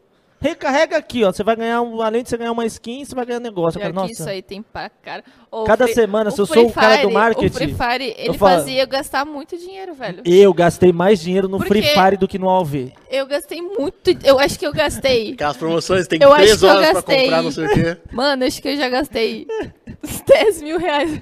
S3: Recarrega aqui, ó. Você vai ganhar, um, além de você ganhar uma skin, você vai ganhar um negócio. Eu
S2: Pior
S3: falo,
S2: que
S3: Nossa.
S2: isso aí tem pra cara. O
S3: Cada
S2: Free-
S3: semana, se eu
S2: Free
S3: sou o cara do
S2: O Free
S3: marketing,
S2: Fire, ele
S3: falo-
S2: fazia eu gastar muito dinheiro, velho.
S3: Eu gastei mais dinheiro no
S2: Porque-
S3: Free Fire do que no AOV.
S2: Eu gastei muito. Eu acho que eu gastei.
S1: Aquelas promoções tem
S2: Eu acho
S1: três
S2: que eu
S1: horas pra
S2: gastei.
S1: comprar, não sei o quê.
S2: Mano, acho que eu já gastei uns 10 mil reais.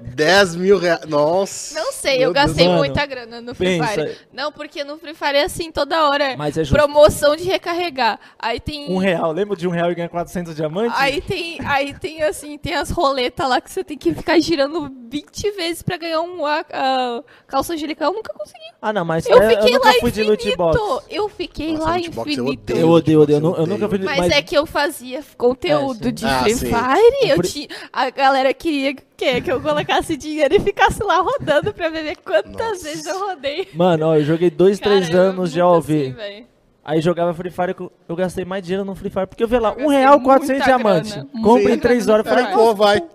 S1: 10 mil reais. Nossa.
S2: Não sei, eu
S1: Meu Deus.
S2: gastei
S3: Mano,
S2: muita grana no Free
S3: pensa.
S2: Fire. Não, porque no Free Fire é assim, toda hora. é
S3: Mas é justo.
S2: promoção de recarregar. Aí tem.
S3: Um real. Lembra de um real e ganhar 400 diamantes?
S2: Aí tem, aí tem assim, tem as roletas lá que você tem que ficar girando 20 vezes pra ganhar um a, a calça angelical. Eu nunca consegui.
S3: Ah, não, mas
S2: Eu
S3: é,
S2: fiquei
S3: nunca
S2: lá
S3: fui de loot
S2: Tô,
S3: box.
S2: eu fiquei
S1: Nossa,
S2: lá
S1: loot box eu
S2: infinito.
S1: odeio.
S3: Eu odeio, odeio. Eu, nu- eu
S1: Odeio.
S3: nunca fui de
S2: Mas, é que eu fazia conteúdo
S3: É, sim.
S2: de
S1: Ah,
S2: Free
S1: sim.
S2: Fire. Eu
S3: Por-
S2: ti- A galera queria que, que eu colocasse dinheiro e ficasse lá rodando pra ver ver quantas
S1: Nossa.
S2: vezes eu rodei.
S3: Mano, ó, eu joguei dois, três
S2: Cara, eu
S3: anos de
S2: muito
S3: AOV.
S2: assim, velho.
S3: Aí jogava Free Fire, eu- eu gastei mais dinheiro no Free Fire. Porque eu vi lá,
S2: Eu
S3: um
S2: gastei
S3: real,
S2: muita
S3: 400 diamantes.
S2: grana, muita
S3: Compre em
S2: grana
S3: três
S2: no
S3: horas. Eu
S2: Free
S3: Falei,
S2: Fire.
S3: "Nossa,
S1: É. Pô, vai.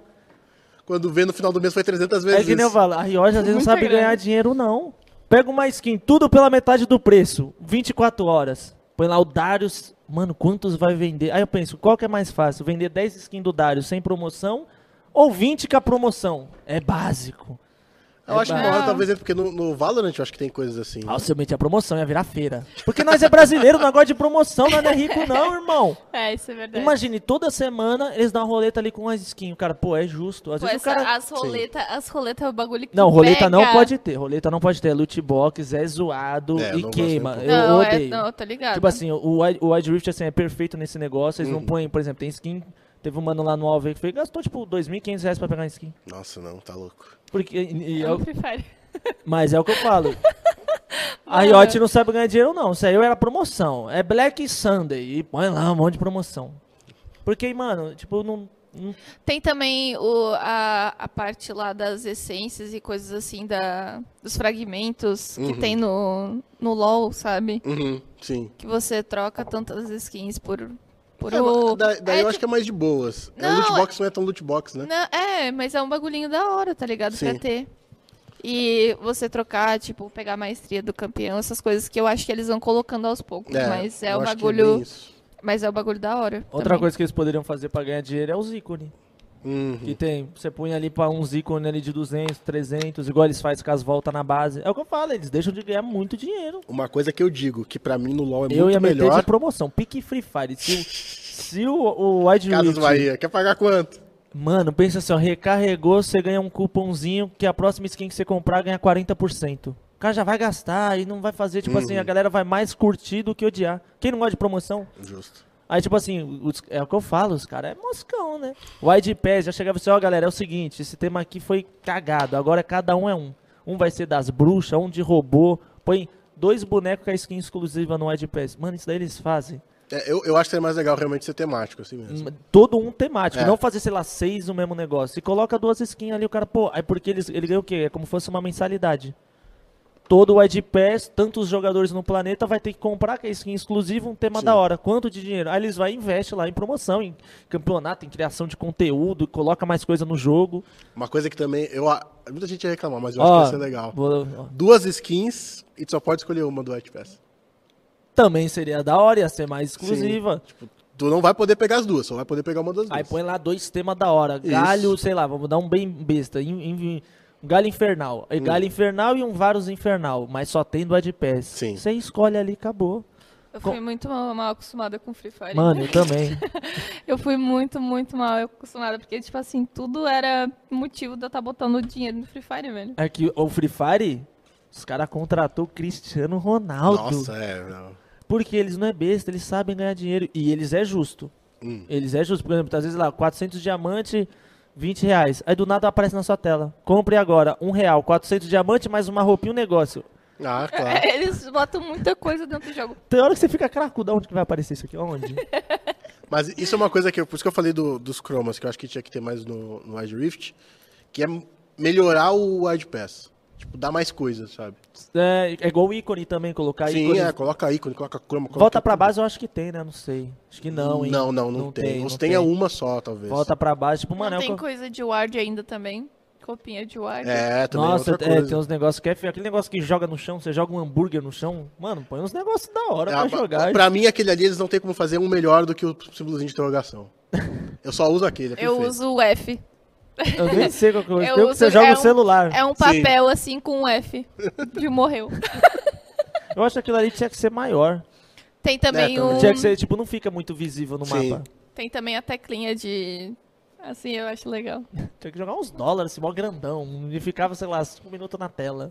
S1: Quando vê no final do mês foi 300 vezes.
S3: É que nem eu
S1: isso.
S3: falo, a Riot às vezes não
S2: Muita
S3: sabe
S2: grana.
S3: ganhar dinheiro, não. Pega uma skin, tudo pela metade do preço. 24 horas. Põe lá o Darius. Mano, quantos vai vender? Aí eu penso, qual que é mais fácil? Vender 10 skins do Darius sem promoção ou 20 com a promoção? É básico.
S1: Eu acho que
S2: Ah.
S1: uma hora talvez é porque no, no Valorant eu acho que tem coisas assim.
S3: Ah, se eu meter a promoção, ia virar feira. Porque nós é brasileiro, não gosta de promoção, nós não é rico, não, irmão.
S2: É, isso é verdade.
S3: Imagine, toda semana eles dão uma roleta ali com as skins. O cara, pô, é justo. Às
S2: Pô,
S3: vezes o
S2: essa,
S3: cara.
S2: as roletas, as roletas é o bagulho que
S3: Não, roleta
S2: pega.
S3: não pode ter. Roleta não pode ter. É loot box, é zoado
S1: É, eu
S3: e
S1: não gosto
S3: queima.
S1: nem um
S3: Eu
S2: Não, é,
S3: odeio.
S2: não, tá ligado.
S3: Tipo assim, o Wide, o Wide Rift assim, é perfeito nesse negócio. Eles não põem, por exemplo, tem skin. Teve um mano lá no AOV que foi, gastou tipo 2.500 reais pra pegar uma skin.
S1: Nossa, não, tá louco.
S3: Porque, e- e
S2: É
S3: é o-
S2: um Free Fire.
S3: mas é o que eu falo. A Riot não sabe ganhar dinheiro, não. Isso aí era promoção. É Black Sunday. E põe lá um monte de promoção. Porque, mano, tipo, não. não-
S2: Tem também o, a, a parte lá das essências e coisas assim, da, dos fragmentos que tem no, no LoL, sabe?
S1: Uhum, sim.
S2: Que você troca tantas skins por, por
S1: É,
S2: o...
S1: mas da- daí
S2: é,
S1: eu acho que é mais de boas. É,
S2: Não,
S1: o loot box não é tão loot box, né?
S2: Não, é, mas é um bagulhinho da hora, tá ligado?
S1: Sim.
S2: Pra ter. E você trocar, tipo, pegar a maestria do campeão, essas coisas que eu acho que eles vão colocando aos poucos. mas é
S1: eu
S2: o
S1: acho que
S2: bagulho.
S1: bem isso.
S2: mas é o bagulho da hora.
S3: Outra
S2: também.
S3: coisa que eles poderiam fazer pra ganhar dinheiro é os ícones.
S1: Uhum.
S3: Que tem, você põe ali pra uns ícones ali de 200, 300, igual eles fazem com as voltas na base. É o que eu falo, eles deixam de ganhar muito dinheiro.
S1: Uma coisa que eu digo, que pra mim no LoL é
S3: eu ia
S1: muito
S3: meter de
S1: melhor.
S3: promoção, pique Free Fire. Se o, se o, o Wide
S1: Casas
S3: Rift-
S1: Bahia. Quer pagar quanto?
S3: Mano, pensa assim, ó, recarregou, você ganha um cupomzinho que a próxima skin que você comprar ganha 40%. O cara já vai gastar e não vai fazer,
S1: Uhum.
S3: tipo assim, a galera vai mais curtir do que odiar. Quem não gosta de promoção?
S1: Justo.
S3: Aí, tipo assim, os- é o que eu falo, os caras é moscão, né? O ID Pass já chegava assim, ó, galera, é o seguinte, esse tema aqui foi cagado, agora cada um é um. Um vai ser das bruxas, um de robô, põe dois bonecos com a skin exclusiva no ID Pass. Mano, isso daí eles fazem.
S1: É, eu, eu acho que é mais legal realmente ser temático, assim mesmo.
S3: Hum, Todo um temático,
S1: É.
S3: não fazer, sei lá, seis no mesmo negócio. E coloca duas skins ali, o cara, pô, aí porque eles, ele ganha o quê? É como fosse uma mensalidade. Todo o ID Pass, tantos jogadores no planeta vai ter que comprar que é skin exclusiva, um tema
S1: Sim.
S3: da hora. Quanto de dinheiro? Aí eles vai e investe lá em promoção, em campeonato, em criação de conteúdo, coloca mais coisa no jogo.
S1: Uma coisa que também. Eu, a- muita gente ia reclamar, mas eu
S3: Hum. Ó,
S1: acho que ia ser legal.
S3: vou- ó,
S1: Duas skins e tu só pode escolher uma do White Pass.
S3: também seria da hora, ia ser mais exclusiva.
S1: Tu não vai poder pegar as duas, só vai poder pegar uma das duas.
S3: Aí põe lá dois temas da hora. Galho, sei lá, vamos dar um bem besta. In- in- um galho infernal.
S1: Hum.
S3: E Galho infernal e um Varus infernal. Mas só tem do Ed Pass.
S1: Sim.
S3: Você escolhe ali, acabou.
S2: Eu fui muito mal, mal acostumada com Free Fire.
S3: Mano, eu também.
S2: Eu fui muito, muito mal acostumada, porque, tipo assim, tudo era motivo de eu estar botando dinheiro no Free Fire, velho.
S3: É que o Free Fire, os caras contratou o Cristiano Ronaldo.
S1: Nossa, é. não.
S3: Porque eles não é besta, eles sabem ganhar dinheiro. E eles é justo.
S1: Hum.
S3: Eles é justo. Por exemplo, às vezes lá, 400 diamante, 20 reais. Aí do nada aparece na sua tela. Compre agora, um real, 400 diamante, mais uma roupinha, um negócio.
S1: Ah, claro.
S2: É, Eles botam muita coisa dentro do jogo.
S3: Tem hora que você fica cracudo, onde que vai aparecer isso aqui? Onde?
S1: Mas isso é uma coisa que eu, por isso que eu falei do- dos cromas, que eu acho que tinha que ter mais no, no Wide Rift, que é melhorar o Wide Pass. Tipo, dar mais coisas, sabe?
S3: é, é igual o ícone também, colocar
S1: Sim,
S3: ícone.
S1: é, coloca ícone, coloca croma. Coloca
S3: Volta pra
S1: tudo.
S3: base eu acho que tem, né? Não sei. Acho que não, hein?
S1: Não, não, não, tem. Ou se tem, é uma só, talvez.
S3: Volta pra baixo, tipo, mano,
S2: não
S3: é o
S2: tem
S3: que eu-
S2: coisa de ward ainda também. Copinha de ward.
S1: É, também é
S3: Nossa,
S1: outra
S3: é,
S1: coisa.
S3: tem uns negócios que é feio. Aquele negócio que joga no chão, você joga um hambúrguer no chão. Mano, põe uns negócios da hora
S1: É,
S3: pra
S1: pra-
S3: jogar.
S1: pra mim, aquele ali, eles não tem como fazer um melhor do que o símbolozinho de interrogação. Eu só uso aquele, é
S2: Eu
S1: perfeito.
S2: uso o F.
S3: Eu nem sei qual que eu,
S2: Eu
S3: tem o que
S2: uso-
S3: você joga
S2: é
S3: no
S2: um-
S3: celular.
S2: É um papel assim com um F. De morreu.
S3: Eu acho que aquilo ali tinha que ser maior.
S2: Tem também
S1: É, também.
S2: um.
S3: Tinha que ser, tipo, não fica muito visível no
S1: Sim.
S3: mapa.
S2: Tem também a teclinha de. Assim eu acho legal.
S3: Tinha que jogar uns dólares, esse mó grandão. E ficava, sei lá, cinco minutos na tela.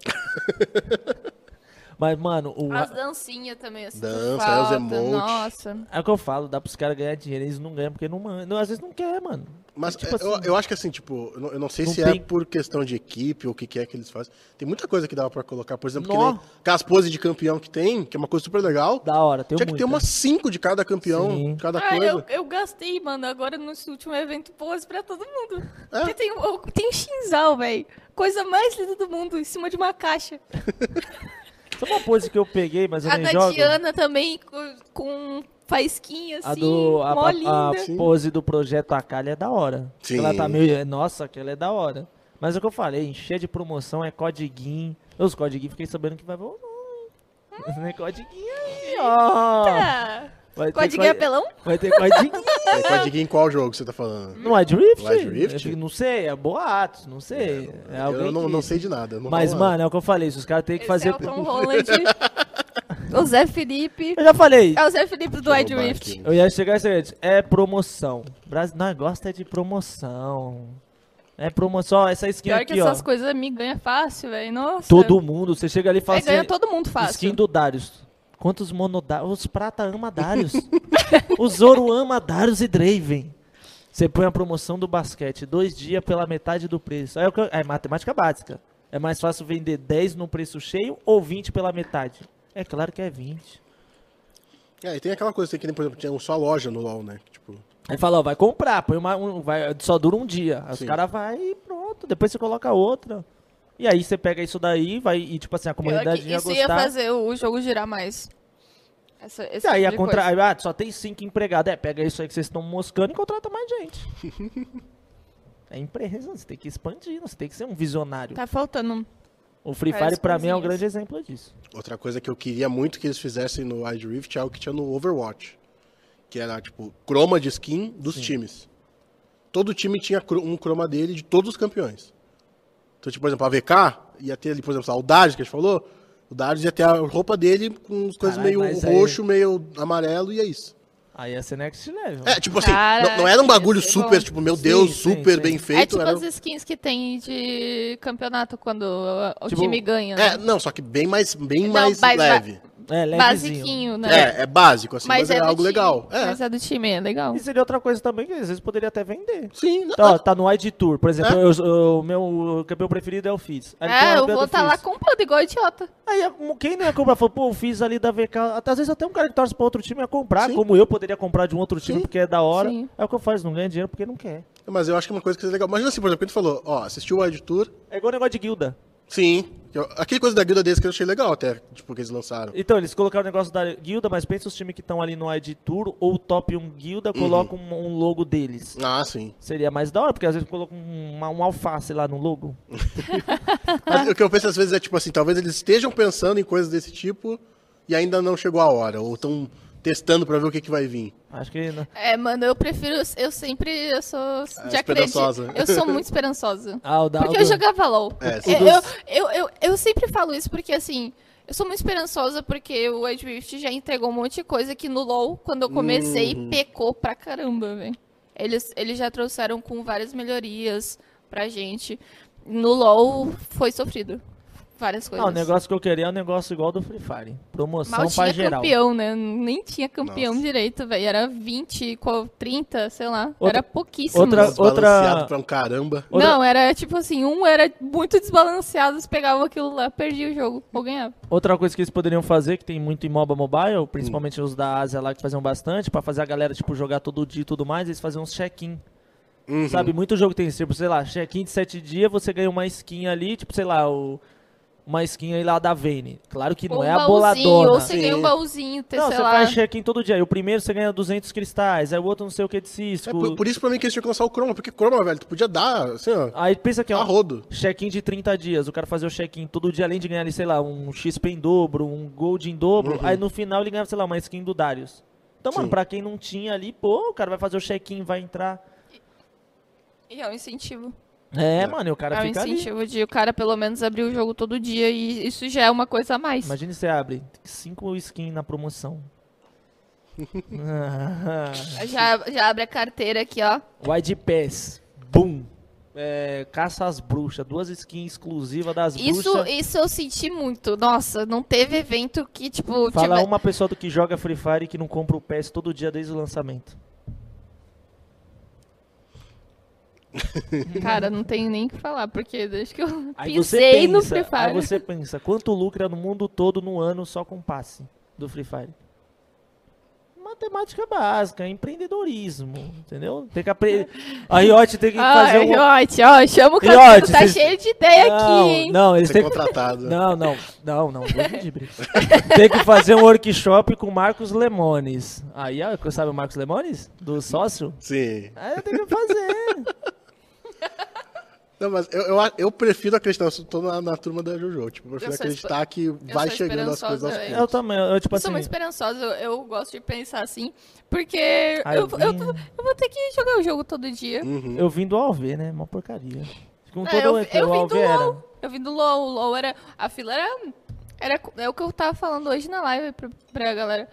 S3: Mas, mano, o...
S2: As dancinhas também, assim.
S1: Dança, é, os
S2: falta.
S1: emotes.
S2: Nossa.
S3: é o que eu falo, dá pros caras ganhar dinheiro, eles não ganham porque não mandam. Às vezes não quer, mano.
S1: Mas
S2: é,
S3: Tipo
S1: eu,
S3: assim-
S1: eu acho que assim, tipo, eu não, eu não sei
S3: Não
S1: se
S3: tem-
S1: é por questão de equipe ou o que, que é que eles fazem. Tem muita coisa que dava pra colocar, por exemplo, que
S3: Nó.
S1: nem aquelas poses de campeão que tem, que é uma coisa super legal.
S3: Da hora, tem
S1: Tinha que ter
S3: muita.
S1: umas cinco de cada campeão,
S3: Sim.
S1: cada
S2: Ah,
S1: coisa.
S2: eu, eu gastei, mano, agora nesse último evento pose pra todo mundo.
S1: É.
S2: Porque tem, o- tem Shinzal, velho. Coisa mais linda do mundo, em cima de uma caixa.
S3: Sabe uma pose que eu peguei, mas eu
S2: A
S3: nem
S2: da
S3: jogo?
S2: Diana também, com, com faisquinha, assim,
S3: A do a,
S2: mó
S3: a- a
S2: linda.
S1: Sim.
S3: pose do projeto Akali é da hora.
S1: Sim.
S3: Ela tá meio, nossa, aquela é da hora. Mas é o que eu falei, encher de promoção é codiguinho. Os codiguinhos fiquei sabendo que vai voltar.
S2: Hum.
S3: Não é codiguinho aí, ó.
S2: Ah,
S3: Vai ter
S2: Código
S3: co-
S2: é apelão?
S3: Vai ter codiguinho.
S1: É, pode dizer em qual jogo você tá falando.
S3: Não é drift?
S1: Não é drift?
S3: Eu não sei, é boatos, não sei. É, alguém
S1: eu não,
S3: que-
S1: não sei tá de nada. eu não
S3: Mas,
S1: falo nada.
S3: mano, é o que eu falei, se os caras têm que
S2: Esse
S3: fazer...
S2: é o Tom Holland. o Zé Felipe.
S3: Eu já falei,
S2: É o Zé Felipe do Wide
S1: Deixa eu roubar
S2: Rift.
S1: aqui.
S3: Eu ia chegar e seguinte, é promoção. Brasil não gosta de promoção. É promoção, ó, essa skin
S2: Pior que
S3: aqui, ó.
S2: essas coisas me ganham fácil, velho. Nossa.
S3: Todo mundo, você chega ali e fala
S2: Aí ganha
S3: assim,
S2: todo mundo fácil.
S3: skin do Darius. Quantos monodários? Os prata ama Darius. o Zoro ama Darius e Draven. Você põe a promoção do basquete, dois dias pela metade do preço. Aí é, o que eu- é matemática básica. É mais fácil vender 10 no preço cheio ou 20 pela metade? É claro que é 20.
S1: É, e tem aquela coisa assim, que nem, por exemplo, tinha só loja no LoL, né? Tipo,
S3: Aí fala, ó, vai comprar, põe uma, um- vai, só dura um dia. Aí os
S1: Sim.
S3: caras vai e pronto, depois você coloca outra. E aí você pega isso daí, vai e tipo assim, a
S2: Pior
S3: comunidade
S2: é que
S3: ia
S2: isso
S3: gostar.
S2: ia fazer o o jogo girar mais. Essa, esse
S3: E aí
S2: tipo
S3: a
S2: de
S3: contra...
S2: coisa.
S3: aí, ah, só tem cinco empregados. É, pega isso aí que vocês estão moscando e contrata mais gente. é empresa, você tem que expandir, você tem que ser um visionário.
S2: Tá faltando.
S3: O Free
S2: Várias
S3: Fire pra mim é um
S2: coisinhas.
S3: grande exemplo disso.
S1: outra coisa que eu queria muito que eles fizessem no Wide Rift é o que tinha no Overwatch. Que era, tipo, croma de skin dos times. Todo time tinha cro- um croma dele de todos os campeões. Então, tipo, por exemplo, a VK ia ter ali, por exemplo, o Darius que a gente falou. O Darius ia ter a roupa dele com as coisas
S3: Caralho,
S1: meio
S3: mas aí-
S1: roxo, meio amarelo e é isso.
S3: Aí ia ser next level.
S1: É, tipo assim,
S2: Cara,
S1: não, não era um bagulho
S2: ia ser
S1: super,
S2: bom.
S1: tipo, meu
S3: Sim,
S1: Deus,
S3: sim,
S1: super
S3: sim.
S1: bem feito. né?
S2: é tipo
S1: era... um
S2: as skins que tem de campeonato quando uh, o
S3: Tipo,
S2: time ganha.
S1: É,
S2: né?
S1: não, só que bem mais, bem
S2: Não,
S1: mais
S2: mas-
S1: leve.
S3: É, levezinho.
S2: Basiquinho, né?
S1: É, é básico, assim, mas, é
S2: do
S1: algo
S2: time.
S1: legal. É,
S2: Mas é do time, é legal.
S3: E seria outra coisa também que às vezes poderia até vender.
S1: sim. não,
S3: Tá, ó, tá no ID Tour, por exemplo,
S1: É?
S3: eu- eu- o meu campeão preferido é o Fizz. Aí ele tem
S2: É,
S3: uma
S2: eu
S3: campeã
S2: vou
S3: do
S2: estar lá
S3: Fizz.
S2: comprando igual idiota.
S3: Aí a- um, quem não ia comprar, falou, pô, o Fizz ali da VK. Até, às vezes até um cara que torce pra outro time ia comprar,
S1: Sim.
S3: como eu poderia comprar de um outro time
S1: Sim.
S3: porque é da hora.
S2: Sim.
S3: É o que eu faço, não ganha dinheiro porque não quer.
S1: Mas eu acho que é uma coisa que é legal. Imagina assim, por exemplo, que tu falou, ó, assistiu o Wide Tour.
S3: É igual o negócio de guilda.
S1: Sim. Eu- Aquele coisa da guilda deles que eu achei legal até, tipo, que eles lançaram.
S3: Então, eles colocaram o negócio da guilda, mas pensa os times que estão ali no ID Tour ou o top 1 guilda, colocam um, um logo deles.
S1: Ah, sim.
S3: Seria mais da hora, porque às vezes colocam uma, um alface lá no logo.
S1: Mas o que eu penso às vezes é, tipo assim, talvez eles estejam pensando em coisas desse tipo e ainda não chegou a hora, ou estão testando pra ver o que, que vai vir.
S3: Acho que. né?
S2: É, mano, eu prefiro. Eu sempre. Eu sou. já
S1: É, esperançosa.
S2: acredito. Eu sou muito esperançosa.
S3: Ah, o da.
S2: Porque
S3: o
S2: eu
S3: do-
S2: jogava LOL.
S1: É,
S2: eu,
S1: sim.
S2: eu, eu, eu, eu sempre falo isso porque, assim, eu sou muito esperançosa porque o Wild Rift já entregou um monte de coisa que no LoL, quando eu comecei,
S1: Uhum.
S2: pecou pra caramba, velho. Eles, eles já trouxeram com várias melhorias pra gente. No LoL foi sofrido. várias
S3: Ah,
S2: coisas.
S3: o negócio que eu queria é um negócio igual do Free Fire. Promoção
S2: Mal tinha
S3: pra geral.
S2: campeão, né? Nem tinha campeão
S1: Nossa.
S2: direito, velho. Era 20, qual- 30, sei lá.
S3: Outra-
S2: era pouquíssimos.
S3: É, outra-
S1: Desbalanceado pra um caramba.
S3: outra-
S2: Não, era tipo assim, um era muito desbalanceado, eles pegavam aquilo lá, perdia o jogo, ou ganhava.
S3: Outra coisa que eles poderiam fazer, que tem muito em MOBA Mobile, principalmente os da Ásia lá que faziam bastante, pra fazer a galera, tipo, jogar todo dia e tudo mais, eles faziam uns check-in.
S1: Uhum.
S3: Sabe, muito jogo tem, tipo, sei lá, check-in de sete dias, você ganha uma skin ali, tipo, sei lá, o- uma skin aí lá da Vayne. Claro que não
S2: ou
S3: é
S2: um
S3: a
S2: baúzinho,
S3: boladona.
S2: ou você ganha
S1: Sim.
S2: um baúzinho, tem,
S3: Não,
S2: sei
S3: você
S2: lá.
S3: faz check-in todo dia. E o primeiro você ganha 200 cristais, aí o outro não sei o que de cisco.
S1: É por, por isso pra mim que eles tinham que lançar o Chroma, porque Chroma, velho, tu podia dar, assim, ó,
S3: Aí pensa que é
S1: a
S3: um
S1: rodo.
S3: check-in de 30 dias. O cara fazia o check-in todo dia, além de ganhar ali, sei lá, um XP em dobro, um gold em dobro. Aí no final ele ganhava, sei lá, uma skin do Darius. Então, mano,
S1: Uhum. Sim.
S3: pra quem não tinha ali, pô, o cara vai fazer o check-in, vai entrar.
S2: E é um incentivo.
S3: É, mano, e o cara
S2: é um
S3: fica ali.
S2: incentivo de o cara pelo menos abrir o jogo todo dia e isso já é uma coisa a mais.
S3: Imagina você abre cinco skins na promoção. Ah.
S2: Já, já abre a carteira aqui, ó.
S3: Wide Pass. Boom. É, caça às bruxas. Duas skins exclusivas das
S2: Isso,
S3: bruxas.
S2: isso eu senti muito. Nossa, não teve evento que, tipo,
S3: Fala
S2: tive-
S3: uma pessoa do que joga Free Fire e que não compra o PES todo dia desde o lançamento.
S2: Cara, não tenho nem o que falar, porque desde que eu
S3: um- Aí
S2: pisei
S3: você
S2: no
S3: pensa,
S2: Free
S3: aí
S2: Fire.
S3: você pensa, quanto lucra no mundo todo no ano só com passe do Free Fire? Matemática básica, empreendedorismo, entendeu? Tem que aprender. A Riot tem que fazer
S2: Ai,
S3: um.
S2: Riote, ó, chama o cara,
S3: Riot,
S2: tá
S3: vocês-
S2: cheio de ideia
S3: não,
S2: aqui, hein?
S3: não, eles
S1: Ser
S3: têm que
S1: contratado.
S3: Não, não, não, não. vou pedir briga. Tem que fazer um workshop com o Marcos Lemones. Aí, ó, sabe o Marcos Lemones? Do sócio?
S1: Sim.
S3: Aí tem que fazer.
S1: Não, mas eu, eu, a- eu prefiro acreditar, eu tô na, na turma da Jojo, tipo, eu prefiro
S2: Eu sou
S1: acreditar que vai
S2: sou
S1: chegando as coisas aos
S2: esperançosa,
S1: poucos.
S3: Eu também, eu tipo
S2: Eu
S3: assim.
S2: sou muito esperançosa, eu, eu gosto de pensar assim, porque
S3: Ah,
S2: eu,
S3: eu
S2: eu
S3: vi.
S2: vou- eu vou ter que jogar o jogo todo dia.
S1: Uhum.
S3: Eu vim do AOV, né? Uma porcaria. Com
S2: É,
S3: todo
S2: eu-
S3: o
S2: eu
S3: que o
S2: vim do
S3: AOV era.
S2: LOL. Eu vim do LOL, o LOL era. A fila era. era é o que eu tava falando hoje na live pra, pra galera.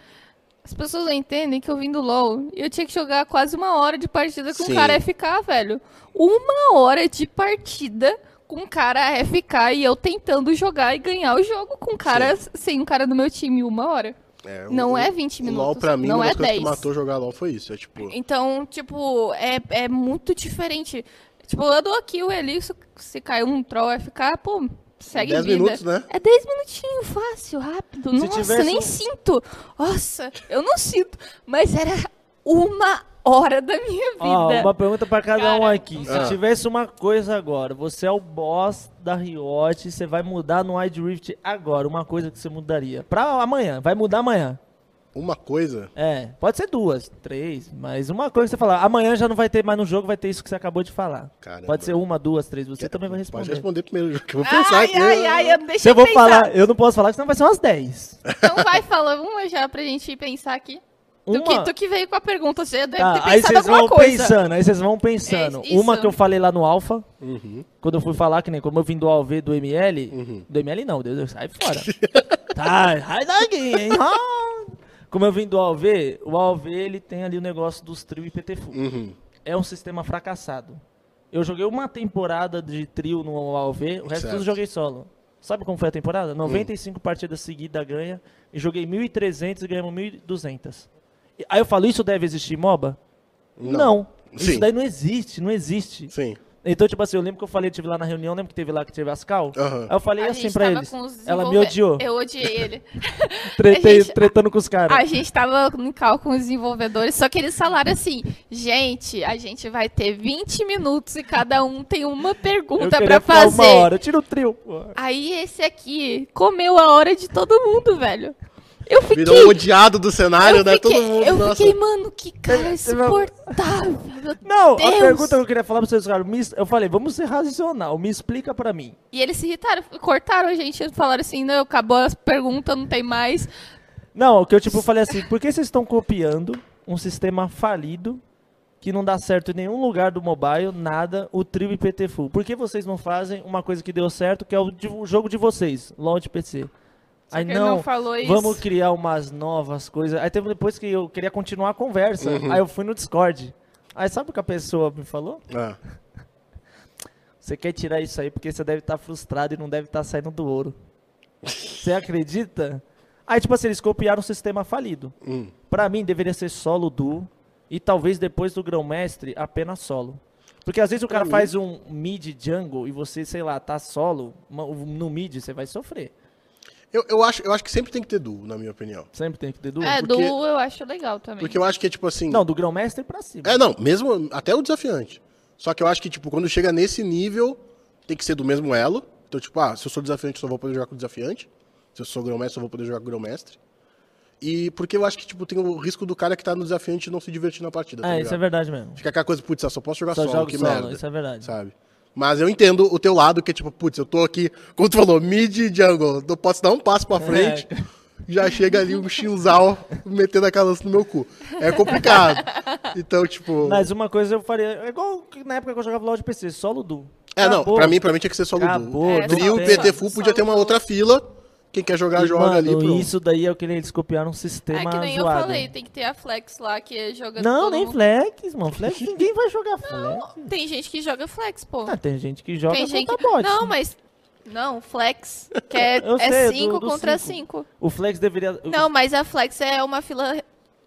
S2: As pessoas não entendem que eu vim do LOL e eu tinha que jogar quase uma hora de partida com
S1: Sim.
S2: um cara FK, velho. Uma hora de partida com um cara FK e eu tentando jogar e ganhar o jogo com um cara sem um cara do meu time, uma hora.
S1: É,
S2: não
S1: o-
S2: é 20 minutos.
S1: O LOL, pra mim,
S2: não
S1: uma
S2: é
S1: das coisas
S2: 10.
S1: que matou jogar LOL foi isso. É tipo,
S2: Então, tipo, é, é muito diferente. Tipo, eu dou aqui o ali, se, se cair um troll vai ficar, pô, segue
S1: 10
S2: em vida.
S1: minutos, né?
S2: É 10 minutinhos, fácil, rápido.
S3: Se
S2: Nossa,
S3: tivesse
S2: nem
S3: um-
S2: sinto. Nossa, eu não sinto. Mas era uma hora da minha vida.
S3: Ó, Ah, uma pergunta pra cada
S2: né?
S3: um
S2: Cara,
S3: aqui. Se
S1: Ah.
S3: tivesse uma coisa agora, você é o boss da Riot, você vai mudar no Wide Rift agora, uma coisa que você mudaria. Pra amanhã, vai mudar amanhã.
S1: uma coisa.
S3: É, pode ser duas, três, mas uma coisa que você falar, amanhã já não vai ter mais no jogo, vai ter isso que você acabou de falar.
S1: Caramba.
S3: Pode ser uma, duas, três, você também vai
S1: Pode
S3: responder.
S1: responder primeiro, que eu vou pensar
S2: Ai,
S1: aqui.
S2: ai, ai, eu deixei
S3: Se eu vou
S2: pensar.
S3: falar, eu não posso falar, senão vai ser umas dez.
S2: Então vai, fala uma já pra gente pensar aqui.
S3: Uma...
S2: Tu, que, tu que veio com a pergunta, você deve
S3: Tá,
S2: ter
S3: aí
S2: pensado
S3: vocês
S2: alguma
S3: vão
S2: coisa.
S3: pensando, aí vocês vão pensando.
S2: É, isso.
S3: uma que eu falei lá no Alpha,
S1: Uhum.
S3: Quando eu fui falar, que nem como eu vim do AOV do ML, do ML não, Deus, sai fora. tá, sai daqui, hein? Ah! Como eu vim do AOV, o AOV ele tem ali o negócio dos trio e PTFU.
S1: Uhum.
S3: É um sistema fracassado. Eu joguei uma temporada de trio no AOV, o resto
S1: Certo. Hum.
S3: tudo joguei solo. Sabe como foi a temporada? 95 partidas seguidas ganha, e joguei 1.300 e ganhamos 1.200. E- Aí eu falo, isso deve existir em MOBA? Não.
S1: Sim.
S3: Isso daí não existe, não existe.
S1: Sim.
S3: Então, tipo assim, eu lembro que eu falei, eu tive lá na reunião, lembro que teve lá que teve Ascal.
S1: Aham.
S3: Aí eu falei
S2: A
S3: assim
S2: gente
S3: pra
S2: tava
S3: eles.
S2: com os
S3: Ela me
S2: desenvolve-
S3: odiou.
S2: Eu odiei ele.
S3: Tretei,
S2: a gente-
S3: tretando com os
S2: A
S3: caras.
S2: gente tava no cal com os desenvolvedores, só que eles falaram assim: gente, a gente vai ter 20 minutos e cada um tem uma
S3: Eu
S2: pergunta
S3: queria
S2: tá pra
S3: ficar
S2: fazer.
S3: uma hora, eu tiro o trio. pô.
S2: Aí esse aqui comeu a hora de todo mundo, velho. Eu fiquei.
S1: Virou o odiado do cenário,
S2: eu
S1: né?
S2: fiquei,
S1: Todo mundo.
S2: eu
S1: nossa.
S2: fiquei, mano, que cara
S3: teve uma-
S2: insuportável. meu
S3: Não, a
S2: Deus.
S3: pergunta que eu queria falar pra vocês, cara, me- eu falei, vamos ser racional, me explica pra mim.
S2: E eles se irritaram, cortaram a gente, falaram assim: não, acabou as perguntas, não tem mais.
S3: Não, o que eu tipo falei assim, por que vocês estão copiando um sistema falido que não dá certo em nenhum lugar do mobile, nada, o trio e PT Full? Por que vocês não fazem uma coisa que deu certo, que é o, de- o jogo de vocês, LOL de PC?
S2: Só que ele não falou isso.
S3: vamos criar umas novas coisas. Aí teve depois que eu queria continuar a conversa,
S1: assim.
S3: aí eu fui no Discord. Aí sabe o que a pessoa me falou?
S1: Ah,
S3: Você quer tirar isso aí porque você deve estar frustrado e não deve estar saindo do ouro. Você acredita? Aí, tipo assim, eles copiaram um sistema falido.
S1: Hum.
S3: Pra mim, deveria ser solo duo. E talvez depois do grão-mestre, apenas solo. Porque às vezes o cara faz um mid jungle e você, sei lá, tá solo. ma- No mid, você vai sofrer.
S1: Eu, eu, acho, eu acho que sempre tem que ter duo, na minha opinião.
S3: Sempre tem que ter duo.
S2: É,
S1: Porque-
S2: duo eu acho legal também.
S1: Porque eu acho que é tipo assim.
S3: Não, do grão-mestre pra cima.
S1: É, não, mesmo até o desafiante. Só que eu acho que, tipo, quando chega nesse nível, tem que ser do mesmo elo. Então, tipo, ah, se eu sou desafiante, eu só vou poder jogar com o desafiante. Se eu sou grão-mestre, eu só vou poder jogar com o grão-mestre. E porque eu acho que, tipo, tem o risco do cara que tá no desafiante não se divertir na partida. tá
S3: É, isso é
S1: ligado?
S3: verdade mesmo.
S1: Fica aquela coisa, putz, eu só posso jogar
S3: Só
S1: solo,
S3: jogo
S1: que
S3: solo,
S1: merda.
S3: isso é verdade.
S1: Sabe? Mas eu entendo o teu lado, que é tipo, putz, eu tô aqui, como tu falou, mid e jungle, não posso dar um passo
S3: É.
S1: pra frente, já chega ali um Shinzal metendo aquela lança no meu cu. É complicado. Então, tipo...
S3: Mas uma coisa eu faria. É igual que na época que eu jogava LOL de PC, solo duo.
S1: É, não,
S3: Acabou.
S1: pra mim, pra mim tinha que ser só Ludu.
S3: Acabou,
S2: É,
S3: não
S2: só
S1: Trio,
S2: tem.
S1: PT Full podia ter uma outra fila, quem quer jogar,
S3: um. E,
S1: joga ali,
S3: mano,
S1: pronto.
S3: Isso daí é o que eles copiaram um sistema
S2: É que nem
S3: zoado.
S2: eu falei, tem que ter a Flex lá que joga
S3: Não,
S2: todo
S3: nem
S2: mundo.
S3: flex, mano. Flex, ninguém vai jogar flex.
S2: Tem gente que joga Flex, pô.
S3: Ah, tem gente que joga
S2: tem gente
S3: contra
S2: que...
S3: bot.
S2: Não, mas... Não, Flex, que é
S3: Eu sei, do-
S2: 5
S3: do
S2: contra
S3: cinco.
S2: 5.
S3: O flex deveria...
S2: Não, mas a Flex é uma fila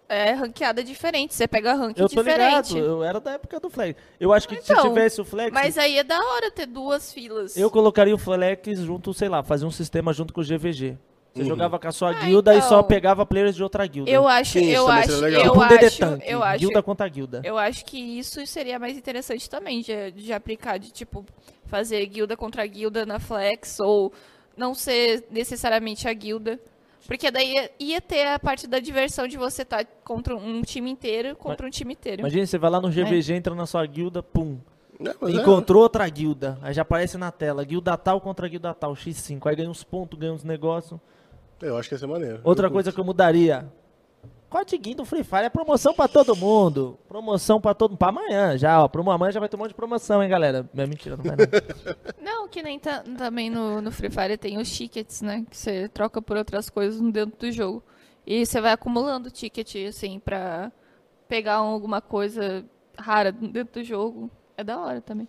S2: é, ranqueada diferente. Você pega ranking
S3: Eu tô
S2: diferente.
S3: ligado, eu era da época do flex. Eu acho que se
S2: Então,
S3: tivesse o flex,
S2: Mas aí é da hora ter duas filas.
S3: eu colocaria o flex junto, sei lá, fazia um sistema junto com o GVG.
S1: Uhum.
S3: Você jogava com a sua
S2: Ah,
S3: guilda e só
S2: então.
S3: pegava players de outra guilda.
S2: Eu acho,
S1: Sim, isso
S2: eu
S1: também seria
S2: acho,
S1: legal.
S2: eu
S3: tipo um DD
S2: acho,
S3: tank,
S2: eu acho,
S3: guilda contra guilda.
S2: eu acho que isso seria mais interessante também de, de aplicar, de tipo fazer guilda contra guilda na flex ou não ser necessariamente a guilda, porque daí ia- ia ter a parte da diversão de você estar contra um time inteiro contra um time inteiro.
S3: Imagina, você vai lá no GVG, entra na sua guilda, pum.
S1: É, mas é.
S3: Encontrou outra guilda. Aí já aparece na tela. Guilda tal contra guilda tal. X5. Aí ganha uns pontos, ganha uns negócios.
S1: Eu acho que ia ser maneiro.
S3: Outra
S1: Eu-
S3: coisa que eu mudaria. Codiguinho do Free Fire é promoção pra todo mundo. Promoção pra todo mundo. Pra amanhã já, ó. Pra amanhã já vai ter um monte de promoção, hein, galera. Não é mentira, não vai não.
S2: Não, que nem ta- também no, no Free Fire tem os tickets, né? Que você troca por outras coisas no dentro do jogo. E você vai acumulando ticket, assim, pra pegar alguma coisa rara dentro do jogo. É da hora também.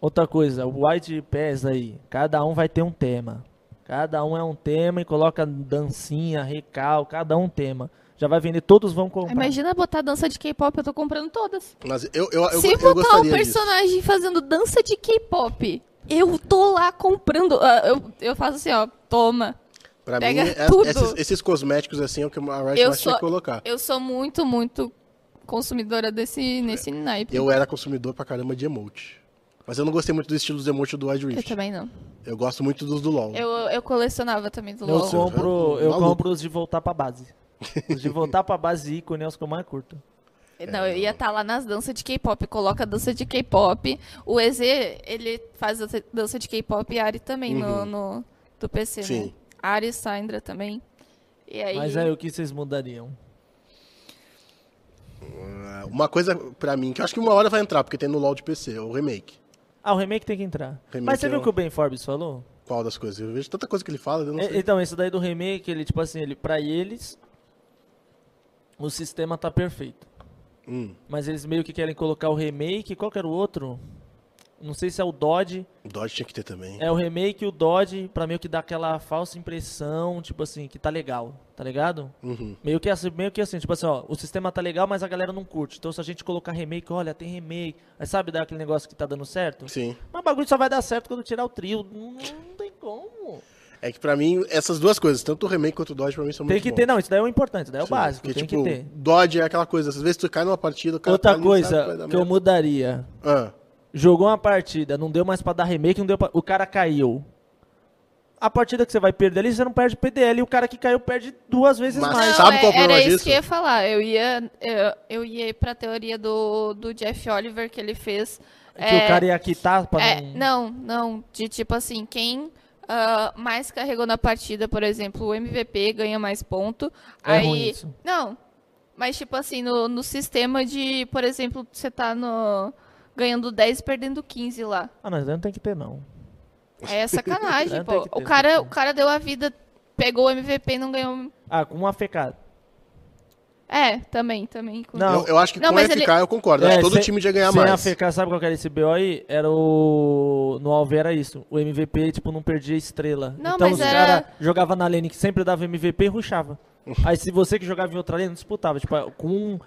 S3: Outra coisa, o White Pass aí. Cada um vai ter um tema. Cada um é um tema e coloca dancinha, recal, cada um um tema. Já vai vender, todos vão comprar.
S2: Imagina botar dança de K-pop, eu tô comprando todas.
S1: Mas eu, eu, eu,
S2: Se
S1: eu
S2: botar um
S1: gostaria disso.
S2: personagem fazendo dança de K-pop, eu tô lá comprando. Ah, Eu, eu faço assim, ó, toma.
S1: Pra
S2: Pega
S1: mim, é-
S2: tudo.
S1: esses, esses cosméticos assim é o que a Riot
S2: Eu
S1: mais tinha
S2: sou-
S1: que colocar.
S2: Eu sou muito, muito consumidora desse, nesse naipe.
S1: É, Eu era consumidor pra caramba de emote. Mas eu não gostei muito do estilo dos emotes do Wild
S2: eu
S1: Rift. Eu,
S2: também não.
S1: gosto muito dos do LoL.
S2: Eu, eu colecionava também do
S3: Eu
S2: LoL.
S3: compro,
S1: tá
S3: eu
S1: maluco.
S3: compro os de voltar pra base. Os de voltar pra base ícone é os que eu mais curto.
S2: Não, eu ia estar lá nas danças de K-pop, coloca a dança de K-pop. O EZ, ele faz dança- dança de K-pop e a Ari também no, no- do PC, né?
S1: Uhum. Sim.
S2: Ari e Sandra também. E aí,
S3: Mas é aí o que vocês mudariam?
S1: Ah, Uma coisa pra mim, que eu acho que uma hora vai entrar, porque tem no LoL de PC, o remake.
S3: Ah, o remake tem que entrar.
S1: Remake
S3: Mas você
S1: é
S3: viu
S1: um-
S3: que o Ben Forbes falou?
S1: Qual das coisas? Eu vejo tanta coisa que ele fala, eu não
S3: É,
S1: sei.
S3: então, esse daí do remake, ele, tipo assim, ele, pra eles, o sistema tá perfeito.
S1: Hum,
S3: Mas eles meio que querem colocar o remake, qual que era o outro? Não sei se é o Dodge.
S1: o Dodge tinha que ter também.
S3: É o remake e o Dodge pra meio que dar aquela falsa impressão, tipo assim, que tá legal, tá ligado?
S1: Uhum.
S3: Meio que assim, meio que assim, tipo assim, ó, o sistema tá legal, mas a galera não curte. Então se a gente colocar remake, olha, tem remake. Aí sabe dar aquele negócio que tá dando certo?
S1: Sim.
S3: Mas o bagulho só vai dar certo quando tirar o trio. Não, não tem como.
S1: É que pra mim, essas duas coisas, tanto o remake quanto o Dodge, pra mim são
S3: Tem
S1: muito
S3: que
S1: bons.
S3: ter, não, isso daí é o importante, isso daí é o
S1: Sim,
S3: básico,
S1: porque,
S3: tem
S1: tipo,
S3: que ter.
S1: Dodge é aquela coisa, às vezes tu cai numa partida, o cara tá
S3: Outra
S1: ali, sabe vai
S3: coisa
S1: dar
S3: que eu
S1: merda.
S3: mudaria.
S1: Ah,
S3: Jogou uma partida, não deu mais pra dar remake, não deu pra... o cara caiu. A partida que você vai perder ali, você não perde PDL e o cara que caiu perde duas vezes
S1: Mas
S3: mais.
S1: sabe qual é o
S2: era
S1: problema
S2: isso
S1: disso?
S2: que eu ia falar. Eu ia, eu, eu ia ir pra teoria do, do Jeff Oliver que ele fez.
S1: é
S3: É Que o cara ia quitar pra um-
S2: É,
S3: não...
S2: não, não. De tipo assim, quem ah, mais carregou na partida, por exemplo, o MVP ganha mais ponto.
S3: É
S2: aí,
S3: ruim isso.
S2: Não. Mas tipo assim, no, no sistema de, por exemplo, você tá no ganhando 10 e perdendo 15 lá.
S3: Ah, não, isso daí não tem que ter, não.
S2: É sacanagem,
S3: Não, tem
S2: pô.
S3: que ter,
S2: O cara, o cara deu a vida, pegou o MVP e não ganhou.
S3: Ah, com uma fecada.
S2: É, também, também. com-
S3: Não.
S1: Eu, eu acho que
S2: Não,
S1: com o
S2: mas
S1: FK
S2: ele-
S1: eu concordo. Eu
S3: É,
S1: acho que todo
S3: sem-
S1: time já ganhar
S3: Sem
S1: mais.
S3: AFK, sabe qual que era esse BO aí? Era o. No Alve era isso. O MVP, tipo, não perdia estrela.
S2: Não,
S3: então
S2: mas
S3: os
S2: era-
S3: caras jogavam na lane que sempre dava MVP e ruxava. aí se você que jogava em outra lane, não disputava. Tipo, com
S1: Uhum.
S3: um.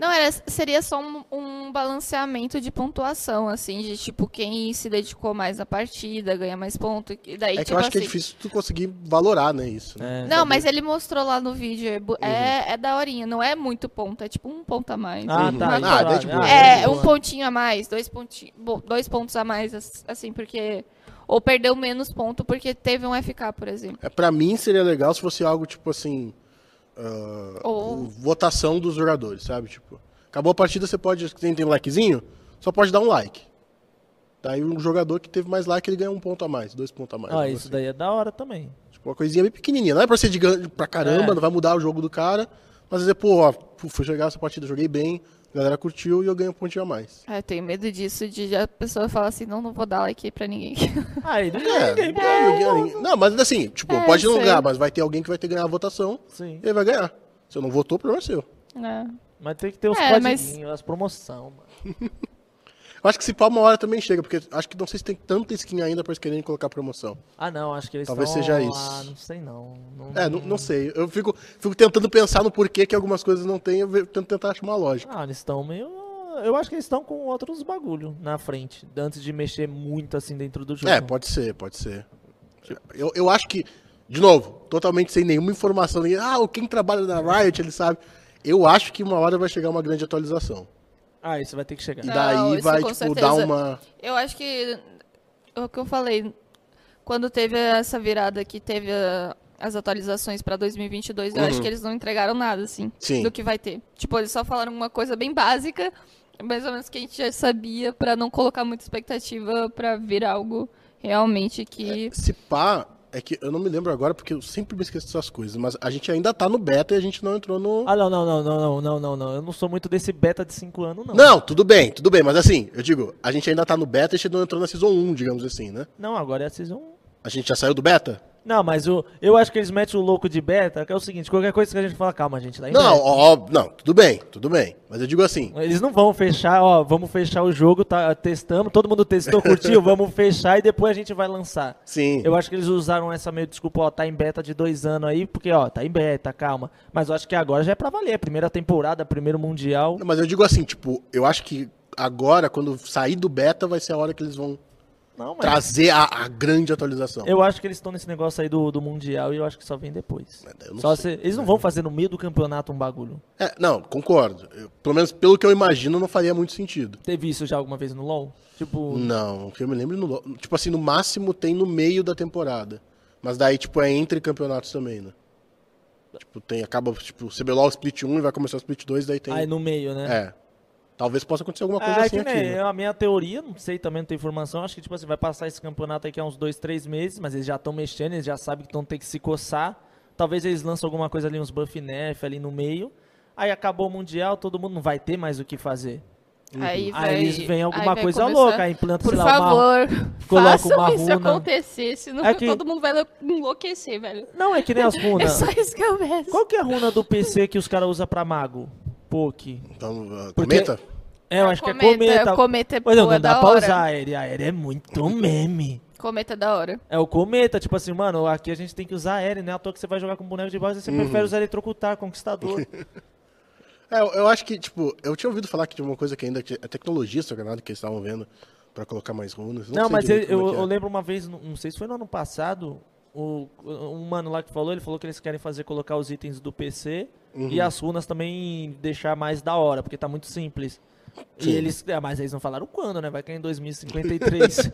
S2: Não, era, seria só um, um balanceamento de pontuação, assim, de tipo, quem se dedicou mais na partida, ganha mais ponto. E daí,
S1: É que
S2: tipo
S1: eu acho que é
S2: assim,
S1: difícil tu conseguir valorar, né, isso. né?
S3: É,
S2: Não, mas ele mostrou lá no vídeo. é bu- É, é daorinha, não é muito ponto, é tipo um ponto a mais.
S3: Ah,
S1: Uhum.
S3: tá.
S1: Ah,
S3: então,
S1: daí, tipo,
S3: ah,
S2: é,
S3: então,
S2: um pontinho a mais, dois, ponti... bom, dois pontos a mais, as- assim, porque. Ou perdeu menos ponto porque teve um FK, por exemplo.
S1: É, pra mim seria legal se fosse algo tipo assim. ah,
S2: Ou-
S1: Votação dos jogadores, sabe? Tipo, acabou a partida, você pode. Tem, tem likezinho? Só pode dar um like. Daí um jogador que teve mais like, ele ganha um ponto a mais, dois pontos a mais.
S3: Ah,
S1: algo
S3: isso
S1: assim.
S3: daí é da hora também.
S1: Tipo, uma coisinha bem pequenininha. Não é pra ser de gan- pra caramba,
S3: É.
S1: não vai mudar o jogo do cara. Mas dizer, pô, ó, pô, fui jogar essa partida, joguei bem, a galera curtiu e eu ganhei um pontinho a mais.
S2: É, eu tenho medo disso, de a pessoa falar assim, não, não vou dar like pra ninguém.
S3: Aí, Ah, ninguém.
S1: É,
S3: ninguém-
S1: não, ninguém- não, mas assim, tipo,
S2: É,
S1: pode não
S2: sei.
S1: ganhar, mas vai ter alguém que vai ter que ganhar a votação
S3: Sim.
S1: e ele vai ganhar. Se eu não votou, o problema é seu.
S2: né?
S3: Mas tem que ter os
S2: É, mas-
S3: códigos, as promoções, mano.
S1: Eu acho que se pá uma hora também chega, porque acho que não sei se tem tanta skin ainda pra eles quererem colocar promoção.
S3: Ah, não, acho que eles
S1: Talvez
S3: tão-
S1: seja isso.
S3: Ah, não sei não. não
S1: É, não, não sei. Eu fico, fico tentando pensar no porquê que algumas coisas não tem, eu ve- tento tentar achar uma lógica.
S3: Ah, eles estão meio. Eu acho que eles estão com outros bagulho na frente, antes de mexer muito assim dentro do jogo.
S1: É, pode ser, pode ser. Eu, eu acho que, de novo, totalmente sem nenhuma informação. nem, Ah, quem trabalha na Riot, ele sabe. Eu acho que uma hora vai chegar uma grande atualização.
S3: Ah, isso vai ter que chegar.
S1: E
S2: Não,
S1: daí
S2: isso
S1: vai,
S2: com
S1: tipo, dar
S2: certeza.
S1: uma.
S2: Eu acho que é o que eu falei, quando teve essa virada que teve a- as atualizações pra 2022, eu acho que eles não entregaram nada assim
S1: Sim.
S2: do que vai ter. Tipo, eles só falaram uma coisa bem básica, mais ou menos que a gente já sabia pra não colocar muita expectativa pra vir algo realmente que
S1: Se pá, é que eu não me lembro agora, porque eu sempre me esqueço dessas coisas, mas a gente ainda tá no beta e a gente não entrou no.
S3: Ah, não, não, não, não, não, não, não, não. Eu não sou muito desse beta de 5 anos, não.
S1: Não, tudo bem, tudo bem, mas assim, eu digo, a gente ainda tá no beta e a gente não entrou na Season 1, digamos assim, né?
S3: Não, agora é a Season
S1: A gente já saiu do beta?
S3: Não, mas o, eu acho que eles metem o louco de beta, que é o seguinte, qualquer coisa que a gente fala, calma, gente, lá em
S1: Não,
S3: beta.
S1: ó, ó, não, tudo bem, tudo bem, mas eu digo assim,
S3: Eles não vão fechar, ó, vamos fechar o jogo, tá, testamos, todo mundo testou, curtiu, vamos fechar e depois a gente vai lançar.
S1: sim,
S3: Eu acho que eles usaram essa meio desculpa, ó, tá em beta de dois anos aí, porque, ó, tá em beta, calma. Mas eu acho que agora já é pra valer, primeira temporada, primeiro mundial.
S1: Não, mas eu digo assim, tipo, eu acho que agora, quando sair do beta, vai ser a hora que eles vão
S3: Não, mas
S1: trazer a, a grande atualização.
S3: eu acho que eles estão nesse negócio aí do, do mundial e eu acho que só vem depois.
S1: Eu não
S3: Só
S1: sei.
S3: se- eles não vão fazer no meio do campeonato um bagulho.
S1: É, não, concordo. Eu- pelo menos pelo que eu imagino, não faria muito sentido.
S3: Teve isso já alguma vez no LoL? Tipo,
S1: Hum, Não, o que eu me lembro, no lo- tipo assim, no máximo tem no meio da temporada. Mas daí, tipo, é entre campeonatos também, né? Tipo, tem, acaba, tipo, o CBLOL Split 1 e vai começar o Split 2, daí tem...
S3: aí no meio, né?
S1: É. Talvez possa acontecer alguma coisa
S3: Ah,
S1: assim
S3: que
S1: aqui.
S3: nem
S1: né?
S3: eu, a minha teoria, não sei também, não tenho informação. Acho que, tipo assim, vai passar esse campeonato aqui há uns dois, três meses, mas eles já estão mexendo, eles já sabem que vão ter que se coçar. Talvez eles lancem alguma coisa ali, uns buff nerf ali no meio. Aí acabou o Mundial, todo mundo não vai ter mais o que fazer.
S2: Uhum. aí vai
S3: Aí eles vêm
S2: aí
S3: alguma
S2: vai
S3: coisa
S2: começar.
S3: louca, aí implanta,
S2: Por
S3: sei lá, uma-
S2: favor,
S3: coloca uma
S2: façam isso
S3: runa.
S2: acontecer, senão
S3: É que-
S2: todo mundo vai enlouquecer, velho.
S3: Não, é que nem as
S2: É
S3: runas.
S2: só isso que eu peço.
S3: Qual que é a runa do PC que os caras usam pra mago? Poke.
S1: Então, uh,
S3: Porque-
S1: comenta?
S3: É, eu acho que é
S2: Cometa,
S3: cometa.
S2: o cometa é
S3: Mas não,
S2: boa,
S3: não dá
S2: da
S3: pra
S2: hora.
S3: usar ele. A Eren é muito meme.
S2: Cometa é da hora.
S3: É o cometa, tipo assim, mano, aqui a gente tem que usar aéreo, né? À toa que você vai jogar com boneco de base, você
S1: Uhum.
S3: prefere usar eletrocutar, conquistador.
S1: É, eu, eu acho que, tipo, eu tinha ouvido falar que tinha uma coisa que ainda é tecnologia sacanagem que eles estavam vendo pra colocar mais runas.
S3: não,
S1: sei
S3: mas eu,
S1: direito
S3: eu,
S1: como é que é.
S3: eu lembro uma vez, não- não sei se foi no ano passado, o, um mano lá que falou, ele falou que eles querem fazer colocar os itens do PC
S1: Uhum.
S3: e as runas também deixar mais da hora, porque tá muito simples.
S1: Sim.
S3: E eles. ah, mas eles não falaram quando, né? Vai cair em 2053.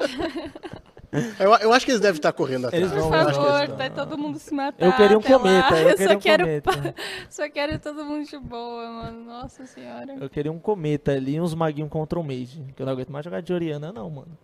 S1: Eu, eu acho que eles devem estar correndo atrás.
S3: Eles
S2: Por
S3: vão, eu acho que eles
S2: favor,
S3: não.
S2: tá todo mundo se matando.
S3: eu queria um cometa, eu queria
S2: só
S3: um
S2: quero,
S3: cometa.
S2: Só quero todo mundo de boa, mano. Nossa senhora.
S3: Eu queria um cometa ali e uns maguinhos contra o Mage. Que eu não aguento mais jogar de Oriana, não, mano.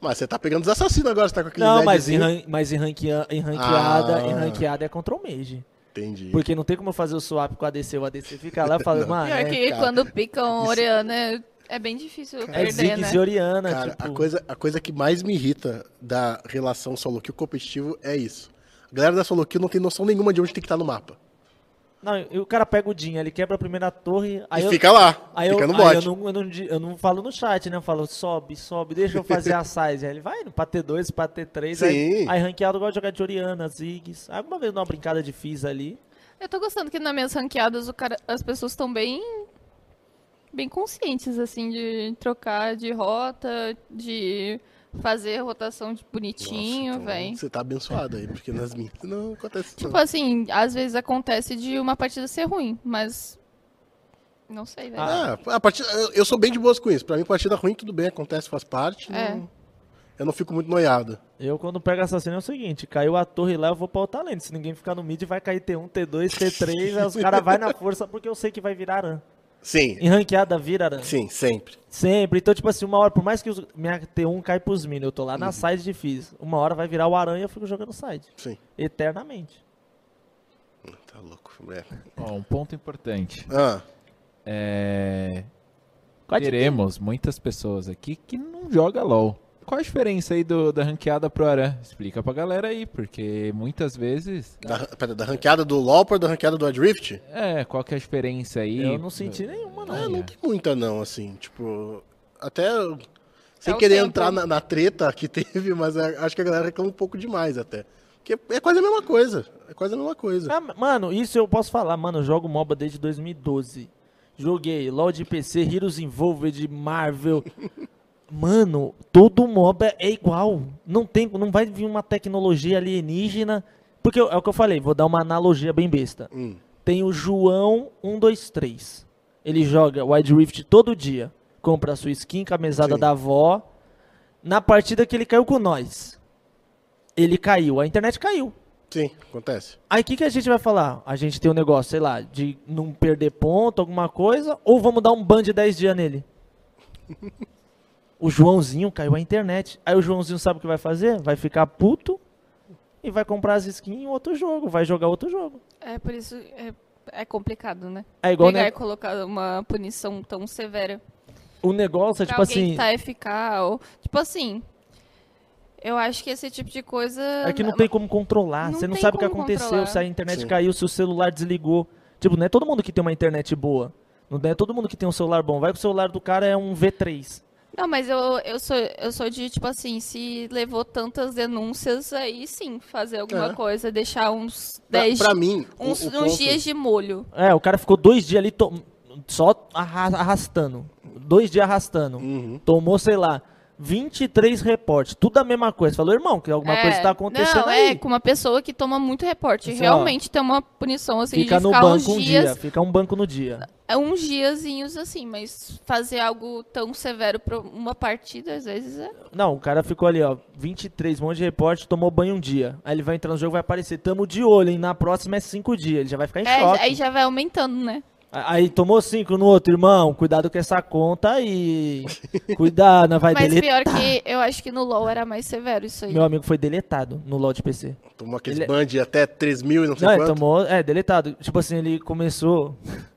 S1: Mas você tá pegando os assassinos agora, você tá com aquele
S3: Não, mas em,
S1: LEDzinho.
S3: ran- mas em, ranquea- em ranqueada,
S1: Ah.
S3: em ranqueada é contra o Mage.
S1: Entendi.
S3: Porque não tem como eu fazer o swap com o ADC. O ADC fica lá e fala, mano,
S2: Pior
S3: é,
S2: que
S1: cara,
S2: quando picam Oriana, é- é bem difícil eu
S3: é
S2: perder,
S3: Ziggs
S2: né?
S3: e Oriana.
S1: Cara,
S3: tipo,
S1: a, coisa, a coisa que mais me irrita da relação solo kill competitivo é isso. A galera da solo kill não tem noção nenhuma de onde tem que estar no mapa.
S3: Não, e o cara pega o Jin, ele quebra a primeira torre, aí
S1: e
S3: eu,
S1: fica lá.
S3: aí eu,
S1: fica no bot.
S3: aí eu não, eu, não, di- eu não falo no chat, né? Eu falo, sobe, sobe, deixa eu fazer a size. Aí ele vai no Patê 2, Patê 3, aí,
S1: Sim.
S3: aí ranqueado gosta de jogar de Oriana, Ziggs. Alguma vez eu dou uma brincada de Fizz ali.
S2: Eu tô gostando que nas minhas ranqueadas o cara- as pessoas estão bem bem conscientes assim de trocar de rota, de fazer rotação de bonitinho,
S1: Nossa, então
S2: véi.
S1: Você tá abençoado aí, porque nas minhas não acontece isso,
S3: Hum.
S2: Tipo
S1: não.
S2: assim, às vezes acontece de uma partida ser ruim, mas não sei, velho.
S1: Ah, a partida, eu- eu sou bem de boas com isso. Pra mim, partida ruim, tudo bem, acontece, faz parte.
S2: É.
S1: não- eu não fico muito noiado.
S3: Eu, quando pego assassino, é o seguinte: caiu a torre lá, eu vou pautar lane. Se ninguém ficar no mid, vai cair T1, T2, T3. aí os caras vai na força porque eu sei que vai virar Aran.
S1: Sim,
S3: Em ranqueada vira Aran.
S1: sim, sempre.
S3: Sempre. Então, tipo assim, uma hora, por mais que os- minha T1 cai pros minions, eu tô lá na side de Fizz. Uma hora vai virar o Aran e eu fico jogando side.
S1: Sim.
S3: Eternamente.
S1: Tá louco. É.
S4: Ó, um ponto importante.
S1: Ah,
S4: É...
S3: Quase
S4: Teremos muitas pessoas aqui que não joga LOL. Qual a diferença aí do, da ranqueada pro Aran? Explica pra galera aí, porque muitas vezes.
S1: da, pera, da ranqueada do LoL pra da ranqueada do Adrift?
S4: É, qual que é a diferença aí?
S3: Eu não senti nenhuma, não.
S1: Ah, não
S4: Olha.
S1: tem muita não, assim, tipo, até eu- sem
S2: É o
S1: querer
S2: tempo. né?
S1: entrar na, na treta que teve, mas a- acho que a galera reclama um pouco demais até. Porque é quase a mesma coisa, é quase a mesma coisa.
S3: Ah, mano, isso eu posso falar, mano. Eu jogo MOBA desde 2012. Joguei LOL de PC, Heroes Involved, Marvel. Mano, todo MOBA é igual. Não tem, não vai vir uma tecnologia alienígena. Porque eu- é o que eu falei, vou dar uma analogia bem besta.
S1: Hum.
S3: Tem o João 123. Ele joga Wide Rift todo dia. Compra a sua skin, camisada
S1: Sim.
S3: da avó. Na partida que ele caiu com nós. Ele caiu, a internet caiu.
S1: Sim, acontece.
S3: Aí o que, que a gente vai falar? A gente tem um negócio, sei lá, de não perder ponto, alguma coisa, ou vamos dar um ban de 10 dias nele? o Joãozinho caiu a internet. Aí o Joãozinho sabe o que vai fazer? Vai ficar puto e vai comprar as skins em outro jogo, vai jogar outro jogo.
S2: É por isso é, é complicado, né?
S3: É igual
S2: Pegar
S3: né,
S2: e colocar uma punição tão severa.
S3: o negócio, é
S2: pra
S3: tipo
S2: alguém
S3: assim,
S2: que tá FK ou... Tipo assim, eu acho que esse tipo de coisa...
S3: é que não tem como controlar.
S2: Não
S3: Você não
S2: tem
S3: sabe o que
S2: como
S3: aconteceu,
S2: controlar.
S3: se a internet
S1: Sim.
S3: caiu, se o celular desligou. Tipo, não é todo mundo que tem uma internet boa. Não é todo mundo que tem um celular bom. Vai que o celular do cara é um V3.
S2: Não, mas eu, eu, sou, eu sou de, tipo assim, se levou tantas denúncias, aí sim, fazer alguma
S1: É.
S2: coisa, deixar uns
S1: Pra,
S2: 10...
S1: pra mim, o-
S2: uns,
S1: o
S2: uns
S1: ponto-
S2: dias de molho.
S3: É, o cara ficou dois dias ali to- só arra- arrastando. Dois dias arrastando.
S1: Uhum.
S3: Tomou, sei lá, 23 reportes. Tudo a mesma coisa. Falou, irmão, que alguma
S2: É,
S3: coisa tá acontecendo
S2: não,
S3: aí.
S2: é com uma pessoa que toma muito reporte.
S3: Assim, ó,
S2: Realmente tem uma punição, assim,
S3: Fica
S2: de
S3: no
S2: ficar uns
S3: banco um
S2: dias...
S3: dia. Fica um banco no dia.
S2: É uns diazinhos, assim, mas fazer algo tão severo pra uma partida, às vezes, é...
S3: Não, o cara ficou ali, ó, 23, um monte de reporte, tomou banho um dia. Aí ele vai entrar no jogo, vai aparecer, tamo de olho, hein? Na próxima é cinco dias. Ele já vai ficar em
S2: é
S3: choque.
S2: aí já vai aumentando, né?
S3: A- Aí tomou cinco no outro, irmão. Cuidado com essa conta aí. Cuidado, não vai
S2: Mas
S3: deletar.
S2: pior que eu acho que no LoL era mais severo isso aí.
S3: Meu amigo foi deletado no LOL de PC.
S1: Tomou aqueles
S3: Ele- é-
S1: band de até 3 mil e não sei
S3: Não, ele
S1: quanto.
S3: tomou. É, deletado. Tipo assim, ele começou.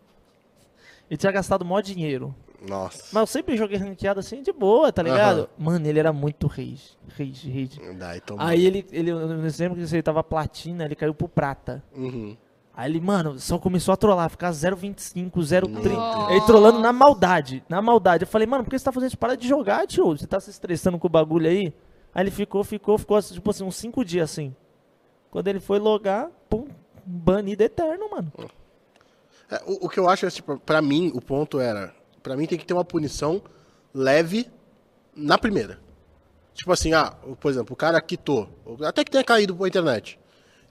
S3: ele tinha gastado mó dinheiro.
S1: Nossa,
S3: Mas eu sempre joguei ranqueado assim de boa, tá ligado? Mano, ele era muito rage. Rage, rage.
S1: daí tomou.
S3: Aí ele, ele, eu não lembro que se ele tava platina, ele caiu pro prata.
S1: Uhum.
S3: Aí ele, mano, só começou a trollar, ficar 0,25, 0,30.
S2: Nossa.
S3: Ele trollando na maldade, na maldade. Eu falei, mano, por que você tá fazendo isso? Para de jogar, tio. Você tá se estressando com o bagulho aí? Aí ele ficou, ficou, ficou, assim, tipo assim, uns 5 dias assim. Quando ele foi logar, pum, banido eterno, mano.
S1: É, o, o que eu acho é, tipo, pra mim, o ponto era. Pra mim tem que ter uma punição leve na primeira. Tipo assim, ah, o- por exemplo, o cara quitou. ou Até que tenha caído pra internet.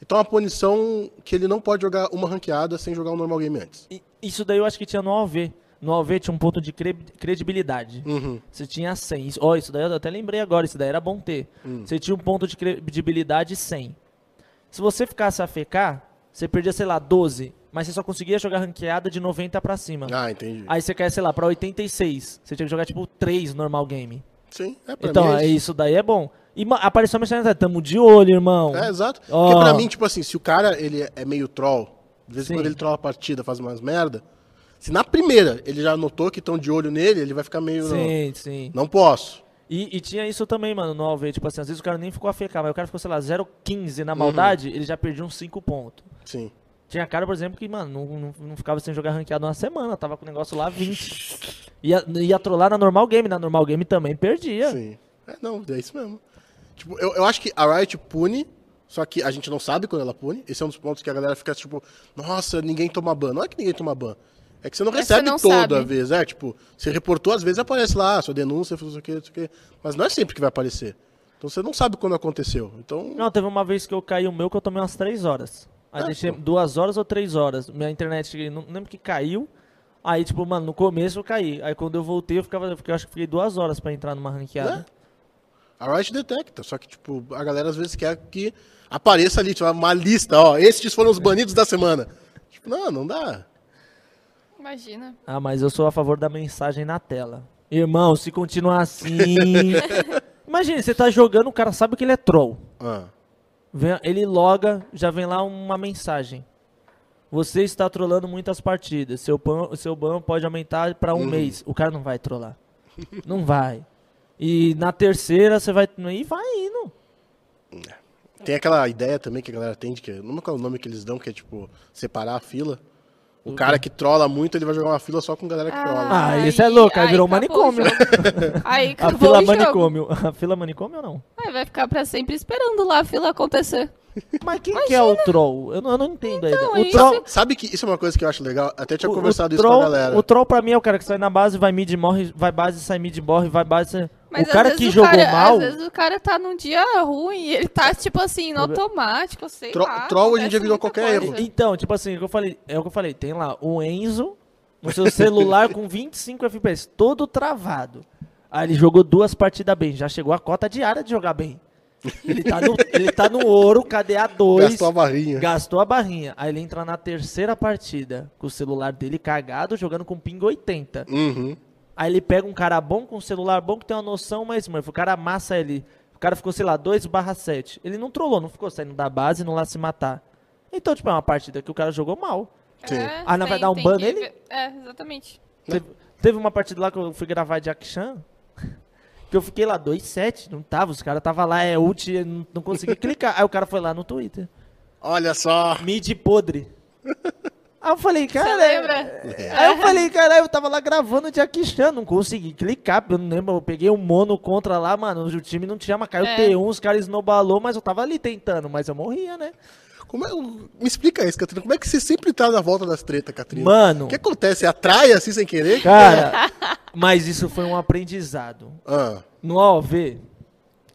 S1: Então uma punição que ele não pode jogar uma ranqueada sem jogar um normal game antes.
S3: E isso daí eu acho que tinha no AOV. No AOV tinha um ponto de cre- credibilidade.
S1: Uhum.
S3: Você tinha 100. Isso, ó, isso daí eu até lembrei agora, isso daí era bom ter.
S1: Hum.
S3: Você tinha um ponto de credibilidade 100. Se você ficasse a fecar, você perdia, sei lá, 12, mas você só conseguia jogar ranqueada de 90 pra cima.
S1: Ah, entendi.
S3: Aí você cai, sei lá, pra 86. Você tinha que jogar tipo 3 normal game.
S1: Sim, é pra
S3: então,
S1: mim.
S3: é isso daí é bom. E ma- apareceu a mensagem, "Ah, tamo de olho, irmão.
S1: É, exato.
S3: Ó.
S1: Porque pra mim, tipo assim, se o cara ele é meio troll, de vez em
S3: Sim.
S1: quando ele trolla a partida, faz umas merda. Se na primeira ele já notou que estão de olho nele, ele vai ficar meio. Não,
S3: sim, sim.
S1: não posso.
S3: E, e tinha isso também, mano, no AOV. Tipo assim, às vezes o
S1: Uhum.
S3: cara nem ficou a fecar, mas o cara ficou, sei lá, 0,15 na maldade, ele já perdia uns 5 pontos.
S1: Sim.
S3: Tinha cara, por exemplo, que, mano, não, não, não ficava sem jogar ranqueado uma semana, tava com o negócio lá 20. Ia, ia trollar na normal game, na normal game também perdia.
S1: Sim. É, não, é isso mesmo. Tipo, eu, eu acho que a Riot pune, só que a gente não sabe quando ela pune. Esse é um dos pontos que a galera fica tipo, nossa, ninguém toma ban. Não é que ninguém toma ban. É que você não
S2: É que
S1: recebe
S2: você não
S1: toda
S2: sabe.
S1: vez, é tipo, você reportou, às vezes aparece lá, sua denúncia, fez isso aqui, isso aqui. Mas não é sempre que vai aparecer. Então você não sabe quando aconteceu. Então,
S3: Não, teve uma vez que eu caí o meu que eu tomei umas 3 horas. Aí
S1: Ah,
S3: deixei
S1: pô.
S3: duas horas ou três horas. Minha internet, não lembro que caiu. Aí, tipo, mano, no começo eu caí. Aí quando eu voltei, eu ficava, eu fiquei- eu acho que fiquei duas horas pra entrar numa ranqueada.
S1: É? a Riot detecta. Só que, tipo, a galera às vezes quer que apareça ali, tipo, uma lista, ó, estes foram os banidos da semana. Tipo, não, não dá.
S2: Imagina.
S3: Ah, mas eu sou a favor da mensagem na tela. Irmão, se continuar assim. Imagina, você tá jogando, o cara sabe que ele é troll.
S1: Ah,
S3: Vem- ele loga, já vem lá uma mensagem. Você está trollando muitas partidas. Seu, pan, seu ban pode aumentar para um
S1: Uhum.
S3: mês. O cara não vai trollar. não vai. E na terceira você vai. E vai indo.
S1: Tem aquela ideia também que a galera tem de que. Não sei qual é o nome que eles dão, que é tipo, separar a fila. O cara que trola muito, ele vai jogar uma fila só com galera que trola.
S3: Uhum. Ah, isso é louco, aí
S2: acabou
S3: virou
S2: o
S3: manicômio.
S2: jogo. aí
S3: A
S2: acabou
S3: fila
S2: o jogo.
S3: manicômio. A fila manicômio ou não?
S2: Aí vai ficar pra sempre esperando lá a fila acontecer.
S3: Mas quem que é o troll? Eu não, eu não entendo ainda. O
S2: isso-
S3: troll,
S1: Sabe que isso é uma coisa que eu acho legal? Até tinha
S3: o- o
S1: conversado isso
S3: troll-
S1: com a galera.
S3: O troll pra mim é o cara que sai na base, vai mid, morre, vai base, sai mid, morre, vai base. sai-
S2: Mas
S3: o cara
S2: às
S3: que
S2: vezes
S3: jogou
S2: cara-
S3: mal.
S2: Às vezes o cara tá num dia ruim e ele tá, tipo assim, no automático, sei
S1: Tro-
S2: lá.
S1: troll hoje em
S2: acontece
S1: dia virou
S2: muita
S1: qualquer
S2: coisa.
S1: erro.
S3: Então, tipo assim, o que eu falei, é o que eu falei, tem lá o Enzo no seu celular com 25 FPS, todo travado. Aí ele jogou duas partidas bem, já chegou a cota diária de jogar bem. Ele tá no, ele tá no ouro, KDA2,
S1: Gastou a barrinha.
S3: gastou a barrinha. Aí ele entra na terceira partida com o celular dele cagado, jogando com ping 80.
S1: Uhum.
S3: Aí ele pega um cara bom com um celular bom que tem uma noção, mas, mano, o cara amassa ele. O cara ficou, sei lá, 2 barra 7. Ele não trollou, não ficou saindo da base, não lá se matar. Então, tipo, é uma partida que o cara jogou mal.
S1: Sim.
S2: É,
S3: Ah, não vai dar um
S2: tem
S3: ban
S2: que
S3: nele?
S2: ver- É, exatamente.
S3: Teve, teve uma partida lá que eu fui gravar de Akshan, que eu fiquei lá 2-7, não tava, os caras tava lá, é ult, eu não, não consegui clicar. Aí o cara foi lá no Twitter.
S1: Olha só.
S3: Mid podre. Aí eu falei, cara. é-
S2: lembra?
S3: Aí eu falei, caralho, eu tava lá gravando de Akishan, não consegui clicar, eu não lembro, eu peguei um mono contra lá, mano, o time não tinha, mas caiu
S2: É.
S3: T1, os caras esnobalou, mas eu tava ali tentando, mas eu morria, né?
S1: Como é- me explica isso, Catrina. Como é que você sempre tá na volta das tretas, Catrina?
S3: Mano.
S1: O que acontece? Atrai assim sem querer?
S3: Cara, mas isso foi um aprendizado.
S1: Ah,
S3: No AOV,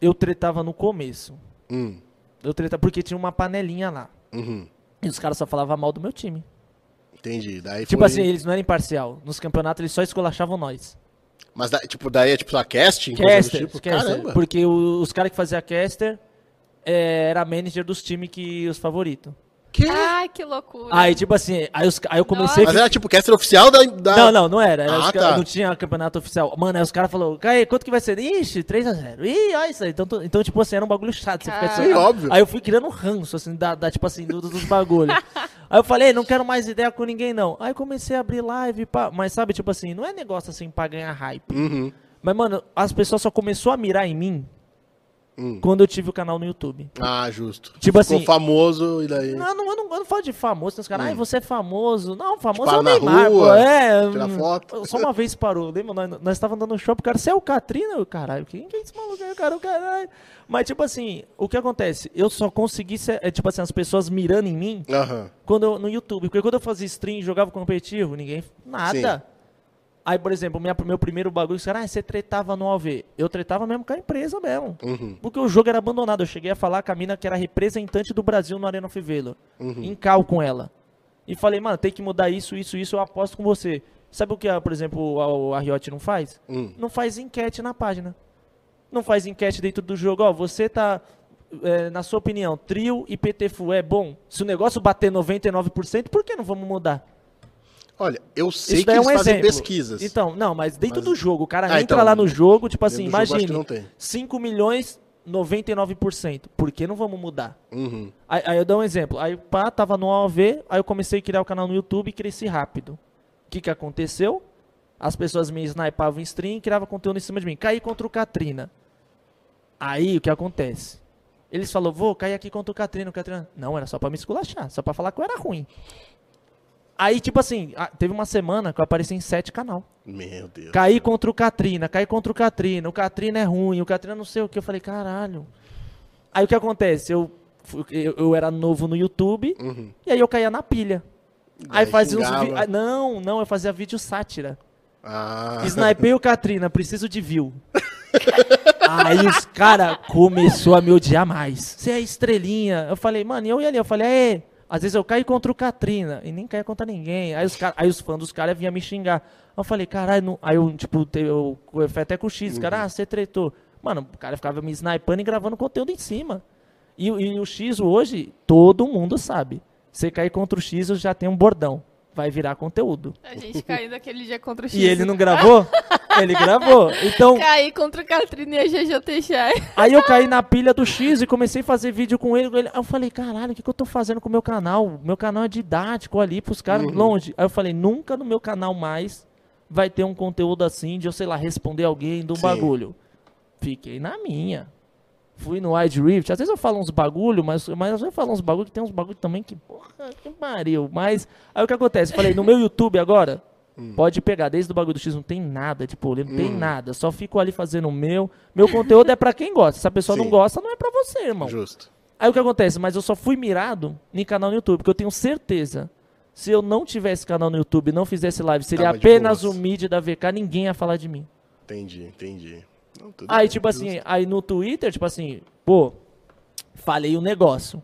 S3: eu tretava no começo.
S1: hum,
S3: Eu tretava porque tinha uma panelinha lá.
S1: uhum.
S3: E os caras só falavam mal do meu time.
S1: Entendi. Daí
S3: Tipo
S1: foi-
S3: assim, eles não eram imparcial. Nos campeonatos eles só esculachavam nós.
S1: Mas da- tipo, daí é tipo a casting? coisa do
S3: Caster,
S1: tipo?
S3: caster,
S1: Caramba.
S3: porque o- os caras que faziam caster é, era manager dos times que os favoritos.
S1: Que?
S2: Ai, que loucura.
S3: Aí, tipo assim, aí, os, aí eu comecei.
S1: Mas era tipo caster oficial da. da-
S3: Não, não, não era. era
S1: Ah,
S3: os cara-
S1: tá.
S3: Não tinha campeonato oficial. Mano, aí os caras falaram, Caê, quanto que vai ser? Ixi, 3x0. Ih, olha isso aí. Então, tu- então, tipo assim, era um bagulho chato. Você fica
S2: Cara.
S1: Sim,
S3: assim, ah,
S1: óbvio.
S3: Aí eu fui criando um ranço, assim, da, da, tipo assim, do- do- dos bagulhos. aí eu falei, não quero mais ideia com ninguém, não. Aí comecei a abrir live, pá. mas sabe, tipo assim, não é negócio assim pra ganhar hype.
S1: Uhum.
S3: Mas, mano, as pessoas só começou a mirar em mim
S1: Hum.
S3: quando eu tive o canal no YouTube.
S1: Ah, justo. Ficou
S3: Tipo assim-
S1: famoso e daí.
S3: Não, eu não, eu não, eu não falo de famoso, tem os caras, ai, você é famoso. Não, famoso
S1: Para
S3: é o
S1: na
S3: Neymar,
S1: rua,
S3: pô. É,
S1: tira
S3: hum,
S1: foto.
S3: Só uma vez parou, lembra? Nós, nós tava andando no shopping, o cara, você é o Katrina? Eu, caralho, quem que é esse maluco aí, cara? O caralho. Mas, tipo assim, o que acontece? Eu só consegui, ser- é, tipo assim, as pessoas mirando em mim
S1: Aham.
S3: quando eu- no YouTube. Porque quando eu fazia stream, jogava competitivo, ninguém. Nada.
S1: Sim.
S3: Aí, por exemplo, minha, meu primeiro bagulho, os caras, ah, você tretava no AV. Eu tretava mesmo com a empresa mesmo.
S1: Uhum.
S3: Porque o jogo era abandonado. Eu cheguei a falar com a mina que era representante do Brasil no Arena Fivelo.
S1: Uhum.
S3: Em cal com ela. E falei, mano, tem que mudar isso, isso, isso, eu aposto com você. Sabe o que, ah, por exemplo, a, a Riot não faz?
S1: Hum.
S3: Não faz enquete na página. Não faz enquete dentro do jogo. Ó, você tá, é, na sua opinião, trio e PTFU é bom? Se o negócio bater 99%, por que não vamos mudar?
S1: Olha, eu sei que
S3: daí é um
S1: eles fazem pesquisas.
S3: Então, não, mas dentro
S1: Mas-
S3: do jogo, o cara
S1: Ah,
S3: entra
S1: então,
S3: lá no jogo, tipo assim,
S1: do jogo, acho que
S3: imagine,
S1: não tem.
S3: 5 milhões, 99%. Por que não vamos mudar?
S1: Uhum.
S3: Aí, aí eu dou um exemplo. Aí pá, tava no AOV, aí eu comecei a criar o canal no YouTube e cresci rápido. O que que aconteceu? As pessoas me snipavam em stream e criavam conteúdo em cima de mim. Caí contra o Katrina. Aí o que acontece? Eles falaram, vou cair aqui contra o Catrino. O Catrino, não, era só pra me esculachar, só pra falar que eu era ruim. Aí, tipo assim, a- teve uma semana que eu apareci em sete canal.
S1: Meu Deus.
S3: Caí contra o Katrina, caí contra o Katrina, o Katrina é ruim, o Katrina não sei o que. Eu falei, caralho. Aí o que acontece? Eu, fu- eu, eu era novo no YouTube,
S1: Uhum.
S3: e aí eu caía na pilha.
S1: Aí
S3: Aí fazia uns
S1: xingava.
S3: vi- ah, Não, não, eu fazia vídeo sátira.
S1: Ah.
S3: Snipei o Katrina, preciso de view. Aí os cara começou a me odiar mais. Você é estrelinha. Eu falei, mano, e eu ia ali. Eu falei, é. Às vezes eu caio contra o Katrina e nem caio contra ninguém. Aí os, cara, aí os fãs dos caras vinham me xingar. Eu falei, caralho, não- aí eu, tipo, te- eu, eu fui até com o X, os cara, ah, você tretou. Mano, o cara ficava me snipando e gravando conteúdo em cima. E, o- e o X hoje, todo mundo sabe. Você cair contra o X, eu já tenho um bordão. Vai virar conteúdo.
S2: A gente caiu daquele dia contra o X.
S3: E ele não gravou? ele gravou. Então,
S2: Caí contra o Catrina e a GG Teixeira.
S3: aí eu caí na pilha do X e comecei a fazer vídeo com ele. com ele. Aí eu falei, caralho, o que, que eu tô fazendo com o meu canal? Meu canal é didático ali pros caras longe. Aí eu falei, nunca no meu canal mais vai ter um conteúdo assim de eu, sei lá, responder alguém de um
S1: Sim.
S3: bagulho. Fiquei na minha. Fui no Wide Rift. Às vezes eu falo uns bagulho, mas, mas às vezes eu falo uns bagulho que tem uns bagulho também que, porra, que pariu. Mas aí o que acontece? Falei, no meu YouTube agora,
S1: Hum.
S3: pode pegar. Desde o bagulho do X não tem nada de polêmica, não tem nada. Só fico ali fazendo o meu. Meu conteúdo é pra quem gosta. Se a pessoa não
S1: Sim.
S3: gosta, não é pra você, irmão.
S1: Justo.
S3: Aí o que acontece? Mas eu só fui mirado em canal no YouTube, porque eu tenho certeza. Se eu não tivesse canal no YouTube e não fizesse live, seria
S1: Tava de
S3: apenas o
S1: boas.
S3: mídia da VK, ninguém ia falar de mim.
S1: Entendi, entendi. Não, tudo
S3: Aí,
S1: bem,
S3: tipo
S1: justo.
S3: assim, aí no Twitter, tipo assim, pô, falei o negócio.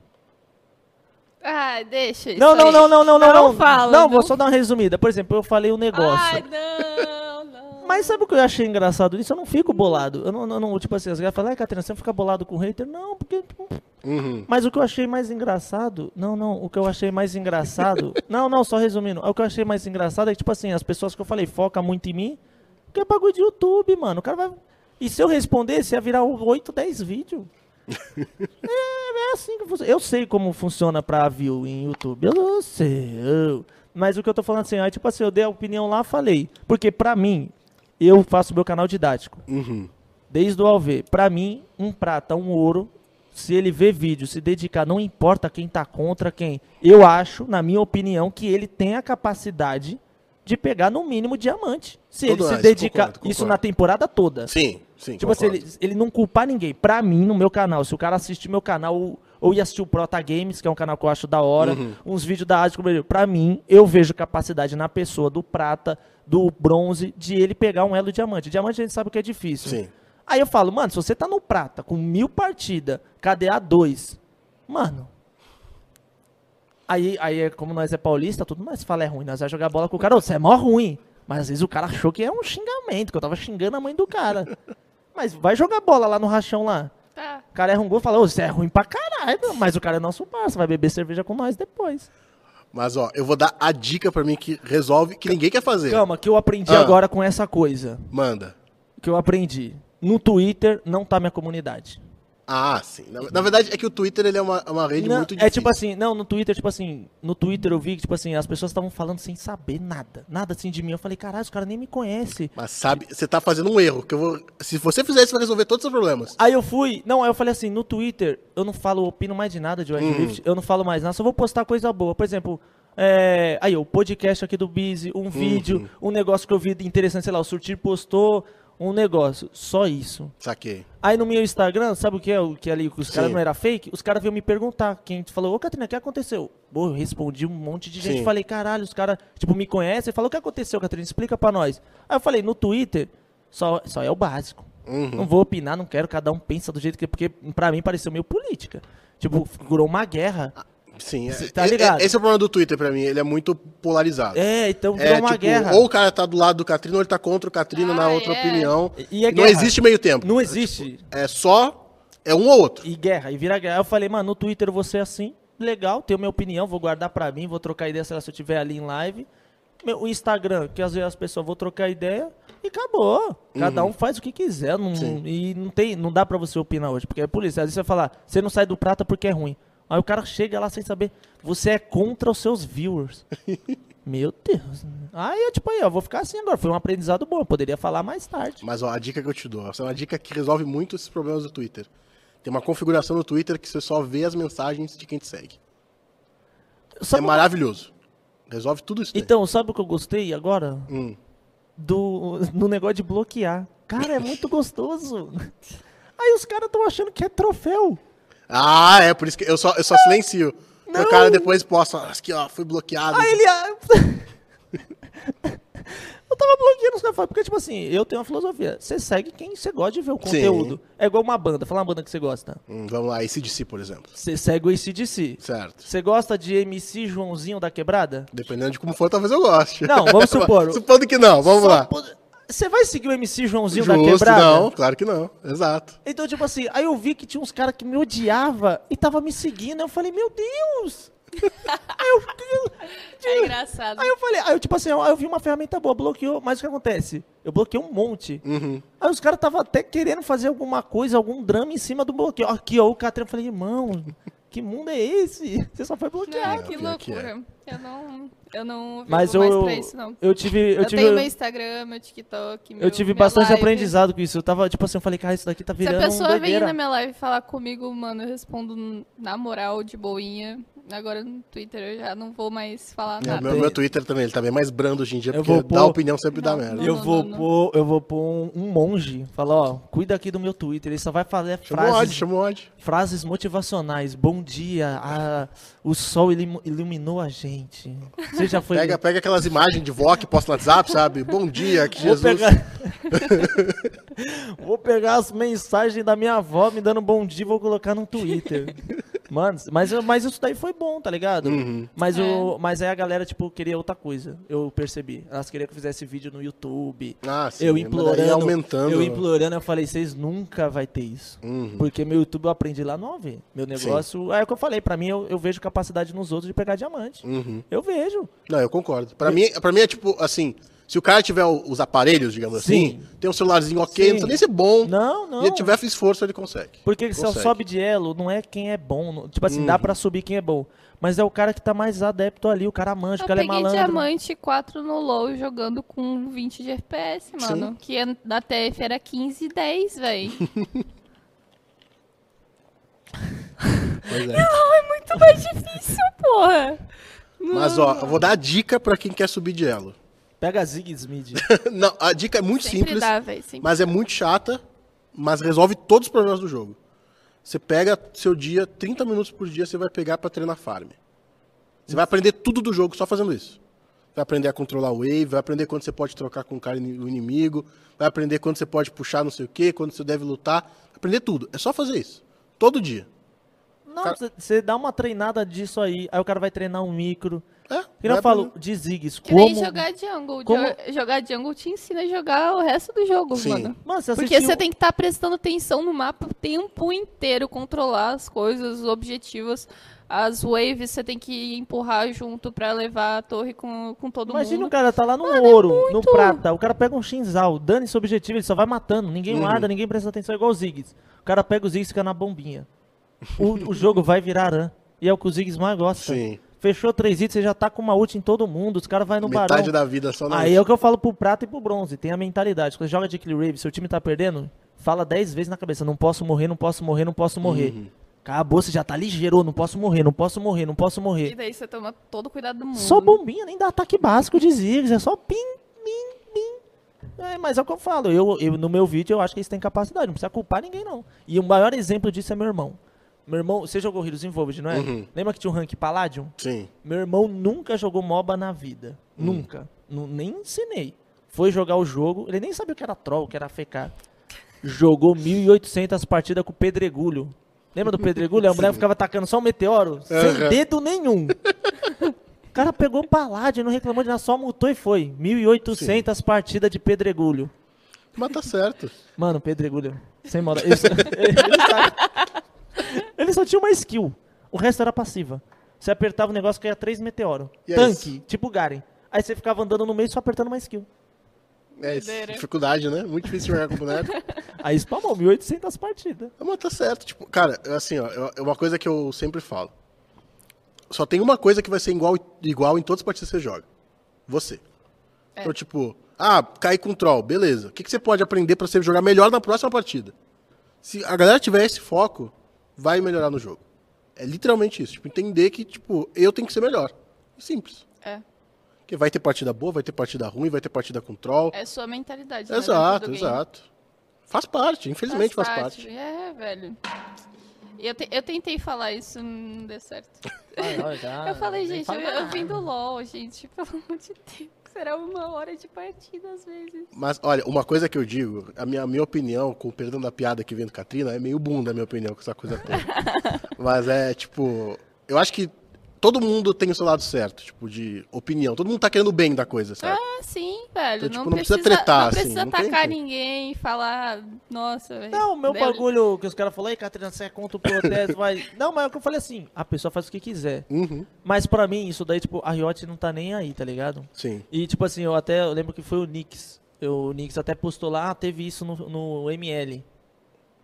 S2: Ah, deixa isso
S3: Não, não,
S2: aí.
S3: não, não, não, não, não.
S2: fala.
S3: Não, vou só dar uma resumida. Por exemplo, eu falei o negócio.
S2: Ai, não, não.
S3: Mas sabe o que eu achei engraçado nisso? Eu não fico bolado. Eu não, não, não tipo assim, as galera falam, ai, Catarina, você não fica bolado com o hater? Não, porque. tipo,
S1: Uhum.
S3: Mas o que eu achei mais engraçado. Não, não, o que eu achei mais engraçado. não, não, só resumindo. O que eu achei mais engraçado é que, tipo assim, as pessoas que eu falei foca muito em mim, porque é bagulho de YouTube, mano. O cara vai. E se eu respondesse, ia virar 8, 10 vídeos. É assim que funciona. Eu sei como funciona pra view em YouTube. Eu não sei. eu- Mas o que eu tô falando assim, aí, tipo assim, eu dei a opinião lá, falei. Porque pra mim, eu faço meu canal didático.
S1: Uhum.
S3: Desde o AV. Pra mim, um prata, um ouro, se ele vê vídeo, se dedicar, não importa quem tá contra quem. Eu acho, na minha opinião, que ele tem a capacidade de pegar no mínimo diamante. Se
S1: Tudo
S3: ele se
S1: mais,
S3: dedicar.
S1: concordo,
S3: Isso
S1: concordo.
S3: na temporada toda.
S1: Sim, sim.
S3: Tipo assim,
S1: concordo.
S3: ele, ele não culpar ninguém. Pra mim, no meu canal, se o cara assistir meu canal ou- ou ia assistir o Prota Games, que é um canal que eu acho da hora,
S1: Uhum.
S3: uns vídeos da Ática Brasil, pra mim, eu vejo capacidade na pessoa do prata, do bronze, de ele pegar um elo diamante. Diamante a gente sabe que é difícil.
S1: Sim.
S3: Aí eu falo, mano, se você tá no prata com mil partidas, KDA 2, mano. Aí, aí é como nós é paulista, tudo nós fala é ruim, nós vai jogar bola com o cara, "Ô, você é mó ruim. Mas às vezes o cara achou que é um xingamento, que eu tava xingando a mãe do cara. Mas vai jogar bola lá no rachão lá.
S2: Tá.
S3: O cara erra um gol e fala, ô, você é ruim pra caralho, mas o cara é nosso parça, vai beber cerveja com nós depois.
S1: Mas ó, eu vou dar a dica pra mim que resolve, que ninguém quer fazer.
S3: Calma, que eu aprendi
S1: Ah.
S3: agora com essa coisa.
S1: Manda.
S3: Que eu aprendi. No Twitter não tá minha comunidade.
S1: Ah, sim. Na, na verdade, é que o Twitter ele é uma, uma rede
S3: Não,
S1: muito difícil.
S3: é tipo assim, não, no Twitter, tipo assim, no Twitter eu vi que, tipo assim, as pessoas estavam falando sem saber nada. Nada assim de mim. Eu falei, caralho, os caras nem me conhecem.
S1: Mas sabe, você tá fazendo um erro. Que eu vou... Se você fizer isso, vai resolver todos os seus problemas.
S3: Aí eu fui, não, aí eu falei assim, no Twitter eu não falo, opino mais de nada de
S1: Uhum.
S3: Wild Rift, eu não falo mais nada, só vou postar coisa boa. Por exemplo, é, aí o podcast aqui do Busy, um vídeo,
S1: Uhum.
S3: um negócio que eu vi interessante, sei lá, o Surtir postou um negócio, só isso.
S1: Saquei.
S3: Aí no meu Instagram, sabe o que é o que ali que os caras
S1: Sim.
S3: não era fake? Os caras vinham me perguntar. Quem falou, ô Catrina, o que aconteceu? Pô, eu respondi um monte de gente.
S1: Sim.
S3: Falei, caralho, os caras, tipo, me conhecem. Falou, o que aconteceu, Catrina? Explica pra nós. Aí eu falei, no Twitter, só, só é o básico.
S1: Uhum.
S3: Não vou opinar, não quero, cada um pensa do jeito que. Porque pra mim pareceu meio política. Tipo, figurou uma guerra.
S1: Sim. é-
S3: Cê tá
S1: e- e-
S3: ligado?
S1: Esse é o problema do Twitter pra mim. Ele é muito polarizado.
S3: É, então
S1: É,
S3: virou uma
S1: tipo,
S3: guerra.
S1: ou o cara tá do lado do Catrino, ou ele tá contra o Catrino na
S2: Ah,
S1: outra
S2: é.
S1: opinião.
S3: E- e é
S1: não
S3: guerra.
S1: existe meio tempo.
S3: Não existe.
S1: É só. É um ou outro.
S3: E guerra, e vira guerra. Aí eu falei, mano, no Twitter eu vou ser assim, legal, tenho minha opinião, vou guardar pra mim, vou trocar ideia sei lá, se eu tiver ali em live. Meu, o Instagram, que às vezes as pessoas vão trocar ideia e acabou. Cada um faz o que quiser. Não,
S1: Uhum. Sim.
S3: e não, tem, não dá pra você opinar hoje, porque é por isso. Às vezes você vai falar, você não sai do prata porque é ruim. Aí o cara chega lá sem saber, você é contra os seus viewers. Meu Deus. Aí eu, tipo, aí, ó, vou ficar assim agora. Foi um aprendizado bom, eu poderia falar mais tarde.
S1: Mas ó, a dica que eu te dou, essa é uma dica que resolve muito esses problemas do Twitter. Tem uma configuração no Twitter que você só vê as mensagens de quem te segue.
S3: Sabe-
S1: é maravilhoso. Resolve tudo isso. daí.
S3: Então, sabe o que eu gostei agora?
S1: Hum.
S3: Do, no negócio de bloquear. Cara, é muito gostoso. Aí os caras estão achando que é troféu.
S1: Ah, é, por isso que eu só, eu só silencio. O cara depois posta, "Ah, aqui ó, fui bloqueado.
S3: Aí ele. eu tava bloqueando os caras, porque, tipo assim, eu tenho uma filosofia. Você segue quem você gosta de ver o conteúdo. É igual uma banda. Fala uma banda que você gosta.
S1: Hum, vamos lá, ACDC, por exemplo.
S3: Você segue o ACDC.
S1: Certo.
S3: Você gosta de MC Joãozinho da Quebrada?
S1: Dependendo de como for, talvez eu goste.
S3: Não, vamos supor.
S1: Supondo que não, vamos
S3: Só
S1: lá.
S3: pode- Você vai seguir o MC Joãozinho da
S1: Justo,
S3: Quebrada?
S1: não, claro que não. Exato.
S3: Então, tipo assim, aí eu vi que tinha uns caras que me odiava e tava me seguindo. Eu falei, meu Deus! aí, eu,
S2: É engraçado.
S3: aí eu falei, aí eu, tipo assim, aí eu vi uma ferramenta boa, bloqueou, mas o que acontece? Eu bloqueei um monte.
S1: Uhum.
S3: Aí os caras tava até querendo fazer alguma coisa, algum drama em cima do bloqueio. Aqui, ó, o Catrinho, eu falei, irmão, que mundo é esse? Você só foi
S2: Ah,
S3: bloqueado.
S2: que
S1: pior que é.
S2: loucura. Eu não, eu não vivo mais
S3: Mas eu-
S2: pra isso, não.
S3: Eu tive. Eu,
S2: Eu,
S3: tive,
S2: tenho meu Instagram, meu TikTok, meu,
S3: eu tive
S2: minha
S3: bastante
S2: live.
S3: aprendizado com isso. Eu tava, tipo assim, eu falei, cara, isso daqui tá
S2: Se
S3: virando.
S2: a pessoa vem né,
S3: doideira.
S2: na minha live falar comigo, mano, eu respondo na moral, de boinha. Agora no Twitter eu já não vou mais falar
S1: É,
S2: nada.
S1: meu,
S3: Ah, tem-
S1: meu Twitter também, ele tá bem mais brando hoje em dia,
S3: Eu
S1: porque
S3: vou
S1: dar
S3: pôr-
S1: opinião sempre dá
S2: Não,
S1: merda.
S2: não.
S3: Eu vou pôr, eu vou pôr um, um monge, falar, ó, cuida aqui do meu Twitter, ele só vai fazer
S1: Chama o ódio,
S3: frases,
S1: chama o ódio.
S3: frases motivacionais. Bom dia, a- o sol ilim- iluminou a gente. Você já foi
S1: Pega, pega aquelas imagens de vó que posta no WhatsApp, sabe? Bom dia, que
S3: Vou
S1: Jesus.
S3: pegar... vou pegar as mensagens da minha avó me dando bom dia e vou colocar no Twitter. Mano, mas, eu- mas isso daí foi bom, tá ligado?
S1: Hum. Uhum.
S3: Mas, o, mas aí a galera, tipo, queria outra coisa, eu percebi. Elas queriam que eu fizesse vídeo no YouTube.
S1: Ah, sim,
S3: eu
S1: mas daí
S3: implorando,
S1: ia aumentando. né?
S3: eu implorando, eu falei, vocês nunca vai ter isso.
S1: Uhum.
S3: Porque meu YouTube eu aprendi lá não vê. Meu negócio, é o que eu falei, pra mim eu, eu vejo capacidade nos outros de pegar diamante.
S1: Uhum.
S3: Eu vejo.
S1: Não, eu concordo. Pra mim, pra mim é tipo assim, se o cara tiver o- os aparelhos, digamos
S3: Sim.
S1: assim, tem um celularzinho ok,
S3: Sim.
S1: não precisa nem ser bom.
S3: Não, não.
S1: E ele tiver esforço, ele consegue.
S3: Porque se eu
S1: Consegue. Uhum.
S3: sobe de elo, não é quem é bom, não- tipo assim, dá pra subir quem é bom, mas é o cara que tá mais adepto ali, o cara manja,
S2: Eu
S3: o cara é
S2: peguei
S3: malandro.
S2: diamante 4 no low jogando com 20 de FPS, mano. Que é- da TF era 15 e 10, véi.
S1: Pois é.
S2: Muito mais difícil, porra.
S1: Mas ó, eu vou dar a dica pra quem quer subir de elo.
S3: Pega Zig Smith.
S1: não, a dica é muito
S2: Sempre
S1: simples,
S2: dá, véi. Sempre.
S1: mas é muito chata, mas resolve todos os problemas do jogo. Você pega seu dia, 30 minutos por dia, você vai pegar pra treinar farm. Você vai aprender tudo do jogo só fazendo isso. Vai aprender a controlar o wave, vai aprender quando você pode trocar com o cara in- o inimigo, vai aprender quando você pode puxar não sei o que, quando você deve lutar. Vai aprender tudo. É só fazer isso. Todo dia.
S3: Não,
S1: Cara-
S3: você- você dá uma treinada disso aí, aí o cara vai treinar um micro.
S1: É,
S3: Que nem
S1: vai
S3: eu falo,
S1: aprender.
S3: de zigs,
S2: Que nem
S3: como...
S2: jogar jungle.
S3: como-
S2: Jo- Jogar jungle te ensina a jogar o resto do jogo,
S1: Sim.
S2: mano.
S3: Mano, você
S2: Porque
S3: assistiu-
S2: você tem que estar prestando atenção no mapa o tempo inteiro, controlar as coisas, os objetivos, as waves, você tem que empurrar junto pra levar a torre com, com todo
S3: Imagina o
S2: mundo. é
S3: cara tá lá no ouro, no prata, o cara pega um Shinzal, dane seu objetivo, ele só vai matando, ninguém
S1: Uhum.
S3: guarda, ninguém presta atenção, é igual o Ziggs. O cara pega o Ziggs e fica na bombinha. O, o jogo vai virar aran, e é o que o Ziggs mais gosta.
S1: Sim.
S3: Fechou três hits, você já tá com uma ult em todo mundo, os caras vai no barão.
S1: Metade da vida só na
S3: Aí é o que eu falo pro prata e pro bronze, tem a mentalidade. Quando você joga de Kill Rave, seu time tá perdendo, fala dez vezes na cabeça, não posso morrer, não posso morrer, não posso morrer.
S1: Uhum.
S3: Acabou, você já tá ligeiro, não posso morrer, não posso morrer, não posso morrer.
S2: E daí você toma todo o cuidado do mundo.
S3: Só bombinha, nem dá ataque básico de Ziggs, é só pim, pim, pim. É, mas é o que eu falo, eu, eu- no meu vídeo eu acho que eles têm capacidade, não precisa culpar ninguém não. E o maior exemplo disso é meu irmão. Meu irmão, você jogou Heroes Involved, não é?
S1: Uhum.
S3: Lembra que tinha um rank Palladium?
S1: Sim.
S3: Meu irmão nunca jogou MOBA na vida, nunca. Nu- nem ensinei. Foi jogar o jogo, ele nem sabia o que era troll, o que era fecar. Jogou 1800 partidas com o Pedregulho. Lembra do Pedregulho? A mulher ficava atacando só um meteoro, sem
S1: Aham.
S3: dedo nenhum. O cara pegou paládio, não reclamou de nada, só multou e foi. 1800 partidas de pedregulho.
S1: Mas tá certo.
S3: Mano, pedregulho, sem moda. Ele só, ele só- ele só tinha uma skill, o resto era passiva. Você apertava o negócio que era três meteoro.
S1: E é
S3: Tanque,
S1: isso.
S3: tipo Garen. Aí você ficava andando no meio só apertando uma skill.
S1: É isso.
S2: Doideira.
S1: Dificuldade, né? Muito difícil jogar com boneco.
S3: Aí spamou 1800 partidas.
S1: Ah, Mas tá certo. Tipo, cara, eu, assim, ó, eu- é uma coisa que eu sempre falo. Só tem uma coisa que vai ser igual, igual em todas as partidas que você joga. Você. Então, tipo, ah, cair com troll, beleza. O que, que você pode aprender pra você jogar melhor na próxima partida? Se a galera tiver esse foco, vai melhorar no jogo. É literalmente isso. Tipo, entender que, tipo, eu tenho que ser melhor. Simples.
S2: É.
S1: Porque vai ter partida boa, vai ter partida ruim, vai ter partida com troll.
S2: É sua mentalidade. né,
S1: exato,
S2: dentro do game.
S1: exato. Faz parte, infelizmente faz, parte.
S2: É, velho. E Eu, te- eu tentei falar isso, não deu certo. Eu falei, gente, eu, eu vim do LOL, gente, pelo amor de Deus. Será uma hora de partida às vezes.
S1: Mas, olha, uma coisa que eu digo, a minha, a minha opinião, com o perdão da piada que vem do Katrina, é meio bunda a minha opinião com essa coisa toda. Mas é, tipo, eu acho que todo mundo tem o seu lado certo, tipo, de opinião. Todo mundo tá querendo o bem da coisa, sabe?
S2: Ah, sim, velho.
S1: Então, tipo,
S2: não,
S1: não
S2: precisa,
S1: precisa tretar,
S2: não
S1: assim,
S2: precisa
S1: não tem
S2: atacar
S1: que-
S2: ninguém e falar, nossa, velho.
S3: Não, o meu
S2: velho,
S3: bagulho que os caras falaram, ei, Catarina, você é contra o protesto, vai. Não, mas é o que eu falei assim, a pessoa faz o que quiser.
S1: Uhum,
S3: Mas pra mim, isso daí, tipo, a Riot não tá nem aí, tá ligado?
S1: sim.
S3: E, tipo assim, eu até eu lembro que foi o Nix. Eu, o Nix até postou lá, ah, teve isso no, no ML.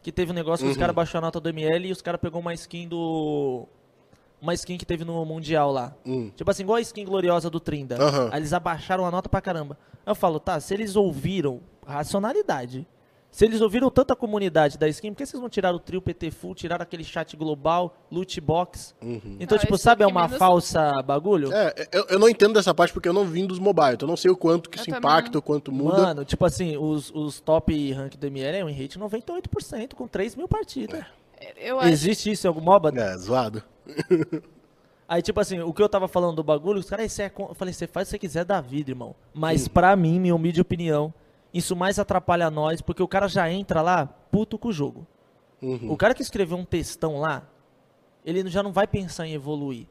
S3: Que teve um negócio que os
S1: Uhum.
S3: caras baixaram a nota do ML e os caras pegou uma skin do. Uma skin que teve no Mundial lá.
S1: Hum.
S3: Tipo assim, igual a skin gloriosa do Trinda.
S1: Aham.
S3: Aí eles abaixaram a nota pra caramba. Aí Eu falo, tá, se eles ouviram racionalidade. Se eles ouviram tanta comunidade da skin, por que vocês não tiraram o trio PT Full, tiraram aquele chat global, loot box?
S1: Uhum.
S3: Então,
S2: Não,
S3: tipo,
S2: isso
S3: sabe, é
S2: aqui
S3: uma
S2: menos-
S3: falsa bagulho?
S1: É, eu, eu não entendo dessa parte porque eu não vim dos mobile, então eu não sei o quanto que
S2: Eu
S1: isso
S2: também
S1: impacta, o quanto muda.
S3: Mano, tipo assim, os, os top rank do ML é um rate 98% com 3 mil partidas.
S2: Eu É. acho
S3: Existe isso em algum MOBA?
S1: É, zoado.
S3: Aí, tipo assim, o que eu tava falando do bagulho, os caras, "Isso é con-" eu falei, você faz o que você quiser da vida, irmão. Mas pra mim, minha humilde opinião, isso mais atrapalha nós, porque o cara já entra lá puto com o jogo.
S1: Uhum.
S3: O cara que escreveu um textão lá, ele já não vai pensar em evoluir.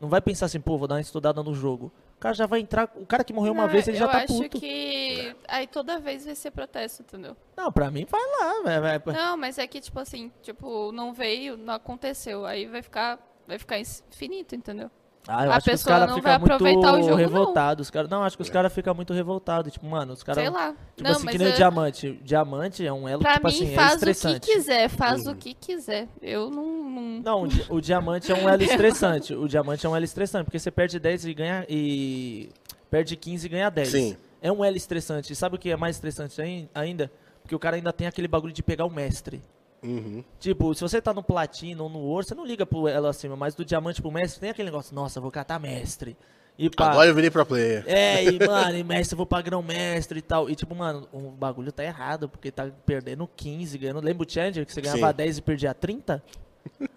S3: Não vai pensar assim, pô, vou dar uma estudada no jogo. O cara já vai entrar. O cara que morreu uma
S2: Não,
S3: vez, ele já
S2: eu
S3: tá
S2: acho
S3: puto.
S2: que aí toda vez vai ser protesto, entendeu?
S3: Não, pra mim, vai lá, velho. vai-
S2: Não, mas é que tipo assim, tipo, não veio, não aconteceu, aí vai ficar, vai ficar infinito, entendeu?
S3: Ah, eu
S2: A
S3: acho que os
S2: pessoa
S3: caras
S2: não
S3: ficam
S2: vai aproveitar o
S3: muito
S2: jogo, não.
S3: revoltados. Os cara... Não, acho que
S1: É.
S3: os caras ficam muito revoltados. Tipo, mano, os caras.
S2: Sei lá.
S3: Tipo
S2: não,
S3: assim,
S2: mas
S3: que nem
S2: eu-
S3: o diamante. Diamante é um elo que,
S2: pra
S3: tipo
S2: mim
S3: assim, é
S2: faz o que
S3: estressante. Hum.
S2: quiser, faz o que quiser. Eu não, não-
S3: Não, o, di- o diamante é um elo estressante. O diamante é um elo estressante, porque você perde 10 e ganha. e. Perde 15 e ganha 10.
S1: Sim.
S3: É um elo estressante. E sabe o que é mais estressante ai- ainda? Porque o cara ainda tem aquele bagulho de pegar o mestre.
S1: Uhum.
S3: Tipo, se você tá no platino ou no ouro, você não liga pro elo acima, mas do diamante pro mestre tem aquele negócio, nossa, vou catar mestre. E pá.
S1: Agora eu virei pro player.
S3: É, e, mano, e mestre, eu vou pra grão-mestre e tal. E, tipo, mano, o bagulho tá errado, porque tá perdendo 15, ganhando. Lembra o Challenger, que você ganhava
S1: Sim.
S3: 10 e perdia 30?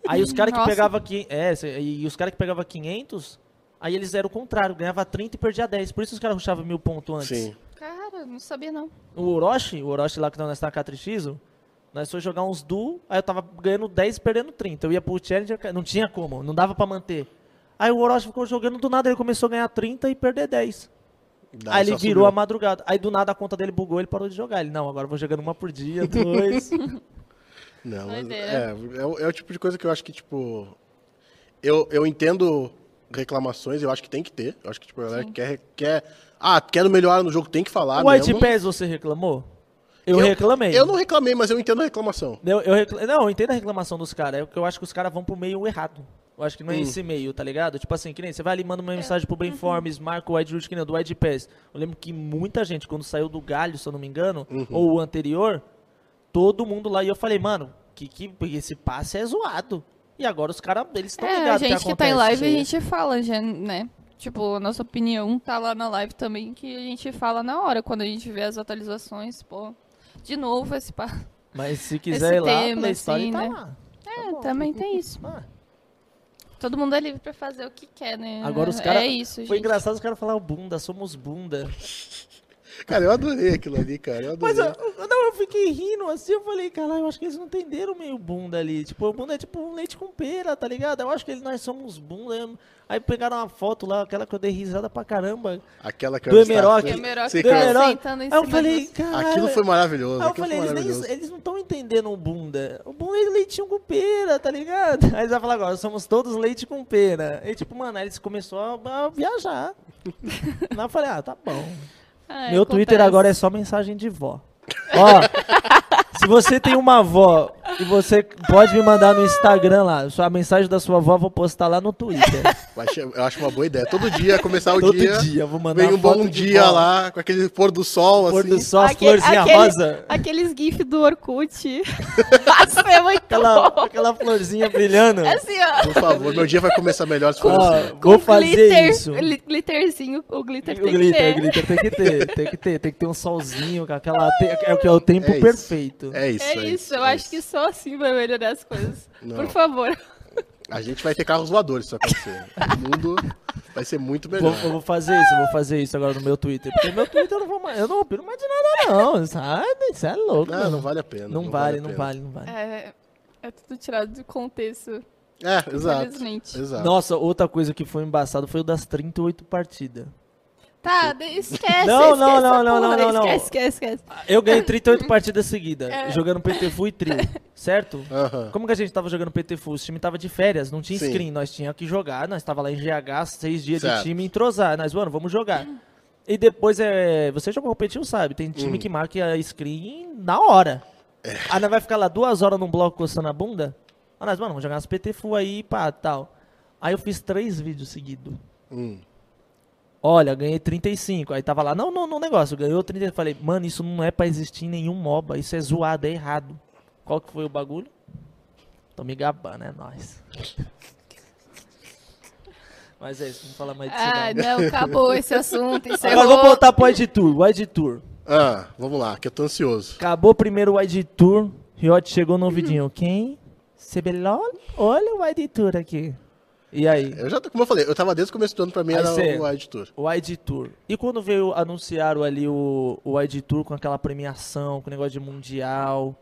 S3: Aí os caras que
S2: Nossa.
S3: pegavam... Qui... É, cê- e os caras que pegavam 500, aí eles eram o contrário. Ganhava 30 e perdia 10. Por isso os caras ruxavam mil pontos antes.
S1: Sim.
S2: Cara, não sabia não.
S3: O Orochi, o Orochi lá que nós tá na K3X, nós foi jogar uns duo, aí eu tava ganhando 10 e perdendo 30. Eu ia pro Challenger, ca- não tinha como, não dava pra manter. Aí o Orochi ficou jogando do nada, ele começou a ganhar 30 e perder 10.
S1: Dá,
S3: Aí Ah, ele
S1: só
S3: virou
S1: subiu.
S3: a madrugada. Aí do nada a conta dele bugou, ele parou de jogar. Ele, não, agora eu vou jogando uma por dia, dois.
S1: Não, mas é,
S2: Doideira.
S1: é, o- é o tipo de coisa que eu acho que, tipo. Eu, eu entendo reclamações, eu acho que tem que ter. Eu acho que, tipo, a galera que quer, quer. Ah, quero melhorar no jogo, tem que falar.
S3: o White
S1: Ah, mesmo.
S3: Pass você reclamou? tipo, é, Eu, reclamei.
S1: Eu não reclamei, mas eu entendo a reclamação.
S3: Eu, eu recla- Não, eu entendo a reclamação dos caras. É porque eu acho que os caras vão pro meio errado. Eu acho que
S1: Hum.
S3: não é esse meio, tá ligado? Tipo assim, que nem você vai ali,
S2: É.
S3: manda uma mensagem pro Brainforms,
S2: Uhum.
S3: marca o Wide Root, que nem o do Wide Pass. Eu lembro que muita gente, quando saiu do galho, se eu não me engano,
S1: Uhum.
S3: ou o anterior, todo mundo lá. E eu falei, mano, que, que porque esse passe é zoado. E agora os caras, eles estão
S2: é, a
S3: ligados
S2: gente
S3: que
S2: que tá em
S3: acontece.
S2: live, a gente fala, já, né? Tipo, a nossa opinião tá lá na live também, que a gente fala na hora, quando a gente vê as atualizações, pô. De novo esse pá.
S3: Mas se quiser
S2: Esse
S3: ir lá,
S2: tema,
S3: pela história
S2: assim,
S3: tá
S2: né?
S3: lá.
S2: É, também tem isso.
S3: Ah,
S2: Todo mundo é livre pra fazer o que quer, né?
S3: Agora os caras.
S2: É isso,
S3: Foi
S2: gente.
S3: engraçado os caras falaram bunda, somos bunda.
S1: Cara, eu adorei aquilo ali, cara. Eu adorei.
S3: Mas eu, eu- não, eu fiquei rindo assim, eu falei, caralho, eu acho que eles não entenderam meio bunda ali. Tipo, o bunda é tipo um leite com pera, tá ligado? Eu acho que eles, nós somos bunda. eu- Aí pegaram uma foto lá, aquela que eu dei risada pra caramba.
S1: Aquela que
S3: Do
S1: eu estava-
S3: Emeroc.
S1: Você-
S2: Do Emeroc.
S1: você-
S2: Do
S1: cara,
S2: Emeroc.
S3: Herói.
S2: tá sentando em
S3: Aí eu
S2: cima
S3: falei,
S2: de você.
S3: caralho.
S1: Aquilo foi maravilhoso.
S3: Aí eu
S1: aquilo foi
S3: falei, eles,
S1: é maravilhoso.
S3: nem, eles não estão entendendo o bunda. O bunda é leitinho com pera, tá ligado? Aí eles vão falar agora, somos todos leite com pera. E tipo, mano, aí eles começaram a, a viajar. Aí eu falei, ah, tá bom.
S2: Ai,
S3: Meu Twitter
S2: Ah, acontece.
S3: agora é só mensagem de vó. Ó, se você tem uma vó e você pode me mandar no Instagram lá, sua mensagem da sua vó, eu vou postar lá no Twitter.
S1: Vai che- Eu acho uma boa ideia. Todo dia, começar o
S3: Todo
S1: dia,
S3: dia, vou mandar
S1: vem um
S3: uma foto
S1: bom
S3: de
S1: dia
S3: bola.
S1: lá, com aquele pôr do sol,
S3: Pôr
S1: assim.
S3: do sol, as
S2: Aque-
S3: florzinhas
S2: aquele-
S3: rosa.
S2: Aqueles gifs do Orkut. Nossa, é muito
S3: Aquela,
S2: bom.
S3: aquela florzinha brilhando.
S2: Assim, ó.
S1: Por favor, meu dia vai começar melhor se for assim.
S3: Ó,
S2: com
S3: vou fazer
S2: glitter,
S3: isso.
S2: gli- Glitterzinho, o glitter
S3: o
S2: tem
S3: glitter,
S2: que ter.
S3: glitter tem que ter, tem que ter, tem que ter um solzinho, com aquela te- é o que é o
S1: É
S3: tempo
S1: isso.
S3: perfeito.
S1: É isso.
S2: É isso, eu acho que só assim vai melhorar as coisas.
S1: Não.
S2: Por favor.
S1: A gente vai ter carros voadores se isso acontecer. né? O mundo vai ser muito
S3: Vou,
S1: melhor.
S3: eu vou fazer isso, eu vou fazer isso agora no meu Twitter, porque meu Twitter eu não vou mais, eu não opino mais de nada não, sabe? Isso é louco.
S1: Ah,
S3: mano.
S1: não vale a pena.
S3: Não vale, não
S1: a
S3: vale, não vale.
S2: É, é tudo tirado do contexto,
S1: pena. É, exato.
S2: infelizmente.
S1: Exato.
S3: Nossa, outra coisa que foi embaçado foi o das 38 partidas.
S2: Tá, de- esquece. esquece
S3: Não, não, não,
S2: essa
S3: não,
S2: porra,
S3: não, não, não.
S2: Esquece, esquece, esquece.
S3: Eu ganhei 38 partidas seguidas,
S2: É.
S3: jogando PTFU e trio, certo?
S1: Aham.
S3: Como que a gente tava jogando PTFU? Os time tava de férias, não tinha
S1: Sim.
S3: screen, nós tinha que jogar, nós tava lá em GH, seis dias
S1: Certo.
S3: de time entrosar, nós, mano, vamos jogar. E depois é. Você jogou competitivo, sabe? Tem
S1: Hum.
S3: time que marca a screen na hora.
S1: É.
S3: Aí nós vai ficar lá duas horas num bloco coçando a bunda. Aí nós, mano, vamos jogar umas PTFU aí, pá, tal. Aí eu fiz três vídeos seguidos.
S1: Hum.
S3: Olha, ganhei 35. Aí tava lá, não, não, não, negócio, ganhou 30. Eu Falei, mano, isso não é pra existir em nenhum MOBA, isso é zoado, é errado. Qual que foi o bagulho? Tô me gabando, é nóis. Mas é isso, não fala mais disso
S2: Ah,
S3: não.
S2: não, acabou esse assunto, é encerrou.
S3: Agora vamos voltar pro Wide Tour, Wide Tour.
S1: Ah, vamos lá, que eu tô ansioso.
S3: Acabou primeiro o Wide Tour, Riot chegou no vidinho. Quem? CBLOL? Olha o Wide Tour aqui. E aí?
S1: Eu já, tô- como eu falei, eu tava desde o começo do ano, pra mim
S3: Vai
S1: era
S3: ser.
S1: o Wide Tour.
S3: O ID Tour. E quando veio anunciar ali o, o ID Tour com aquela premiação, com o negócio de mundial,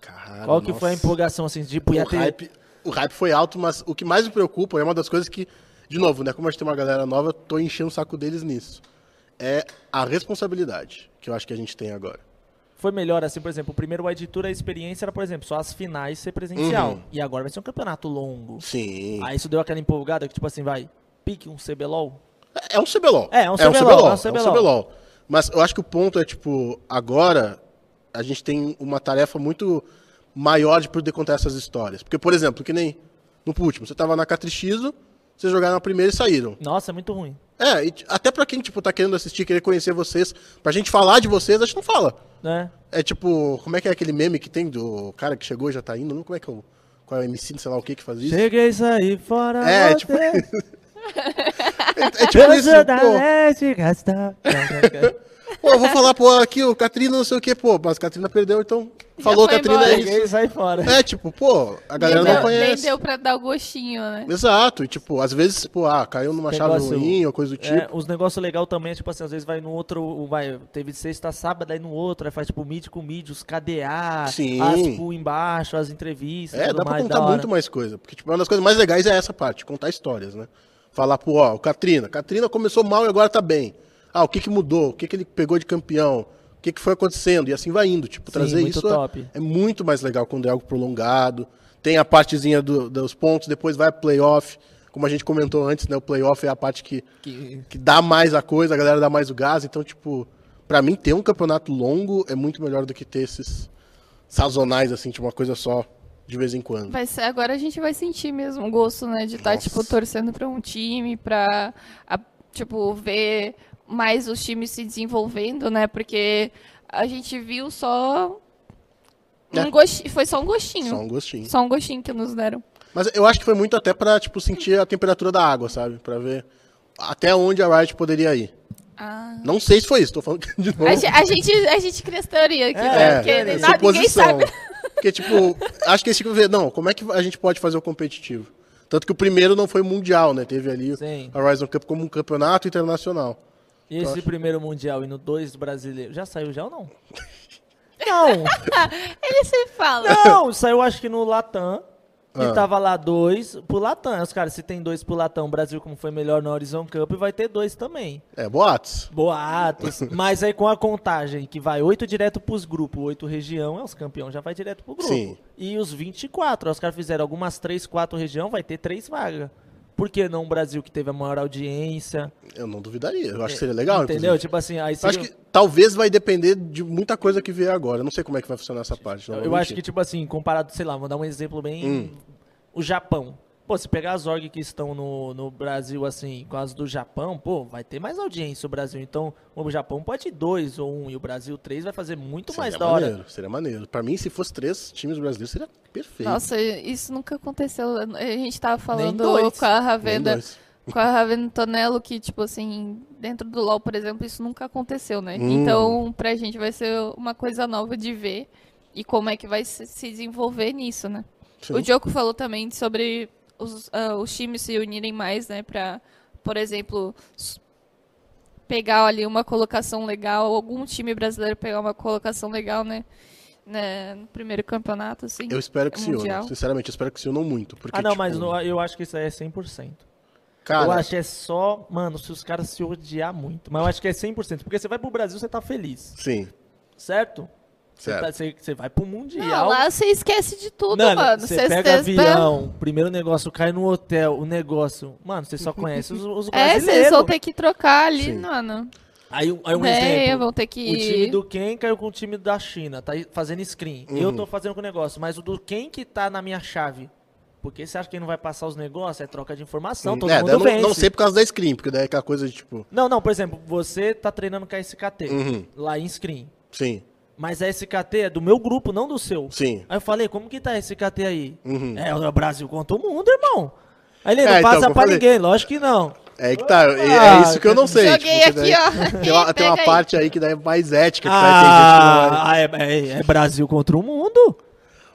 S1: Caralho,
S3: qual que foi a
S1: Ah, nossa.
S3: empolgação assim? Tipo, ia
S1: O
S3: ter.
S1: hype, o hype foi alto, mas o que mais me preocupa é uma das coisas que, de novo, né? Como a gente tem uma galera nova, eu tô enchendo o saco deles nisso. É a responsabilidade que eu acho que a gente tem agora.
S3: Foi melhor assim, por exemplo, o primeiro ID Tour a experiência era, por exemplo, só as finais ser presencial.
S1: Uhum.
S3: E agora vai ser um campeonato longo.
S1: Sim.
S3: Aí isso deu aquela empolgada que, tipo assim, vai, pique um CBLOL.
S1: É um CBLOL.
S3: É, é um
S1: CBLOL.
S3: CBLOL,
S1: É um CBLOL. Mas eu acho que o ponto é, tipo, agora a gente tem uma tarefa muito maior de poder contar essas histórias. Porque, por exemplo, que nem no último, você tava na Catrixizo, vocês jogaram a primeira e saíram.
S3: Nossa, é muito ruim.
S1: É, e t- até pra quem, tipo, tá querendo assistir, querer conhecer vocês, pra gente falar de vocês, a gente não fala.
S3: Né?
S1: É tipo, como é que é aquele meme que tem do cara que chegou e já tá indo? Não, como é que é o. Qual é o MC, sei lá o que que faz isso?
S3: Cheguei, saí fora.
S1: É,
S3: voltei.
S1: É tipo
S3: Eu
S1: isso,
S3: sou da
S1: pô. É
S3: Leste, gastar.
S1: Pô, eu vou falar, pô, aqui, o Catrina não sei o quê, pô, mas Catrina perdeu, então. Falou,
S2: foi
S1: Catrina
S2: embora.
S1: é isso.
S3: Cheguei, saí fora.
S1: É, tipo, pô, a
S2: Nem
S1: galera
S2: deu-
S1: não
S2: Nem
S1: conhece.
S2: deu pra dar o gostinho, né?
S1: Exato, e tipo, às vezes, pô, ah, caiu numa chave
S3: Negócio-
S1: ruim ou coisa do
S3: É,
S1: tipo.
S3: os negócios legais também, é, tipo assim, às vezes vai no outro, vai, teve de sexta, sábado, aí no outro, aí faz tipo mídia com mídia, os KDA,
S1: Sim.
S3: as pool embaixo, as entrevistas,
S1: É,
S3: tudo
S1: dá pra
S3: mais,
S1: contar
S3: da hora.
S1: muito mais coisa. Porque, tipo, uma das coisas mais legais é essa parte, contar histórias, né? Falar, pô, ó, o Catrina. Catrina começou mal e agora tá bem. Ah, o que que mudou? O que que ele pegou de campeão? O que que foi acontecendo? E assim vai indo. Tipo,
S3: Sim,
S1: trazer
S3: muito
S1: isso é-
S3: top.
S1: é muito mais legal quando é algo prolongado. Tem a partezinha do- dos pontos, depois vai pro playoff. Como a gente comentou antes, né? O playoff é a parte que,
S3: Que-
S1: que dá mais a coisa, a galera dá mais o gás. Então, tipo, pra mim, ter um campeonato longo é muito melhor do que ter esses sazonais, assim, tipo, uma coisa só de vez em quando.
S2: Vai ser, agora a gente vai sentir mesmo o gosto, né? De estar,
S1: Nossa.
S2: tipo, torcendo pra um time, pra, a- tipo, ver mais os times se desenvolvendo, né? Porque a gente viu só...
S1: É.
S2: Um gosti... Foi só um gostinho.
S1: Só um gostinho.
S2: Só um gostinho que nos deram.
S1: Mas eu acho que foi muito até pra, tipo, sentir a temperatura da água, sabe? Pra ver até onde a Riot poderia ir. Não sei se foi isso, tô falando de novo.
S2: Ah. A, ge- a gente, a gente cria as teorias aqui, né? Porque
S1: é,
S2: nada- ninguém
S1: suposição.
S2: sabe.
S1: Porque, tipo, acho que eles ficam vendo, não, como é que a gente pode fazer o competitivo? Tanto que o primeiro não foi mundial, né? Teve ali
S3: Sim.
S1: a Horizon Cup como um campeonato internacional.
S3: E esse primeiro mundial e no dois brasileiro, já saiu já ou não? Não,
S2: Ele sempre fala.
S3: não, saiu acho que no Latam, que
S1: Ah.
S3: tava lá dois pro Latam. Aí Os caras, se tem dois pro Latam, o Brasil como foi melhor no Horizon Cup, vai ter dois também.
S1: É, boatos.
S3: Boatos. Mas aí com a contagem que vai oito direto pros grupos, oito região, é os campeões já vai direto pro grupo.
S1: Sim.
S3: E os 24, aí os caras fizeram algumas três, quatro região, vai ter três vagas. Por que não o Brasil que teve a maior audiência?
S1: Eu não duvidaria. Eu acho que seria legal,
S3: Entendeu?
S1: inclusive.
S3: Tipo assim, aí
S1: Eu acho
S3: seria-
S1: que talvez vai depender de muita coisa que vier agora. Eu não sei como é que vai funcionar essa parte. não Hum.
S3: Eu
S1: vou
S3: acho que,
S1: mentir.
S3: tipo assim, comparado, sei lá, vou dar um exemplo bem. O Japão. Pô, se pegar as org que estão no, no Brasil, assim, com as do Japão, pô, vai ter mais audiência o Brasil. Então, o Japão pode ir dois ou um, e o Brasil três vai fazer muito mais da hora.
S1: maneiro, seria maneiro. Pra mim, se fosse três times brasileiros, seria perfeito.
S2: Nossa, isso nunca aconteceu. A gente tava falando
S3: dois.
S2: com a
S1: Nem
S2: Ravenda
S1: dois.
S2: com a Raven Tonello, que, tipo assim, dentro do LoL, por exemplo, isso nunca aconteceu, né?
S1: Hum.
S2: Então, pra gente vai ser uma coisa nova de ver e como é que vai se se desenvolver nisso, né?
S1: Sim.
S2: O Diogo falou também sobre os, ah, os times se unirem mais, né? Pra, por exemplo, s- pegar ali uma colocação legal, algum time brasileiro pegar uma colocação legal, né? né, No primeiro campeonato, assim.
S1: Eu espero que se
S2: Mundial.
S1: unam. Sinceramente, eu espero que se unam muito. Porque,
S3: ah, não,
S1: tipo,
S3: mas no- eu acho que isso aí é 100%.
S1: Cara,
S3: eu acho que é só, mano, se os caras se odiar muito. Mas eu acho que é 100%, porque você vai pro Brasil, você tá feliz,
S1: sim.
S3: certo? Você,
S1: Certo.
S3: tá- você- você vai pro Mundial.
S2: Não, lá você esquece de tudo,
S3: Mano,
S2: mano.
S3: você
S2: Cê-
S3: pega
S2: cê-
S3: avião, primeiro negócio cai no hotel, o negócio. Mano, você só conhece os, os
S2: É,
S3: brasileiros.
S2: vocês vão ter que trocar ali,
S1: Sim.
S2: mano.
S3: Aí, né? um- aí um
S2: é,
S3: exemplo.
S2: vão ter que.
S3: O time do Ken caiu com o time da China, tá aí fazendo screen.
S1: Uhum.
S3: Eu tô fazendo com o negócio, mas o do Ken que tá na minha chave. Porque você acha que ele não vai passar os negócios? É troca de informação, todo
S1: É, daí
S3: mundo
S1: eu não,
S3: vence.
S1: não sei por causa da screen, porque daí é aquela coisa de tipo.
S3: Não, não, por exemplo, você tá treinando com a SKT,
S1: Uhum.
S3: lá em screen.
S1: Sim,
S3: Mas a SKT é do meu grupo, não do seu.
S1: sim.
S3: Aí eu falei, como que tá a SKT aí?
S1: Uhum.
S3: É, o Brasil contra o mundo, irmão. Aí ele não
S1: É, então,
S3: passa
S1: como eu
S3: pra
S1: falei.
S3: ninguém, lógico que não.
S1: É que tá. É,
S3: Ah,
S1: é isso que eu não sei.
S2: Joguei
S1: tipo, que daí-
S2: aqui, ó.
S1: Tem uma, tem uma
S2: Pega aí.
S1: parte aí que daí é mais ética, que vai ter gente que não é-
S3: Ah, é, é- é Brasil contra o mundo.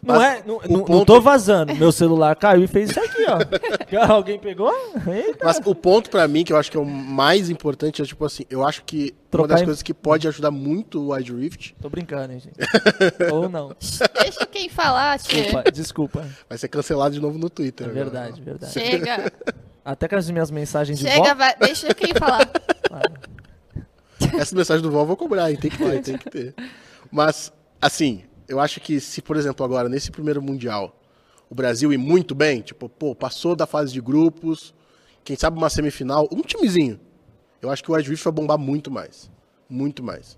S3: Não
S1: Mas
S3: é, não,
S1: o
S3: não- não
S1: ponto-
S3: tô vazando. Meu celular caiu e fez isso aqui, ó. Ah, Alguém pegou? Eita.
S1: Mas o ponto pra mim, que eu acho que é o mais importante, é tipo assim, eu acho que uma
S3: Trocar
S1: das
S3: em-
S1: coisas que pode ajudar muito o Wide Rift
S3: Tô brincando, hein, gente. Ou não.
S2: Deixa quem falar, tchê.
S3: Desculpa, desculpa.
S1: vai ser cancelado de novo no Twitter.
S3: É
S1: agora.
S3: verdade, verdade.
S2: Chega.
S3: Até com as minhas mensagens de
S2: Chega,
S3: volta.
S2: vai. Deixa quem falar.
S1: Essa mensagem do Val eu vou cobrar, hein? Tem que ter, tem que ter. Mas, assim, eu acho que se, por exemplo, agora, nesse primeiro Mundial, o Brasil ir muito bem, tipo, pô, passou da fase de grupos, quem sabe uma semifinal, um timezinho. Eu acho que o Wide Rift vai bombar muito mais. Muito mais.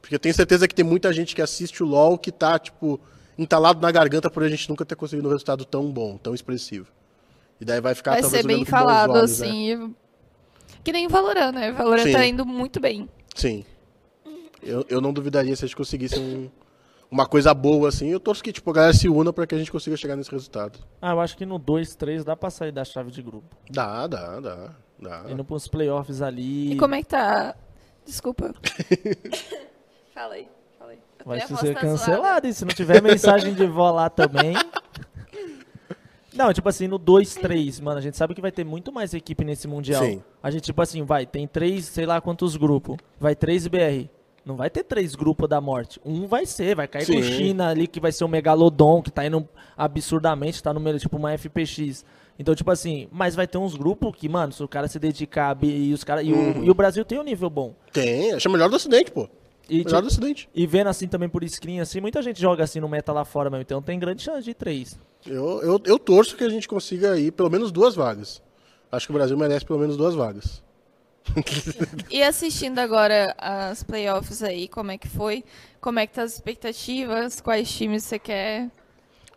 S1: Porque eu tenho certeza que tem muita gente que assiste o LoL que tá, tipo, entalado na garganta por a gente nunca ter conseguido um resultado tão bom, tão expressivo. E daí vai ficar
S2: Vai
S1: talvez
S2: ser bem
S1: olhando tá com bons
S2: falado,
S1: olhos, né?
S2: assim. Que nem Valorant, né? Valorant
S1: Sim.
S2: tá indo muito bem.
S1: Sim. Eu, eu não duvidaria se a gente conseguisse um- uma coisa boa, assim. Eu torço que tipo, a galera se una pra que a gente consiga chegar nesse resultado.
S3: Ah, eu acho que no 2, 3 dá pra sair da chave de grupo.
S1: Dá, dá, dá. dá.
S3: Indo pros playoffs ali.
S2: Ah. E, como é que tá? Desculpa. fala aí. Fala aí. Até
S3: Vai
S2: a voz
S3: ser
S2: tá zoada.
S3: cancelado. E se não tiver mensagem de vó lá também. Não, tipo assim, no 2, 3, mano, a gente sabe que vai ter muito mais equipe nesse Mundial.
S1: Sim.
S3: A gente, tipo assim, vai, tem três, sei lá quantos grupos. Vai três BR. Não vai ter três grupos da morte. Um vai ser, vai cair com
S1: Sim.
S3: China ali, que vai ser o Megalodon, que tá indo absurdamente, tá no meio, tipo, uma FPX. Então, tipo assim, mas vai ter uns grupos que, mano, se o cara se dedicar, a- e os cara, e,
S1: Uhum.
S3: o, e o Brasil tem um nível bom.
S1: Tem, acho é melhor do acidente, pô.
S3: E,
S1: melhor
S3: tipo,
S1: do acidente.
S3: e vendo assim também por screen, assim, muita gente joga assim no meta lá fora mesmo, então tem grande chance de três.
S1: Eu, eu, eu torço que a gente consiga ir pelo menos duas vagas. Acho que o Brasil merece pelo menos duas vagas.
S2: E assistindo agora as playoffs aí, como é que foi? Como é que tá as expectativas? Quais times você quer?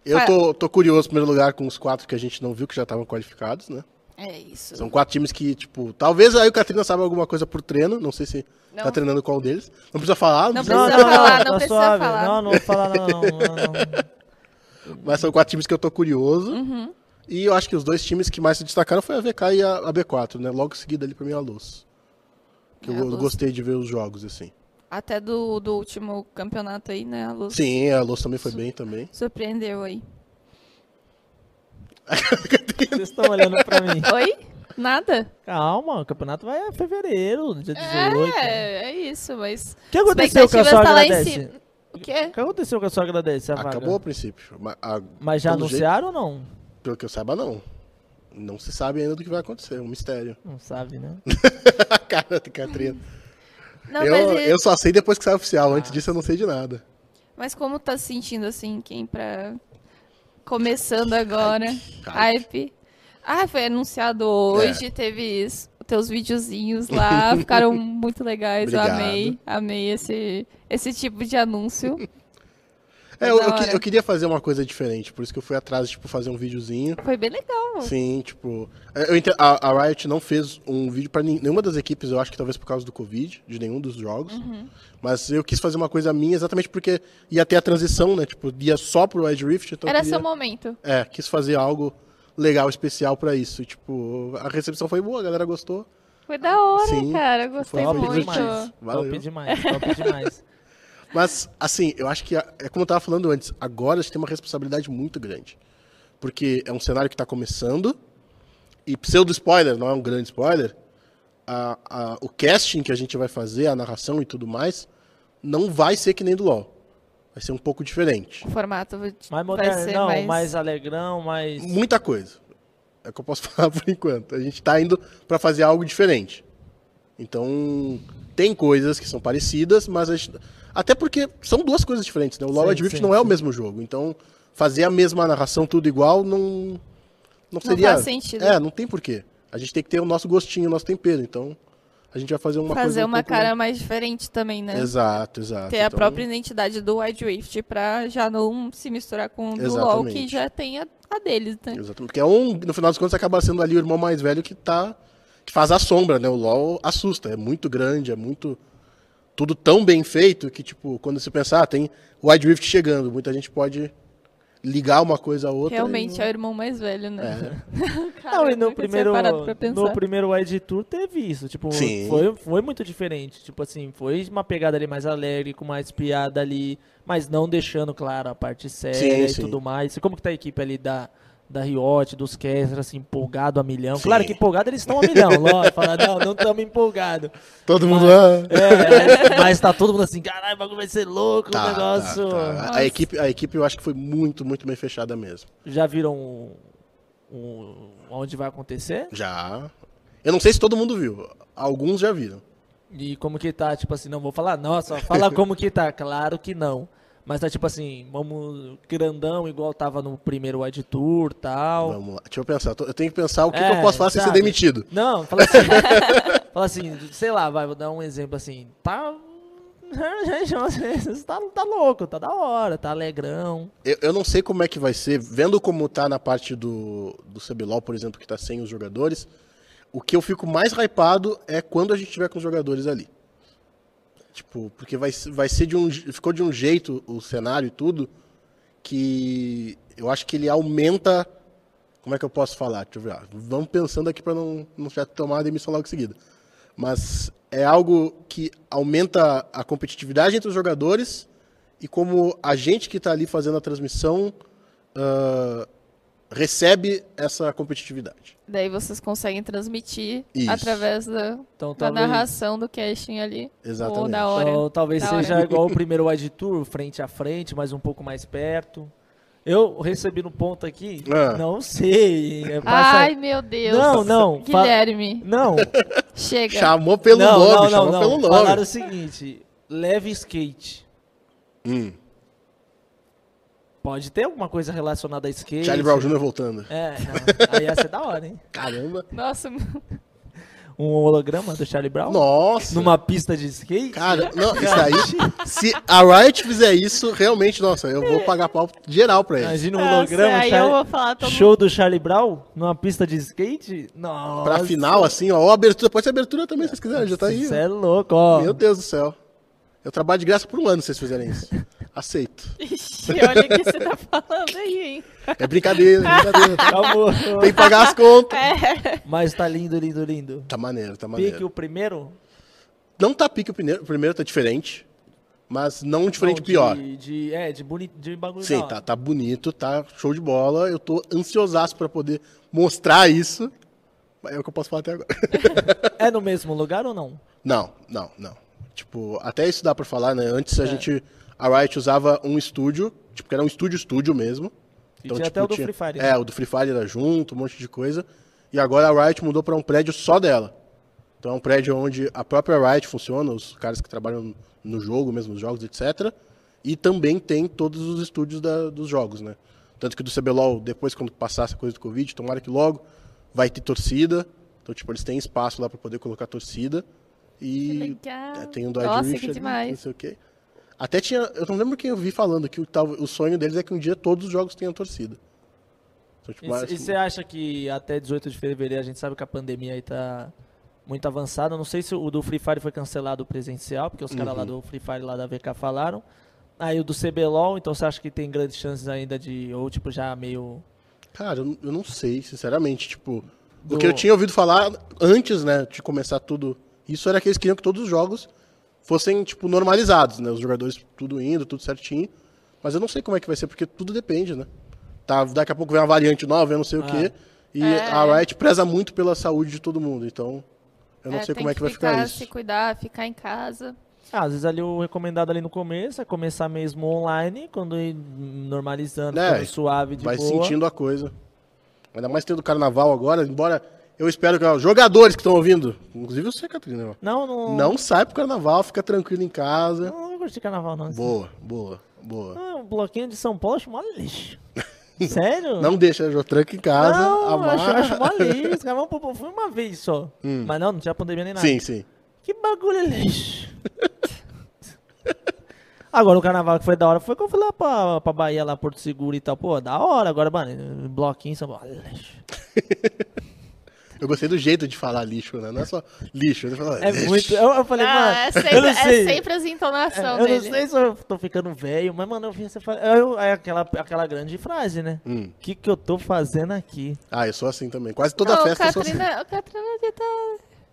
S1: Eu tô, tô curioso, em primeiro lugar, com os quatro que a gente não viu, que já estavam qualificados, né?
S2: É isso.
S1: São quatro times que, tipo, talvez aí o Catrina saiba alguma coisa por treino, não sei se
S2: Não.
S1: tá treinando qual deles. Não precisa falar, não,
S2: Não
S1: precisa.
S2: precisa falar, não precisa falar.
S3: tá Não, não vou falar, não, não, não, não.
S1: Mas são quatro times que eu tô curioso.
S2: Uhum.
S1: E eu acho que os dois times que mais se destacaram foi a VK e a, a B4, né? Logo em seguida ali pra mim a Luz. Que
S2: É, a
S1: eu
S2: Luz.
S1: gostei de ver os jogos, assim.
S2: Até do, do último campeonato aí, né? A Luz
S1: Sim, a Luz também foi bem também.
S2: surpreendeu aí.
S3: Vocês estão olhando pra mim.
S2: Oi? Nada?
S3: Calma, o campeonato vai a fevereiro, dia 18.
S2: É, é isso, mas.
S3: O que aconteceu com a
S2: expectativas
S3: sua
S2: tá lá em
S3: agradece?
S2: cima. O quê?
S3: O que aconteceu com a sua agradece? A vaga?
S2: né?
S1: Acabou a princípio. Ma- a-
S3: Mas já
S1: pelo jeito-
S3: anunciaram ou não?
S1: pelo que eu saiba, não. Não se sabe ainda do que vai acontecer, é um mistério.
S3: Não sabe, né?
S1: a cara da Catrina.
S2: Não,
S1: eu,
S2: Então, mas, é e-
S1: eu só sei depois que sai oficial, antes disso eu não sei de nada.
S2: mas como tá se sentindo assim, quem pra. Começando agora.
S1: tá.
S2: Hype. Ah, foi anunciado hoje,
S1: É.
S2: teve os teus videozinhos lá, ficaram muito legais, eu
S1: Obrigado.
S2: amei. Amei esse, esse tipo de anúncio.
S1: É, eu,
S2: Da
S1: eu que-
S2: hora.
S1: eu queria fazer uma coisa diferente, por isso que eu fui atrás, tipo, fazer um videozinho.
S2: Foi bem legal.
S1: Sim, tipo. eu ente- a, a Riot não fez um vídeo pra nin- nenhuma das equipes, eu acho que talvez por causa do Covid, de nenhum dos jogos. Mas eu quis fazer uma coisa minha exatamente porque ia ter a transição, né? Tipo, ia só pro Edge Rift. Então eu
S2: Era
S1: queria-
S2: seu momento.
S1: É, quis fazer algo legal, especial pra isso. E, tipo, a recepção foi boa, a galera gostou.
S2: Foi da hora,
S1: Sim,
S2: cara.
S1: foi
S2: Gostei
S3: Top
S2: muito.
S3: demais.
S1: Valeu.
S3: Top demais, top demais.
S1: Mas, assim, eu acho que, a- é como eu tava falando antes, agora a gente tem uma responsabilidade muito grande. Porque é um cenário que tá começando, e pseudo-spoiler, não é um grande spoiler, a- a- o casting que a gente vai fazer, a narração e tudo mais, não vai ser que nem do LoL. Vai ser um pouco diferente.
S2: O formato vai
S3: Mais
S2: vai
S3: moderno,
S2: ser
S3: não,
S2: mais...
S3: mais... alegrão, mais.
S1: Muita coisa. É o que eu posso falar por enquanto. A gente tá indo para fazer algo diferente. Então, tem coisas que são parecidas, mas a gente... até porque são duas coisas diferentes, né? O LoL
S3: Sim,
S1: Adrift
S3: sim,
S1: não é o
S3: sim.
S1: mesmo jogo. Então, fazer a mesma narração tudo igual não não seria
S2: faz sentido.
S1: É, não tem porquê. A gente tem que ter o nosso gostinho, o nosso tempero. Então, a gente vai fazer uma coisa
S2: fazer
S1: um
S2: uma
S1: pouco-
S2: cara mais diferente também, né?
S1: Exato, exato.
S2: Ter a
S1: Então,
S2: própria identidade do Wild Rift pra já não se misturar com o do LoL, que
S1: Exatamente.
S2: já tem a, a deles, né?
S1: Exatamente. Porque é um, no final das contas acaba sendo ali o irmão mais velho que tá. que faz a sombra, né? O LOL assusta. É muito grande, é muito. Tudo tão bem feito que, tipo, quando se pensar, ah, tem Wide Rift chegando. Muita gente pode ligar uma coisa a outra.
S2: Realmente
S1: e...
S2: é o irmão mais velho,
S1: É,
S2: né? Cara,
S3: Não, e
S2: eu nunca
S3: no
S2: tinha
S3: primeiro,
S2: parado pra
S3: no
S2: pensar.
S3: primeiro Wide Tour teve isso. Tipo,
S1: Sim.
S3: foi, foi muito diferente. Tipo assim, foi uma pegada ali mais alegre, com mais piada ali, mas não deixando, claro, a parte séria
S1: Sim,
S3: e
S1: sim.
S3: tudo mais. E Como que tá a equipe ali da, da Riot, dos Kessler, assim, empolgado a milhão?
S1: Sim.
S3: Claro que empolgado eles estão a milhão, lógico. Fala, não, não estamos empolgados.
S1: Todo mundo. ah.
S3: É, mas tá todo mundo assim, caralho, o bagulho vai ser louco,
S1: Tá,
S3: o negócio.
S1: tá, tá.
S2: Nossa.
S1: A, equipe, a equipe eu acho que foi muito, muito bem fechada mesmo.
S3: Já viram um, um- onde vai acontecer?
S1: Já. Eu não sei se todo mundo viu. Alguns já viram.
S3: E como que tá, tipo assim, não vou falar, nossa, fala como que tá, claro que não. Mas tá tipo assim, vamos grandão igual tava no primeiro Wide Tour, tal.
S1: Vamos lá. Deixa eu pensar. Tô- Eu tenho que pensar o que, que
S3: É,
S1: eu posso falar sem ser
S3: sabe?
S1: demitido.
S3: Não, fala assim, fala assim, sei lá, vai, vou dar um exemplo assim, tá tá, tá louco, tá da hora, tá alegrão.
S1: Eu, eu não sei como é que vai ser, vendo como tá na parte do, do CBLOL, por exemplo, que tá sem os jogadores, o que eu fico mais hypado é quando a gente tiver com os jogadores ali. Tipo, porque vai, se- vai ser de um. je- Ficou de um jeito o cenário e tudo, que eu acho que ele aumenta. Como é que eu posso falar? Deixa eu ver. ó. Vamos pensando aqui pra não, não já tomar a demissão logo em seguida. Mas é algo que aumenta a competitividade entre os jogadores e como a gente que está ali fazendo a transmissão ah, recebe essa competitividade.
S2: Daí vocês conseguem transmitir
S1: Isso.
S2: através da, da
S3: Então talvez,
S2: narração do casting ali. Ou
S1: Exatamente.
S2: da hora.
S3: então, talvez
S2: né? Da hora.
S3: seja igual o primeiro Wide Tour, frente a frente, mas um pouco mais perto. Eu recebi no ponto aqui,
S1: Ah.
S3: não sei. é, passa-
S2: Ai, meu Deus.
S3: Não, não, fa-
S2: Guilherme,
S3: Não,
S2: chega.
S1: Chamou pelo
S3: não,
S1: nome,
S3: não,
S1: chamou
S3: não, não.
S1: pelo nome.
S3: Falaram o seguinte: leve skate.
S1: Hum,
S3: Pode ter alguma coisa relacionada a skate.
S1: Charlie Brown Jr. voltando.
S3: É, não. aí ia ser da hora, hein?
S1: Caramba.
S2: Nossa,
S3: Um holograma do Charlie Brown
S1: Nossa.
S3: Então, numa pista de skate.
S1: Cara, não, isso aí. se a Riot fizer isso, realmente, nossa, eu vou pagar pau geral pra eles.
S3: Imagina um holograma,
S2: nossa aí eu
S3: Charlie-
S2: vou falar todo mundo.
S3: show do Charlie Brown numa pista de skate. Nossa.
S1: Pra final, assim, ó, ou abertura, pode ser abertura também, se vocês quiserem, já tá aí.
S3: Você
S1: ó.
S3: é louco, ó.
S1: Meu Deus do céu. Eu trabalho de graça por um ano se vocês fizerem isso. Aceito.
S2: Ixi, olha o que você tá falando aí, hein?
S1: É brincadeira, é brincadeira.
S3: Acabou.
S1: Tem que pagar as contas.
S3: Mas tá lindo, lindo, lindo.
S1: Tá maneiro, tá maneiro.
S3: Pique o primeiro.
S1: Não tá pique o primeiro, o primeiro tá diferente, mas não diferente
S3: Não, de-
S1: pior.
S3: de- é, de, boni, de bagulho da
S1: Sim,
S3: hora.
S1: tá, tá bonito, tá show de bola. Eu tô ansiosaço pra poder mostrar isso. Mas É o que eu posso falar até agora.
S3: É no mesmo lugar ou não?
S1: Não, não, não. Tipo, até isso dá pra falar, né? Antes
S3: É.
S1: a gente. A Riot usava um estúdio, tipo, que era um estúdio estúdio mesmo. Então,
S3: E tinha até o do Free Fire, né?
S1: É, o do Free Fire era junto, um monte de coisa. E agora a Riot mudou pra um prédio só dela. Então é um prédio onde a própria Riot funciona, os caras que trabalham no jogo, mesmo os jogos, etc. E também tem todos os estúdios da- dos jogos, né? Tanto que do CBLOL, depois quando passar essa coisa do Covid, tomara que logo vai ter torcida. Então, tipo, eles têm espaço lá pra poder colocar torcida.
S2: Que
S1: E
S2: legal.
S1: é, tem o do
S2: Nossa,
S1: Edwidge
S2: que
S1: ali, não
S2: demais.
S1: sei o quê. Até tinha. Eu não lembro quem eu vi falando que o, tal- o sonho deles é que um dia todos os jogos tenham torcida. Então, tipo, acho
S3: E
S1: que-
S3: você acha que até 18 de fevereiro a gente sabe que a pandemia aí tá muito avançada? Eu Não sei se o do Free Fire foi cancelado o presencial, porque os caras
S1: Uhum.
S3: lá do Free Fire lá da VK falaram. Aí o do CBLOL, então você acha que tem grandes chances ainda de. Ou tipo, já meio.
S1: Cara, eu, eu não sei, sinceramente, tipo.
S3: Do-
S1: O que eu tinha ouvido falar antes, né, de começar tudo, isso era que eles queriam que todos os jogos fossem, tipo, normalizados, né? Os jogadores tudo indo, tudo certinho. Mas eu não sei como é que vai ser, porque tudo depende, né? Tá, daqui a pouco vem uma variante nova, eu não sei
S3: Ah.
S1: o quê. E
S2: É.
S1: a Riot preza muito pela saúde de todo mundo, então. Eu não sei
S2: tem
S1: como é que vai ficar isso.
S2: Se cuidar, ficar em casa.
S3: Ah, às vezes ali o recomendado ali no começo é começar mesmo online, quando ir normalizando,
S1: É,
S3: ficando suave de
S1: Vai
S3: boa.
S1: sentindo a coisa. Ainda mais tendo o carnaval agora, embora eu espero que os jogadores que estão ouvindo, inclusive você, Catarina,
S3: Não, não.
S1: não sai pro carnaval, fica tranquilo em casa.
S3: Não, não gosto de carnaval, não.
S1: Boa, boa, boa.
S3: Ah, um bloquinho de São Paulo, eu acho mó lixo. Sério?
S1: Não deixa, já tranca em casa,
S3: Não, eu acho, eu
S1: amarra.
S3: acho mó lixo. Os caras vão pro- Fui uma vez só. Mas não, não tinha pandemia nem nada.
S1: Hum. Sim, sim.
S3: Que bagulho lixo. agora o carnaval que foi da hora foi quando eu fui lá pra, pra Bahia, lá Porto Seguro e tal. Pô, da hora. Agora, mano, bloquinho em São Paulo. É Lixo.
S1: Eu gostei do jeito de falar lixo, né? Não é só lixo. Ele fala,
S3: É
S1: lixo.
S3: muito. Eu, eu falei, mano.
S2: Ah, é,
S3: eu
S2: sempre,
S3: não
S2: é
S3: sei.
S2: sempre as
S3: É,
S2: entonações
S3: eu não
S2: dele.
S3: sei se eu tô ficando velho, mas, mano, eu vi você falar. eu- É aquela, aquela grande frase, né? O
S1: Hum.
S3: que, que eu tô fazendo aqui?
S1: Ah, eu sou assim também. Quase toda
S2: Não,
S1: festa
S2: o
S1: eu sou assim.
S2: Catrina, o Catrina ele, tá,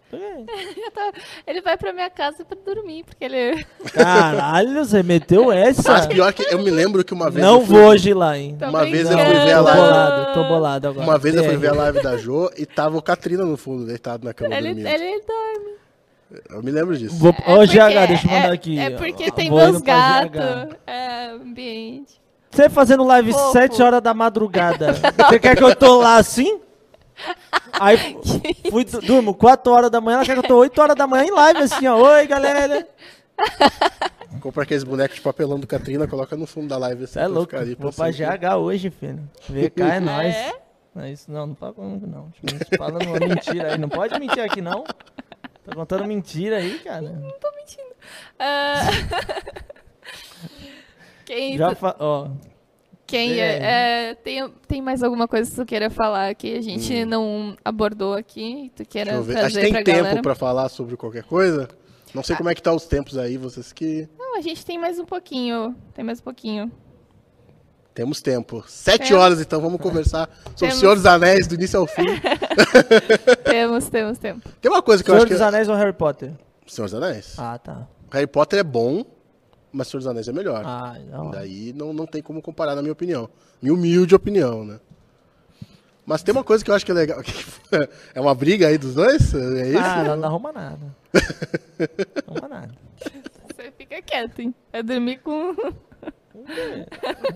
S2: ele, tá- ele vai pra minha casa pra dormir, porque ele.
S3: Caralho, você meteu
S1: Mas
S3: essa?
S1: pior que eu me lembro que uma vez.
S3: tá Não
S1: eu fui-
S3: vou hoje lá, hein?
S2: Tá
S1: Uma vez eu
S2: brincando.
S1: fui ver a
S3: tô
S1: live.
S3: bolado, tô bolado agora. É.
S1: Uma vez eu fui ver a
S3: TR.
S1: live da Jo e tava o Catrina no fundo, deitado na cama
S2: Ele,
S1: dormindo.
S2: ele dorme.
S1: Eu me lembro disso.
S3: Vou...
S2: É
S3: Ô,
S2: porque-
S3: GH, deixa eu
S2: é-
S3: mandar aqui.
S2: É porque tem
S3: Vou indo
S2: meus
S3: pra GH.
S2: gatos. É, ambiente.
S3: Você fazendo live
S2: Fofo.
S3: 7 horas da madrugada. Você quer que eu tô lá assim? Aí fui, du- durmo 4 horas da manhã, ela quer que eu tô 8 horas da manhã em live assim, ó. Oi, galera.
S1: Compra aqueles bonecos de papelão do Catrina, coloca no fundo da live. assim,
S3: Você é
S1: pra
S3: louco.
S1: ficar ali,
S3: Vou pra
S1: pensando que-
S3: GH hoje, filho. VK é nóis.
S2: É?
S3: Não É isso, não, não tá falando não. Tipo, não se fala uma mentira aí. Não pode mentir aqui, não. Tá contando mentira aí, cara.
S2: Tô mentindo. Ah, Quem,
S3: Já fa... Ó,
S2: quem
S3: Diga aí.
S2: é, é, tem, tem mais alguma coisa que tu queira falar que a gente não abordou aqui?
S1: Hum. Deixa
S2: Tu
S1: eu ver.
S2: queira
S1: Acho que
S2: trazer pra
S1: tem tempo
S2: galera? Ah.
S1: pra falar sobre qualquer coisa. Não sei como é que tá os tempos aí, vocês que.
S2: Não, a gente tem mais um pouquinho. Tem mais um pouquinho.
S1: Temos tempo. Sete
S2: Temos.
S1: horas, então vamos conversar sobre
S2: Temos.
S1: o Senhor dos Anéis, do início ao fim.
S2: temos, temos tempo.
S1: Tem uma coisa que eu
S3: Senhor
S1: acho que. é-
S3: dos Anéis ou Harry Potter?
S1: Senhor dos Anéis.
S3: Ah, tá.
S1: Harry Potter é bom, mas Senhor dos Anéis é melhor.
S3: Ah, não.
S1: Daí não, não tem como comparar, na minha opinião. Minha humilde opinião, né? Mas tem uma coisa que eu acho que é legal. É uma briga aí dos dois? É isso?
S3: Ah, não, não arruma nada. Não arruma nada.
S2: Você fica quieto, hein? É dormir com.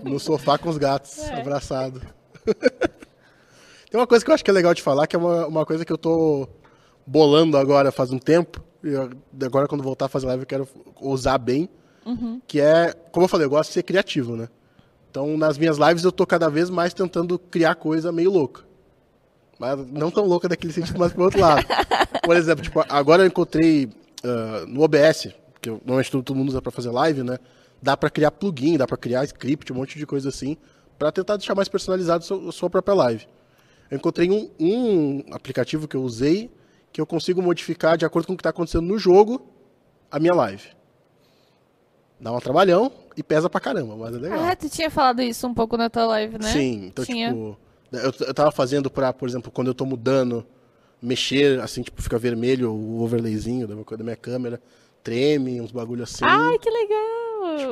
S1: No sofá com os gatos,
S2: É.
S1: abraçado. Tem uma coisa que eu acho que é legal de falar, que é uma, uma coisa que eu tô bolando agora faz um tempo. E eu- agora, quando voltar a fazer live, eu quero usar bem. Que é, como eu falei, eu gosto de ser criativo, né? Então, nas minhas lives, eu tô cada vez mais tentando criar coisa meio louca. Mas não tão louca daquele sentido, mas pro outro lado. Por exemplo, tipo, agora eu encontrei ah, no OBS, que eu, normalmente todo todo mundo usa pra fazer live, né? Dá pra criar plugin, dá pra criar script, um monte de coisa assim, pra tentar deixar mais personalizado a sua, a sua própria live. Eu encontrei um, um aplicativo que eu usei que eu consigo modificar de acordo com o que tá acontecendo no jogo a minha live. Dá um trabalhão e pesa pra caramba, mas é legal.
S2: Ah, tu tinha falado isso um pouco na tua live, né?
S1: Sim, então,
S2: tinha.
S1: tipo, eu, eu tava fazendo pra, por exemplo, quando eu tomo dano, mexer, assim, tipo, fica vermelho o overlayzinho da minha, da minha câmera, treme, uns bagulho assim.
S2: Ai, que legal!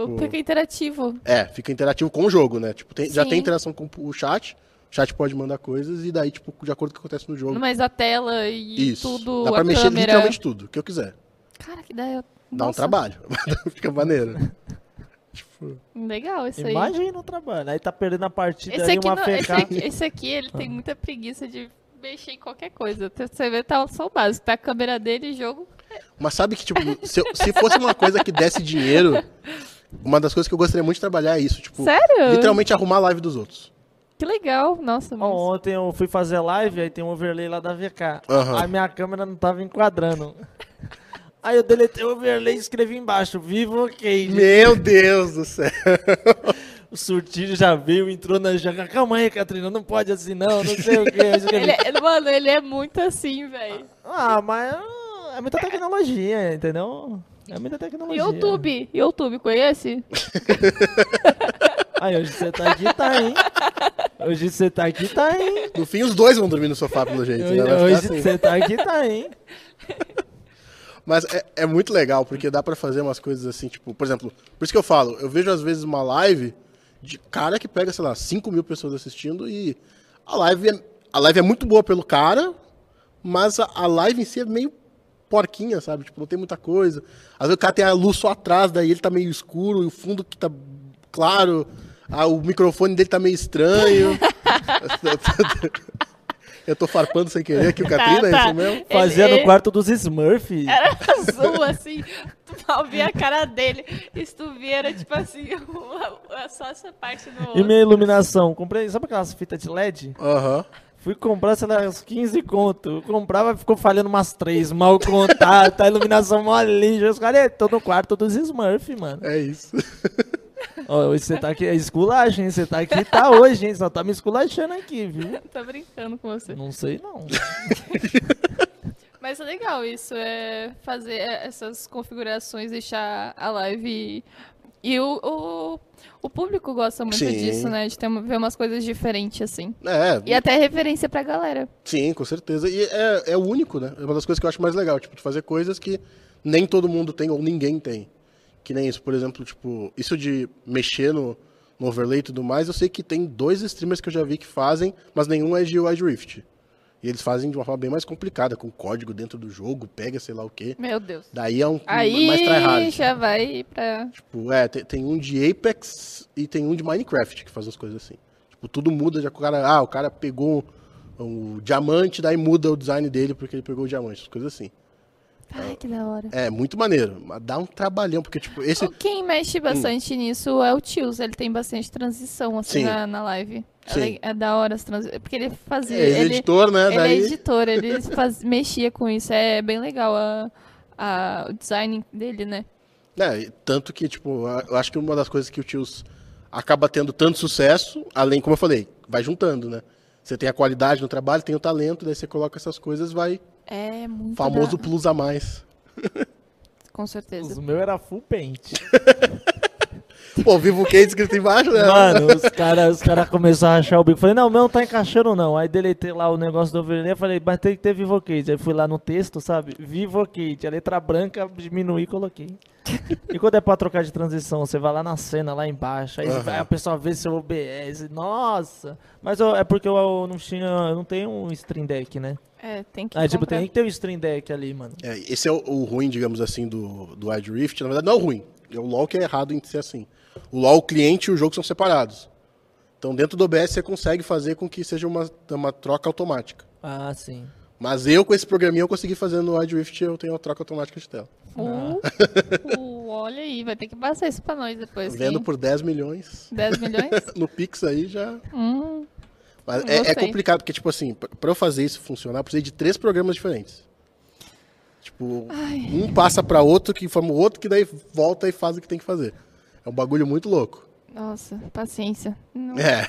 S1: Tipo-
S2: Fica interativo.
S1: É, fica interativo com o jogo, né? Tipo, tem- já
S2: Sim.
S1: tem interação com o chat, o chat pode mandar coisas e daí, tipo, de acordo com o que acontece no jogo.
S2: Mas a tela e
S1: Isso.
S2: tudo,
S1: Dá pra
S2: a
S1: mexer
S2: câmera.
S1: literalmente tudo, o que eu quiser.
S2: Cara, que ideia.
S1: Dá um
S2: Nossa,
S1: trabalho, fica maneiro. tipo,
S2: Legal isso aí.
S3: Imagina o trabalho. Aí tá perdendo a partida
S2: Esse
S3: aí,
S2: aqui,
S3: uma
S2: não- esse,
S3: fecada.
S2: aqui, esse aqui, ele tem muita preguiça de mexer em qualquer coisa. Você vê, tá só o básico. Tá a câmera dele, jogo.
S1: mas sabe que, tipo, se, eu- se fosse uma coisa que desse dinheiro, uma das coisas que eu gostaria muito de trabalhar é isso, tipo,
S2: Sério?
S1: literalmente arrumar a live dos outros.
S2: Que legal. Nossa,
S3: Bom,
S2: mas...
S3: ontem eu fui fazer live, aí tem um overlay lá da VK.
S1: Aham.
S3: Aí minha câmera não tava enquadrando. Aí eu deletei o overlay e escrevi embaixo, vivo ok.
S1: Meu Deus do céu.
S3: O surtido já veio, entrou na jaca. Calma aí, Catrina, não pode assim não, não sei o que. Aí eu escrevi,
S2: Ele é- mano, ele é muito assim, velho.
S3: Ah, mas é muita tecnologia, entendeu? É muita
S1: Ah,
S3: tecnologia.
S2: YouTube, YouTube, conhece?
S3: Aí hoje você tá aqui, tá, hein? Hoje você tá aqui, tá, hein?
S1: No fim, os dois vão dormir no sofá, pelo jeito.
S3: Hoje
S1: Né? Vai
S3: hoje
S1: ficar assim.
S3: você tá aqui, tá, hein?
S1: Mas é, é muito legal, porque dá pra fazer umas coisas assim, tipo, por exemplo, por isso que eu falo, eu vejo às vezes uma live de cara que pega, sei lá, 5 mil pessoas assistindo e a live é, a live é muito boa pelo cara, mas a, a live em si é meio porquinha, sabe? Tipo, não tem muita coisa. Às vezes o cara tem a luz só atrás, daí ele tá meio escuro, e o fundo que tá claro, ah, o microfone dele tá meio estranho. eu tô farpando sem querer aqui, o Catrina, é isso mesmo?
S2: Tá, Ele-
S3: Fazia no
S2: ele
S3: quarto dos Smurfs.
S2: Era azul, assim. Tu mal via a cara dele. E se tu via, era tipo assim, uma- só essa parte do
S3: E
S2: outro.
S3: minha iluminação, comprei, sabe aquelas fitas de LED?
S1: Aham.
S3: Fui comprar, sei lá, uns 15 conto. Eu comprava, ficou falhando umas três, mal contado, tá a iluminação mó lixo. Os caras, "É, tô no quarto dos Smurfs, mano.
S1: É isso.
S3: Ó, hoje você tá aqui, é esculacho, hein? Você tá aqui, tá hoje, hein? Só tá me esculachando aqui, viu?
S2: Tô brincando com você.
S3: Não sei, não.
S2: Mas é legal isso, é fazer essas configurações, deixar a live. E o, o, o público gosta muito
S1: Sim.
S2: disso, né? De ter, ver umas coisas diferentes, assim.
S1: É,
S2: E até referência pra galera.
S1: Sim, com certeza. E é, é o único, né? É uma das coisas que eu acho mais legal, tipo, de fazer coisas que nem todo mundo tem ou ninguém tem. Que nem isso, por exemplo, tipo, isso de mexer no, no overlay e tudo mais, eu sei que tem dois streamers que eu já vi que fazem, mas nenhum é de Wide Rift. E eles fazem de uma forma bem mais complicada, com código dentro do jogo, pega sei lá o quê.
S2: Meu Deus.
S1: Daí é um
S2: Aí
S1: mais tryhard.
S2: já vai pra.
S1: Tipo, é, tem, tem um de Apex e tem um de Minecraft que faz as coisas assim. Tipo, tudo muda, já que o cara, ah, o cara pegou o diamante, daí muda o design dele porque ele pegou o diamante, as coisas assim.
S2: Ai, que da hora.
S1: É, muito maneiro, mas dá um trabalhão, porque tipo, esse Hum.
S2: Quem mexe bastante nisso é o Tios, ele tem bastante transição assim
S1: Sim.
S2: na, na live. É
S1: Sim.
S2: le- É, da hora as transições. Porque ele fazia.
S1: é, esse
S2: ele
S1: editor, né,
S2: ele é
S1: daí
S2: editor, ele faz- mexia com isso. É bem legal a- a- o design dele, né?
S1: É, e tanto que, tipo, a- eu acho que uma das coisas que o Tios acaba tendo tanto sucesso, além, como eu falei, vai juntando, né? Você tem a qualidade no trabalho, tem o talento, daí você coloca essas coisas, vai
S2: É muito
S1: famoso
S2: da-
S1: plus a mais.
S2: Com certeza.
S3: Os meus era full paint.
S1: Pô, vivo o que escrito embaixo, né?
S3: Mano, os caras os cara começaram a achar o bico. Falei, não, o meu não tá encaixando, não. Aí deletei lá o negócio do overlay. Falei, mas tem que ter Vivocade. Aí fui lá no texto, sabe? Vivocade. A letra branca, diminui e coloquei. E quando é pra trocar de transição, você vai lá na cena, lá embaixo. Aí
S1: Aham.
S3: vai, a pessoa vê seu OBS. Nossa! Mas eu- é porque eu, eu não tinha. Eu não tenho um stream deck, né?
S2: É, tem que
S1: Ah,
S3: Aí, tipo,
S2: comprar.
S3: tem que ter um stream deck ali, mano.
S1: É, esse é o, o ruim, digamos assim, do, do Wild Rift. Na verdade, não é o ruim. É o LoL que é errado em ser assim. O LoL, o cliente e o jogo são separados. Então, dentro do OBS, você consegue fazer com que seja uma, uma troca automática.
S3: Ah, sim.
S1: Mas eu, com esse programinha, eu consegui fazer no Wild Rift, eu tenho a troca automática de tela.
S2: Uh, uh, olha aí, vai ter que passar isso pra nós depois.
S1: Ah. Tá Vendo
S2: hein?
S1: por 10 milhões
S2: 10 milhões?
S1: no Pix aí já...
S2: Hum,
S1: Mas é, é
S2: Gostei.
S1: complicado, porque, tipo assim, pra pra eu fazer isso funcionar, eu precisei de três programas diferentes. Tipo, um passa pra outro, que informa o outro, que daí volta e faz o que tem que fazer. É um bagulho muito louco.
S2: nossa, paciência. Não,
S1: É.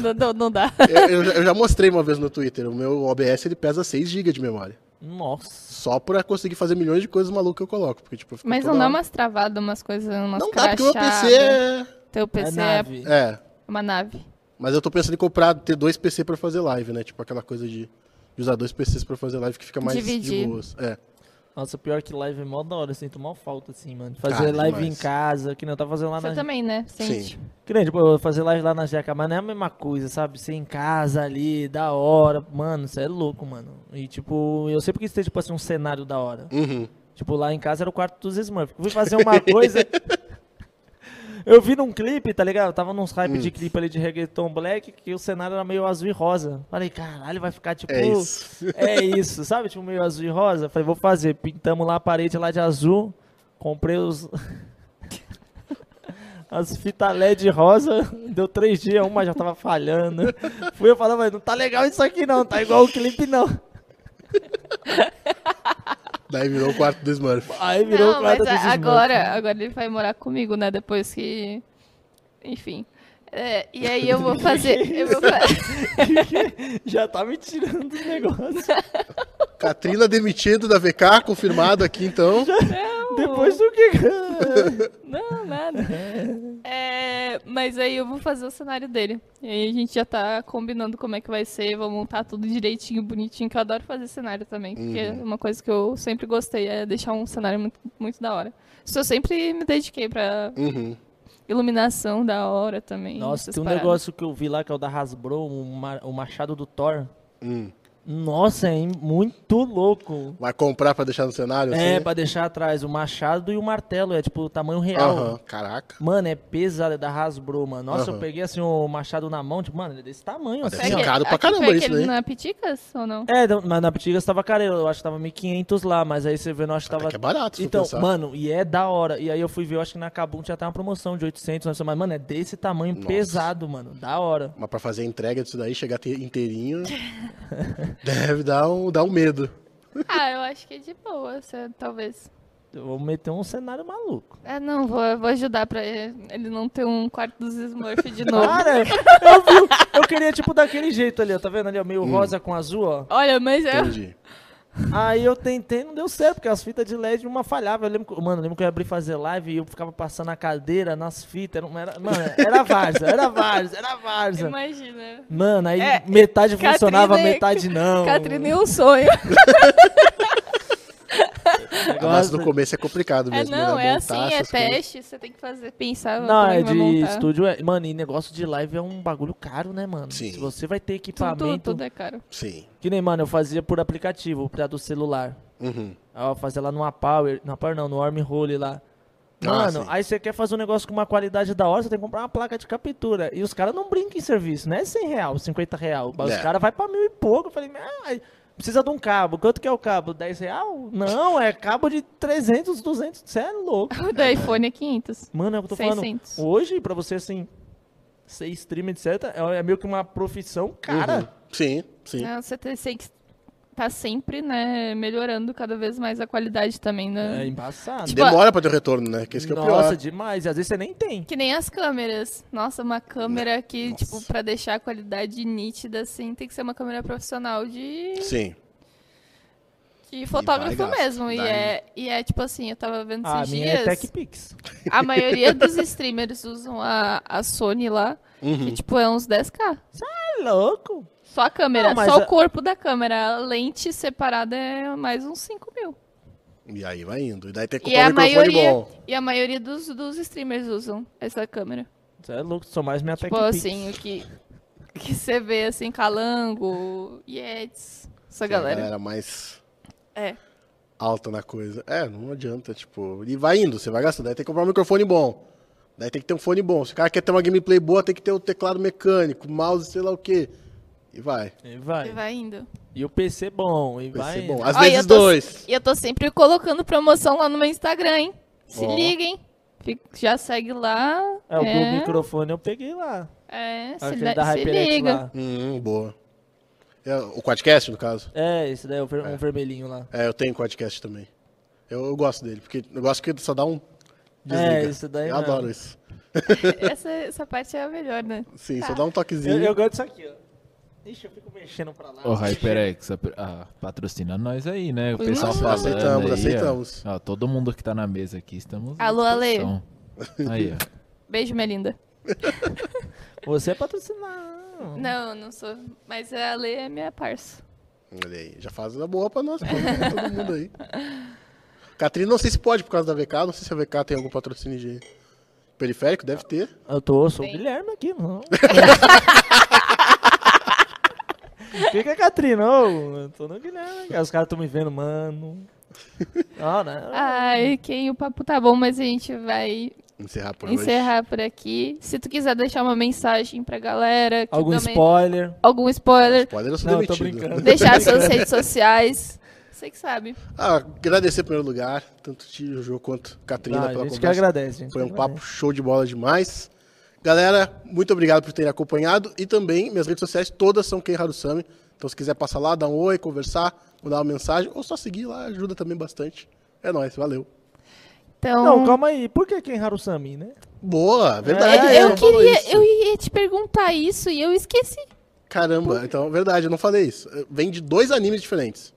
S2: não, não- não dá.
S1: Eu, eu já- eu já mostrei uma vez no Twitter, o meu OBS ele pesa 6 GB de memória.
S3: Nossa.
S1: Só pra conseguir fazer milhões de coisas malucas que eu coloco. Porque, tipo, eu fico
S2: Mas
S1: toda
S2: não dá
S1: hora-
S2: umas travadas, umas coisas, umas
S1: Não dá, porque o meu PC
S2: crachadas.
S1: é...
S2: Teu PC
S3: é
S2: é,
S3: nave.
S1: é.
S2: uma nave.
S1: Mas eu tô pensando em comprar, ter dois PC pra fazer live, né? Tipo aquela coisa de, de usar dois PCs pra fazer live que fica mais de
S2: Dividir.
S1: boas. É.
S3: Nossa, pior que live é mó da hora, eu sinto mó falta, assim, mano. Fazer
S1: Cara,
S3: live
S1: demais.
S3: em casa, que não tá fazendo lá
S2: Você
S3: na.
S2: também, né? Sente.
S1: Sim.
S3: Que nem, tipo, eu fazer live lá na Jaca, mas não é a mesma coisa, sabe? Ser em casa ali, da hora. Mano, você é louco, mano. E, tipo, eu sempre quis ter, tipo, assim, um cenário da hora.
S1: Uhum.
S3: Tipo, lá em casa era o quarto dos Smurfs. Fui fazer uma coisa. Eu vi num clipe, tá ligado? Tava num hype
S1: Hum.
S3: de clipe ali de reggaeton black que o cenário era meio azul e rosa. Falei, caralho, vai ficar tipo.
S1: É isso.
S3: É isso, sabe? Tipo, meio azul e rosa. Falei, vou fazer. Pintamos lá a parede lá de azul. Comprei os. As fitas LED rosa. Deu três dias, uma já tava falhando. Fui eu falava, não tá legal isso aqui não, tá igual o clipe não.
S1: Daí virou o quarto do Smurf.
S3: Aí virou
S2: Não,
S3: o cara
S2: mas
S3: dos
S2: a-
S3: Smurfs.
S2: agora, agora ele vai morar comigo, né? Depois que. Enfim. É, e aí eu vou fazer. Eu vou fa-
S3: Já tá me tirando do negócio.
S1: Katrina demitido da VK, confirmado aqui então.
S3: Depois do que.
S2: Não, nada. É, mas aí eu vou fazer o cenário dele. E aí a gente já tá combinando como é que vai ser, vou montar tudo direitinho, bonitinho, que eu adoro fazer cenário também. Porque
S1: Uhum.
S2: uma coisa que eu sempre gostei é deixar um cenário muito, muito da hora. Isso eu sempre me dediquei pra
S1: Uhum.
S2: iluminação da hora também.
S3: Nossa,
S2: essas
S3: tem um
S2: paradas.
S3: negócio que eu vi lá que é o da Hasbro, o, ma- o machado do Thor.
S1: Hum.
S3: Nossa, é muito louco.
S1: Vai comprar pra deixar no cenário?
S3: É,
S1: assim?
S3: pra deixar atrás o machado e o martelo, é tipo o tamanho real.
S1: Aham, Caraca.
S3: Mano, é pesado, é da Hasbro, mano. Nossa, eu
S1: Aham.
S3: peguei assim o machado na mão, tipo, mano, ele é desse tamanho
S1: Mas
S3: assim,
S1: é
S3: ó.
S1: caro pra
S2: aqui
S1: caramba
S2: foi
S1: isso
S2: aquele
S1: daí.
S2: na Piticas ou não?
S3: É, não, mas na Petigas tava careiro, eu acho que tava 1.500 lá, mas aí você vendo, eu acho que tava...
S1: Até que é barato, se for
S3: Então,
S1: pensar.
S3: mano, e é da hora. E aí eu fui ver, eu acho que na Kabum tinha até uma promoção de 800, 900, mas, mano, é desse tamanho
S1: Nossa.
S3: pesado, mano, da hora.
S1: Mas pra fazer a entrega disso daí, chegar te- inteirinho, deve dar um, dar um medo.
S2: Ah, eu acho que é de boa, se- talvez.
S3: Eu vou meter um cenário maluco.
S2: É, não, vou, eu vou ajudar pra ele não ter um quarto dos Smurf de novo.
S3: Cara, eu, vi, eu queria, tipo, daquele jeito ali, ó, tá vendo ali, ó, meio
S1: Hum.
S3: rosa com azul, ó.
S2: Olha, mas é.
S1: Entendi.
S3: Aí eu tentei, não deu certo, porque as fitas de LED uma falhava. Eu lembro, que- mano, eu lembro que eu ia abrir fazer live e eu ficava passando a cadeira nas fitas. Era, um- era- mano, era várzea, era várzea, era várzea.
S2: Imagina.
S3: Mano, aí
S2: É,
S3: metade
S2: Catrina
S3: funcionava,
S2: e-
S3: metade não.
S2: Catrina e um sonho.
S1: A massa no começo é complicado
S2: É,
S1: mesmo.
S2: não,
S1: né?
S2: é
S1: Montar
S2: assim, é
S1: essas coisas.
S2: teste, você tem que fazer, pensar
S3: Não,
S2: como é
S3: é
S2: que vai
S3: de
S2: montar.
S3: estúdio. é- Mano, e negócio de live é um bagulho caro, né, mano?
S1: Sim.
S3: Se você vai ter
S2: Tudo,
S3: equipamento.
S2: tudo, tudo é caro.
S1: Sim.
S3: Que nem, mano, eu fazia por aplicativo, pra do celular.
S1: Uhum.
S3: Ó, fazer lá numa Power. Na Power não, no Arm Hole lá.
S1: Ah,
S3: Mano,
S1: sim.
S3: aí você quer fazer um negócio com uma qualidade da hora, você tem que comprar uma placa de captura. E os caras não brincam em serviço, não é 100 real, 50 real. Mas Os
S1: É.
S3: caras vai pra mil e pouco. Eu falei, "Ah, precisa de um cabo. Quanto que é o cabo? 10 real? Não, é cabo de 300, 200. Você é louco.
S2: O da iPhone é 500.
S3: Mano, é o que eu tô
S2: 600.
S3: falando. Hoje, pra você, assim, ser streamer, etc., é é meio que uma profissão cara.
S1: Uhum. Sim, sim.
S2: Não, você tem tem que tá sempre, né, melhorando cada vez mais a qualidade também, né?
S3: É embaçado.
S1: Demora pra ter o retorno, né? Que Uhum. esse que é o pior.
S3: Nossa, demais. E às vezes você nem tem.
S2: Que nem as câmeras. Nossa, uma câmera que, tipo, pra deixar a qualidade nítida, assim, tem que ser uma câmera profissional de,
S1: Sim.
S2: de fotógrafo
S1: vai gasto,
S2: mesmo. E
S1: dá,
S2: é, e é, tipo assim, eu tava vendo
S3: A
S2: esses
S3: minha
S2: dias.
S3: é TechPix.
S2: A maioria dos streamers usam a, a Sony lá, que, tipo, é uns 10k.
S3: É louco.
S2: Só a câmera,
S3: Não, mas
S2: só
S3: a-
S2: o corpo da câmera. A lente separada é mais uns 5 mil.
S1: E aí vai indo. E daí tem que
S2: E é
S1: comprar
S2: a
S1: um microfone
S2: maioria,
S1: bom.
S2: e a maioria dos, dos streamers usam essa câmera.
S3: Você é louco, sou mais minha
S2: Tipo
S3: TechPix.
S2: assim, o que, que você vê assim, Calango, Yetis, essa
S1: A
S2: galera.
S1: galera mais
S2: É.
S1: alta na coisa. É, não adianta, tipo. E vai indo, você vai gastando. Daí tem que comprar um microfone bom. Daí tem que ter um fone bom. Se o cara quer ter uma gameplay boa, tem que ter o teclado mecânico, mouse, sei lá o quê. E vai.
S3: E
S2: E
S3: vai.
S2: vai indo.
S3: E o PC bom, e
S1: Vai
S3: vai.
S1: ser bom. Às
S2: Ó, e eu
S1: vezes
S2: tô-
S1: dois.
S2: E eu tô sempre colocando promoção lá no meu Instagram, hein? Se
S1: Ó.
S2: liga, hein? Fica- Já segue lá.
S3: É, o do microfone eu peguei lá.
S2: É, se,
S3: Aquele
S2: le-
S3: da
S2: se
S3: HyperX
S2: liga.
S3: lá.
S1: Hum, boa. É, o quadcast, no caso.
S3: É, esse daí, o ver- um vermelhinho lá.
S1: É, eu tenho quadcast também. Eu, eu gosto dele, porque eu gosto que só dá um.
S3: É,
S1: Desliga.
S3: isso daí
S1: Eu
S3: não.
S1: adoro isso.
S2: Essa, essa parte é a melhor, né?
S1: Sim, só dá um
S3: Eu,
S1: toquezinho.
S3: eu gosto disso aqui, ó. Ixi, eu fico mexendo pra lá.
S4: Ô, HyperX, a- ah, patrocina nós aí, né? O pessoal
S2: Não,
S4: falando
S1: aceitamos,
S4: aí, ó.
S1: aceitamos.
S4: Ó, todo mundo que tá na mesa aqui, estamos... à
S2: Alô, Ale.
S4: disposição. Aí, ó.
S2: Beijo, Melinda.
S3: Você é patrocinado.
S2: Não, não sou. Mas a Lê é minha parça.
S1: Olha aí, já faz uma boa pra nós, pô, pra todo mundo aí. Catrina, não sei se pode por causa da VK, não sei se a VK tem algum patrocínio de periférico, deve ter.
S3: Eu tô, sou o
S2: Tem.
S3: Guilherme aqui, não. Fica a Catrina, ô. Eu tô no Guilherme. Os caras tão me vendo, mano. Não, né?
S2: Ai, quem o papo tá bom, mas a gente vai
S1: Encerrar por
S2: encerrar por aqui. Se tu quiser deixar uma mensagem pra galera, que
S3: Algum
S2: tipo, também-
S3: spoiler.
S2: algum spoiler,
S1: hoje. Pode eu sou
S3: Não, eu tô
S1: demitido.
S3: brincando.
S2: deixar suas redes sociais. Você que sabe.
S1: Ah, agradecer em primeiro lugar, tanto Tio Jô quanto Catrina
S3: Não, a
S1: pela
S3: gente
S1: conversa.
S3: que agradece, né? gente.
S1: Foi um
S3: que
S1: papo show de bola demais. Galera, muito obrigado por terem acompanhado e também minhas redes sociais todas são Ken Harusami, Então, se quiser passar lá, dar um oi, conversar, mandar uma mensagem, ou só seguir lá, ajuda também bastante. É nóis, valeu.
S2: Então,
S3: Não, calma aí. Por que Kenharu Sami, né?
S1: Boa, verdade.
S3: É,
S1: ela
S2: eu
S1: não falou
S2: queria,
S1: isso.
S2: eu ia te perguntar isso e eu esqueci.
S1: Caramba, então, verdade, eu não falei isso. Vem de dois animes diferentes.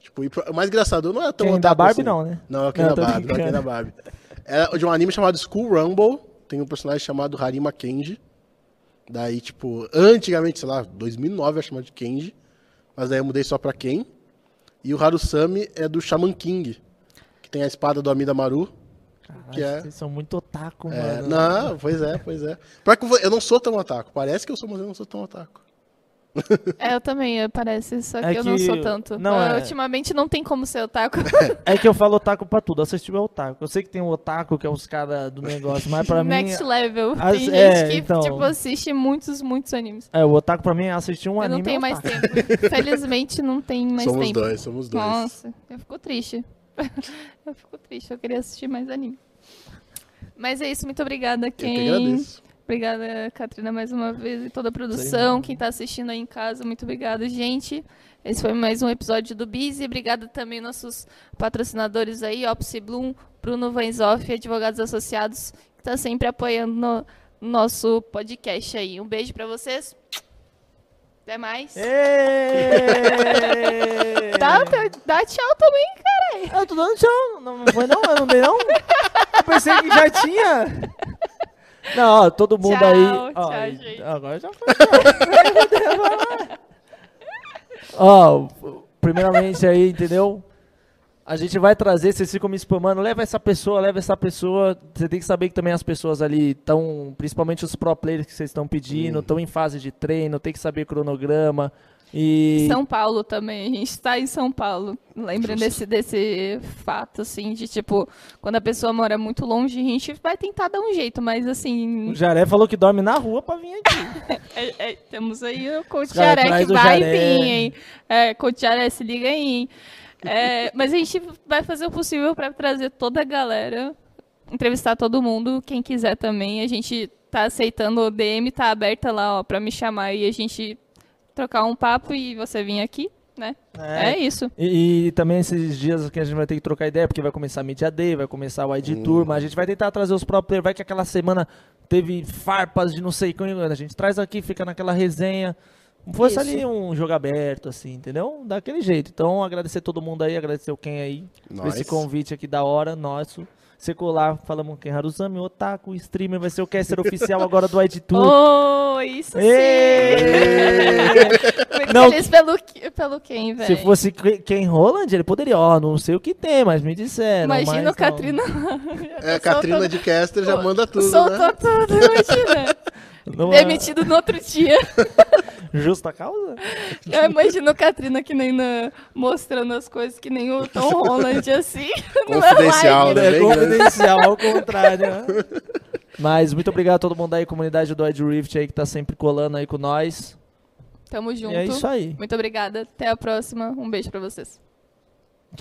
S1: Tipo, e pro- o mais engraçado não é tão
S3: Quem da
S1: otaku
S3: Barbie,
S1: assim.
S3: não, né?
S1: Não, é o Ken
S3: Não,
S1: da
S3: tô
S1: Barbie, não é o Ken
S3: brincando.
S1: da Barbie. Era de um anime chamado School Rumble, tem um personagem chamado Harima Kenji. Daí, tipo, antigamente, sei lá, 2009 era é chamado de Kenji, mas daí eu mudei só pra Ken. E o Harusami é do Shaman King, que tem a espada do Amida Maru.
S3: Caralho,
S1: Que é?
S3: vocês são muito otaku,
S1: É,
S3: mano.
S1: não, pois é, pois é. Pior que eu vou- eu não sou tão ataco, parece que eu sou, mas eu não sou tão ataco.
S2: É, eu também, eu- parece, só que
S3: É
S2: eu não
S3: que-
S2: sou tanto.
S3: não,
S2: Ah,
S3: é-
S2: Ultimamente não tem como ser otaku.
S3: É que eu falo otaku pra tudo. Assistiu é otaku. Eu sei que tem o otaku, que é os caras do negócio, mas pra mim.
S2: Next level.
S3: as-
S2: tem
S3: é,
S2: gente que,
S3: então.
S2: tipo, assiste muitos, muitos animes.
S3: É, o otaku pra mim é assistir um
S2: eu
S3: anime.
S2: não tenho
S3: é
S2: mais
S3: otaku.
S2: tempo. Felizmente não tem mais
S1: somos
S2: tempo.
S1: dois, somos dois.
S2: Nossa, eu fico triste. eu fico triste, eu queria assistir mais anime. Mas é isso, muito obrigada,
S1: Eu que
S2: quem.
S1: agradeço.
S2: Obrigada, Catrina, mais uma vez e toda a produção, quem tá assistindo aí em casa, muito obrigada, gente. Esse foi mais um episódio do Biz e obrigada também aos nossos patrocinadores aí, Opsi Bloom, Bruno Vanzoff, Advogados Associados, que tá sempre apoiando no nosso podcast aí. Um beijo para vocês. Até mais.
S3: Ê!
S2: Dá, dá tchau também, cara.
S3: Eu tô dando tchau. Não não foi não? Eu não dei não? Eu pensei que já tinha. Não, ó, todo mundo
S2: Tchau,
S3: aí. ó,
S2: tchau,
S3: aí-
S2: gente.
S3: Agora já foi. tchau. Ó, primeiramente aí, entendeu? A gente vai trazer, vocês ficam me spamando, leva essa pessoa, leva essa pessoa. Você tem que saber que também as pessoas ali estão, principalmente os pro players que vocês estão pedindo, estão em fase de treino, tem que saber cronograma. E
S2: São Paulo também, a gente está em São Paulo. Lembrando desse, desse fato, assim, de tipo, quando a pessoa mora muito longe, a gente vai tentar dar um jeito, mas assim,
S3: o Jaré falou que dorme na rua pra vir aqui.
S2: é- é- temos aí o coach
S3: caras
S2: Jaré que
S3: atrás do
S2: vai
S3: Jaré.
S2: vir, hein? É, coach Jaré, se liga aí, hein? É, mas a gente vai fazer o possível para trazer toda a galera, entrevistar todo mundo, quem quiser também. A gente tá aceitando, o DM tá aberta lá, ó, pra me chamar e a gente trocar um papo e você vir aqui, né? é isso.
S3: E, e também esses dias que a gente vai ter que trocar ideia, porque vai começar a Media Day, vai começar o ID Tour, mas a gente vai tentar trazer os próprios players. Vai que aquela semana teve farpas de não sei quem, a gente traz aqui, fica naquela resenha. Fosse
S2: Isso.
S3: ali um jogo aberto, assim, entendeu? Daquele jeito. Então, agradecer todo mundo aí, agradecer o Ken aí, por esse
S1: Nós.
S3: convite aqui da hora, nosso. Você colar, falamos Ken Haruzami, Otaku, streamer, vai ser o caster oficial agora do ID Tour.
S2: Oh, isso sim!
S3: Ê!
S2: Muito
S3: Não.
S2: feliz pelo, que- pelo quem, velho.
S3: Se fosse Ke- Ken Holland, ele poderia, ó, não sei o que tem, mas me disseram.
S2: Imagina
S3: mas
S2: o Catrina.
S1: É, a Katrina
S2: soltou-
S1: de Caster já manda tudo,
S2: Soltou
S1: né?
S2: tudo, imagina.
S3: não, não é
S2: Demitido no outro dia.
S3: Justa causa?
S2: Eu imagino o Catrina que nem na- mostrando as coisas, que nem o Tom Holland assim. numa live.
S1: Confidencial, né?
S3: É
S1: Bem grande.
S3: confidencial, ao contrário. né? Mas muito obrigado a todo mundo aí, comunidade do Ed Rift aí que tá sempre colando aí com nós.
S2: Tamo
S3: E
S2: junto.
S3: é isso aí.
S2: Muito obrigada. Até a próxima. Um beijo pra vocês.